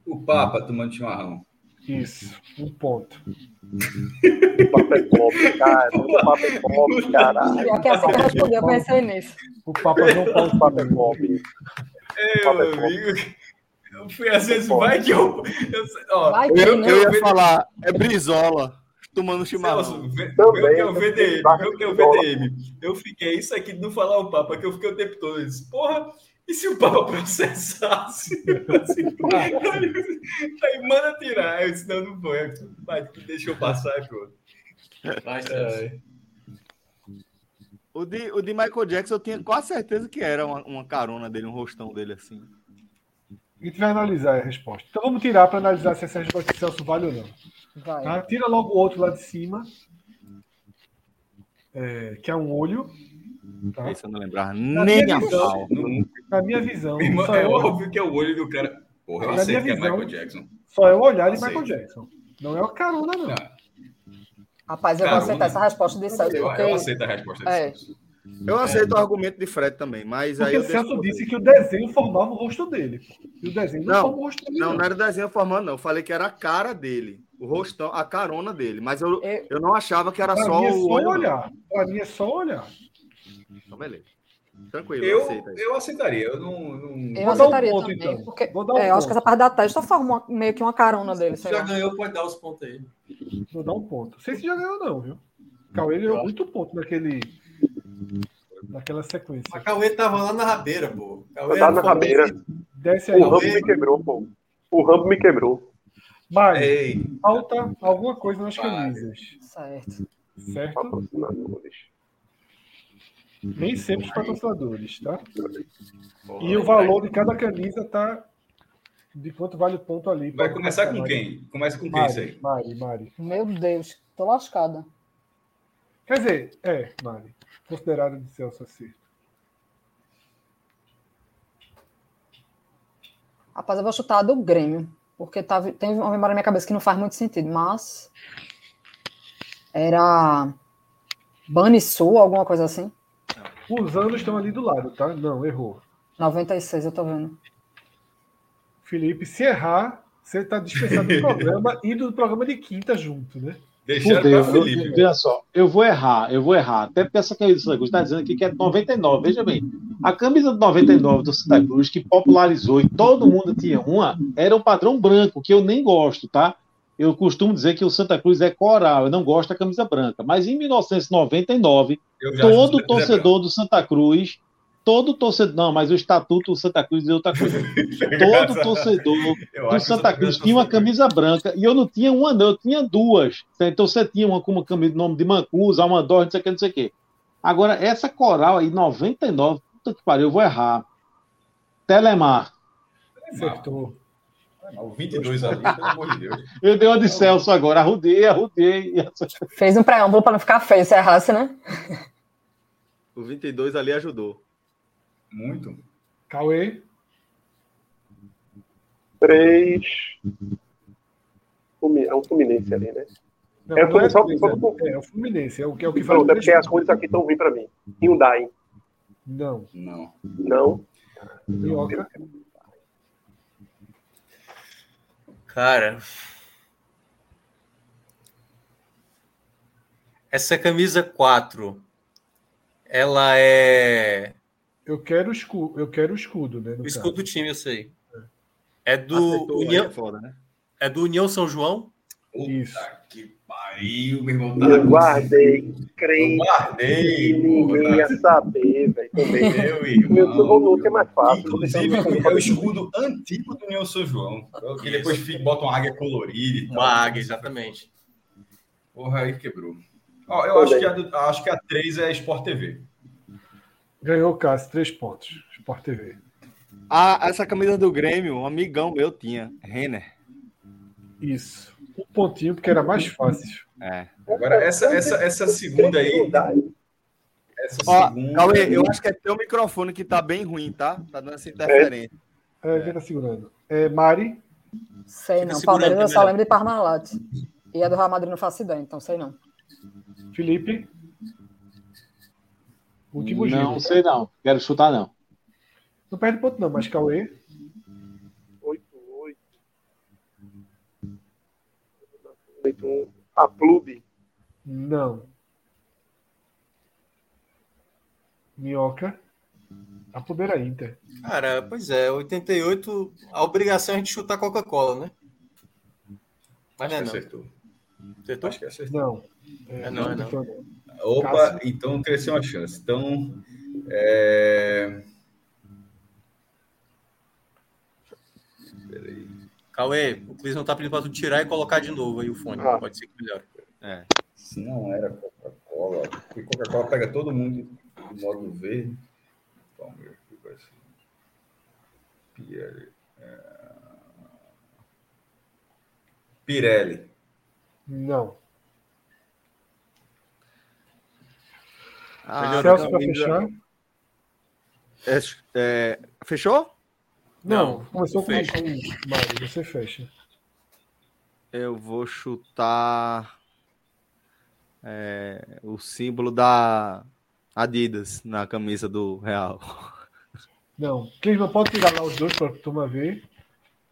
O Papa tomando chimarrão. Isso. Um ponto. O papo é pobre, cara. O papo é pobre, caralho. Pior que assim que eu respondi, eu pensei nisso. O Papa João Paulo O papo é pobre. Meu Fala, Paulo. amigo. Eu fui às vezes, vai que eu. eu ó, Vai que Eu, não. eu ia falar, é Brizola tomando chimarrão. Celso, vê- Também, Tá vê o que é o também, VDM, barra vê o que é o de dólar. VDM. Eu fiquei isso aqui de não falar o Papa, que eu fiquei o tempo todo. Eu disse, porra, e se o Papa processasse? Eu disse, Aí manda tirar. Eu disse, não, não vou. Eu disse, Mas deixa eu passar, pô. Vai, É, O de, o de Michael Jackson eu tinha quase certeza que era uma, uma carona dele, um rostão dele assim. A gente vai analisar a resposta. Então vamos tirar para analisar se essa resposta de Celso vale ou não. Vai. Tá? Tira logo o outro lá de cima. É, que é um olho. Tá? Esse eu não lembrava nem a pau. visão, Na minha visão, Irmão, só é é, o- óbvio que é o olho do cara. Porra, eu Na minha aceito que é visão- Michael Jackson. só é o olhar de Aceito. Michael Jackson. Não é o carona, não. Não, Rapaz, eu vou Carona. aceitar essa resposta de Celso, eu, porque eu aceito a resposta É. disso. Eu aceito o argumento de Fred também, mas aí Porque eu o deixo- Celso disse que o desenho formava o rosto dele. pô. E o desenho não, Não, forma o rosto dele. Não, não. não era o desenho formando, não. Eu falei que era a cara dele, o rostão, a carona dele. Mas eu, Eu- eu não achava que era É, Pra só mim é o só olho. não. olhar. Pra mim é só olhar. Então, beleza. Tranquilo, eu, Eu, aceito aí. eu aceitaria. Eu não. não- Vou eu dar um aceitaria ponto, também. então. Porque, Vou dar um é, eu acho ponto. que essa parte da testa forma uma- meio que uma carona dele, sei Já lá. ganhou, pode dar os pontos aí. Vou dar um ponto. Não sei se já ganhou, não, viu? Cauê ganhou muito ponto naquele. Naquela Mas sequência. Cauê tava lá na rabeira, pô. Cauê Tá era na famoso. rabeira. Desce aí. O Rambo me quebrou, pô. O Rambo me quebrou. Mas Ei, falta alguma coisa nas Vale. camisas. Certo. É Certo? Patrocinadores. Nem sempre os patrocinadores, tá? porra, E o valor de cada camisa tá. De quanto vale o ponto ali. Vai começar com quem? Começa com quem isso Mari, aí? Mari, Mari. Meu Deus, tô lascada. Quer dizer, é, Mari. Considerada de Celso assim. Rapaz, eu vou chutar a do Grêmio, porque tá, vi- tem uma memória na minha cabeça que não faz muito sentido, mas. Era. Bani Sul, alguma coisa assim? Os anos estão ali do lado, tá? Não, errou. 96, eu tô vendo. Felipe, se errar, você tá dispensado do programa e do programa de quinta junto, né? Deixaram Fudeu, pra eu- Felipe. veja só, eu vou errar, eu vou errar. Até porque essa camisa do Santa Cruz está dizendo aqui que é de 99. Veja bem, a camisa de 99 do Santa Cruz, que popularizou e todo mundo tinha uma, era o padrão branco, que eu nem gosto, tá? Eu costumo dizer que o Santa Cruz é coral, eu não gosto da camisa branca. Mas em 1999, Eu já é acho todo que você torcedor do Santa Cruz, todo torcedor, não, mas o estatuto do Santa Cruz é outra coisa. é bravo. Todo torcedor Eu do acho que o Santa Cruz tinha uma torcedor. camisa branca e eu não tinha uma, não, eu tinha duas. Então você tinha uma com uma camisa do nome de Mancuso, Almandor, não sei o que, não sei o que. Agora, essa coral aí, 99, puta que pariu, eu vou errar. Telemar. Acertou. O 22 ali, pelo amor de Deus. Eu dei uma de Celso agora, arrudei, arrudei. Fez um preâmbulo pra não ficar feio se errasse, né? O 22 ali ajudou. Muito. Cauê, Três. Fumi- É um Fluminense ali, né? não, É, não é, só- três, só- é, é o Fluminense, é o que é o que vale. Pronto, é três porque as pontos. coisas aqui estão ruins pra mim. Hyundai. Não, Não. Não. minhoca. Cara. Essa camisa 4. Ela é. Eu quero o escudo, eu quero o escudo, né? no O caso. escudo do time, eu sei. É do, Acertou, aí é União, foda, né? é do União São João? Puta Isso. que pariu, meu irmão. Tá Eu guardei, creio que guardei, ninguém porra. ia saber, velho. Também. Meu irmão. Meu Deus, não tem é mais fácil. Inclusive, é o escudo antigo do União São João. Que depois fica, bota uma águia colorida e tal. Uma águia, Ah, exatamente. Porra, aí quebrou. Ó, eu acho que, a, do- acho que a 3 é Sport TV. Ganhou o Cássio, três pontos. Sport TV. Ah, essa camisa do Grêmio, um amigão meu tinha. Renner. Isso. Um pontinho, porque era mais fácil. É. Agora, essa, essa, essa segunda aí, Hyundai. Essa Ó, segunda- Cauê, eu acho que é teu microfone que tá bem ruim, tá? Tá dando essa interferência. É, quem tá segurando? É, Mari, Sei Fica não. segurando, Palmeiras eu só né? lembro de Parmalat. E a do Real Madrid não faço ideia, então sei não. Felipe. Último não giro. sei não. Quero chutar, não. Não perde ponto, não, mas Cauê. 8, 8. um A Plube. Não. Minhoca. A Pubeira Inter. Cara, pois é, 88, a obrigação é a gente chutar Coca-Cola, né? Mas não é não. Acertou. Acertou? Acho que acertou. Não. É não, é não. foi Opa, Cássio. então cresceu uma chance. Então. É... Peraí. Cauê, o Clis não tá pedindo pra tu tirar e colocar de novo aí o fone. Ah. Pode ser que melhore. Se não era Coca-Cola, porque Coca-Cola pega todo mundo do modo verde. Palmeiras, fica assim. Pirelli. é, Pirelli. Não. Ah, Celso para camisa- fechar? É, é, fechou? Não. Começou com fecha. com- Mari, você fecha. Eu vou chutar é, o símbolo da Adidas na camisa do Real. Não. Clisma, pode tirar lá os dois para a turma ver.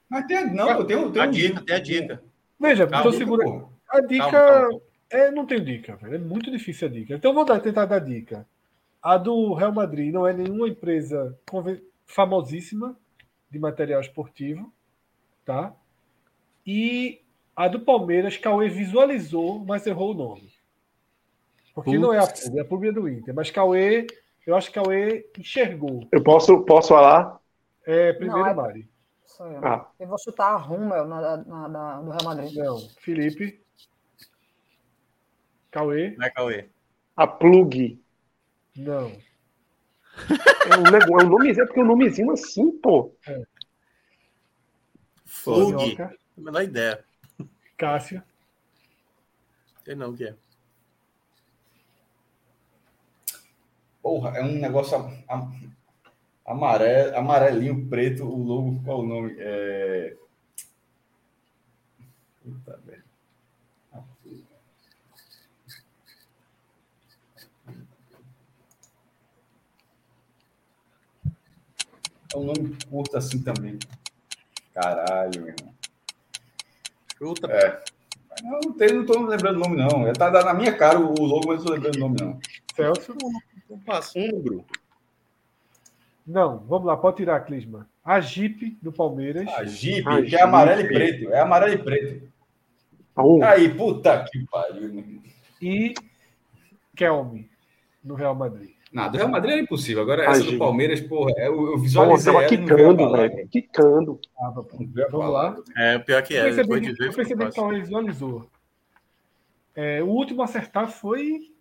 Mas tem, um não, eu tenho, eu tenho A dica, tem a dica. Veja, Calma, tô dica, segurando. Porra. A dica. Calma, calma, calma. É, não tem dica, velho. É muito difícil a dica. Então eu vou dar, tentar dar dica. A do Real Madrid não é nenhuma empresa conven- famosíssima de material esportivo, tá? E a do Palmeiras, Cauê visualizou, mas errou o nome. Porque não é a Putz. Públia, é a Públia do Inter. Mas Cauê, eu acho que Cauê enxergou. Eu posso, posso falar? É, primeiro Não, é- Mari. Sou eu. Ah, Eu vou chutar a Rummel na, na- na- do Real Madrid. Não, Felipe. Cauê, Vai, Cauê. a Plug. não. É um, nego- é um nomezinho, é porque é um nomezinho assim, pô. Flug. Minhoca, Menor ideia. Cássio. Sei não o que é. Porra, é um negócio am- am- amare- amarelinho, preto, o logo, qual o nome? É... Puta merda. É um nome curto assim também. Caralho, meu irmão. Chuta. É. Mas Não, não, tem, não tô lembrando o nome, não. É, Tá na minha cara o logo, mas não tô lembrando o nome, não. Celso. Não passa. Umbro. Não, vamos lá, pode tirar a Clisma. A Jeep do Palmeiras. A Jeep, Ah, que é amarelo e Jeep. preto. É amarelo e preto. A um. Aí, puta que pariu. meu irmão. e Kelme no Real Madrid. Não, do Real Madrid era impossível. Agora, Ai, essa do gente. Palmeiras, porra, é eu, eu Porra, visualizei. tava ela e não veio a quicando, palavra. velho. Quicando. Tava, pô. Não veio a Vamos palavra. É, pior que Eu é. Depois percebi, de que- ver, eu ficou percebi que o fácil. Cauê visualizou. É, o último a acertar foi.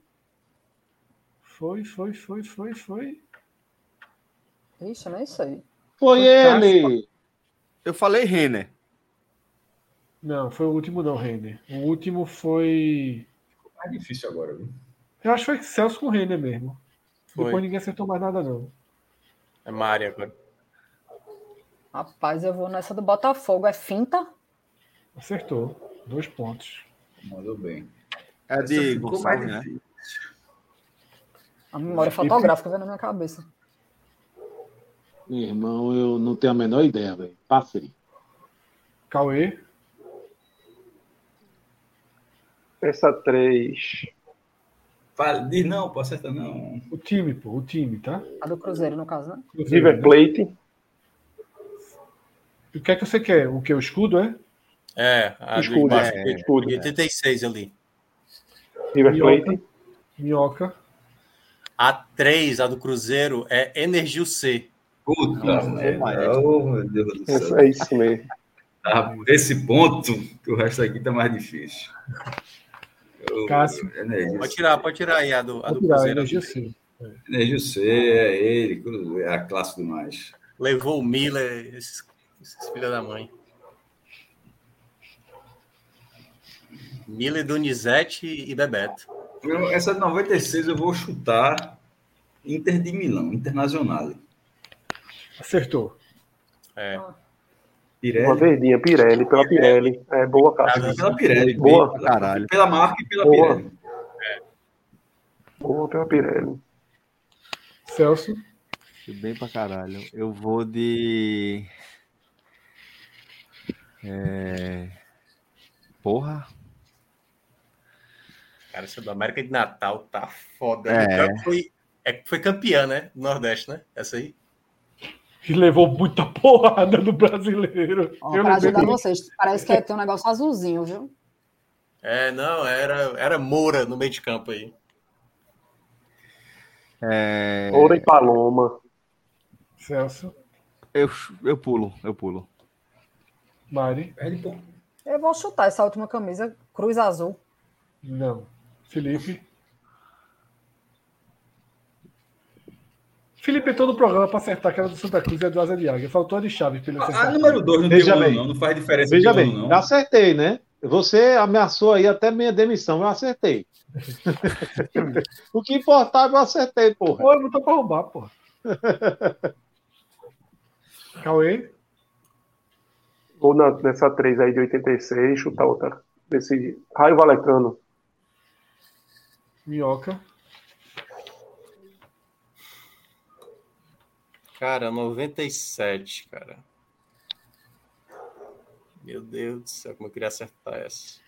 Foi, foi, foi, foi, foi. Ixi, eu nem sei. Foi Fantástico. ele! Eu falei Renner. Não, foi o último, não, Renner. O último foi. tá Mais difícil agora, viu? Eu acho que foi Celso com o Renner mesmo. Foi. Depois ninguém acertou mais nada, não. É Mari agora. Rapaz, eu vou nessa do Botafogo. É finta? Acertou. Dois pontos. Mandou bem. É Essa de ficou mais Gonçalves, né? difícil. A memória fotográfica vem na minha cabeça. Meu irmão, eu não tenho a menor ideia, velho. Passei. Cauê, Essa 3. Fala, diz não, pô, acerta não. o time, pô, o time, tá? A do Cruzeiro, no caso, né? River Plate. O que é que você quer? O que? O escudo, é? É, a do Escudo. embaixo, É, escudo. de 86 ali. River Plate. Minhoca. Minhoca. A 3, a do Cruzeiro, é Energio C. Puta merda. Ô, meu Deus do Essa- céu. É isso mesmo. Tá por esse ponto que o resto aqui tá mais difícil. Ô, Cássio. Energia Pode tirar, pode tirar aí a do, a do Vou tirar, Cruzeiro. energia C. Energia C, é ele, Cruzeiro, é a classe demais. Levou o Miller, esses, esses filhos da mãe. Miller, Donizete e Bebeto. Eu- Essa de 96 eu vou chutar Inter de Milão, Internacional. Acertou. É. Pirelli. Uma verdinha, Pirelli, pela Pirelli. É boa, Tá, Cássio. Ah, pela Pirelli. Boa. pela, Caralho. pela marca e pela Boa. Pirelli. Boa pela Pirelli. Celso, Fui bem pra caralho. Eu vou de. É... Porra. Cara, essa do América de Natal tá foda. É. É. Foi, é, foi campeã, né? Do Nordeste, né? Essa aí. que levou muita porrada do brasileiro. Ó, Eu pra lembrei ajudar do- vocês, parece que tem um negócio azulzinho, viu? É, não, era, era Moura no meio de campo aí. É... Ouro e Paloma. Celso, Eu, eu pulo, eu pulo. Mari, Perde por Eu vou chutar essa última camisa, Cruz Azul. não. Felipe. Felipe entrou no programa para acertar aquela do Santa Cruz e a do Asa de Águia. Faltou a de Chaves para ele A acertar. número 2 Ah, não Veja tem bem. ano, não. Não faz diferença Veja de ano, bem, não. acertei, né? Você ameaçou aí até minha demissão, eu acertei. o que importava, eu acertei, porra. Pô, eu não tô pra roubar, pô. Cauê, Ou na- nessa 3 aí de 86, chutar outra. Desse Raio Valecano. Minhoca, Cara, 97, cara. Meu Deus do céu, como eu queria acertar essa.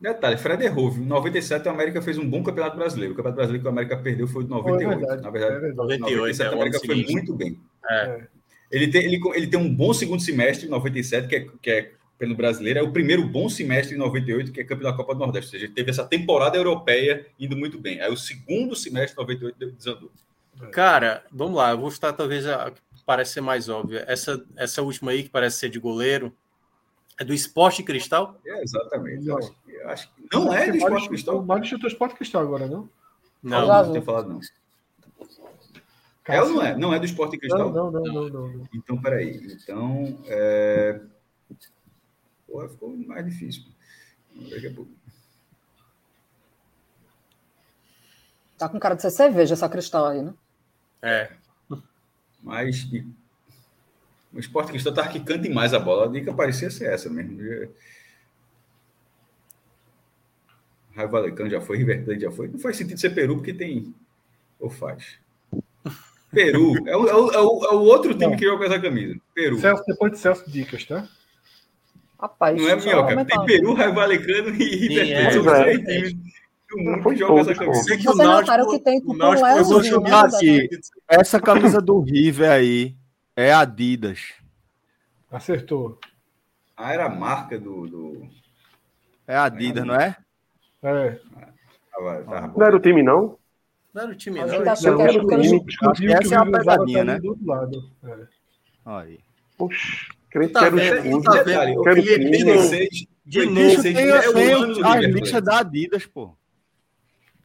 Detalhe, Fred errou. viu? Em 97, a América fez um bom campeonato brasileiro. O campeonato brasileiro que a América perdeu foi de Pô, é 98. verdade, Na é verdade, verdade. 98, é, 97, a o ano América foi seguinte. muito bem. É. Ele, tem, ele, ele tem um bom segundo semestre, em 97, que é, que é pelo brasileiro. É o primeiro bom semestre em 98, que é campeão da Copa do Nordeste. Ou seja, ele teve essa temporada europeia indo muito bem. Aí o segundo semestre de 98 deu- desandou. Cara, vamos lá, eu vou estar talvez a que parece ser mais óbvia. Essa, essa última aí, que parece ser de goleiro, é do Esporte Cristal? É, exatamente. Não. Eu acho, que- eu acho que não é Porque do o Mário esporte chutou- O cristal. Mário chutou esporte cristal agora, não? Não, não, não tenho falado, não. É ou não é? Não é do esporte cristal. Não, não, não, não, não, não. Então, peraí. Então, é... Porra, ficou mais difícil. Daqui a pouco. Tá com cara de ser cerveja essa cristal aí, né? é. Mas e- o esporte cristão tá arquicando demais a bola. A dica parecia ser essa mesmo. E- Raio Valecano já foi, River Plate já foi. Não faz sentido ser Peru, porque tem... Ou faz? Peru. É o, é o- é o- é o outro time Não. que joga com essa camisa. Peru. Celso, depois de Celso, dicas, tá? Rapaz, tá Não é deixa eu minhoca. comentar. Tem Peru, tá. Raio Valecano e River Sim, Plate. São os é. três times do mundo que Foi jogam essa poucos, camisa. Sei que Vocês notaram que tem, tipo, o Náutico- um eu vou leozinho, né, chutar na aqui. Essa camisa do River aí é Adidas. Acertou. Ah, era a marca do... do... É Adidas, não é? É. Ah, vai, tá bom. Não era o time, não? Não era o time, A não. gente achou que era porque Não, eles Descobriu Essa que o é uma River tava pegadinha, ali né? Do outro lado. É. Olha aí. Oxi, crente que Tá era um o vendo? escudo. Tá vendo? Quero Felipe, time. de novo. 86, De Bicho, novo. tem, é o tem ano do as River listas Plate. da Adidas, pô.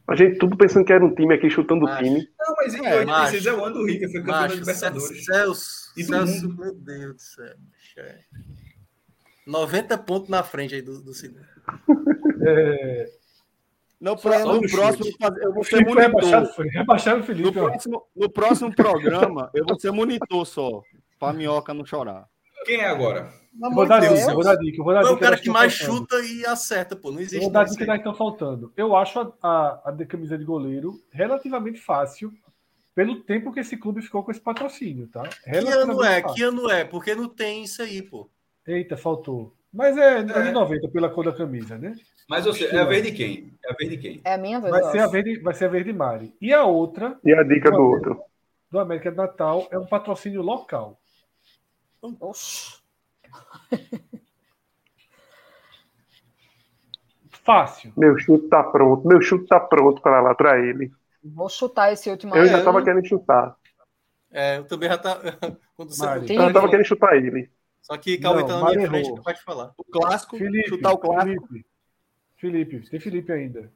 A gente tudo pensando que era um time aqui, chutando o Acho. time. Não, mas em É, 86 é o ano do River, foi campeão da Macho, Libertadores. Celso, E do Celso, meu Deus do céu. bicho, é. 90 pontos na frente aí do, do segundo. No, pra- só um no no próximo, chute. eu vou ser Felipe foi monitor. rebaixado, foi. Rebaixaram o No Felipe, ó. próximo, no próximo programa, eu vou ser monitor só. Pra minhoca não chorar. Quem é agora? Pelo Vou amor dar de dica, Deus. vou dar dica. Vou dar Foi dica o cara nós que tão mais faltando. chuta e acerta, pô. Não Eu existe. vou dar a isso dica que nós aí. estão faltando. Eu acho a, a, a de- camisa de goleiro relativamente fácil pelo tempo que esse clube ficou com esse patrocínio, tá? Que ano é? Fácil. Que ano é? Porque não tem isso aí, pô. Eita, faltou. Mas é, é de 90 pela cor da camisa, né? Mas eu sei, é a vez de quem? É a vez de quem? É a minha vez, Vai eu ser, a acho. verde, vai ser a verde Mari. E a outra, E a dica do outro. do América de Natal, é um patrocínio local. Oxi. Fácil. Meu chute tá pronto, meu chute tá pronto para lá, pra ele. Vou chutar esse último Eu aí. já tava querendo chutar. É, eu também já tá. Quando você Mari. Eu já tava querendo chutar ele. Só que Cauê Não, tá na minha Mari frente, errou. não pode falar. O clássico, Felipe, chutar o clássico. Felipe. Felipe, tem Felipe ainda.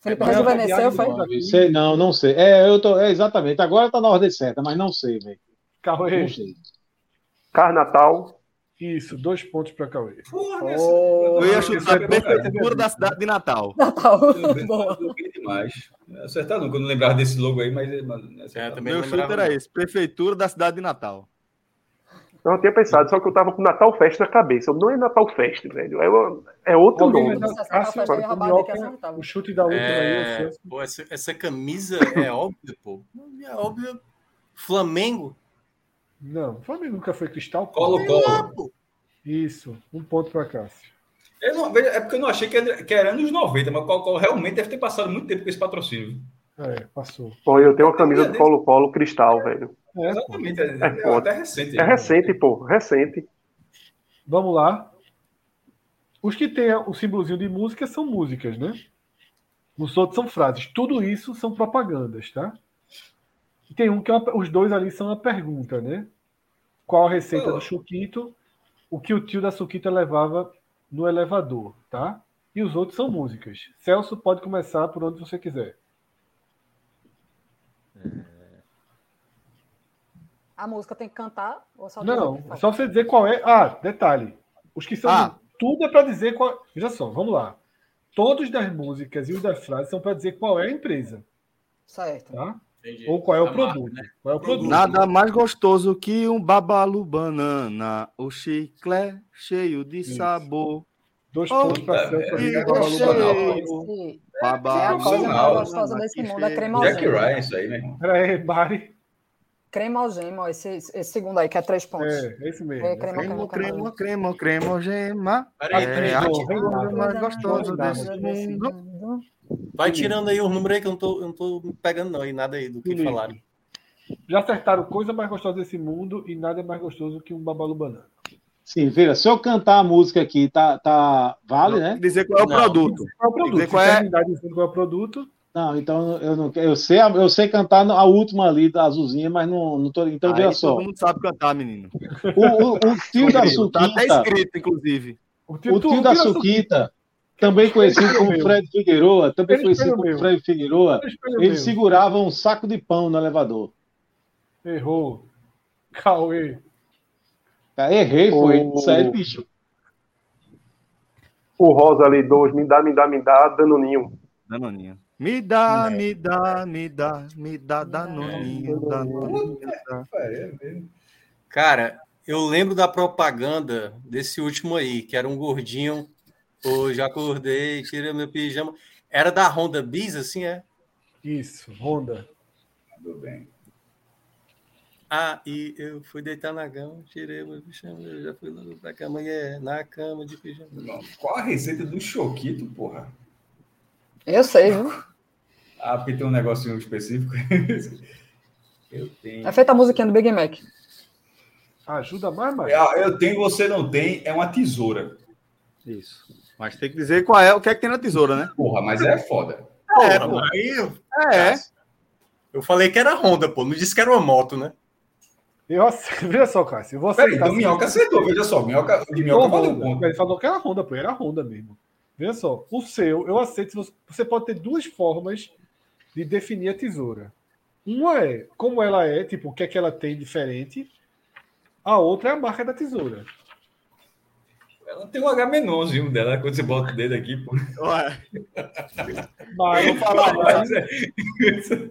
Felipe Mas rejuvenesceu, Thiago foi? Alves. Não sei, não, não sei. É, eu tô, é, exatamente. Agora tá na ordem certa, mas não sei, velho. Cauê. Não sei. Carnatal, Isso, dois pontos para Cauê. Porra, Oh, Eu ia Isso é né, chutar a tá bom, cara. prefeitura da cidade de Natal. Natal. Eu lembrei- Boa. eu lembrei de demais. Acertar nunca, eu não lembrava desse logo aí, mas. mas É, acertava. também Meu não chute lembrava, era não. esse: Prefeitura da cidade de Natal. Não, eu tinha pensado, só que eu tava com Natal Fest na cabeça. Não é Natal Fest, velho. É, uma- é outro Alguém nome. vai dar- Cássio, Essa foi roubada que Minhoca, acertava. o chute da última aí, É, eu sei. pô, essa, essa camisa é óbvia, pô. É óbvia. Flamengo? Não, o Flamengo nunca foi cristal. pô. Colo Colo. Pô, Isso, um ponto para Cássio. Eu não- veja, é porque eu não achei que era, que era anos 90, mas Colo Colo realmente deve ter passado muito tempo com esse patrocínio. É, passou. Pô, eu tenho uma camisa do Colo-Colo cristal, velho. É, pô. Exatamente. É, É é foda. até recente. É recente, pô. Recente. Vamos lá. Os que têm o símbolozinho de música são músicas, né? Os outros são frases. Tudo isso são propagandas, tá? E tem um que é uma- os dois ali são uma pergunta, né? Qual a receita do Chuquito? O que o tio da Suquita levava no elevador, tá? E os outros são músicas. Celso, pode começar por onde você quiser. A música tem que cantar? Ou só Não, tem que- é só você dizer qual é. Ah, detalhe. Os que são. Ah. Tudo é para dizer qual. Veja só, vamos lá. Todos das músicas e os das frases são para dizer qual é a empresa, Certo. tá? entendi. Ou qual é o A marca, produto. né? Qual é o produto. Nada mais gostoso que um babalu banana, o chiclé cheio de Isso. sabor. Dois Oh, pontos para tá, Celso. é, ali, eu Babalu achei. Banana. Esse- Babalu É a coisa mais Sensacional. gostosa desse mundo, é cremosinho. Jack Ryan, isso aí, né? irmão? Pera aí, Bari. Cremogema, esse, esse segundo aí, que é três pontos. É, é esse mesmo. É, crema, Cremo, crema, cremo, crema. cremo, cremo, gema. Peraí, É, peraí, a gente. coisa Ah, mais gostosa Nada. desse mundo. Vai tirando aí os números aí que eu não tô, eu não tô pegando, não, e nada aí do que Bonito. falaram. Já acertaram coisa mais gostosa desse mundo e nada é mais gostoso que um Babalu Banana. Sim, veja, se eu cantar a música aqui, tá, tá, vale, né? Dizer qual é o Não. produto. Qual é o produto? dizer qual Se é- terminar dizendo qual é o produto, Não, então eu não eu sei, a- eu sei cantar a última ali da azulzinha, mas não, não tô. Então, veja Aí só. todo mundo sabe cantar, menino. O, o- o tio da Tá até Suquita, escrito, inclusive. o o tu- tio tira da a Suquita, também conhecido como Meu. Fred Figueroa, também Ele conhecido pelo como meu. Fred Figueroa, Suquita, ele meu. segurava um saco de pão no elevador. Errou. Cauê. Cara, Tá, Errei, foi. O- Isso aí, bicho. O rosa ali, dois, me dá, me dá, me dá, danoninho. Danoninho. é. Me dá, me dá, me dá, me dá, Danoninho, Danoninho. É, é. Cara, eu lembro da propaganda desse último aí, que era um gordinho. Hoje acordei, tirei meu pijama. Era da Honda Bis, assim, é? Isso, Honda. tá Tudo bem. Ah, e eu fui deitar na cama, tirei meu pijama, eu já fui logo pra cama, e é na cama de pijama. Não, Qual a receita do Choquito, porra? Eu sei, viu? Ah, porque tem um negocinho específico. Eu tenho. É feita a musiquinha do Big Mac. Ajuda mais, mas Ah, eu tenho, você não tem, é uma tesoura. Isso. Mas tem que dizer qual é, o que é que tem na tesoura, né? Porra, mas é foda. É, Porra, pô. mas aí eu- É. eu falei que era Honda, pô, não disse que era uma moto, né? Eu aceito. Veja só, Cássio. Eu vou Peraí, aceitar. então Minhoca acertou, veja só. Minhoca, de Minhoca Ou valeu um tá Honda. ponto. Ele falou que era Honda, pô. Era Honda mesmo. Veja só. O seu, eu aceito. se Você, você pode ter duas formas de definir a tesoura. Uma é como ela é, tipo, o que é que ela tem diferente. A outra é a marca da tesoura. Ela tem um H menorzinho dela, quando você bota o dedo aqui, pô. Olha, Mas vou falar, Mas é-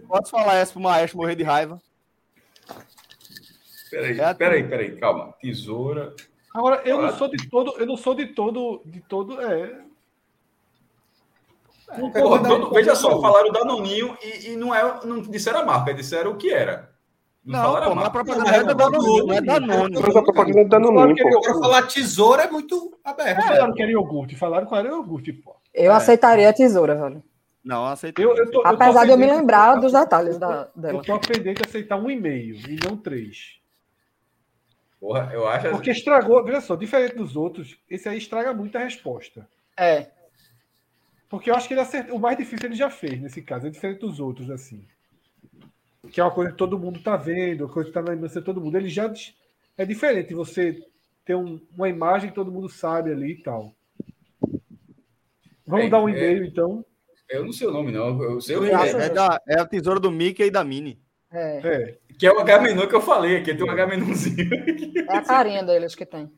posso falar essa pro maestro morrer de raiva? Peraí, É a- peraí, peraí, calma. Tesoura. agora eu não sou de todo, eu não sou de todo, de todo, é, Porra, todo- veja só, falaram da Noninho e, e não, é, não disseram a marca, disseram o que era. Não, Não, falaram pô, a mas a marca. propaganda é da Danone, não é Danone. Mas a propaganda é danoninho, pô. Agora falar tesoura é muito aberto. é. falaram que era iogurte, falaram que era iogurte, pô. Eu aceitaria a tesoura, velho. Não, aceitei. Eu, eu tô, tô Apesar de eu me aprendendo- um lembrar dos detalhes da, Eu dela. tô aprendendo a aceitar um e-mail e não três. Porra, eu acho. Porque estragou, veja só, diferente dos outros, esse aí estraga muito a resposta. É. Porque eu acho que ele acertou. O mais difícil ele já fez nesse caso, é diferente dos outros, assim. Que é uma coisa que todo mundo tá vendo, uma coisa que tá na lembrança de todo mundo. Ele já. des- É diferente você ter um- uma imagem que todo mundo sabe ali e tal. Vamos Bem, dar um é- e-mail, então. Eu não sei o nome, não. Eu sei o É, que é. é da, é a tesoura do Mickey e da Minnie. é. É. Que é o H-Menu que eu falei aqui. Tem um H-Menuzinho. É a carinha deles que tem.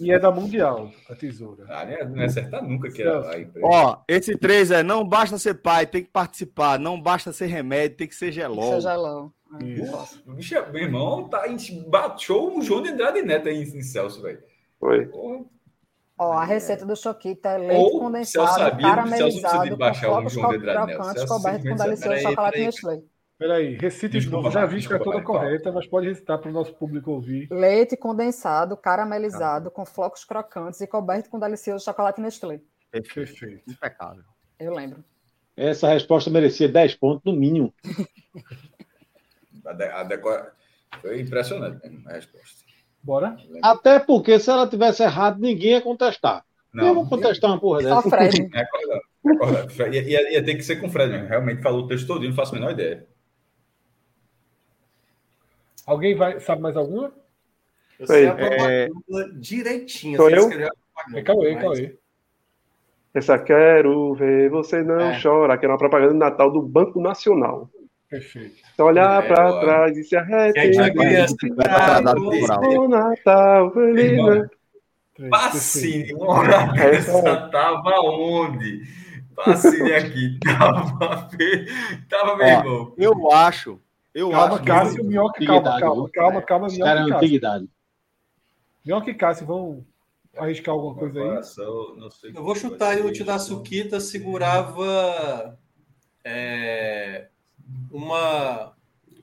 E é da Mundial, a tesoura. Ah, né? não é acertar nunca que é a empresa. Ó, esse 3 é não basta ser pai, tem que participar. Não basta ser remédio, tem que ser gelol. Seja lá. Ah, O bicho, é- meu irmão, tá, a gente bateu um João de Andrade Neto aí em, em Celso, velho. Foi. Porra, Ó, a receita do Choquita é leite Ou, condensado, se eu sabia, se eu não caramelizado, precisa com baixar o flocos João co- Andrade Neto, se crocantes, eu coberto com simplesmente- delicioso peraí, chocolate peraí. Nestlé. Peraí, recite de Desculpa, novo. Já Marcos, vi que é desculpa, toda Marcos, fala. correta, mas pode recitar para o nosso público ouvir. Leite condensado, caramelizado, com flocos crocantes e coberto com delicioso chocolate Nestlé. Perfeito. Impecável. Eu lembro. Essa resposta merecia 10 pontos no mínimo. a de- a decora- Foi impressionante mesmo a resposta. Bora? Até porque se ela tivesse errado, ninguém ia contestar. eu vou contestar uma porra Só dessa. Fred. É acordado, é acordado. Fre- Ia, ia, ia ter que ser com o Fred mesmo. Realmente falou o texto todo, não faço a menor ideia. Alguém vai, sabe mais alguma? Eu sei a é Ei, propaganda direitinho. Sou assim, eu? escreveu a propaganda, É Cauê, mas- Cauê. Essa quero ver você não É. chora, que era uma propaganda de Natal do Banco Nacional. Perfeito. Se olhar É, pra olha. trás e se Que aí tinha arrepender. criança. É, Tá então, dado Ah, moral. O Natal, feliz né? Irmão, Natal. Três, perfeito. Pacini, uma dessa tava onde? Pacini aqui, tava, fe- tava meu Ó, irmão. Eu acho. Eu Calma, acho. Cássio, Minhoca, calma, Antiguidade, calma, viu? calma, calma, Os Minhoca caras e na Cássio. é antiguidade. Minhoca e Cássio, vão arriscar alguma coisa aí? Coração, não sei Eu vou o que chutar vai e o ser, Tidasuquita segurava é, uma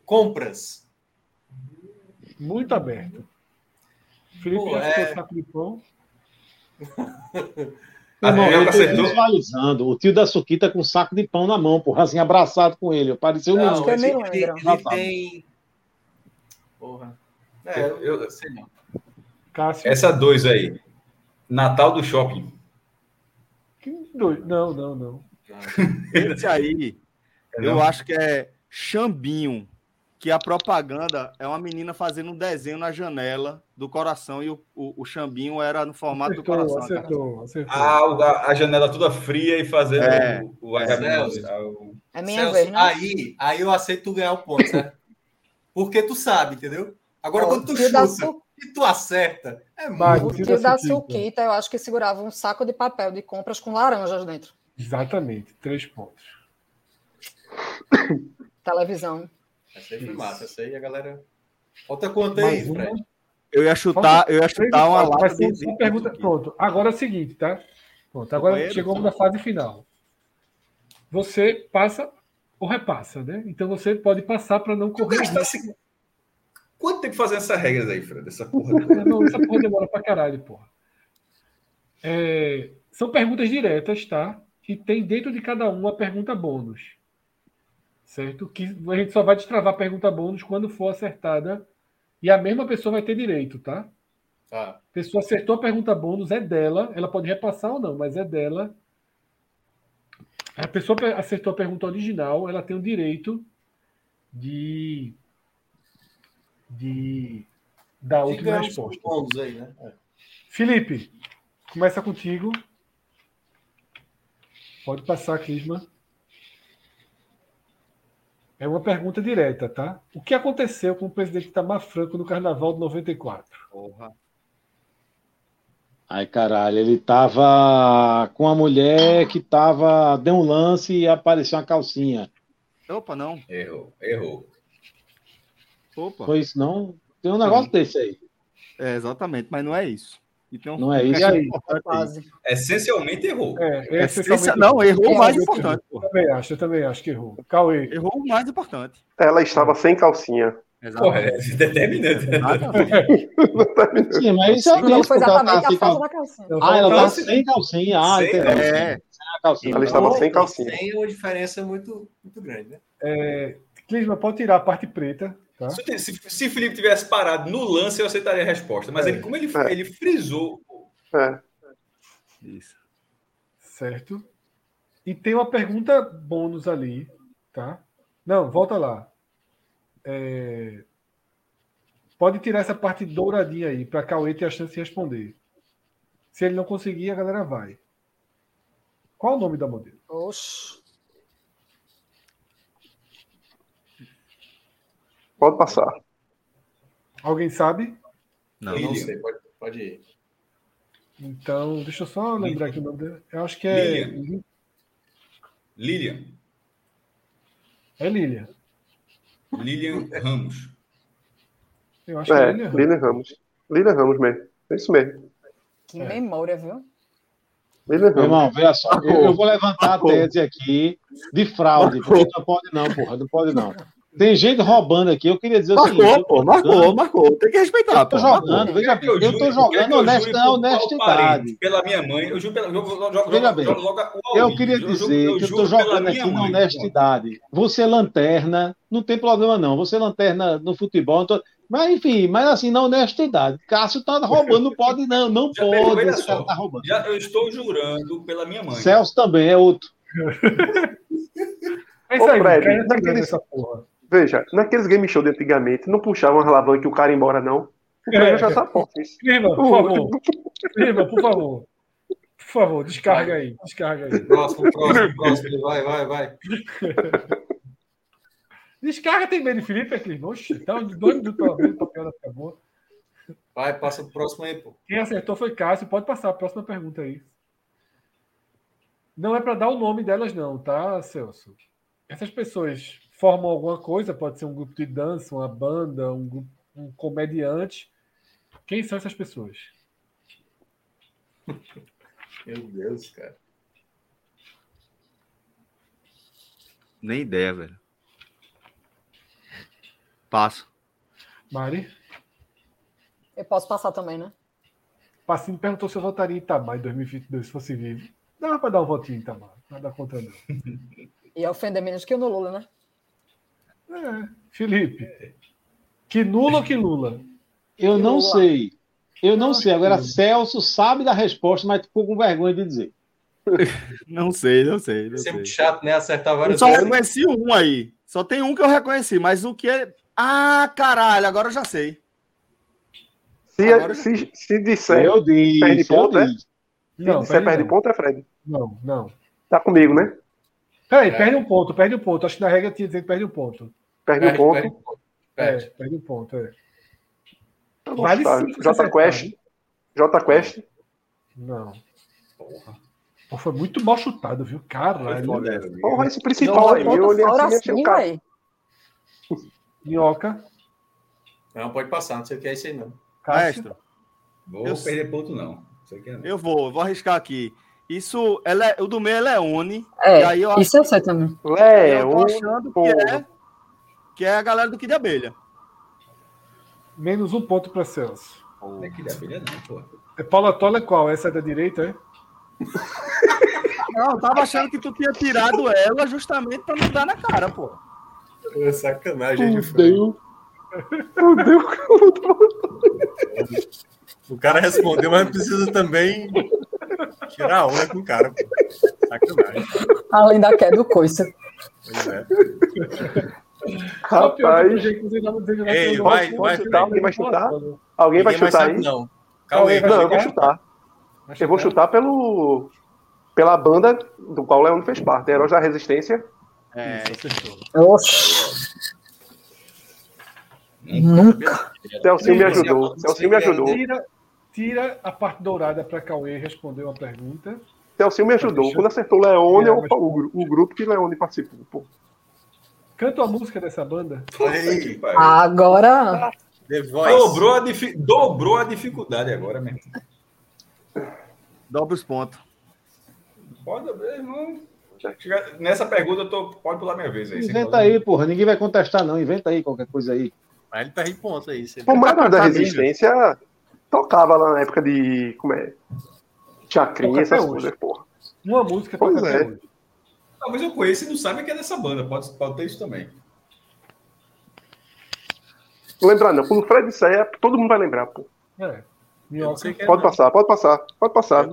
compras. Muito aberto. Felipe Pô, já é. ficou saco de pão. Ah, Irmão, é, eu tô acertou. visualizando o tio da Suquita com um saco de pão na mão, porra, assim, abraçado com ele. Eu parecia um acho que é eu ele, nem ele- lembro. ele Rapaz. tem. Porra. É, eu, eu sei não. Cássio. Essa dois aí. Natal do shopping. Que doido. Não, não, não. É Esse aí, eu Não. acho que é Xambinho. Que a propaganda é uma menina fazendo um desenho na janela do coração e o, o, o Xambinho era no formato do Acertou, coração. né, cara? acertou, acertou. Ah, o- a, a janela toda fria e fazendo É. o, o arremesso. É minha Celso, vez, né? Aí, aí eu aceito tu ganhar o ponto, certo? Porque tu sabe, entendeu? Agora, Ó, quando tu o tio da chuta Su- e tu acerta, é Vai, então. muito. o tio tio da Suquita. Suquita, eu acho que segurava um saco de papel de compras com laranjas dentro. Exatamente, três pontos. Televisão. Essa aí foi massa, essa aí a galera. Falta quanto aí, Mais Fred? uma. Eu ia chutar, eu ia Três chutar uma pontos, lata mas de, são- são perguntas- um Pronto, agora é o seguinte, tá? Pronto, agora Companheiro, chegamos na fase final. Você passa ou repassa, né? Então você pode passar para é não Tu correr. gastasse. Quanto tempo fazendo essas regras aí, Fred? Essa porra risco. É, Não, essa porra demora pra caralho, porra. É, são perguntas diretas, tá? E tem dentro de cada uma a pergunta bônus. Certo? Que a gente só vai destravar a pergunta bônus quando for acertada. E a mesma pessoa vai ter direito, tá? Tá. A pessoa acertou a pergunta bônus, é dela. Ela pode repassar ou não, mas é dela. A pessoa pe- acertou a pergunta original, ela tem o direito de. de. dar a Tem que última ganhar uns resposta. pontos aí, né? Felipe, começa contigo. Pode passar, Clisma. É uma pergunta direta, tá? O que aconteceu com o presidente Itamar Franco no carnaval de 94? Porra. Ai, caralho, ele tava com a mulher que tava. Deu um lance e apareceu uma calcinha. Opa, não. Errou, errou. Opa. Foi isso, não? Tem um negócio desse aí. É, exatamente, mas não é isso. E tem um- Não é isso? E aí? Quase. Essencialmente errou. É, É, esse esse- somente- não, errou o mais Eu importante, Ah, pô. também acho, eu também acho que errou. Cauê, Errou o mais importante. Ela estava sem calcinha. Porra, é determinante. Exatamente. Sim, mas isso é E ele lance foi pro cara tá exatamente a sem falta calcinha. da calcinha. eu Ah, ela falo- tá sem calcinha. Ah, Sem entendeu? É, Sem a calcinha. Ela estava Então, sem calcinha. Tem uma diferença muito, muito grande, né? Clisma, pode tirar a parte preta, tá? Se, eu- se, se Felipe tivesse parado no lance, eu aceitaria a resposta. Mas ele, como ele, É. ele frisou. É. isso. Certo? E tem uma pergunta bônus ali, tá? Não, volta lá. É, Pode tirar essa parte douradinha aí, para Cauê ter a chance de responder. Se ele não conseguir, a galera vai. Qual o nome da modelo? Oxi. Pode passar. Alguém sabe? Não, não sei, pode, pode ir. Então, deixa eu só lembrar aqui o nome dele. Eu acho que é. Li- Lilian. É Lilia. Lilian Ramos. Eu acho que É, é Lilia. Lilian Ramos. Lilian Ramos mesmo. É isso mesmo. Que É. memória, viu? Lilian Meu Ramos. irmão, veja só. Eu, eu vou levantar a tese aqui de fraude, porque não pode não, porra. Não pode não. Tem gente roubando aqui. Eu queria dizer o seguinte. Marcou, pô, marcou, marcou. Tem que respeitar, Eu pô. tô jogando, veja bem. Eu tô juro- Ah, tá, quer que jogando eu honest- jure na por honestidade. parente, Pela minha mãe, eu juro pela. Jogo, jogo, jogo, Veja jogo, bem, jogo logo o Eu Alvin. queria juro- dizer que eu estou juro pela jogando assim, minha aqui na mãe. honestidade. Você é lanterna, não tem problema não. Você é lanterna no futebol, não tô- mas enfim, mas assim na honestidade. Cássio tá roubando, não pode não, não Já pegou, pode. olha Esse cara só. tá roubando. Já eu estou jurando pela minha mãe. Celso também é outro. É isso Ô, aí, cara, Fred, tá naquele- vendo essa porra. Veja, naqueles game show de antigamente, não puxavam as alavanca e o cara ia embora, não. O cara É. já tá forte. isso. Irmã, por favor. Irmã, por favor. Por favor, descarga aí. Descarga aí. Próximo, próximo, próximo. Vai, vai, vai. Descarga tem medo de Felipe, é Clima. Oxi, tá onde dois minutos pra ver, o piada fica boa. Vai, passa o próximo aí, pô. Quem acertou foi Cássio. Pode passar a próxima pergunta aí. Não é para dar o nome delas, não, tá, Celso? Essas pessoas formam alguma coisa, pode ser um grupo de dança, uma banda, um, grupo, um comediante. Quem são essas pessoas? Meu Deus, cara. Nem ideia, velho. Passo. Mari, Eu posso passar também, né? Passinho perguntou se eu votaria em Itamar em 2022, se fosse vivo. Dá para dar um votinho em Itamar, nada contra não. Ia ofender menos que eu no Lula, né? É, Felipe, que Lula ou que Lula? Eu não Lula. sei. Eu não Eu sei. acho Agora, que- Celso sabe da resposta, mas ficou com vergonha de dizer. Não sei, não sei, não Isso sei. é muito chato, né? Acertar Eu várias só vezes. reconheci um aí. Só tem um que eu reconheci, mas o que é. Ah, caralho, agora eu já sei. Se, Agora- se, se disser, Eu disse. Perde eu né? ponto, é? disse. se Não, disser perde perde não. ponto, é Fred. Não, não. Tá comigo, né? Peraí, perde um ponto, perde um ponto. Acho que na regra tinha que dizer que perde um ponto. Perde o Perde, ponto. perde, É, perde. perde um ponto, é. Eu vou Vale chutar. sim. se J acertar. Tá. Quest. J Quest. Não. Pô, foi muito mal chutado, viu? Caralho. né? Porra, esse Jogou principal aí. Eu olhei fora assim e achei assim, o cara. véi. Minhoca, Não, pode passar, não sei o que é isso aí, não. Cássio. Maestro, Vou Eu- perder ponto, não. Isso aqui é não. eu vou, eu vou arriscar aqui. Isso, ela é- o do meio é Leone. e É, aí eu, isso eu sei também. Léo. eu tô achando que é, porra. que é a galera do Kid Abelha. Menos um ponto para Celso. Não é que da filha, não, pô. É Paulo Tola é qual? Essa é da direita, é? Não, eu tava achando que tu tinha tirado ela justamente pra não dar na cara, pô. É sacanagem de O cara respondeu, mas precisa também tirar a onda com o cara. pô. Sacanagem. Além da queda do coice. Pois é. Só pior que eu Rapaz, achei que vocês estavam dizendo assim, que Ei, eu não vai, posso vai, chutar, Fred. mas eu não Vai posso, né? alguém vai Ninguém mais chutar sabe, aí? Não. Calma aí, Alguém vai Não, eu vou vai chutar. Vai Eu vou chutar pelo. Pela banda do qual o Leandro fez parte, Heróis da Resistência. É, Oxi. Celcinho me Sim, ajudou. Celcinho me ajudou. Tira, tira a parte dourada para Cauê responder uma pergunta. Celcinho me ajudou. Quando acertou Leone, eu- o, gru- o grupo que Leone participou. pô. Canta a música dessa banda. Puta que pariu. Agora. The Voice. Dobrou a, difi- Dobrou a dificuldade agora, meu irmão. dobra os pontos. Pode, meu irmão. Já chega- Nessa pergunta, eu tô... pode pular minha vez aí. sem Inventa problema. aí, porra. Ninguém vai contestar, não. Inventa aí qualquer coisa aí. Aí ele tá perde ponto aí. você- Pô, mas Heróis da Tá bem, Resistência tocava lá na época de. Como é? Chacrinha, Toca até essas hoje. coisas, porra. Uma música Pois toca é. até hoje. Talvez eu conheça e não saiba que é dessa banda. Pode, pode ter isso também. Não lembrar, não. Quando o Fred sair, todo mundo vai lembrar, pô. É. Eu não Minhoca, sei quem é, Pode não. passar, pode passar, pode passar.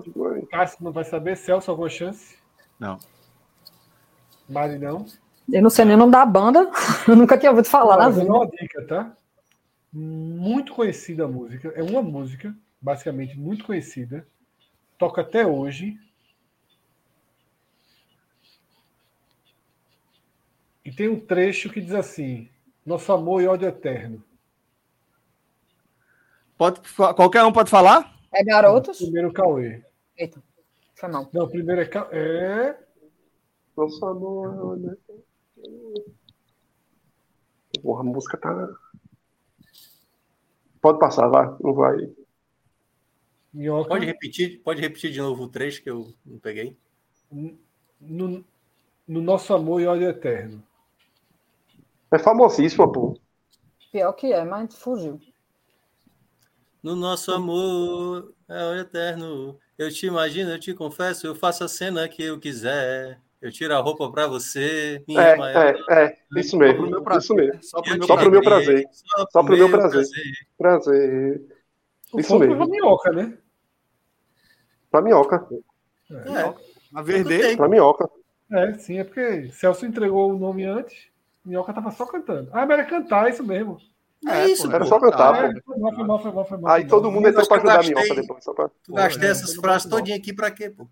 Cássio não vai saber. Celso, alguma chance? Não. Mari, não. Eu não sei nem o nome da banda. Eu nunca tinha ouvido falar Olha, na eu vou vida. dar uma dica, tá? Muito conhecida a música. É uma música, basicamente, muito conhecida. Toca até hoje. E tem um trecho que diz assim: Nosso amor e ódio eterno. Pode, fa- qualquer um pode falar? É garotos? Primeiro Cauê. Eita, foi mal. Não, primeiro é. Ca- É. Nosso amor, né? Porra, a música tá. Pode passar, vai. Não vai. Minhoca. Pode repetir, pode repetir de novo o trecho que eu não peguei. No, no nosso amor e ódio eterno. É famosíssima, pô. Pior que é, mas fugiu. No nosso amor é o eterno. Eu te imagino, eu te confesso, eu faço a cena que eu quiser. Eu tiro a roupa pra você, minha É, maior. é, é. Isso Só pro meu mesmo. prazer. Isso mesmo. Só Eu pro meu te só pro meu amei, prazer. Só pro meu prazer. Prazer. O Isso fogo mesmo. pra minhoca, né? Pra minhoca. É, A vez dele, Pra minhoca. É, sim, é porque Celso entregou o nome antes, minhoca tava só cantando. Ah, mas era cantar, é isso mesmo. é isso, Era pô. só Tá. cantar, É, tá, pô. foi mal, foi mal, foi mal, foi mal. Aí foi todo mal. mundo entrou pra ajudar a Acho que eu minhoca gastei. depois. Só pra... Tu gastei é, essas não frases bota não. todinha aqui pra quê, pô?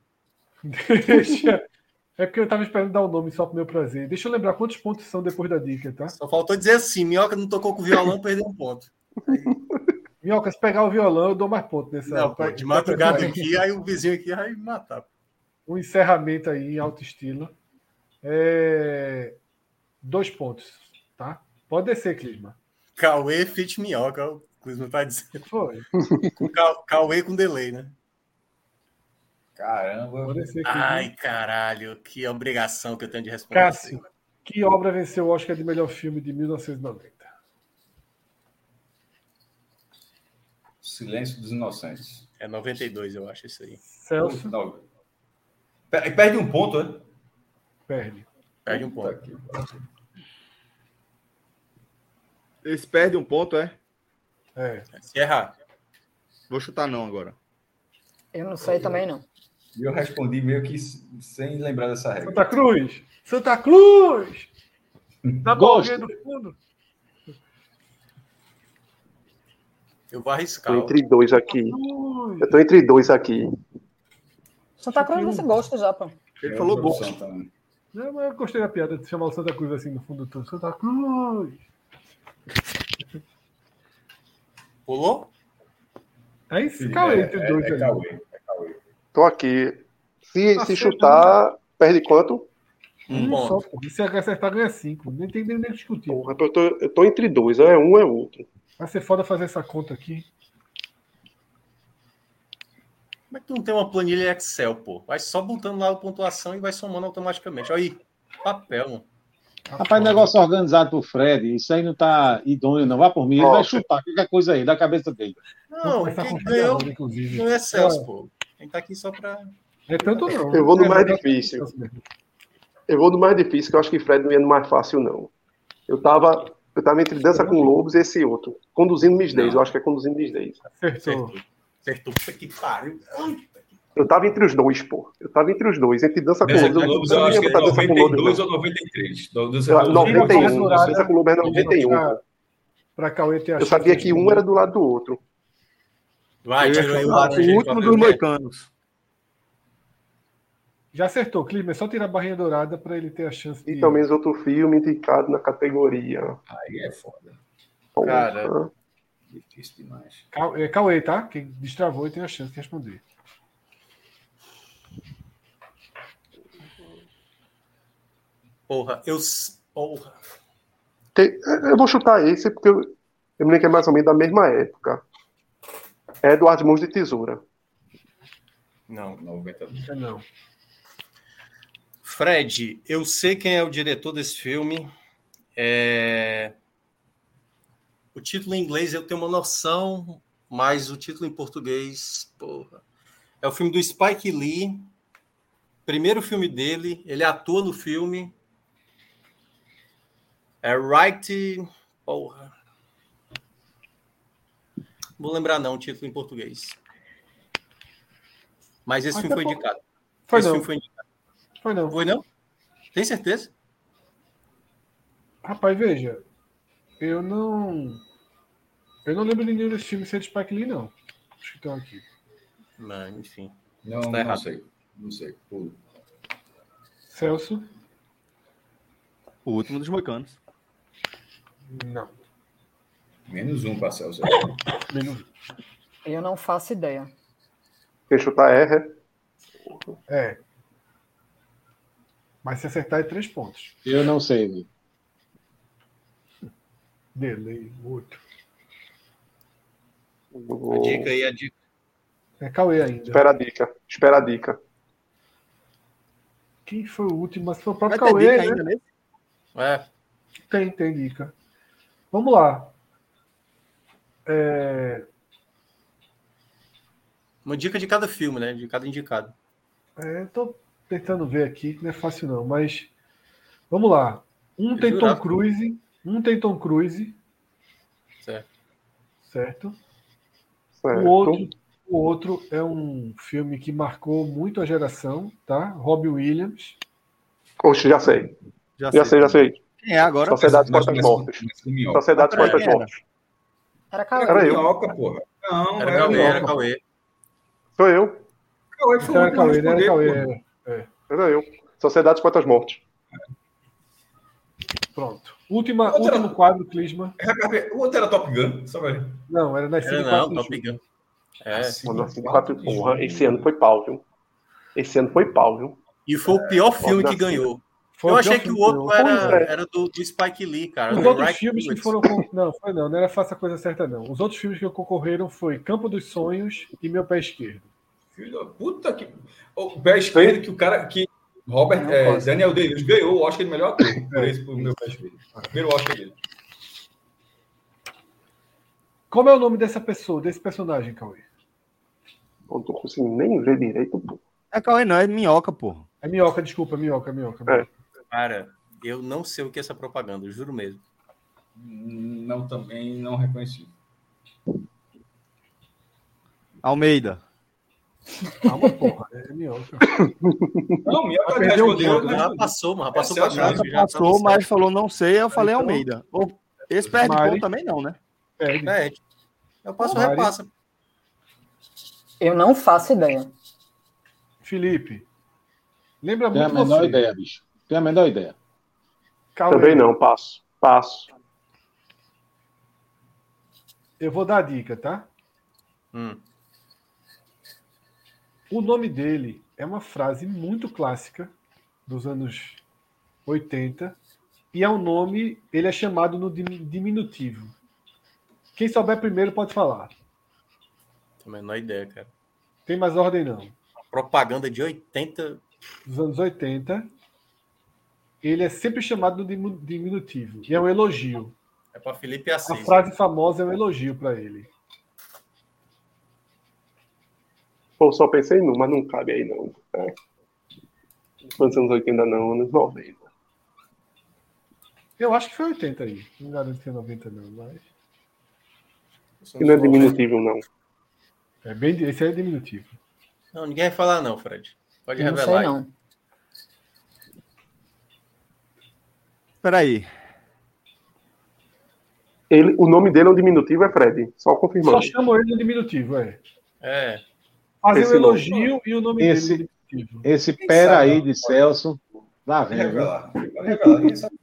Deixa- É porque eu tava esperando dar o nome só pro meu prazer. Deixa eu lembrar quantos pontos são depois da dica, tá? Só faltou dizer assim: minhoca não tocou com o violão, perdeu um ponto. Minhoca, se pegar o violão, eu dou mais pontos nessa. Não, pô, pra- de madrugada pra- aqui, aí o vizinho aqui vai me matar. Um encerramento aí em alto estilo. É, Dois pontos, tá? Pode descer, Clisma. Cauê fit minhoca, o Clisma tá dizendo. Foi. Ca- Cauê com delay, né? Caramba. Pode descer, Clisma. Ai, caralho, que obrigação que eu tenho de responder. Cássio, que obra venceu o Oscar de melhor filme de 1990? Silêncio dos Inocentes. É 92, eu acho, isso aí. Celso Não. Per- Perde um ponto, é? perde. Perde um ponto. eles perdem um ponto, é? É. né? Se errar. Vou chutar não agora. Eu não sei também, não. E eu respondi meio que s- sem lembrar dessa regra. Santa Cruz! Santa Cruz! Da Tá bolinha Gosto. do fundo. Eu vou arriscar. Tô ó. entre dois aqui. Cruz. Eu tô entre dois aqui. Santa Cruz você gosta já, pô. Ele É falou uma gol. opção também. Não, mas eu gostei da piada de chamar o Santa Cruz assim no fundo do tubo. Santa Cruz! Pulou? Aí Sim, Cauê é, entre é- os dois é ali. Cauê. Tô aqui. Se, se Acertou. chutar, perde quanto? Um Bom. só, pô. E se acertar, ganha cinco. Nem tem nem nem discutir. Porra, eu tô, eu tô entre dois. É um, é outro. Vai ser foda fazer essa conta aqui. Como é que tu não tem uma planilha Excel, pô? Vai só botando lá a pontuação e vai somando automaticamente. Olha aí. Papel, mano. Rapaz, negócio organizado pro Fred, isso aí não tá idôneo, não. Vá por mim, ele vai chutar qualquer coisa aí, da cabeça dele. Vamos Não, começar quem com ganhou ganhou, inclusive. não é Celso, pô. Quem tá aqui só pra. É tanto não. Eu vou no É, mais não é difícil. tanto mesmo. Eu vou no mais difícil, que eu acho que Fred não ia no mais fácil, não. Eu tava, eu tava entre Dança com Lobos e esse outro. Conduzindo Miss 10, eu acho que é Conduzindo Miss 10. Acertou. Acertou. Acertou. Puta que pariu. Eu tava entre os dois, pô. Eu tava entre os dois, entre Dança com Dança Lobos. com Eu não Lobos, eu não acho ia que é botar Dança com Lobos, 92 não. ou 93. Do- do- Sei lá, do- 91. é Vira pra Dança com Lobos é era 91. Pra Cauê ter a Eu chance sabia de- que um era do lado do outro. Vai, Eu ia tirou aí o chutar lado o último dos moicanos. Já acertou, Clima. É só tirar a barrinha dourada pra ele ter a chance de. E também os outro filme indicado na categoria. Aí é foda. Cara. Difícil demais. Cau- é Cauê, tá? Quem destravou e tem a chance de responder. Porra, eu. s- Porra. Tem- eu vou chutar esse, porque eu, eu me lembro que é mais ou menos da mesma época. É Eduardo Mãos de Tesoura. Não. 92. É não. Fred, eu sei quem é o diretor desse filme. É... O título em inglês eu tenho uma noção, mas o título em português, porra. É o filme do Spike Lee. Primeiro filme dele, ele atua no filme. É Right. Porra. Não Vou lembrar não o título em português. Mas esse Mas filme foi é bom. indicado. Foi esse não. filme foi indicado. Foi não. Foi não? Tem certeza? Rapaz, veja. Eu não. Eu não lembro de nenhum desses filmes ser de Spike Lee, não. Acho que estão aqui. Não, enfim. Não, Tá não errado. sei. Não sei. Pulo. Celso, O último dos moicanos. Não. Menos um para Celso. Eu não faço ideia. Quem chutar erra. É. Mas se acertar é três pontos. Eu não sei, Igor. Delay, outro. A dica aí, a dica. É Cauê ainda. Espera a dica. Espera a dica. Quem foi o último? Mas foi o próprio Vai ter Cauê, dica né? ainda nesse? É. Tem, tem dica. Vamos lá. É, Uma dica de cada filme, né? De cada indicado. é, tô tentando ver aqui, que não é fácil não, mas vamos lá. Um tem Tom jurava. Cruise, um tem Tom Cruise, Certo. certo? Certo. O outro, o outro é um filme que marcou muito a geração, tá? Robin Williams. Oxe, já sei. Já sei, já sei. Quem é agora? Sociedade dos Mas Poetas começa- Mortos. começa com minhoca. Sociedade dos Ah, Poetas era. Mortos. Era Era Cauê. eu. Minhoca, porra. Não, Era é Cauê, minhoca. era Cauê. Sou eu. Cauê foi o é Então era último a Cauê, né? Era responder, Cauê. porra. era. Era eu. Sociedade dos Poetas Mortos. Pronto. Última, Outra- último quadro, Clisma. O outro era Top Gun, só vai. Não, era nas Era cinco não, quatro Top Gun. É. Mano, assim, de quatro porra. Esse ano foi pau, viu? Esse ano foi pau, viu? E foi o pior filme que ganhou. Eu achei que o outro era, era do, do Spike Lee, cara. Os do outros Reich filmes que Lewis. foram. con- Não, foi não, não era Faça a Coisa Certa, não. Os outros filmes que concorreram foi Campo dos Sonhos e Meu Pé Esquerdo. Filho da puta que. O pé esquerdo que o cara. Que Robert, Não eh, posso. Daniel Davis ganhou o Oscar de melhor ator. Por esse, por meu pé esquerdo. Primeiro Oscar dele. Como é o nome dessa pessoa, desse personagem, Cauê? Eu não tô conseguindo nem ver direito. pô. É Cauê, não, é minhoca, porra. É minhoca, desculpa, minhoca, é minhoca. minhoca. Cara, eu não sei o que é essa propaganda, eu juro mesmo. Não, também não reconheci. Almeida. Calma, porra, é minhoca. Não, minhoca Mas perdeu respondeu. o ponto, né? Já passou, mano. Já passou Essa é a pra trás. chance, já tá Passou, no mas falou não sei, eu falei Então- Almeida. Ou- Esse perde Mari. ponto também não, né? É, céu. É, eu passo Mari. repassa. Eu não faço ideia. Felipe. Lembra Tenho a muito menor você. ideia, bicho. Tenho a menor ideia. Cauê, Também não, passo. Passo. Eu vou dar a dica, tá? Hum. O nome dele é uma frase muito clássica dos anos 80 e é um nome, ele é chamado no dim- diminutivo. Quem souber primeiro pode falar. Tenho a menor é ideia, cara. Tem mais ordem não. Propaganda de 80. Dos anos 80, ele é sempre chamado no dimu- diminutivo e é um elogio. É pra Felipe A Assis. frase famosa é um elogio para ele. Pô, só pensei em um, mas não cabe aí, não. É. Foi nos anos 80, não. Anos 90. Eu acho que foi 80 aí. Não garanto que é 90 não, mas E não é diminutivo, não. é bem di- esse aí é diminutivo. Não, ninguém vai falar, não, Fred. Pode Eu não revelar. sei, aí. não. Peraí. Ele, o nome dele é um diminutivo, é Fred. Só Só confirmando. chamam ele no diminutivo, é. É. Fazem um Esse elogio e o nome Esse- dele no diminutivo. Esse Quem pera sabe, aí não, de Celso. Lá Pode vem. viu? revelar. Pode revelar. Ninguém sabe.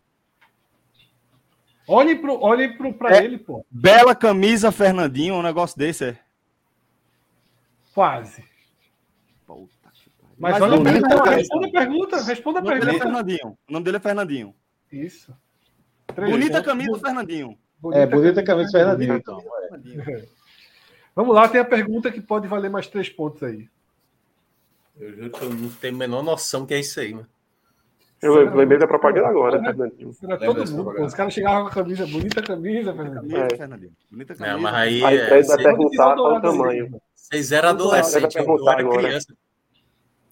Olhem pro, olhem pro, pra É. ele, pô. Bela camisa, Fernandinho, um negócio desse é. Quase. Puta que pariu. Mas, Mas olha a bonita pergunta. camisa. Responda a pergunta. Responda O a nome dele é pergunta. Fernandinho. O nome dele é Fernandinho. Isso. Três Bonita pontos. camisa, Fernandinho. É, bonita camisa Fernandinho, Fernandinho. então. Fernandinho. Vamos lá, tem a pergunta que pode valer mais três pontos aí. Eu juro que eu não tenho a menor noção que é isso aí, mano. Eu lembrei da propaganda agora, Fernandinho. Era Lembra todo desse mundo. pô. programa? Os caras chegavam com a camisa. Bonita camisa, Fernandinho. Bonita É. Fernandinho. Bonita camisa. Não, mas aí. Aí é, Fred vai vocês- perguntar qual o Dourado, tamanho. Clisma. Vocês eram adolescentes, eu, eu era perguntar agora. criança.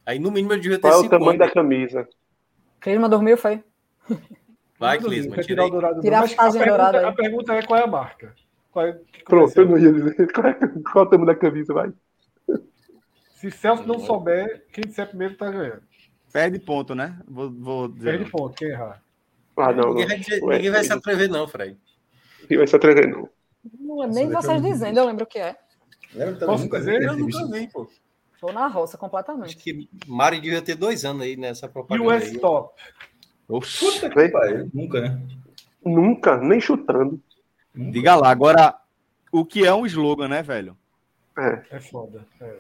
Aí no mínimo eu devia ter Qual é o 5 tamanho anos. da camisa? Clisma dormiu, foi? Vai, Não duvido, Clisma, quer tira tirar o aí. dourado. Tira não, a mas fase pergunta- dourada aí. A pergunta é qual é a marca? Qual é, que Pronto, começou? eu não ia dizer. Qual é, qual é o tamanho da camisa, vai? Se Celso não souber, quem disser primeiro tá ganhando. Perde ponto, né? Vou, vou dizer. Perde ponto, quem errar. Ah, não, é não. Ninguém vai, dizer- Ué, é ninguém vai se ninguém atrever, não, Fred. vai se atrever, não. Não, é nem Essa daqui eu vocês não vi. dizendo, eu lembro o que é. Lembra também? Posso Nunca dizer? vi. Eu nunca vi, pô. Tô na roça Acho completamente. que Mari devia ter dois anos aí nessa E propaganda. o aí. S-Top? Oxi. Puta que pariu. Nunca, né? Nunca, nem chutando. Diga lá, agora, o que é um slogan, né, velho? É. É foda. é.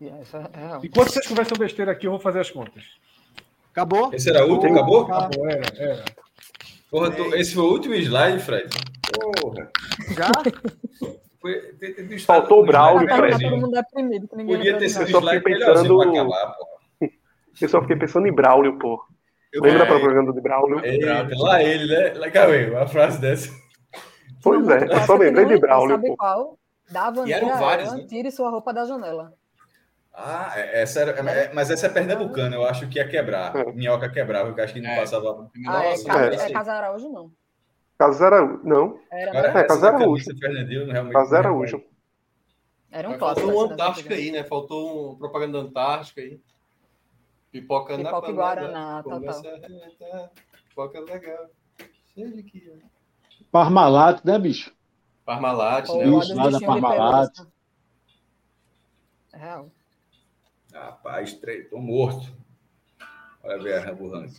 E essa é real. Enquanto vocês conversam besteira aqui, eu vou fazer as contas. Acabou? Esse era o último, acabou? Acabou, era, era. Porra, tu- esse foi o último slide, Fred. Porra. Já? Foi- te- te- te- Faltou o um Braulio, slide Tá Fred. melhorzinho. todo mundo deprimido, que ninguém Podia lembra ter de sido nada. um Eu só fiquei slide melhorzinho pra pensando- acabar, porra. Eu só fiquei pensando em Braulio, pô. Eu- Lembra É. da propaganda de Braulio? É, Eita, lá ele, né? Lá cá, eu, uma frase dessa. Pois é, eu só Essa que lembrei não de lembrou, Braulio, Sabe pô. qual? Da eram Vanira vários, Ellen, né? tire sua roupa da janela. Ah, é- essa era, é- é- mas essa é pernambucana, eu acho que ia quebrar. É. Minhoca quebrava, eu acho que não É. passava. Ah, é, Nossa, Ca- esse- é, Casa Araújo, não. Casa Araújo. Não, Era, Cara, É, essa Casé da Araújo. camisa Fernandinho, realmente. é Casa Araújo. era um Mas clássico. Faltou um essa da Antártica Vanira. aí, né? Faltou um propaganda antártica aí. Pipoca, na Pipoca e Guaraná, tal, Começa tal. a arrebentar. Pipoca legal. Cheio de que. né? Parmalat, né, bicho? Parmalat, Ou né? a Isso, dos lá da bichinhos de Parmalat. pelúcia. né? Real. Rapaz, tre- tô morto. Olha ver a Rambo Rank.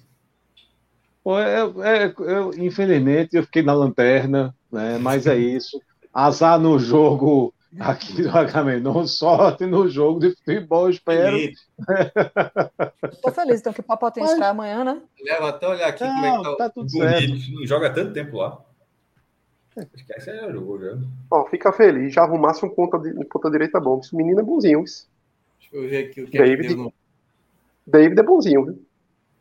Pô, eu, é- eu, infelizmente, eu fiquei na lanterna, né? Mas é isso. Azar no jogo aqui do Agamenon, sorte no jogo de futebol, espero. Ele- Eu tô feliz, então, que o Papotinho Mas- estreia amanhã, né? Leva até olhar aqui como é que tá Não, o- tá tudo certo. Bonito, não joga tanto tempo lá. Acho que essa é o jogo, né? Ó, fica feliz. Já arrumasse um ponta, di- um ponta direita bom. Esse menino é bonzinho. isso. Deixa eu ver aqui o que é que David. deu no. David é bonzinho. viu?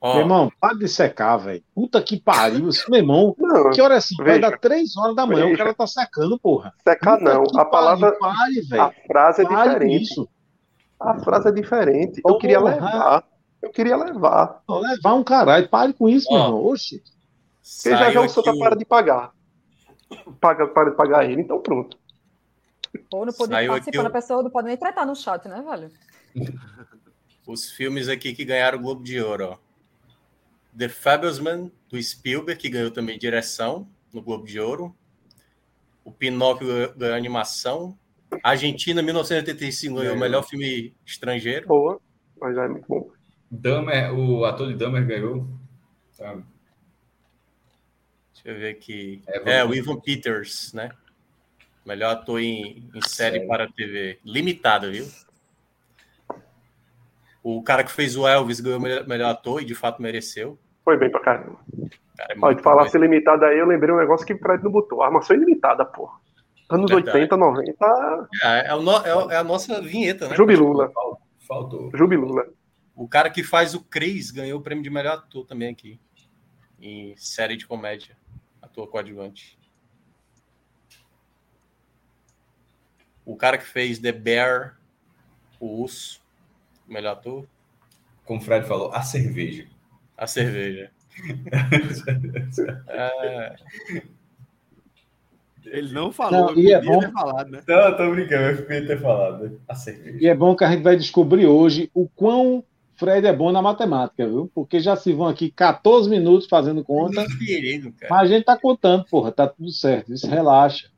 Ó, Meu irmão, para de secar, velho. Puta que pariu, esse- meu irmão. Não, Que hora é assim? Vai Veja. dar três horas da manhã, o Veja. cara tá secando, porra. secar Puta não. que A pariu, palavra, Pare, velho. a frase é Pare com diferente. isso. A frase é diferente. Eu Porra. queria levar. Eu queria levar. Não, levar um caralho. Pare com isso, Ó. meu irmão. Oxi. Porque já já saiu o Santa aqui um- para de pagar. Paga, para de pagar ele, então pronto. Ou não podia Saiu aqui participar, o- a pessoa não pode nem tratar no chat, né, velho? os filmes aqui que ganharam o Globo de Ouro, ó. The Fablesman, do Spielberg, que ganhou também direção no Globo de Ouro. O Pinóquio ganhou- ganhou animação. Argentina, 1985, ganhou o Ganhou. melhor filme estrangeiro. Boa. Mas já é muito bom. Dahmer, o ator de Dahmer ganhou. Tá. Deixa eu ver aqui. É, vamos É, o ver. Ivan Peters, né? Melhor ator em, em série Série. para TV. Limitada, viu? O cara que fez o Elvis ganhou o melhor, melhor ator e de fato mereceu. Foi bem pra caramba. Cara, é Ó, muito de falar bom. se limitada aí, eu lembrei um negócio que o Fred não botou. Armação ilimitada, porra. Anos Verdade. 80, 90, É, é o no- é o- é a nossa vinheta, né? jubilula. Faltou. Jubilula. O cara que faz o Chris ganhou o prêmio de melhor ator também aqui. Em série de comédia. Ator coadjuvante. O cara que fez The Bear, o urso, melhor ator, Como o Fred falou, a cerveja. a cerveja. É, Ele não falou, Não, eu e é bom- ter falado, né? Não, eu tô brincando, eu fiquei ter falado. né? A E cerveja. é bom que a gente vai descobrir hoje o quão Fred é bom na matemática, viu? Porque já se vão aqui 14 minutos fazendo conta, querido, é um cara. mas a gente tá contando, porra, tá tudo certo. Isso relaxa.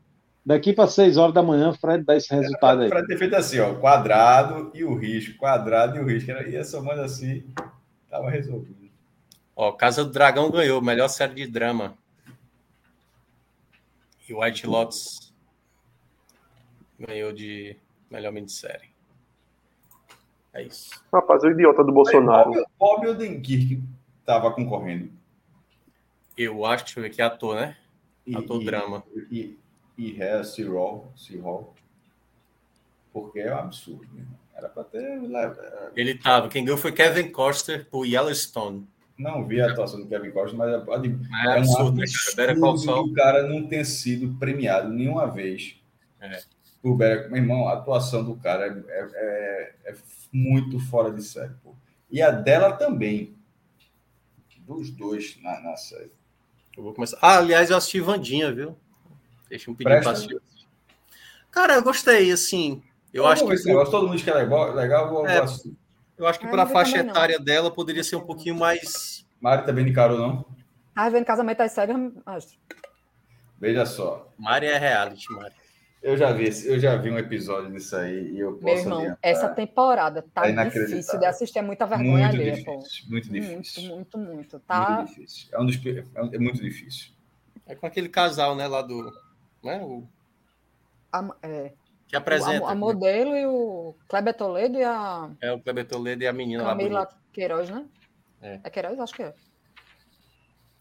Daqui para 6 horas da manhã, Fred dá esse resultado aí. Pra ter feito assim, ó, quadrado e o risco, quadrado e o risco. Era- Ia somando assim, tava resolvido. Ó, Casa do Dragão ganhou, melhor série de drama. E White Lotus ganhou de melhor minissérie. É isso. Rapaz, o idiota do Bolsonaro. Bob, Bob Odenkirk tava concorrendo. Eu acho, deixa eu ver aqui, ator, né? E, Ator e- drama. E, e Ré, Cirol, Cirol. Porque é um absurdo, né? Era pra ter. né? leva- Ele tava. Quem ganhou foi Kevin Costner por Yellowstone. Não vi a atuação do Kevin Costa, mas é, pode- É é um absurdo, absurdo, né, cara? Better Call Saul. que o cara não tenha sido premiado nenhuma vez. É. Por Better, meu irmão, a atuação do cara é, é- é- é muito fora de série, pô. E a dela também. Dos dois na, na série. Eu vou começar. Ah, aliás, eu assisti Vandinha, viu? Deixa eu pedir pra Presta- assistir. Cara, eu gostei, assim. Eu, vou acho ver que esse negócio, todo mundo diz que é legal, legal eu vou, É. vou assistir. eu acho que Ah, para a não vi faixa também, não. etária dela poderia ser um pouquinho mais Mari também de Carol, não? Tá vendo Casamento às Cegas, Astro? Veja só. Mari é reality, Mari. Eu já vi, esse- eu já vi um episódio disso aí e eu posso Meu irmão, adiantar. essa temporada tá É difícil inacreditável. de assistir, é muita vergonha muito alheia, pô. difícil, muito difícil. Muito, muito, muito. Muito Tá difícil. É um dos pe- é um- é muito difícil. É com aquele casal, né, lá do. Né, o, A, é, que apresenta. né? a, a modelo e o Kleber Toledo e a É o Kleber Toledo e a menina lá Camila bonita. Queiroz, né? É. Queiroz? Acho que é.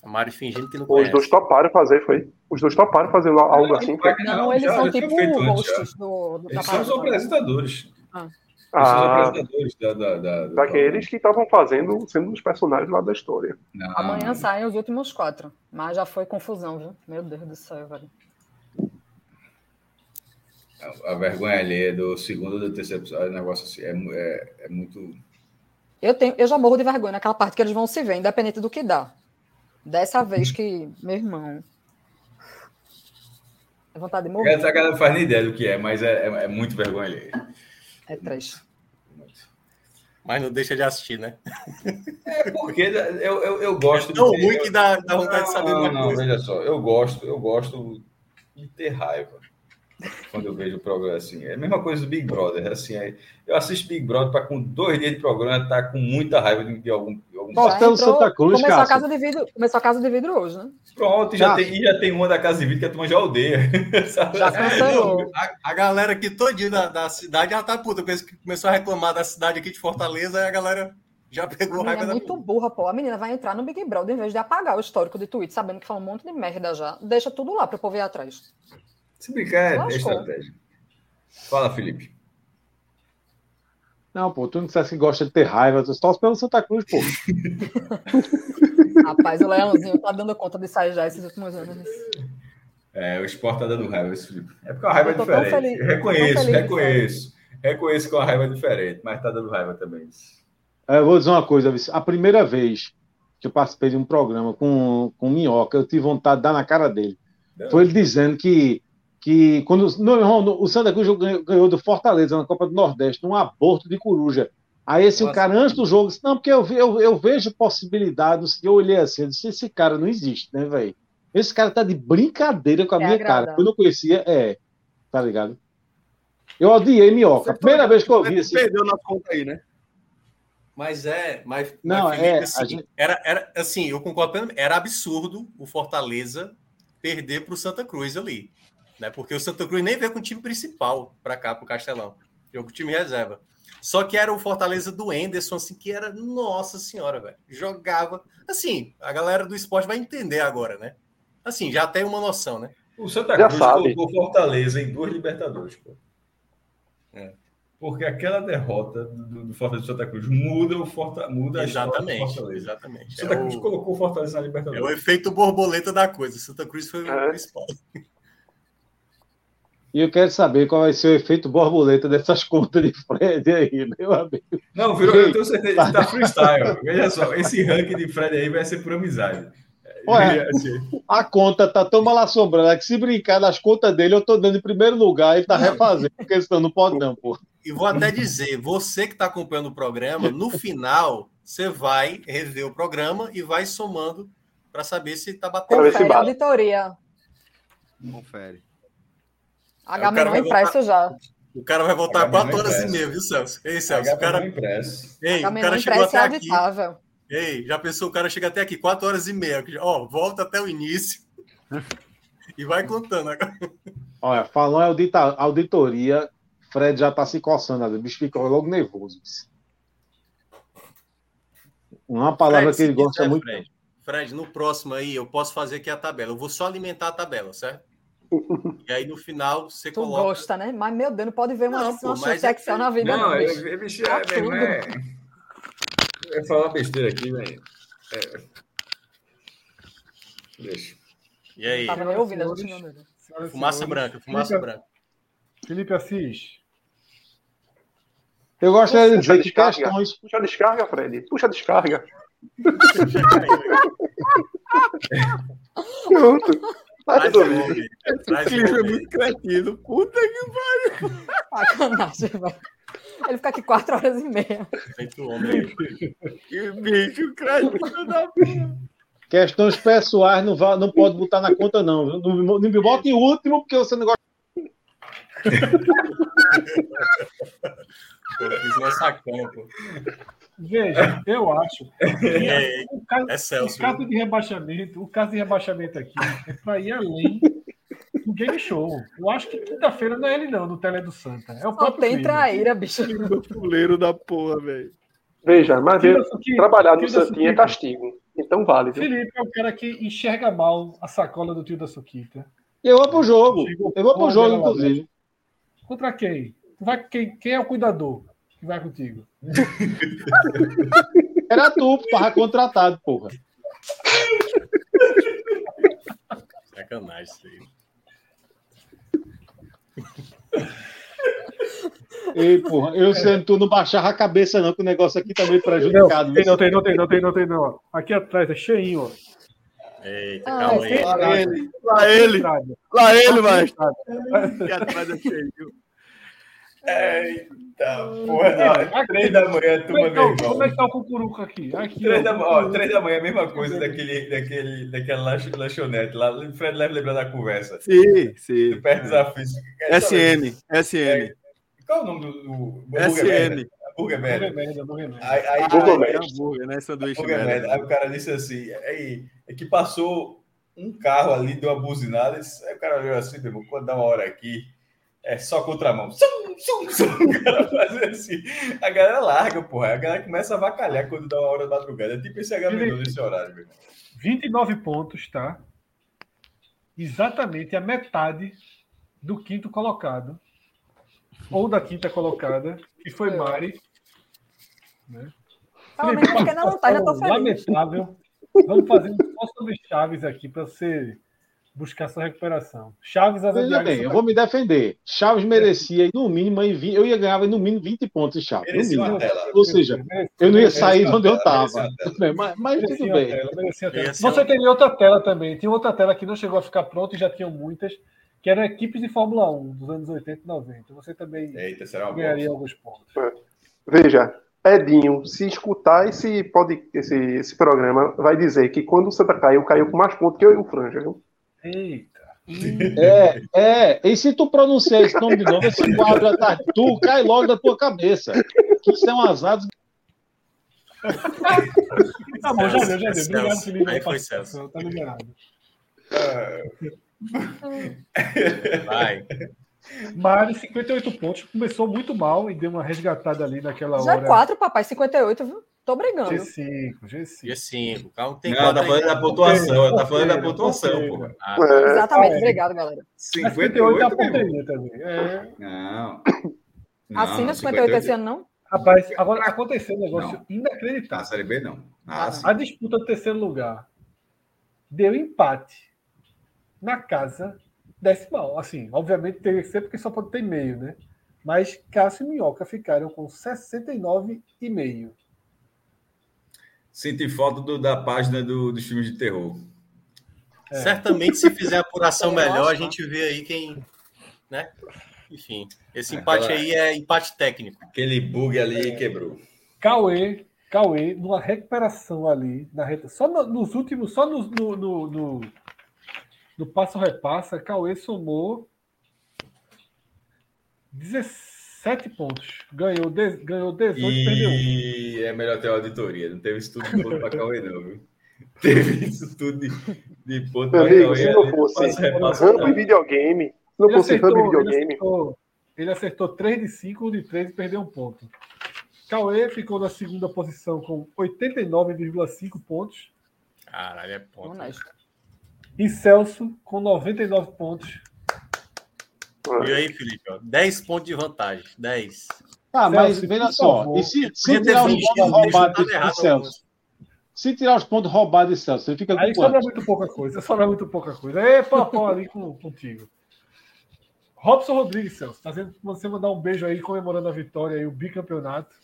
A Mari fingindo que não Os É. conhece. dois toparam fazer, foi. Os dois toparam fazer algo assim. É, Foi. Não, eles são já foi tipo feito antes, já. hosts do, do da Eles são os parada. apresentadores. Eles é são os Ah, apresentadores da, da, da, da- daqueles que estavam fazendo, sendo os personagens lá da história. Não. Amanhã saem os últimos quatro. Mas já foi confusão, viu? Meu Deus do céu, velho. A, a vergonha ali é do segundo ou do terceiro episódio, é um negócio assim, é, mu- é, é muito. Eu, tenho, eu já morro de vergonha naquela parte que eles vão se ver, independente do que dá. Dessa vez que, meu irmão. É vontade de morrer. Essa galera não faz nem ideia do que é, mas é, é, é muito vergonha ali. É três. Mas não deixa de assistir, né? É porque eu, eu, eu gosto Tão ter- ruim que dá, dá vontade de um saber não, uma não, coisa. Veja só, eu gosto, eu gosto de ter raiva quando eu vejo o programa assim. É a mesma coisa do Big Brother. Assim, é- eu assisto Big Brother para com dois dias de programa estar com muita raiva de, de algum. de algum- Nossa. Marcelo Santa Cruz, começou, a Cássio. casa de vidro, começou a casa de vidro hoje, né? Pronto, e já, Tá. tem, e já tem uma da Casa de Vídeo que a turma já odeia. Sabe? Já cancelou. A, a galera aqui todinha da, da cidade já tá puta. Pensa que começou a reclamar da cidade aqui de Fortaleza, aí a galera já A pegou menina raiva é da muito burra, pô. A menina vai entrar no Big Brother em vez de apagar o histórico de tweet, sabendo que fala um monte de merda já. Deixa tudo lá para o povo ir atrás. Se brincar, é- é Lascou. estratégia. Fala, Felipe. Não, pô, tu não dissesse que gosta de ter raiva, tu torce pelo Santa Cruz, pô. Rapaz, o Leãozinho tá dando conta de sair já esses últimos anos. É, o esporte tá dando raiva, esse Felipe. É porque a raiva é Eu tô tão diferente. feliz- Eu eu tô reconheço, tão feliz, reconheço. Reconheço que é uma raiva diferente, mas tá dando raiva também. É, Eu vou dizer uma coisa, Vici. a primeira vez que eu participei de um programa com, com minhoca, eu tive vontade de dar na cara dele. Foi ele dizendo que, que quando não, não, não, o Santa Cruz ganhou, ganhou do Fortaleza na Copa do Nordeste, num aborto de coruja. Aí esse um Nossa. cara, antes do jogo, disse, não, porque eu, ve- eu, eu vejo possibilidades. Eu olhei assim, eu disse, esse cara não existe, né, velho? Esse cara tá de brincadeira com a Quer minha agradar. cara. Eu não conhecia, é, tá ligado? Eu odiei minhoca. A primeira vez que eu ouvi assim, Perdeu na conta aí, né? Mas é, mas, Não, mas, Felipe, é, a assim, gente- era, era assim, eu concordo plenamente, era absurdo o Fortaleza perder para o Santa Cruz ali, né? Porque o Santa Cruz nem veio com o time principal para cá, para o Castelão, veio com o time reserva. Só que era o Fortaleza do Enderson, assim, que era, nossa senhora, velho, jogava. Assim, a galera do esporte vai entender agora, né? Assim, já tem uma noção, né? O Santa Já Cruz sabe. colocou Fortaleza em duas Libertadores, pô. É. Porque aquela derrota do, do Fortaleza do Santa Cruz muda o Forta, muda a história do Exatamente, Fortaleza. O exatamente. É Santa Cruz o, colocou o Fortaleza na é o Libertadores. efeito borboleta da coisa. Santa Cruz foi É. o principal. E eu quero saber qual vai ser o efeito borboleta dessas contas de Fred aí, meu amigo. Não, virou, eu tenho certeza que tá freestyle. Veja só, esse ranking de Fred aí vai ser por amizade. Ué. A conta tá tão mal assombrada que se brincar nas contas dele, eu tô dando em primeiro lugar e tá refazendo, porque senão não pode não, pô. E vou até dizer, você que está acompanhando o programa, no final você vai rever o programa e vai somando para saber se está batendo. Pra ver se Confere a bate. auditoria. Confere. A o cara Gabi não vai impressa já. O cara vai voltar Agora não quatro horas e interessa. meia, viu, Celso? Ei, Celso, H o cara, impresso. ei, A o Gabi cara não chegou impressa até é aqui. auditável. Ei, já pensou, o cara chega até aqui, quatro horas e meia. Ó, volta até o início. E vai contando agora. Olha, falou em audita- auditoria, Fred já tá se coçando ali, o bicho ficou logo nervoso. bicho. Uma palavra Fred, que ele se gosta quiser, muito. Fred, Fred, no próximo aí eu posso fazer aqui a tabela. Eu vou só alimentar a tabela, certo? E aí no final você Tu coloca. gosta, né? Mas, meu Deus, não pode ver uma, Não, uma pô, chute mas de é Excel que- na vida. Não, Não, eu, bicho. eu, bicho, é, meu irmão, é- Eu ia falar besteira aqui, velho. É. Deixa. E aí? Tava nem ouvindo. Senhores, gente, meu Deus. senhoras e Fumaça senhores, branca, fumaça Felipe- branca. Felipe Assis, Eu gostaria de Puxa a dizer que descarga. questões. Puxa a descarga, Fred. Puxa a descarga. Pronto. Tá Traz o resolvido. homem. Traz Esse o livro é homem. muito cretino. Puta que Sacanagem, velho. Ele fica aqui quatro horas e meia. É Feito homem. que bicho cretino da Questões pessoais não, va- não pode botar na conta, não. viu? Não, me- não me bota em último, porque você não gosta. Pô, fiz uma sacana, pô. Veja, eu acho. que É, o caso, é Celso. o caso de rebaixamento, o caso de rebaixamento aqui é para ir além do game show. Eu acho que quinta-feira não é ele, não, no Tele do Santa. É o Só próprio tem Cleaver. né? traíra, bicho. Fuleiro da porra, velho. Veja, mas Tira veja, isso aqui, trabalhar no tira isso Santinho é aqui. castigo. Então vale, viu? Felipe é o cara que enxerga mal a sacola do tio da Suquita. Eu vou pro jogo. Eu vou pro jogo, inclusive. Contra quem? Tu vai, quem? Quem é o cuidador que vai contigo? Era tu, tava contratado, porra. Sacanagem isso aí. Ei, porra, eu sendo tu não baixava a cabeça, não, que o negócio aqui tá meio É prejudicado. tem, viu? não, tem, não, tem, não, tem, não, tem, não. Aqui atrás é cheinho, ó. Eita, Ah, calma aí. Lá ele, lá ele, lá ele, mas. Eita, porra, não. é Três da manhã, a turma, meu Então, irmão. como é que tá o cucuruca aqui? Aqui, Três é da, ó, ó. três da manhã, a mesma coisa daquele, daquele, daquela lanch- lanchonete lá. O Fred deve lembrar da conversa. Sim, sim. Do pé desafio. SM, SM, Qual é o nome do. do SM. Burger Burger Merda. merda, burger merda. Aí, aí, Google aí, É É, hambúrguer, né? Sanduíche Burger merda. Merda. Aí o cara disse assim: aí, é que passou um carro ali, deu uma buzinada. disse- Aí o cara olhou assim, meu irmão, quando dá uma hora aqui. É só contramão. Sum, sum, sum. O cara faz assim. A galera larga, porra. A galera começa a vacalhar quando dá uma hora da madrugada. É tipo esse HB2 nesse horário, meu irmão. 29 pontos, tá? Exatamente a metade do quinto colocado. Ou da quinta colocada, que foi É. Mari. Pelo menos porque não tá, já tô feliz. Lamentável. Vamos fazer um só sobre Chaves aqui para você buscar sua recuperação. Chaves Veja Azadiaga. bem, eu vou me defender. Chaves merecia, no mínimo, aí vi- eu ia ganhar no mínimo 20 pontos de tá Chaves. no Merecia uma mínimo. tela. Ou seja, eu não ia sair de onde eu Merecia tava. uma tela. Mas, mas Merecia tudo uma bem. tela, merecia uma tela. Merecia Você uma- tem outra tela também. Tinha outra tela que não chegou a ficar pronta e já tinham muitas, que eram equipes de Fórmula 1 dos anos 80 e 90. Você também Eita, será uma boa. ganharia alguns pontos. Veja, Edinho, se escutar esse, pod- esse, esse programa, vai dizer que quando o Santa caiu, caiu com mais pontos que eu e o Franja, viu? Eita. É, é. E se tu pronunciar esse nome de novo, esse quadro já tá, tu cai logo da tua cabeça. Que isso é um azar. dos- Tá bom, já deu, já deu. Celso, Obrigado, Felipe. aí foi participação. Tá liberado. Vai. Mário, 58 pontos. Começou muito mal e deu uma resgatada ali naquela Já hora. é 4, papai, 58, viu? Tô brigando. G5, G5. Dia 5. Calma, tem Não, ela tá quatro falando ainda. da pontuação, ela tá falando da ponteira, pontuação, pô. ponteira. Ah, É, Exatamente, é. obrigado, galera. Mas 58 é a 58 meu irmão. porteria também. É, Não. Assina 58 esse ano, não? rapaz, agora aconteceu um negócio Na inacreditável. Tá, Série B, não. Ah, sim. A disputa do terceiro lugar deu empate na casa decimal. Assim, obviamente teria que ser porque só pode ter meio, né? Mas Cássio e Minhoca ficaram com 69,5. Senti falta do- da página do- dos filmes de terror. É. Certamente, se fizer a apuração Eu melhor, a acho, gente vê aí quem. Né? Enfim, esse É, empate aquela- aí é empate técnico. Aquele bug ali quebrou. Cauê, Cauê, numa recuperação ali, na reta, só no- nos últimos, só no, no, no, no, no passo repassa, Cauê somou 17 pontos. Ganhou, de, ganhou 18, perdeu um. E é melhor ter uma auditoria. Não teve isso tudo de ponto pra Cauê, não, viu? Teve isso tudo de, de ponto pra Meu amigo, se Cauê. não ali, fosse passa, repassa, Rambo e não. videogame, se não Ele fosse Rambo e acertou, ele, videogame, acertou, ele acertou 3 de 5, 1 de 3 e perdeu um ponto. Cauê ficou na segunda posição com 89,5 pontos. Caralho, é ponto. Honesto. E Celso com 99 pontos. ah, E aí, Felipe? Ó, 10 pontos de vantagem. 10. Ah, mas Celso, veja por só. favor. E se, se Podia ter tirar os fingido, pontos deixa eu roubados dar errado de Celso? algumas. Se tirar os pontos roubados de Celso, você fica com Aí sobra quanto? é muito pouca coisa, sobra muito pouca coisa. É papão ali com, contigo. Robson Rodrigues, Celso, tá sendo você mandar um beijo aí comemorando a vitória e o bicampeonato.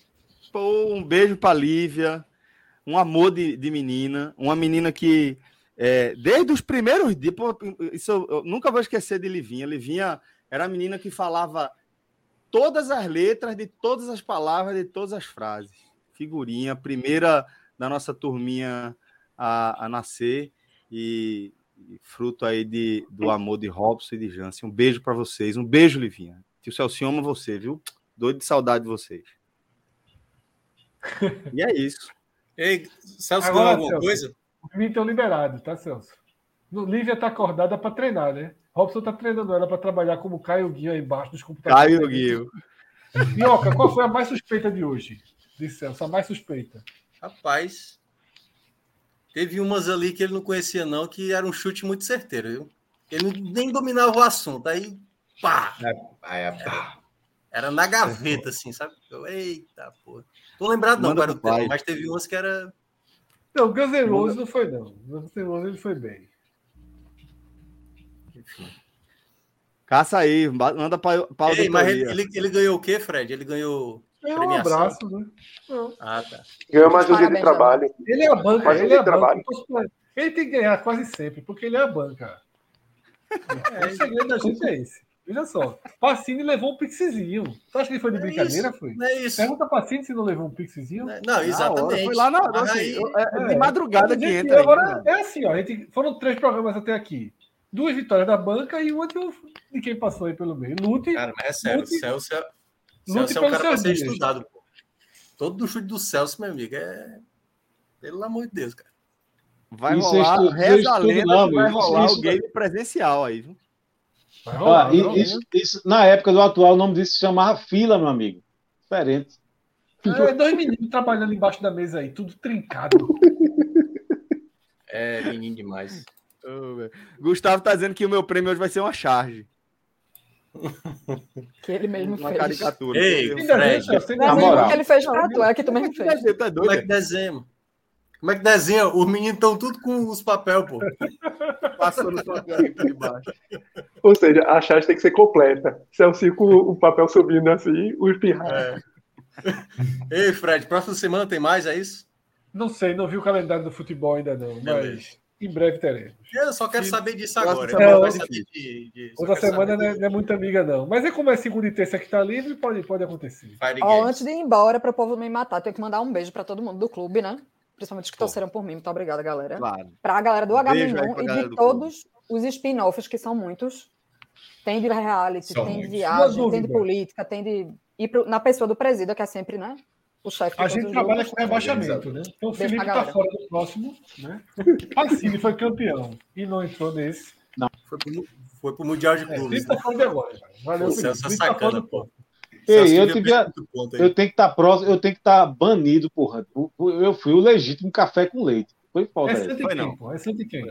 Pô, um beijo pra Lívia, um amor de, de menina, uma menina que é, desde os primeiros dias, pô, isso eu, eu nunca vou esquecer de Livinha. Livinha era a menina que falava todas as letras de todas as palavras, de todas as frases. Figurinha, primeira da nossa turminha a, a nascer e, e fruto aí de, do amor de Robson e de Jansen. Um beijo pra vocês, um beijo, Livinha. Tio Celso ama você, viu? Doido de saudade de vocês. E é isso. Ei, Celso, Agora, ganhou alguma Celso. coisa? Os meninos estão liberados, tá, Celso? No- Lívia tá acordada pra treinar, né? Robson tá treinando ela pra trabalhar como Caio Guia aí embaixo dos computadores. Caio Guil. Minhoca, qual foi a mais suspeita de hoje? De Celso, a mais suspeita. Rapaz, teve umas ali que ele não conhecia, não, que era um chute muito certeiro, viu? Ele nem dominava o assunto, aí pá! É, Aí, rapaz, Era na gaveta, assim, sabe? Eu, Eita, porra. Tô lembrado não Manda qual era o pro tema, pai. mas teve umas que era. Não, o Guns N' Roses não foi, não. O Guns N' Roses ele foi bem. Caça aí, ba- manda pra, pra Ei, mas ele, auditoria. ele- ele ganhou o quê, Fred? Ele ganhou. É um Premiação. abraço, né? Ah, tá. Ganhou mais um dia Parabéns, Ana. de trabalho. Ele é a banca, Mas ele ele é a trabalha. banca. Ele tem que ganhar quase sempre, porque ele é a banca. o segredo da gente é esse. Veja só, Pacini levou um pixizinho. Tu acha que ele foi de É brincadeira, foi? Não é isso. Pergunta pra Pacini se não levou um pixizinho. Não, é Não, Na hora, exatamente. Foi Ah, lá na Mas assim, aí- eu- é, de é. madrugada que Gente, entra. aí, agora né? é assim, ó. a gente- foram três programas até aqui. Duas vitórias da banca e uma de, um- de quem passou aí pelo meio. Lute, Cara, mas é sério, Lute- o Celso é, lute Celso é um pelos cara pra seus ser dias. estudado. Pô. Todo do chute do Celso, meu amigo, é. Pelo amor de Deus, cara. Vai Isso rolar, estudo- isso reza a estudo lenda não, que vai isso- rolar isso- o game presencial aí, viu? Vai Ó, rolar, e- não? isso- isso- na época do atual, o nome disso se chamava fila, meu amigo. Diferente. É, dois meninos trabalhando embaixo da mesa aí, tudo trincado. É menino demais. Ô, velho. Gustavo tá dizendo que o meu prêmio hoje vai ser uma charge. Que ele mesmo Uma fez. caricatura. Ei, Eu- Ainda bem, Fred, Celso, ainda Não, é Na bem. moral. que ele fez pra tu, era que tu mesmo fez. Você tá Como é doido? que desenha? mano? Como é que desenha? Os meninos estão tudo com os papel, pô. é? Passou no papel aqui embaixo. Ou seja, a charge tem que ser completa. Se é um círculo, o papel subindo assim, os pirrados. Ei, Fred, próxima semana tem mais, é isso? Não sei, não vi o calendário do futebol ainda não, mas Beleza. em breve teremos. Eu só quero Sim. saber disso Próxima agora. semana eu não vai quero ser saber de- de- só Outra quero semana saber não é, não é muita amiga não, mas é como é segunda e terça que tá livre, pode, pode acontecer. de Fire Ó, Games. antes de ir embora, para o povo não me matar, tenho que mandar um beijo para todo mundo do clube, né? Principalmente os que Pô. torceram por mim. Muito obrigada, é? galera. Claro. Para a galera do Beijo h aí pra e galera de do todos os spin-offs, que são muitos. Tem de reality, São tem muitos. Uma de viagem, tem dúvida. de política, tem de ir pro- na pessoa do presídio, que é sempre, né? O chefe de A todos gente os trabalha grupos. com rebaixamento, né? Então o Beijo Felipe pra tá galera. fora do próximo, né? Pacini foi campeão e não entrou nesse. Foi pro, mu- foi pro Mundial de É, Clubes. Felipe né? tá fora de agora, cara. Valeu, Pô, Felipe. Celso é Felipe tá fora sacana, do pô. próximo. Celso Ei, eu tive- devia perder ponto aí. Eu tenho que estar próximo, eu tenho que estar banido, porra. Eu fui o legítimo café com leite. Foi foda É essa. Santa e Foi quem, não. pô? É Santa e quem?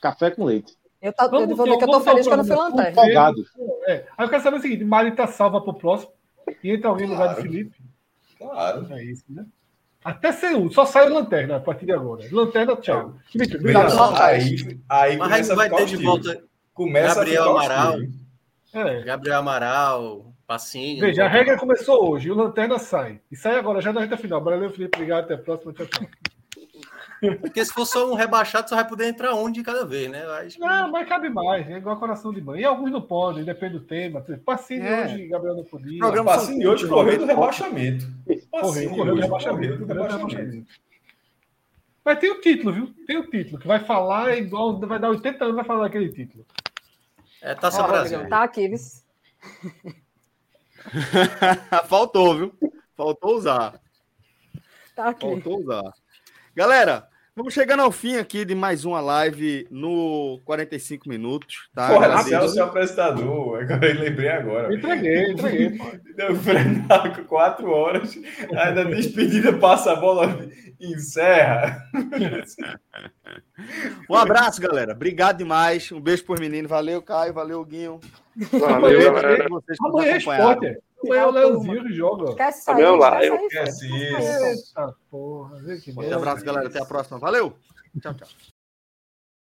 Café com leite. Eu, tá, eu Vamos vou ter- dizer que eu tô vamos ter um feliz que eu não fui programa lanterna. com- Folgado. É. Aí eu quero saber o seguinte, Mari tá salva pro próximo e entra alguém no lugar do Claro. Felipe. claro. É isso, né? Até sem um, só sai o lanterna a partir de agora. Lanterna, tchau. Felipe, Veja obrigado. tá só, aí, aí Mas aí começa não a vai ficar ter os de tiros. volta Começa Gabriel a ficar os Amaral. tiros. É. Gabriel Amaral, Pacini. Veja, a não volta regra mais. começou hoje, o Lanterna sai. E sai agora, já na reta final. Valeu, Felipe, obrigado, até a próxima. Tchau, tchau. Porque se for só um rebaixado, só vai poder entrar um de cada vez, né? Eu acho que- Não, Ah, mas cabe mais, é igual coração de mãe. E alguns não podem, depende do tema. Passei É. hoje, Gabriel não podia. Programa- Passini hoje correu do rebaixamento. Correu, Passini correu do hoje Tipo assim, rebaixamento. correu correu do do rebaixamento. rebaixamento. Mas tem o título, viu? Tem o título, que vai falar igual, vai dar 80 anos, vai falar daquele título. É Taça Ó, Brasil. Rodrigo, Tá aqui, vice. Ah, Faltou, viu? Faltou usar. Tá aqui. Faltou usar. Galera, vamos chegando ao fim aqui de mais uma live no 45 minutos, tá? Porra, Agradeço. Celso é apresentador. Agora eu lembrei agora. Entreguei, entreguei. Deu frenar com quatro horas. Ainda despedida, passa a bola, encerra. Um abraço, galera. Obrigado demais. Um beijo pros meninos. Valeu, Caio. Valeu, Guinho. Valeu, Beijo, galera. beijo vocês que nos Amanhã é acompanharam. esporte. Amanhã é o Leozinho que joga. Quer sair? Meu Tá lá, quer eu sair, quero Fred, quer isso. sair. Eita porra, vê que Um abraço, galera. Até a próxima. Valeu. Tchau, tchau.